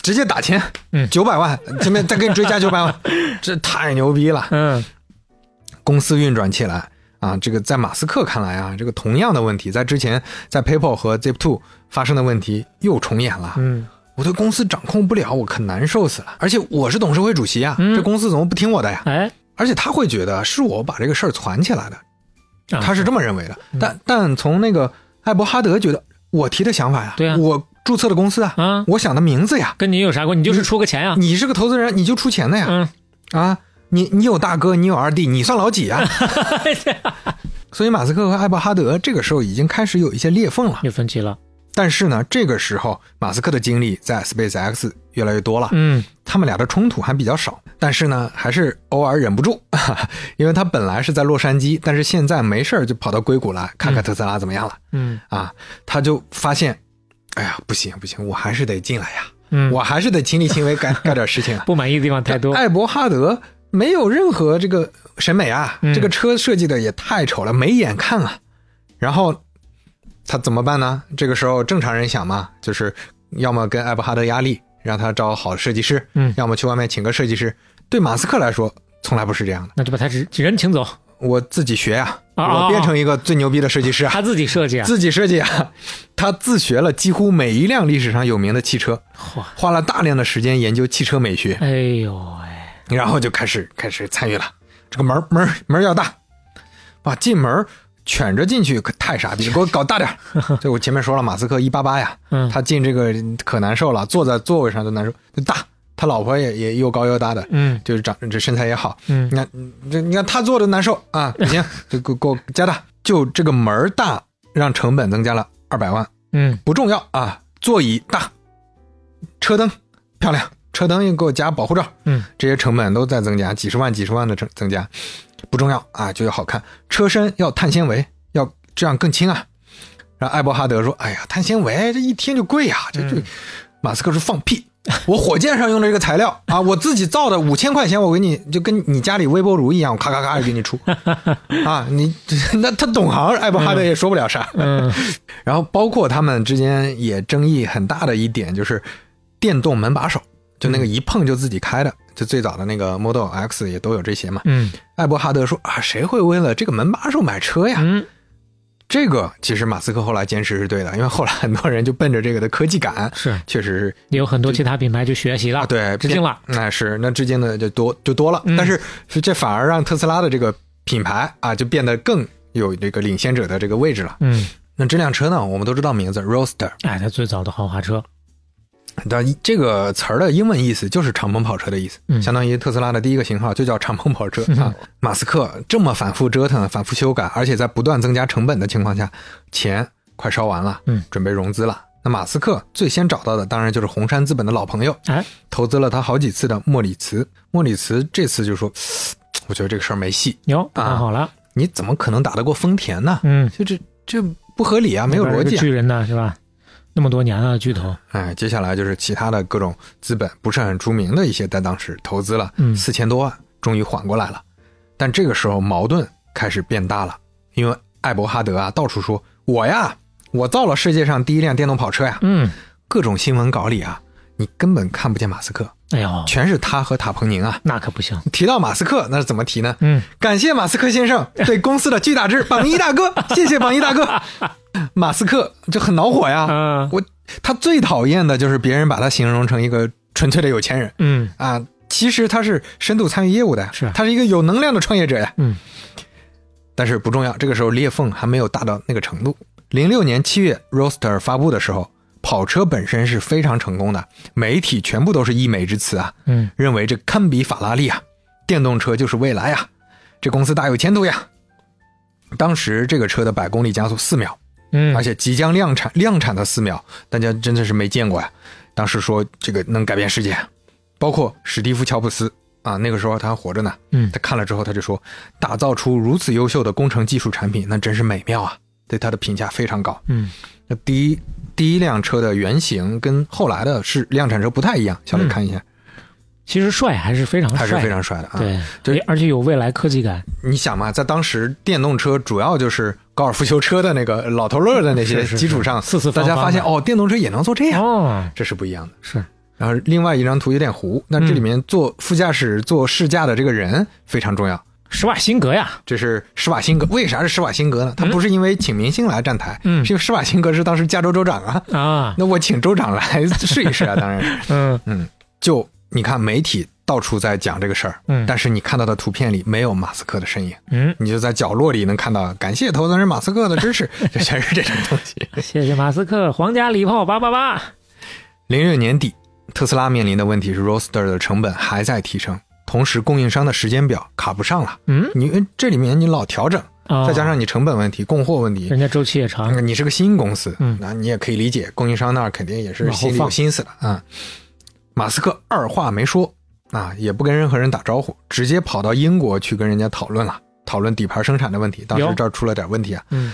Speaker 1: 直接打钱，
Speaker 3: 嗯
Speaker 1: 九百万，前面再给你追加九百万，这太牛逼了！
Speaker 3: 嗯
Speaker 1: 公司运转起来啊，这个在马斯克看来啊，这个同样的问题在之前在 PayPal 和 Zip2 发生的问题又重演了。
Speaker 3: 嗯，
Speaker 1: 我对公司掌控不了，我可难受死了。而且我是董事会主席啊，
Speaker 3: 嗯
Speaker 1: 这公司怎么不听我的呀？
Speaker 3: 哎，
Speaker 1: 而且他会觉得是我把这个事儿攒起来的，
Speaker 3: 啊
Speaker 1: 他是这么认为的。但但从那个艾伯哈德觉得，我提的想法呀，
Speaker 3: 对啊
Speaker 1: 我注册的公司啊，
Speaker 3: 啊
Speaker 1: 我想的名字呀，
Speaker 3: 跟你有啥关系？你就是出个钱啊，
Speaker 1: 你是个投资人，你就出钱的呀，
Speaker 3: 嗯，
Speaker 1: 啊，你你有大哥，你有二弟，你算老几 啊？所以马斯克和艾伯哈德这个时候已经开始有一些裂缝了。
Speaker 3: 有分歧了，
Speaker 1: 但是呢，这个时候马斯克的精力在 SpaceX 越来越多了，
Speaker 3: 嗯
Speaker 1: 他们俩的冲突还比较少，但是呢，还是偶尔忍不住， 因为他本来是在洛杉矶，但是现在没事儿就跑到硅谷来看看特斯拉怎么样了、
Speaker 3: 嗯
Speaker 1: 啊，他就发现，哎呀，不行不行，我还是得进来呀，
Speaker 3: 嗯，
Speaker 1: 我还是得亲力亲为干干点事 情啊。
Speaker 3: 不满意的地方太多，
Speaker 1: 艾伯哈德没有任何这个审美啊，
Speaker 3: 嗯
Speaker 1: 这个车设计的也太丑了，没眼看啊。然后他怎么办呢？这个时候正常人想嘛，就是要么跟艾伯哈德压力，让他找好设计师，
Speaker 3: 嗯
Speaker 1: 要么去外面请个设计师。对马斯克来说，从来不是这样的。
Speaker 3: 那就把他人人请走，
Speaker 1: 我自己学呀、
Speaker 3: 啊啊啊
Speaker 1: 我变成一个最牛逼的设计师啊，
Speaker 3: 他自己设计啊，
Speaker 1: 自己设计啊。他自学了几乎每一辆历史上有名的汽车，
Speaker 3: 嚯，
Speaker 1: 花了大量的时间研究汽车美学。
Speaker 3: 哎呦哎，
Speaker 1: 然后就开始开始参与了。这个门儿门儿门儿要大，哇，进门儿卷着进去可太傻逼，了，给我搞大点 儿。这我前面说了，马斯克一八八呀，
Speaker 3: 嗯
Speaker 1: 他进这个可难受了，坐在座位上都难受，就大。他老婆也也又高又大的，
Speaker 3: 嗯
Speaker 1: 就是长这身材也好。
Speaker 3: 嗯
Speaker 1: 你看这你看他坐着难受啊，不行，就给我给我加大。就这个门儿大，让成本增加了二百万，
Speaker 3: 嗯
Speaker 1: 不重要啊。座椅大，车灯漂亮，车灯也给我加保护罩。
Speaker 3: 嗯
Speaker 1: 这些成本都在增加，几十万、几十万的增增加，不重要啊，就要好看。车身要碳纤维，要这样更轻啊。然后艾伯哈德说：“哎呀，碳纤维这一听就贵呀、这这。马斯克说：“放屁！我火箭上用的这个材料啊，我自己造的，五千块钱我给你，就跟你家里微波炉一样，我咔咔咔就给你出啊！你 那他懂行，艾伯哈德也说不了啥。
Speaker 3: 嗯
Speaker 1: 然后包括他们之间也争议很大的一点就是电动门把手，就那个一碰就自己开的，就最早的那个 Model X 也都有这些嘛。
Speaker 3: 嗯
Speaker 1: 艾伯哈德说啊，谁会为了这个门把手买车呀？
Speaker 3: 嗯，
Speaker 1: 这个其实马斯克后来坚持是对的，因为后来很多人就奔着这个的科技感，
Speaker 3: 是
Speaker 1: 确实是
Speaker 3: 有很多其他品牌就学习了，
Speaker 1: 啊，对，
Speaker 3: 致敬了，
Speaker 1: 变，那是那致敬的就多就多了，
Speaker 3: 嗯
Speaker 1: 但是是这反而让特斯拉的这个品牌啊就变得更有这个领先者的这个位置了。
Speaker 3: 嗯，
Speaker 1: 那这辆车呢，我们都知道名字 Roadster，
Speaker 3: 哎，他最早的豪华车，
Speaker 1: 但这个词儿的英文意思就是敞篷跑车的意思，
Speaker 3: 嗯
Speaker 1: 相当于特斯拉的第一个型号就叫敞篷跑车、 啊。马斯克这么反复折腾、反复修改，而且在不断增加成本的情况下，钱快烧完了，
Speaker 3: 嗯，
Speaker 1: 准备融资了。那马斯克最先找到的当然就是红杉资本的老朋友，
Speaker 3: 哎，
Speaker 1: 投资了他好几次的莫里茨。莫里茨这次就说：“我觉得这个事儿没戏，
Speaker 3: 哟，看好了，
Speaker 1: 你怎么可能打得过丰田呢？
Speaker 3: 嗯，
Speaker 1: 就这这不合理啊，没有
Speaker 3: 那边
Speaker 1: 逻
Speaker 3: 个
Speaker 1: 辑、啊。”
Speaker 3: 巨人呢是吧？那么多年了，巨头，
Speaker 1: 哎，接下来就是其他的各种资本不是很出名的一些，在当时投资了
Speaker 3: 嗯
Speaker 1: 四千多万，终于缓过来了。但这个时候矛盾开始变大了，因为艾伯哈德啊到处说我呀，我造了世界上第一辆电动跑车呀，
Speaker 3: 嗯，
Speaker 1: 各种新闻稿里啊，你根本看不见马斯克，
Speaker 3: 哎呦，
Speaker 1: 全是他和塔彭宁啊。
Speaker 3: 那可不行，
Speaker 1: 提到马斯克，那是怎么提呢？
Speaker 3: 嗯，
Speaker 1: 感谢马斯克先生对公司的巨大支，榜一大哥，谢谢榜一大哥。马斯克就很恼火呀，
Speaker 3: 啊，
Speaker 1: 我他最讨厌的就是别人把他形容成一个纯粹的有钱人
Speaker 3: 嗯
Speaker 1: 啊，其实他是深度参与业务的呀，
Speaker 3: 是
Speaker 1: 他是一个有能量的创业者呀。
Speaker 3: 嗯，
Speaker 1: 但是不重要，这个时候裂缝还没有大到那个程度。零六年七月，Roadster 发布的时候，跑车本身是非常成功的，媒体全部都是溢美之词啊，
Speaker 3: 嗯
Speaker 1: 认为这堪比法拉利啊，电动车就是未来啊，这公司大有前途呀。当时这个车的百公里加速四秒，而
Speaker 3: 嗯，
Speaker 1: 且即将量产，量产的四秒，大家真的是没见过呀。当时说这个能改变世界，包括史蒂夫·乔布斯啊，那个时候他还活着呢。
Speaker 3: 嗯
Speaker 1: 他看了之后他就说，打造出如此优秀的工程技术产品，那真是美妙啊，对他的评价非常高。
Speaker 3: 嗯
Speaker 1: 那第一第一辆车的原型跟后来的是量产车不太一样，小磊
Speaker 3: 嗯
Speaker 1: 看一下，
Speaker 3: 其实帅还是非常
Speaker 1: 还是
Speaker 3: 帅
Speaker 1: 非
Speaker 3: 的，
Speaker 1: 常帅的啊。
Speaker 3: 对，
Speaker 1: 就是
Speaker 3: 哎而且有未来科技感，
Speaker 1: 你想嘛，在当时电动车主要就是高尔夫球车的那个老头乐的那些
Speaker 3: 是是是
Speaker 1: 基础上，
Speaker 3: 四四方
Speaker 1: 大家
Speaker 3: 方
Speaker 1: 发现
Speaker 3: 的
Speaker 1: 哦，电动车也能做这样，
Speaker 3: 哦，
Speaker 1: 这是不一样的。
Speaker 3: 是，
Speaker 1: 然后另外一张图有点糊，那这里面坐副驾驶、坐试驾的这个人非常重要。
Speaker 3: 施瓦辛格呀，
Speaker 1: 这是施瓦辛格，为啥是施瓦辛格呢？他不是因为请明星来站台，
Speaker 3: 嗯
Speaker 1: 是因为施瓦辛格是当时加州州长啊。
Speaker 3: 啊，
Speaker 1: 那我请州长来试一试 啊，当然是。
Speaker 3: 嗯
Speaker 1: 嗯，就你看媒体到处在讲这个事儿，
Speaker 3: 嗯
Speaker 1: 但是你看到的图片里没有马斯克的身影，
Speaker 3: 嗯，
Speaker 1: 你就在角落里能看到感谢投资人马斯克的支持，就全是这种东西。
Speaker 3: 谢谢马斯克，皇家礼炮八八八，
Speaker 1: 零六年底，特斯拉面临的问题是 Roadster 的成本还在提升，同时供应商的时间表卡不上了。
Speaker 3: 嗯
Speaker 1: 你这里面你老调整，
Speaker 3: 啊，
Speaker 1: 再加上你成本问题、供货问题，
Speaker 3: 人家周期也长，
Speaker 1: 你是个新公司
Speaker 3: 嗯，
Speaker 1: 那你也可以理解，供应商那儿肯定也是
Speaker 3: 往后
Speaker 1: 心里有
Speaker 3: 放
Speaker 1: 心思了啊。马斯克二话没说啊，也不跟任何人打招呼，直接跑到英国去跟人家讨论了，讨论底盘生产的问题。当时
Speaker 3: 哟
Speaker 1: 这儿出了点问题啊，
Speaker 3: 嗯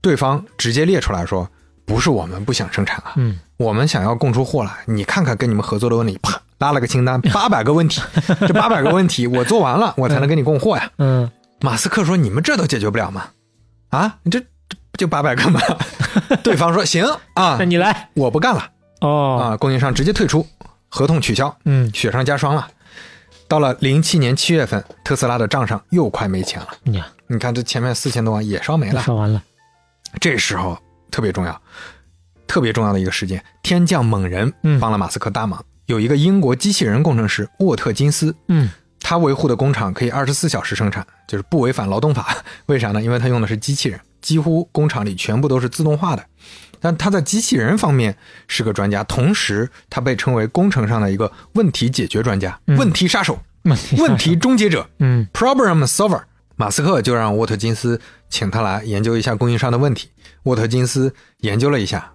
Speaker 1: 对方直接列出来说，不是我们不想生产啊，
Speaker 3: 嗯，
Speaker 1: 我们想要供出货来，你看看跟你们合作的问题，啪拉了个 清单，八百个问题，这八百个问题我做完了，我才能给你供货呀。
Speaker 3: 嗯，
Speaker 1: 马斯克说：“你们这都解决不了吗？啊，你这这不就八百个吗？” 对方说：“行啊
Speaker 3: 那，你来
Speaker 1: 我不干了
Speaker 3: 哦，
Speaker 1: 啊，供应商直接退出，合同取消，
Speaker 3: 嗯，
Speaker 1: 雪上加霜了。”到了零七年七月份，特斯拉的账上又快没钱了。
Speaker 3: 你哎呀，
Speaker 1: 你看，这前面四千多万也烧没
Speaker 3: 都
Speaker 1: 了，
Speaker 3: 说完了，
Speaker 1: 这时候特别重要，特别重要的一个事件，天降猛人
Speaker 3: 嗯
Speaker 1: 帮了马斯克大忙。有一个英国机器人工程师沃特金斯，
Speaker 3: 嗯
Speaker 1: 他维护的工厂可以二十四小时生产，就是不违反劳动法。 为啥呢？因为他用的是机器人，几乎工厂里全部都是自动化的。但他在机器人方面是个专家，同时他被称为工程上的一个问题解决专家、
Speaker 3: 嗯
Speaker 1: 问题杀手、
Speaker 3: 问题
Speaker 1: 问题终结者。
Speaker 3: 嗯
Speaker 1: Problem Solver。马斯克就让沃特金斯请他来研究一下供应商的问题。沃特金斯研究了一下，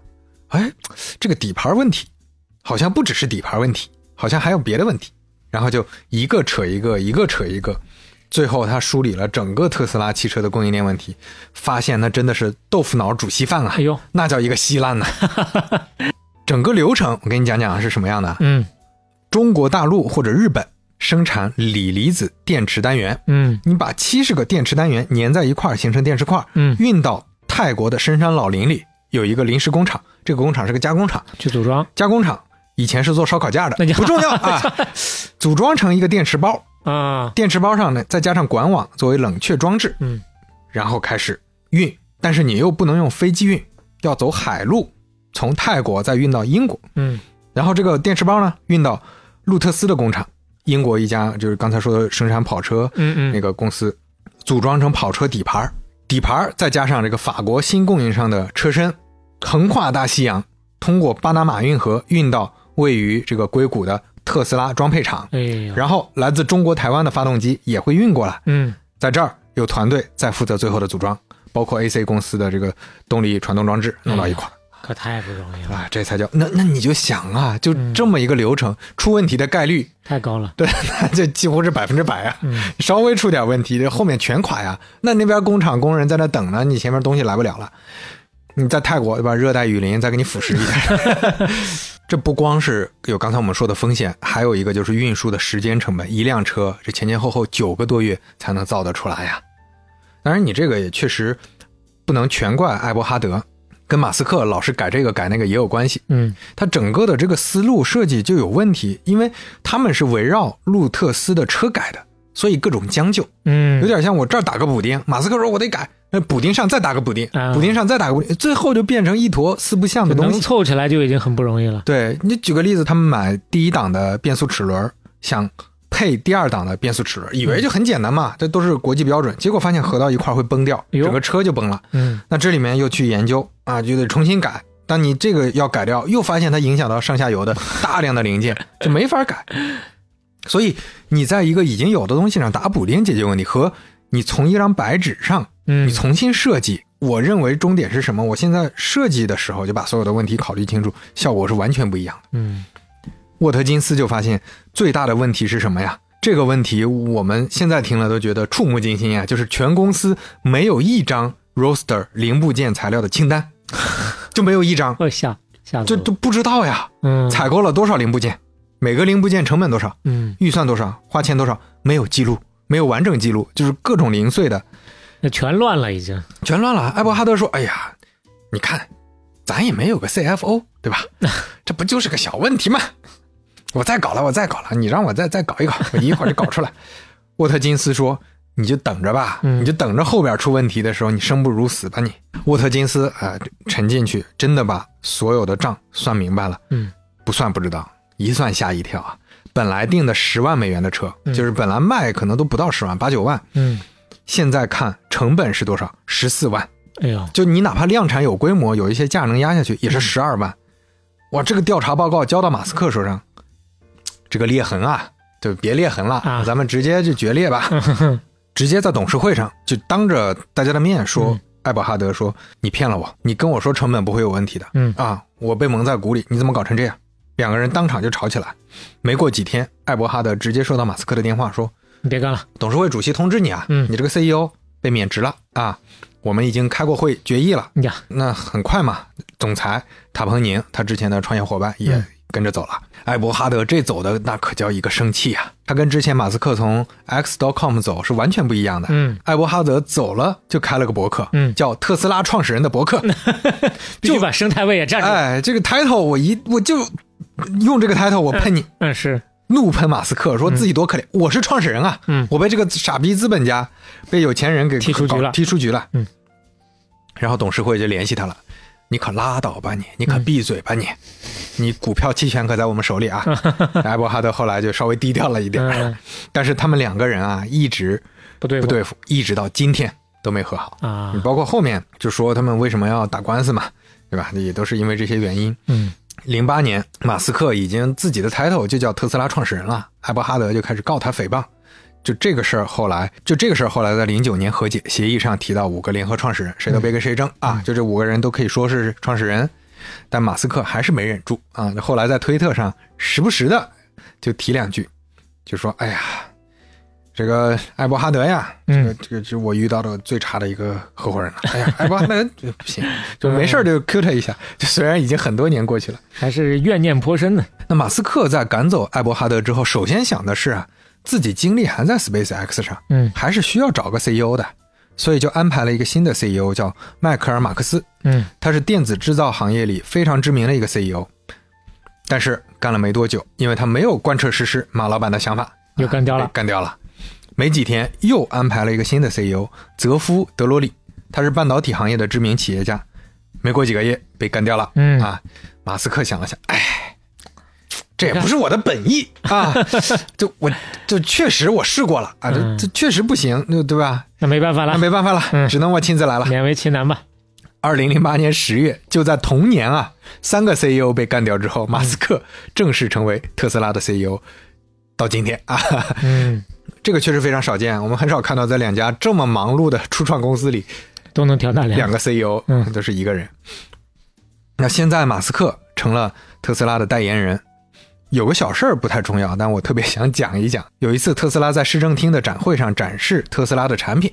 Speaker 1: 哎，这个底盘问题好像不只是底盘问题，好像还有别的问题。然后就一个扯一个，一个扯一个，最后他梳理了整个特斯拉汽车的供应链问题，发现那真的是豆腐脑煮稀饭啊
Speaker 3: 哎！呦，
Speaker 1: 那叫一个稀烂呐、整个流程我给你讲讲是什么样的啊。
Speaker 3: 嗯
Speaker 1: 中国大陆或者日本生产锂离子电池单元，
Speaker 3: 嗯
Speaker 1: 你把七十个电池单元粘在一块儿，形成电池块儿，
Speaker 3: 嗯，
Speaker 1: 运到泰国的深山老林里，有一个临时工厂。这个工厂是个加工厂，
Speaker 3: 去组装
Speaker 1: 加工厂以前是做烧烤架的
Speaker 3: 那就，
Speaker 1: 不重 要啊。组装成一个电池包，
Speaker 3: 啊，
Speaker 1: 电池包上呢再加上管网作为冷却装置，
Speaker 3: 嗯
Speaker 1: 然后开始运。但是你又不能用飞机运，要走海路，从泰国再运到英国。
Speaker 3: 嗯
Speaker 1: 然后这个电池包呢运到路特斯的工厂，英国一家就是刚才说的生产跑车
Speaker 3: 嗯
Speaker 1: 那
Speaker 3: 嗯，
Speaker 1: 个公司组装成跑车底盘儿，底盘儿再加上这个法国新供应商的车身，横跨大西洋，通过巴拿马运河运到位于这个硅谷的特斯拉装配厂，
Speaker 3: 哎呀，
Speaker 1: 然后来自中国台湾的发动机也会运过来，
Speaker 3: 嗯
Speaker 1: 在这儿有团队在负责最后的组装，包括 AC 公司的这个动力传动装置弄到一块儿。
Speaker 3: 可太不容易了，
Speaker 1: 啊，这才叫那那你就想啊，就
Speaker 3: 嗯
Speaker 1: 这么一个流程，出问题的概率，
Speaker 3: 太高了，
Speaker 1: 对，那这几乎是百分之百啊。
Speaker 3: 嗯
Speaker 1: 稍微出点问题，这后面全垮呀。那那边工厂工人在那等呢，你前面东西来不了了。你在泰国对吧？热带雨林再给你腐蚀一下。这不光是有刚才我们说的风险，还有一个就是运输的时间成本，一辆车这前前后后九个多月才能造得出来呀。当然，你这个也确实不能全怪艾伯哈德，跟马斯克老是改这个改那个也有关系。
Speaker 3: 嗯
Speaker 1: 它整个的这个思路设计就有问题，因为他们是围绕路特斯的车改的，所以各种将就，
Speaker 3: 嗯，
Speaker 1: 有点像我这儿打个补丁，马斯克说我得改，那补丁上再打个补丁
Speaker 3: 啊，
Speaker 1: 补丁上再打个补丁，最后就变成一坨四不像的东
Speaker 3: 嗯能
Speaker 1: 西。
Speaker 3: 凑起来就已经很不容易了。
Speaker 1: 对你举个例子，他们买第一档的变速齿轮儿，想配第二档的变速齿轮儿，以为就很简单嘛，这都是国际标准，结果发现合到一块儿会崩掉，
Speaker 3: 哎呦
Speaker 1: 整个车就崩了。
Speaker 3: 嗯
Speaker 1: 那这里面又去研究啊，就得重新改。但你这个要改掉，又发现它影响到上下游的大量的零件，就没法改。所以你在一个已经有的东西上打补丁解决问题，和你从一张白纸上
Speaker 3: 嗯
Speaker 1: 你重新设计，我认为终点是什么？我现在设计的时候就把所有的问题考虑清楚，效果是完全不一样的。
Speaker 3: 嗯
Speaker 1: 沃特金斯就发现最大的问题是什么呀？这个问题我们现在听了都觉得触目惊心呀，就是全公司没有一张 roster 零部件材料的清单， 就没有一张，
Speaker 3: 哦，吓吓死
Speaker 1: 就
Speaker 3: 我
Speaker 1: 都不知道呀，
Speaker 3: 嗯
Speaker 1: 采购了多少零部件，每个零部件成本多少，
Speaker 3: 嗯，
Speaker 1: 预算多少，花钱多少，没有记录，没有完整记录，就是各种零碎的
Speaker 3: 那全乱了已经。
Speaker 1: 全乱了。艾伯哈德说：“哎呀，你看，咱也没有个 CFO，对 吧？这不就是个小问题吗？我再搞了，我再搞了，你让我再再搞一搞，我一会儿就搞出 来。”沃特金斯说：“你就等着吧，
Speaker 3: 嗯
Speaker 1: 你就等着后边出问题的时候，你生不如死吧你。”沃特金斯啊、呃沉进去，真的把所有的账算明白了。
Speaker 3: 嗯
Speaker 1: 不算不知道，一算吓一跳啊！本来定的十万美元的车，
Speaker 3: 嗯
Speaker 1: 就是本来卖可能都不到十万，八九万，
Speaker 3: 嗯，
Speaker 1: 现在看成本是多少？十四万。
Speaker 3: 哎呦，
Speaker 1: 就你哪怕量产有规模，有一些价能压下去，也
Speaker 3: 嗯
Speaker 1: 是十二万。哇，这个调查报告交到马斯克手上，这个裂痕啊，就别裂痕了，
Speaker 3: 啊
Speaker 1: 咱们直接就决裂 吧，直接在董事会上就当着大家的面说，
Speaker 3: 嗯
Speaker 1: 艾伯哈德说你骗了我，你跟我说成本不会有问题的，
Speaker 3: 嗯
Speaker 1: 啊，我被蒙在鼓里，你怎么搞成这样？两个人当场就吵起来。没过几天，艾伯哈德直接收到马斯克的电话说，
Speaker 3: 你别干了。
Speaker 1: 董事会主席通知你啊，
Speaker 3: 嗯
Speaker 1: 你这个 CEO 被免职了啊，我们已经开过会决议了。
Speaker 3: 呀，
Speaker 1: 那很快嘛，总裁塔彭宁他之前的创业伙伴也
Speaker 3: 嗯
Speaker 1: 跟着走了。艾伯哈德这走的那可叫一个生气啊！他跟之前马斯克从 X.com 走是完全不一样的。
Speaker 3: 嗯，
Speaker 1: 艾伯哈德走了就开了个博客，
Speaker 3: 嗯
Speaker 1: 叫特斯拉创始人的博 客。
Speaker 3: 必须把生态位也占住。
Speaker 1: 哎，这个 title 我一我就用这个 title 我喷你，
Speaker 3: 嗯，是，
Speaker 1: 怒喷马斯克，说自己多可怜，我是创始人啊，
Speaker 3: 嗯
Speaker 1: 我被这个傻逼资本家、被有钱人给
Speaker 3: 踢出局
Speaker 1: 搞
Speaker 3: 了
Speaker 1: 踢出局了，
Speaker 3: 嗯。
Speaker 1: 然后董事会就联系他了，你可拉倒吧你，你
Speaker 3: 嗯
Speaker 1: 可闭嘴吧你，你股票期权可在我们手里 啊。艾伯哈德后来就稍微低调了一点，
Speaker 3: 嗯
Speaker 1: 但是他们两个人啊一直
Speaker 3: 不对
Speaker 1: 哎不
Speaker 3: 付
Speaker 1: 对付，一直到今天都没和好。
Speaker 3: 啊
Speaker 1: 你，包括后面就说他们为什么要打官司嘛，对吧？也都是因为这些原因。
Speaker 3: 嗯
Speaker 1: 零八年，马斯克已经自己的 title 就叫特斯拉创始人了，艾伯哈德就开始告他诽谤。就这个事儿，后来就这个事儿，后来在零九年和解协议上提到五个联合创始人，谁都别跟谁争、啊，就这五个人都可以说是创始人。但马斯克还是没忍住啊，后来在推特上时不时的就提两句，就说：“哎呀，这个艾伯哈德呀，这个
Speaker 3: 嗯
Speaker 1: 这个是我遇到的最差的一个合伙人了。哎呀，艾伯哈德 这不行，就没事儿就 Q 他一下。就虽然已经很多年过去了。”
Speaker 3: 还是怨念颇深的。
Speaker 1: 那马斯克在赶走艾伯哈德之后，首先想的是啊，自己精力还在 SpaceX 上，
Speaker 3: 嗯
Speaker 1: 还是需要找个 CEO 的，所以就安排了一个新的 CEO，叫迈克尔·马克思，
Speaker 3: 嗯
Speaker 1: 他是电子制造行业里非常知名的一个 CEO。但是干了没多久，因为他没有贯彻实施马老板的想法，
Speaker 3: 又干掉了
Speaker 1: 啊被干掉了。没几天，又安排了一个新的 CEO，泽夫·德罗里，他是半导体行业的知名企业家。没过几个月，被干掉了。
Speaker 3: 嗯
Speaker 1: 啊，马斯克想了想，哎，这也不是我的本意啊，就我就确实我试过了啊，这
Speaker 3: 嗯
Speaker 1: 这确实不行，对对吧？
Speaker 3: 那没办法
Speaker 1: 那
Speaker 3: 了，
Speaker 1: 没办法了，
Speaker 3: 嗯
Speaker 1: 只能我亲自来了。
Speaker 3: 勉为其难吧。
Speaker 1: 二零零八年十月，就在同年啊，三个 CEO 被干掉之后，马斯克正式成为特斯拉的 CEO，到今天啊，
Speaker 3: 嗯，
Speaker 1: 这个确实非常少见，我们很少看到在两家这么忙碌的初创公司里，
Speaker 3: 都能挑大梁
Speaker 1: 两。个 CEO
Speaker 3: 嗯
Speaker 1: 都是一个人。那现在马斯克成了特斯拉的代言人，有个小事儿不太重要，但我特别想讲一讲。有一次特斯拉在市政厅的展会上展示特斯拉的产品，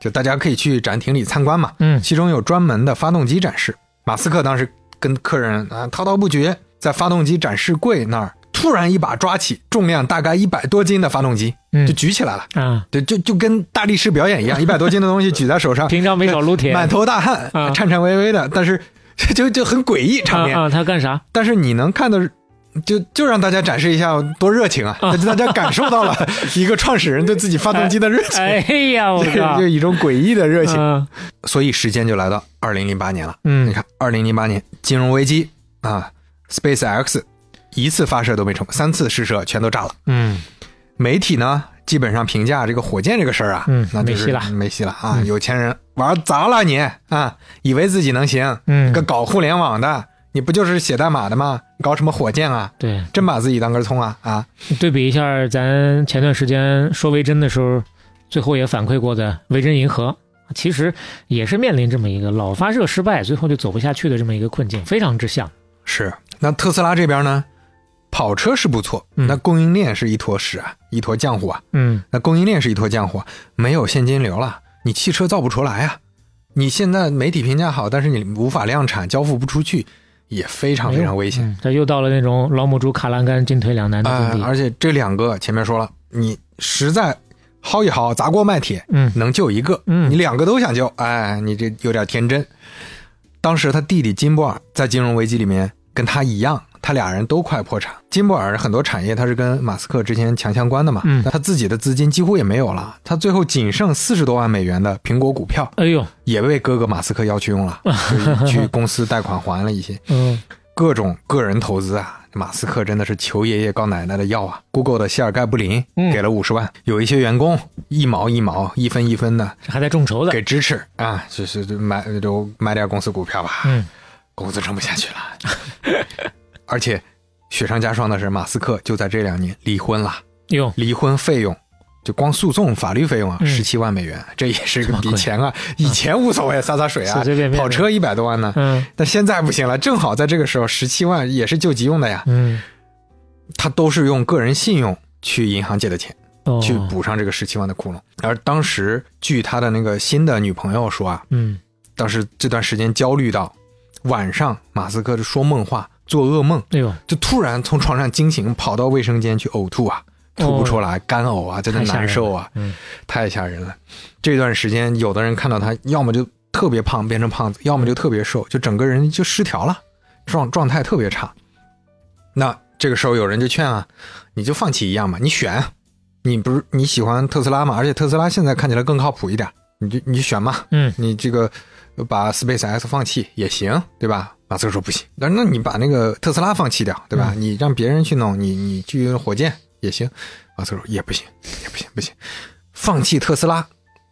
Speaker 1: 就大家可以去展厅里参观嘛。
Speaker 3: 嗯
Speaker 1: 其中有专门的发动机展示。马斯克当时跟客人啊滔滔不绝，在发动机展示柜那儿突然一把抓起重量大概一百多斤的发动机，
Speaker 3: 嗯
Speaker 1: 就举起来了。
Speaker 3: 啊，
Speaker 1: 对，就就跟大力士表演一样，一百多斤的东西举在手上，
Speaker 3: 平常没少撸铁，
Speaker 1: 满头大汗，
Speaker 3: 啊
Speaker 1: 颤颤巍巍的，但是 就就很诡异场面。
Speaker 3: 啊啊，他 干啥？
Speaker 1: 但是你能看到，就就让大家展示一下多热情啊！就大家感受 到了一个创始人对自己发动机的热情，
Speaker 3: 哎呀，我
Speaker 1: 这
Speaker 3: 靠
Speaker 1: 就！一种诡异的热情。
Speaker 3: 嗯
Speaker 1: 所以时间就来到二零零八年了。你
Speaker 3: 嗯
Speaker 1: 看，二零零八年金融危机啊，SpaceX 一次发射都没成功，三次试射全都炸了。
Speaker 3: 嗯
Speaker 1: 媒体呢，基本上评价这个火箭这个事儿啊，
Speaker 3: 嗯
Speaker 1: 那就是
Speaker 3: 没戏了嗯
Speaker 1: 没戏了啊！有钱人玩砸了你啊，以为自己能行，
Speaker 3: 嗯
Speaker 1: 个搞互联网的，你不就是写代码的吗？搞什么火箭啊？
Speaker 3: 对，
Speaker 1: 真把自己当根葱啊啊！
Speaker 3: 对比一下，咱前段时间说维珍的时候，最后也反馈过的维珍银河，其实也是面临这么一个老发射失败，最后就走不下去的这么一个困境，非常之像。
Speaker 1: 是，那特斯拉这边呢，跑车是不错，
Speaker 3: 嗯
Speaker 1: 那供应链是一坨屎啊，一坨浆糊啊。
Speaker 3: 嗯
Speaker 1: 那供应链是一坨浆糊，没有现金流了，你汽车造不出来啊。你现在媒体评价好，但是你无法量产，交付不出去，也非常非常危险
Speaker 3: 嗯，这又到了那种老母猪卡栏杆进退两难的
Speaker 1: 啊、
Speaker 3: 境地。
Speaker 1: 而且这两个前面说了，你实在薅一薅，砸锅卖铁，
Speaker 3: 嗯
Speaker 1: 能救一个，
Speaker 3: 嗯
Speaker 1: 你两个都想救，哎，你这有点天真。当时他弟弟金波尔在金融危机里面跟他一样，他俩人都快破产。金波尔很多产业他是跟马斯克之前强相关的嘛，
Speaker 3: 嗯
Speaker 1: 但他自己的资金几乎也没有了，他最后仅剩四十多万美元的苹果股票
Speaker 3: 哎呦，
Speaker 1: 也被哥哥马斯克要去用了， 就是去公司贷款还了一些。
Speaker 3: 嗯
Speaker 1: 各种个人投资啊，马斯克真的是求爷爷告奶奶的要啊。Google 的谢尔盖布林
Speaker 3: 嗯
Speaker 1: 给了五十万，有一些员工一毛一毛、一分一分的
Speaker 3: 这还在众筹的。
Speaker 1: 给支持啊，就是就买就买点公司股票吧，
Speaker 3: 嗯
Speaker 1: 公司撑不下去了。 而且雪上加霜的是，马斯克就在这两年离婚了，
Speaker 3: 哟，
Speaker 1: 离婚费用。就光诉讼法律费用啊，
Speaker 3: 嗯
Speaker 1: 十七万美元，这也是个
Speaker 3: 么
Speaker 1: 比
Speaker 3: 贵
Speaker 1: 钱啊，以前无所谓，洒洒水啊
Speaker 3: 随随便，便
Speaker 1: 跑车一百多万呢，
Speaker 3: 嗯
Speaker 1: 但现在不行了，正好在这个时候，十七万也是救急用的呀。
Speaker 3: 嗯，
Speaker 1: 他都是用个人信用去银行借的钱，
Speaker 3: 哦，
Speaker 1: 去补上这个十七万的窟窿。而当时据他的那个新的女朋友说啊，
Speaker 3: 嗯
Speaker 1: 当时这段时间焦虑到晚上，马斯克就说梦话，做噩梦，
Speaker 3: 哎呦，
Speaker 1: 就突然从床上惊醒，跑到卫生间去呕吐啊，吐不出来，干呕啊，真的
Speaker 3: 太吓人
Speaker 1: 难
Speaker 3: 了
Speaker 1: 受啊，
Speaker 3: 嗯
Speaker 1: 太吓人了。这段时间，有的人看到他，要么就特别胖变成胖子，要么就特别瘦，就整个人就失调了，状状态特别差。那这个时候有人就劝啊，你就放弃一样嘛，你选，你不是你喜欢特斯拉嘛，而且特斯拉现在看起来更靠谱一点，你就你就选嘛，
Speaker 3: 嗯
Speaker 1: 你这个呃把 Space X 放弃也行，对吧？马斯克说不行，那那你把那个特斯拉放弃掉，对吧？你让别人去弄，你你去用火箭也行。马斯克说也不行，也不行，不行，放弃特斯拉，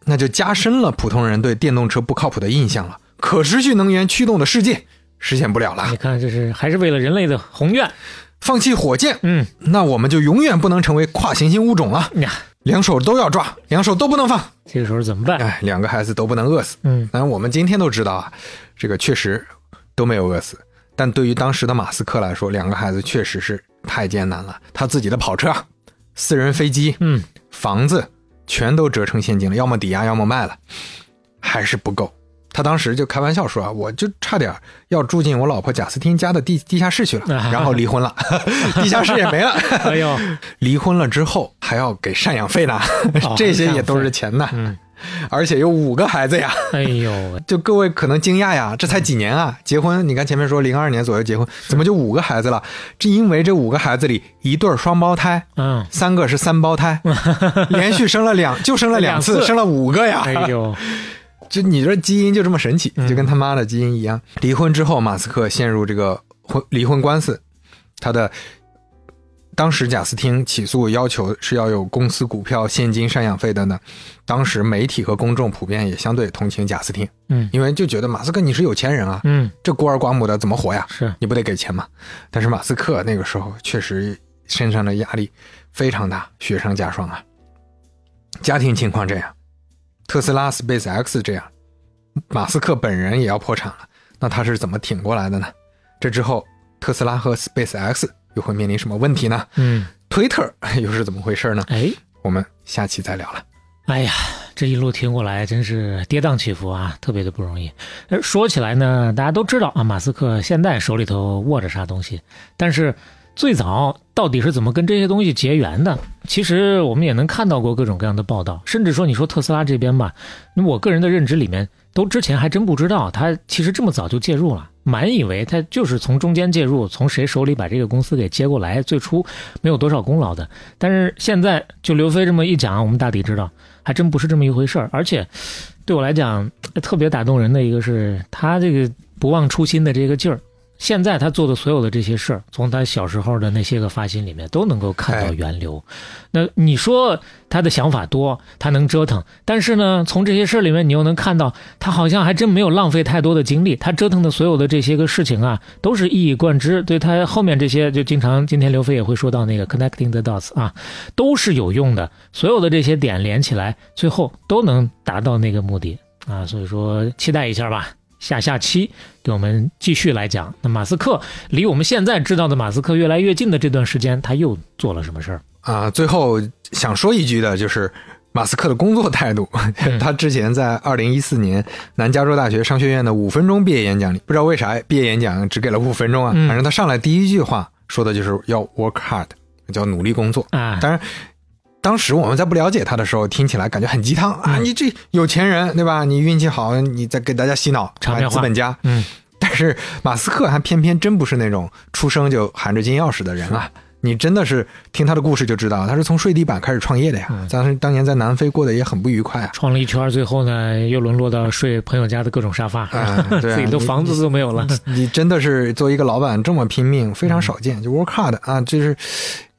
Speaker 1: 那就加深了普通人对电动车不靠谱的印象了。可持续能源驱动的世界实现不了了
Speaker 3: 你。看这是还是为了人类的宏愿。
Speaker 1: 放弃火箭，
Speaker 3: 嗯
Speaker 1: 那我们就永远不能成为跨行星物种了。
Speaker 3: 呀，
Speaker 1: 两手都要抓，两手都不能放。
Speaker 3: 这个时候怎么办？
Speaker 1: 哎，两个孩子都不能饿死。
Speaker 3: 嗯
Speaker 1: 当然，我们今天都知道啊，这个确实都没有饿死，但对于当时的马斯克来说，两个孩子确实是太艰难了。他自己的跑车、私人飞机、
Speaker 3: 嗯
Speaker 1: 房子全都折成现金了，要么抵押，要么卖了，还是不够。他当时就开玩笑说啊，我就差点要住进我老婆贾斯汀家的地地下室去了，然后离婚了，地下室也没了。
Speaker 3: 哎呦，
Speaker 1: 离婚了之后还要给赡养费呢，这些也都是钱呢，
Speaker 3: 嗯，
Speaker 1: 而且有五个孩子呀。
Speaker 3: 哎呦喂，
Speaker 1: 就各位可能惊讶呀，这才几年
Speaker 3: 嗯
Speaker 1: 啊？结婚，你看前面说零二年左右结婚，怎么就五个孩子了？这因为这五个孩子里一对儿双胞胎，
Speaker 3: 嗯，
Speaker 1: 三个是三胞 胎，连续生了两，就生了两次，
Speaker 3: 两次
Speaker 1: 生了五个呀！
Speaker 3: 哎嗯呦，
Speaker 1: 这你说基因就这么神奇，就跟他妈的基因一样。离婚之后，马斯克陷入这个婚离婚官司，他的当时贾斯汀起诉要求是要有公司股票、现金、赡养费等等。当时媒体和公众普遍也相对同情贾斯汀，
Speaker 3: 嗯
Speaker 1: 因为就觉得马斯克你是有钱人啊，
Speaker 3: 嗯，
Speaker 1: 这孤儿寡母的怎么活呀？
Speaker 3: 是，
Speaker 1: 你不得给钱吗？但是马斯克那个时候确实身上的压力非常大，雪上加霜啊。家庭情况这样，特斯拉、Space X 这样，马斯克本人也要破产了，那他是怎么挺过来的呢？这之后，特斯拉和 Space X 又会面临什么问题呢？
Speaker 3: 嗯，
Speaker 1: 推特又是怎么回事呢？
Speaker 3: 哎，
Speaker 1: 我们下期再聊了。
Speaker 3: 哎呀，这一路听过来真是跌宕起伏啊，特别的不容易。呃说起来呢，大家都知道啊，马斯克现在手里头握着啥东西，但是最早到底是怎么跟这些东西结缘的？其实我们也能看到过各种各样的报道，甚至说你说特斯拉这边吧，那么我个人的认知里面，都之前还真不知道他其实这么早就介入了，满以为他就是从中间介入，从谁手里把这个公司给接过来，最初没有多少功劳的。但是现在就刘飞这么一讲，我们大抵知道，还真不是这么一回事儿。而且对我来讲，特别打动人的一个是他这个不忘初心的这个劲儿。现在他做的所有的这些事儿，从他小时候的那些个发心里面都能够看到
Speaker 1: 哎
Speaker 3: 源流。那你说他的想法多，他能折腾，但是呢，从这些事儿里面你又能看到，他好像还真没有浪费太多的精力。他折腾的所有的这些个事情啊，都是一以贯之。对他后面这些，就经常今天刘飞也会说到那个 connecting the dots 啊，都是有用的。所有的这些点连起来，最后都能达到那个目的啊。所以说，期待一下吧。下下期给我们继续来讲，那马斯克离我们现在知道的马斯克越来越近的这段时间，他又做了什么事儿？
Speaker 1: 啊、最后想说一句的就是。马斯克的工作态度，
Speaker 3: 嗯
Speaker 1: 他之前在二零一四年南加州大学商学院的五分钟毕业演讲里，不知道为啥毕业演讲只给了五分钟啊，
Speaker 3: 嗯
Speaker 1: 反正他上来第一句话说的就是要 work hard，叫努力工作。
Speaker 3: 啊，
Speaker 1: 当然，当时我们在不了解他的时候，听起来感觉很鸡汤啊！
Speaker 3: 嗯
Speaker 1: 你这有钱人对吧？你运气好，你在给大家洗脑，
Speaker 3: 场面
Speaker 1: 啊
Speaker 3: 话
Speaker 1: 资本家。
Speaker 3: 嗯，
Speaker 1: 但是马斯克还偏偏真不是那种出生就含着金钥匙的人啊！你真的是听他的故事就知道，他是从睡地板开始创业的呀。
Speaker 3: 嗯
Speaker 1: 当时当年在南非过得也很不愉快啊。
Speaker 3: 创了一圈，最后呢又沦落到睡朋友家的各种沙发，
Speaker 1: 啊，对啊，
Speaker 3: 自己都
Speaker 1: 你
Speaker 3: 房子都没有了。
Speaker 1: 你真的是作为一个老板这么拼命，非
Speaker 3: 嗯
Speaker 1: 常少见。就 work hard 啊，这是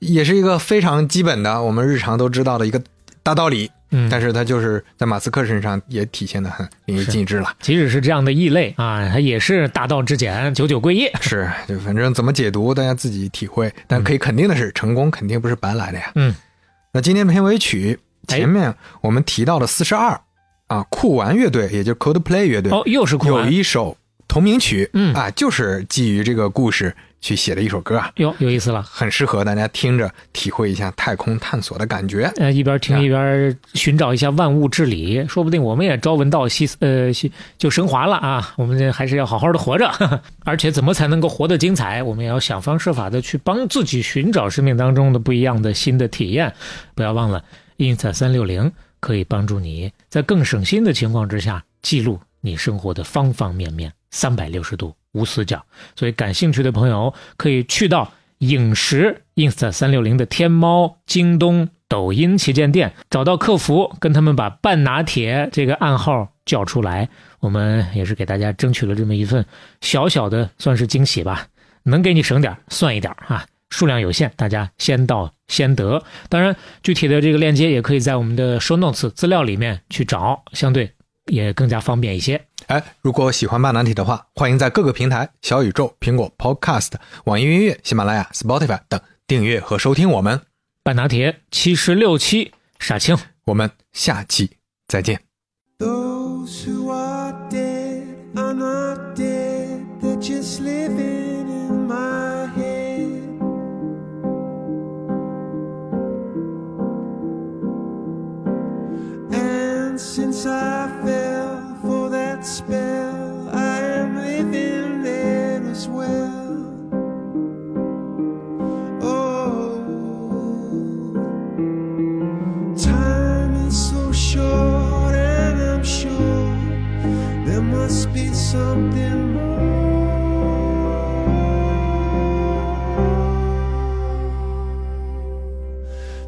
Speaker 1: 也是一个非常基本的，我们日常都知道的一个大道理。
Speaker 3: 嗯，
Speaker 1: 但
Speaker 3: 是
Speaker 1: 是他就是在马斯克身上也体现的很淋漓尽致 了。
Speaker 3: 即使是这样的异类啊，他也是大道至简，九九归一。
Speaker 1: 是，就反正怎么解读，大家自己体会。但可以肯定的是，成功肯定不是白来的呀。
Speaker 3: 嗯，
Speaker 1: 那今天的片尾曲
Speaker 3: 哎
Speaker 1: 前面我们提到的四十二啊，酷玩乐队，也就是 Coldplay 乐队，
Speaker 3: 哦，又是酷
Speaker 1: 有
Speaker 3: 玩，
Speaker 1: 一首同名曲，
Speaker 3: 嗯
Speaker 1: 啊，就是基于这个故事去写的一首歌啊，
Speaker 3: 哟，有意思了。
Speaker 1: 很适合大家听着体会一下太空探索的感觉。
Speaker 3: 呃，一边听一边寻找一下万物之理，说不定我们也朝闻道夕呃夕就升华了啊！我们这还是要好好的活着， 而且怎么才能够活得精彩？我们也要想方设法的去帮自己寻找生命当中的不一样的新的体验。不要忘了，ins 三六零可以帮助你在更省心的情况之下记录你生活的方方面面，三百六十度无死角。所以感兴趣的朋友可以去到影石 Insta 三六零的天猫、京东、抖音旗舰店，找到客服，跟他们把“半拿铁”这个暗号叫出来。我们也是给大家争取了这么一份小小的，算是惊喜吧，能给你省点儿算一点儿啊。数量有限，大家先到先得。当然，具体的这个链接也可以在我们的 show notes 资料里面去找，相对也更加方便一些。
Speaker 1: 哎，如果喜欢半拿体的话，欢迎在各个平台小宇宙、苹果 Podcast、网易云音乐、喜马拉雅、Spotify 等订阅和收听我们。
Speaker 3: 半拿铁七十六期，傻青。
Speaker 1: 我们下期再见。
Speaker 4: Those who are dead are not dead, they're just living in my head. And since I fell for that spell, I am living there as well. Oh. Time is so short, and I'm sure there must be something more.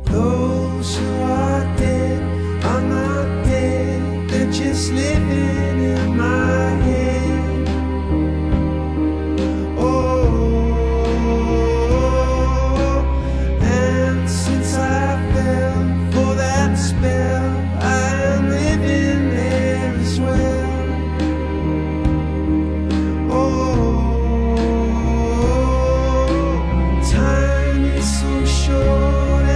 Speaker 4: Those who are dead are not dead, they're just living in my head. Oh. Oh,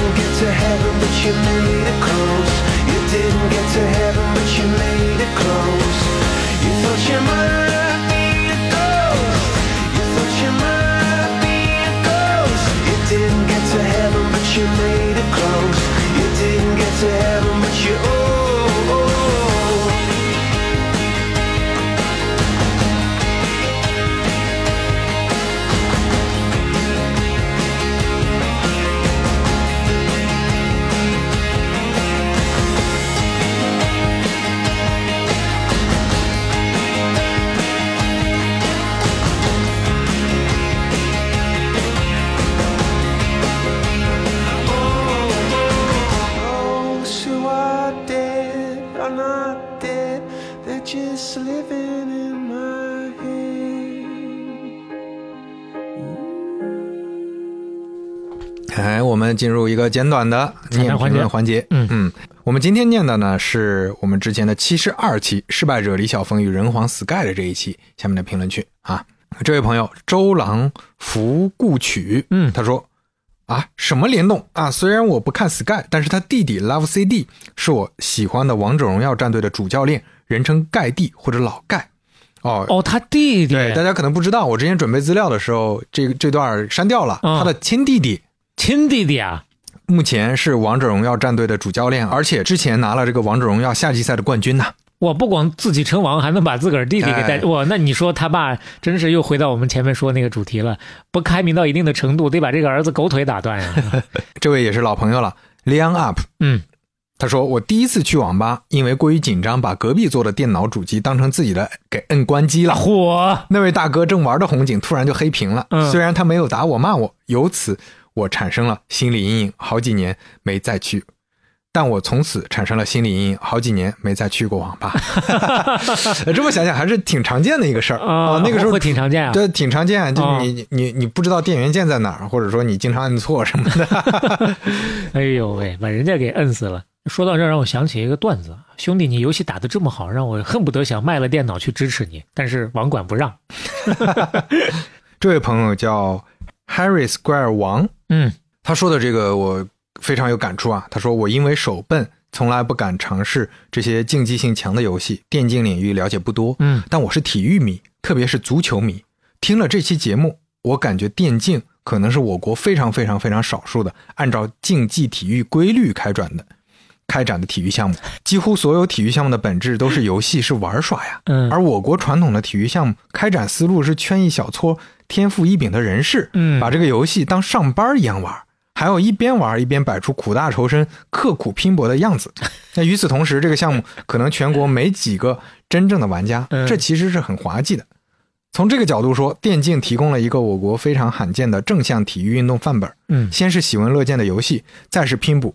Speaker 4: you made it close. You didn't get to heaven, but you made it close. You thought you might be a ghost. You thought you might be a ghost. You didn't get to heaven, but you made it close. You didn't get to heaven, but you oh. oh, oh. Those who are dead are not dead, they're just living in my head.
Speaker 1: 哎，我们进入一个简短的
Speaker 3: 彩
Speaker 1: 念
Speaker 3: 蛋环
Speaker 1: 评
Speaker 3: 节
Speaker 1: 论环节。
Speaker 3: 嗯
Speaker 1: 嗯，我们今天念的呢是我们之前的七十二期《失败者李晓峰与人皇 Sky》的这一期下面的评论区啊，这位朋友周郎福故曲，
Speaker 3: 嗯
Speaker 1: 他说啊什么联动啊？虽然我不看 Sky，但是他弟弟 Love CD 是我喜欢的王者荣耀战队的主教练，人称盖弟或者老盖。哦，
Speaker 3: 哦，他弟弟，
Speaker 1: 对，大家可能不知道，我之前准备资料的时候，这个这段儿删掉了。
Speaker 3: 嗯
Speaker 1: 他的亲弟弟
Speaker 3: 亲弟弟啊，
Speaker 1: 目前是王者荣耀战队的主教练，而且之前拿了这个王者荣耀夏季赛的冠军呐、
Speaker 3: 我不光自己称王，还能把自个儿弟弟给带
Speaker 1: 哎
Speaker 3: 哇！那你说他爸真是又回到我们前面说那个主题了，不开明到一定的程度，得把这个儿子狗腿打断啊 呀！
Speaker 1: 这位也是老朋友了 l e o n Up，
Speaker 3: 嗯，
Speaker 1: 他说我第一次去网吧，因为过于紧张，把隔壁桌的电脑主机当成自己的给摁关机了。
Speaker 3: 火，啊
Speaker 1: 那位大哥正玩的红警突然就黑屏了，
Speaker 3: 嗯
Speaker 1: 虽然他没有打我骂我，由此我产生了心理阴影，好几年没再去。但我从此产生了心理阴影，好几年没再去过网吧。 这么想想还是挺常见的一个事儿
Speaker 3: 啊
Speaker 1: 哦那个时候
Speaker 3: 会挺常见啊
Speaker 1: 对，挺常见。就
Speaker 3: 啊
Speaker 1: 你、你你你不知道电源键在哪儿，或者说你经常按错什么的。
Speaker 3: 哎呦喂，把人家给摁死了。说到这儿，让我想起一个段子：啊兄弟，你游戏打得这么好，让我恨不得想卖了电脑去支持你，但是网管不让。
Speaker 1: 这位朋友叫 Harry Square 王，
Speaker 3: 嗯，
Speaker 1: 他说的这个我非常有感触啊。他说我因为手笨，从来不敢尝试这些竞技性强的游戏，电竞领域了解不多。
Speaker 3: 嗯，
Speaker 1: 但我是体育迷，特别是足球迷。听了这期节目，我感觉电竞可能是我国非常非常非常少数的按照竞技体育规律开展的。开展的体育项目，几乎所有体育项目的本质都是游戏，是玩耍呀。
Speaker 3: 嗯
Speaker 1: 而我国传统的体育项目开展思路是圈一小撮天赋异禀的人士，
Speaker 3: 嗯
Speaker 1: 把这个游戏当上班一样玩，还有一边玩一边摆出苦大仇深、刻苦拼搏的样 子。那与此同时，这个项目可能全国没几个真正的玩家，
Speaker 3: 嗯
Speaker 1: 这其实是很滑稽的。从这个角度说，电竞提供了一个我国非常罕见的正向体育运动范本。
Speaker 3: 嗯
Speaker 1: 先是喜闻乐见的游戏，再是拼搏，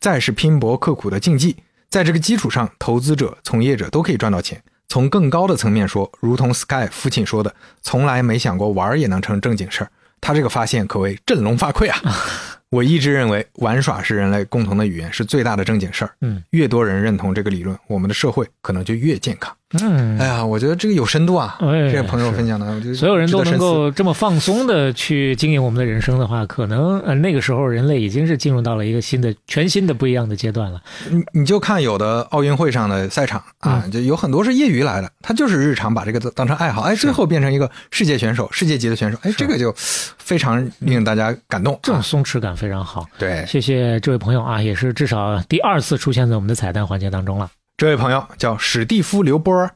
Speaker 1: 再是拼搏刻苦的竞技。在这个基础上，投资者、从业者都可以赚到钱。从更高的层面说，如同 Sky 父亲说的，从来没想过玩儿也能成正经事儿。他这个发现可谓振聋发聩 啊！我一直认为，玩耍是人类共同的语言，是最大的正经事儿。
Speaker 3: 嗯
Speaker 1: 越多人认同这个理论，我们的社会可能就越健康。
Speaker 3: 嗯，
Speaker 1: 哎呀，我觉得这个有深度啊！
Speaker 3: 哎
Speaker 1: 这个朋友
Speaker 3: 是
Speaker 1: 分享的，我觉得
Speaker 3: 所有人
Speaker 1: 值得
Speaker 3: 都能
Speaker 1: 深思
Speaker 3: 够这么放松的去经营我们的人生的话，可能呃那个时候人类已经是进入到了一个新的、全新的、不一样的阶段了。
Speaker 1: 你你就看有的奥运会上的赛场啊，
Speaker 3: 嗯
Speaker 1: 就有很多是业余来的，他就是日常把这个当成爱好，哎，最后变成一个世界选手、世界级的选手，哎，这个就非常令大家感动。
Speaker 3: 这种
Speaker 1: 啊
Speaker 3: 松弛感非常好。
Speaker 1: 对，
Speaker 3: 谢谢这位朋友啊，也是至少第二次出现在我们的彩蛋环节当 中了。
Speaker 1: 这位朋友叫史蒂夫·刘波儿，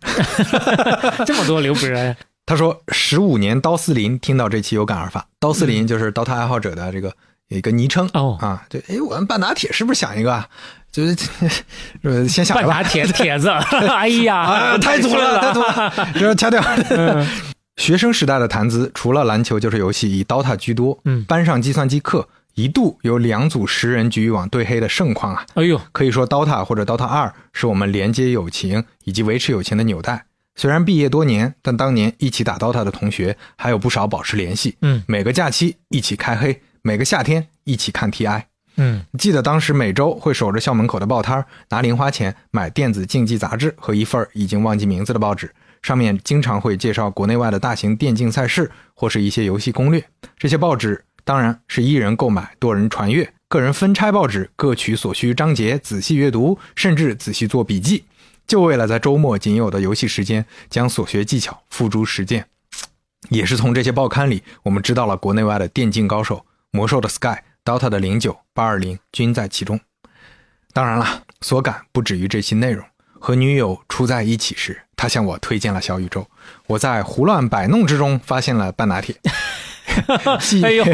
Speaker 3: 这么多刘主任，
Speaker 1: 他说十五年刀丝林听到这期有感而发，刀丝
Speaker 3: 嗯
Speaker 1: 林就是 DOTA 爱好者的这个一个昵称
Speaker 3: 哦
Speaker 1: 啊，对，哎，我们半拿铁是不是想一个啊？就是 呃，先想
Speaker 3: 半
Speaker 1: 来吧
Speaker 3: 打，铁铁子， 哎呀
Speaker 1: 啊，，太足了，太
Speaker 3: 太
Speaker 1: 足
Speaker 3: 了。
Speaker 1: 了，嗯这 掐掉。学生时代的谈资，除了篮球就是游戏，以 DOTA 居多。
Speaker 3: 嗯
Speaker 1: 班上计算机课一度有两组十人局域网对黑的盛况啊。
Speaker 3: 哎呦，
Speaker 1: 可以说 DOTA 或者 DOTA 二是我们连接友情以及维持友情的纽带。虽然毕业多年，但当年一起打 DOTA 的同学还有不少保持联系。
Speaker 3: 嗯
Speaker 1: 每个假期一起开黑，每个夏天一起看 TI。
Speaker 3: 嗯，
Speaker 1: 记得当时每周会守着校门口的报摊儿，拿零花钱买电子竞技杂志和一份儿已经忘记名字的报纸，上面经常会介绍国内外的大型电竞赛事或是一些游戏攻略。这些报纸当然是一人购买，多人传阅，个人分拆报纸，各取所需章节仔细阅读，甚至仔细做笔记，就为了在周末仅有的游戏时间，将所学技巧付诸实践。也是从这些报刊里，我们知道了国内外的电竞高手，魔兽的 Sky、Dota 的零九、八二零均在其中。当然了，所感不止于这些内容。和女友初在一起时，他向我推荐了小宇宙，我在胡乱摆弄之中发现了半拿铁。记
Speaker 3: 哎 呦，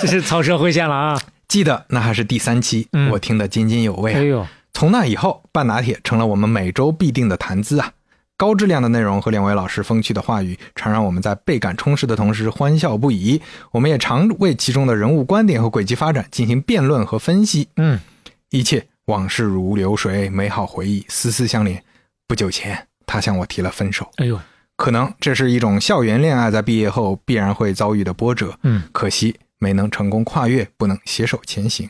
Speaker 3: 这是草蛇灰线了啊！
Speaker 1: 记得那还是第三期，
Speaker 3: 嗯
Speaker 1: 我听得津津有味、啊。
Speaker 3: 哎呦，
Speaker 1: 从那以后，半拿铁成了我们每周必定的谈资啊。高质量的内容和两位老师风趣的话语，常让我们在倍感充实的同时欢笑不已。我们也常为其中的人物观点和轨迹发展进行辩论和分析。
Speaker 3: 嗯，
Speaker 1: 一切往事如流水，美好回忆丝丝相连。不久前，他向我提了分手，
Speaker 3: 哎呦，
Speaker 1: 可能这是一种校园恋爱在毕业后必然会遭遇的波折。
Speaker 3: 嗯，
Speaker 1: 可惜没能成功跨越，不能携手前行。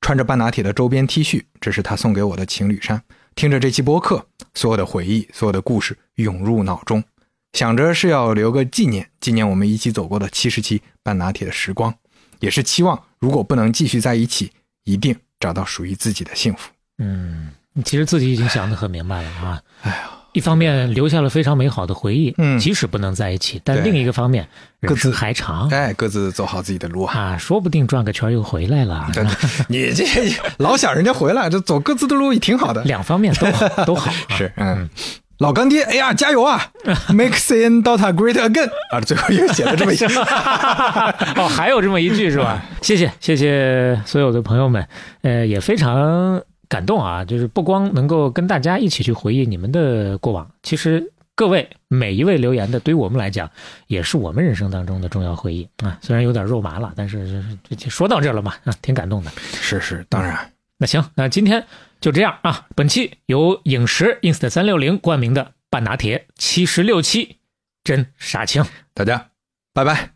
Speaker 1: 穿着半拿铁的周边 T 恤，这是他送给我的情侣衫。听着这期播客，所有的回忆，所有的故事涌入脑中，想着是要留个纪念，纪念我们一起走过的七十期半拿铁的时光，也是期望如果不能继续在一起，一定找到属于自己的幸福。
Speaker 3: 嗯，你其实自己已经想得很明白了啊。一方面留下了非常美好的回忆，
Speaker 1: 嗯
Speaker 3: 即使不能在一起，但
Speaker 1: 对
Speaker 3: 另一个方面，
Speaker 1: 各
Speaker 3: 人
Speaker 1: 自
Speaker 3: 生还长
Speaker 1: 哎，各自走好自己的路啊！
Speaker 3: 啊，说不定转个圈儿又回来了。
Speaker 1: 真的，你这老想人家回来，这走各自的路也挺好的。
Speaker 3: 两方面 都好，都好、啊。
Speaker 1: 是，嗯。老干爹，哎呀，加油啊！Make CN Dota great again 啊！最后又写了这 么一句，
Speaker 3: 哦，还有这么一句 是吧？谢谢谢谢所有的朋友们，呃，也非常感动啊！就是不光能够跟大家一起去回忆你们的过往，其实各位每一位留言的，对于我们来讲，也是我们人生当中的重要回忆啊。虽然有点肉麻了，但是这这说到这儿了嘛，啊，挺感动的。
Speaker 1: 是是，当然，
Speaker 3: 那行，那今天就这样啊。本期由影石 Inst 三六零冠名的半拿铁七十六期真杀青。
Speaker 1: 大家拜拜。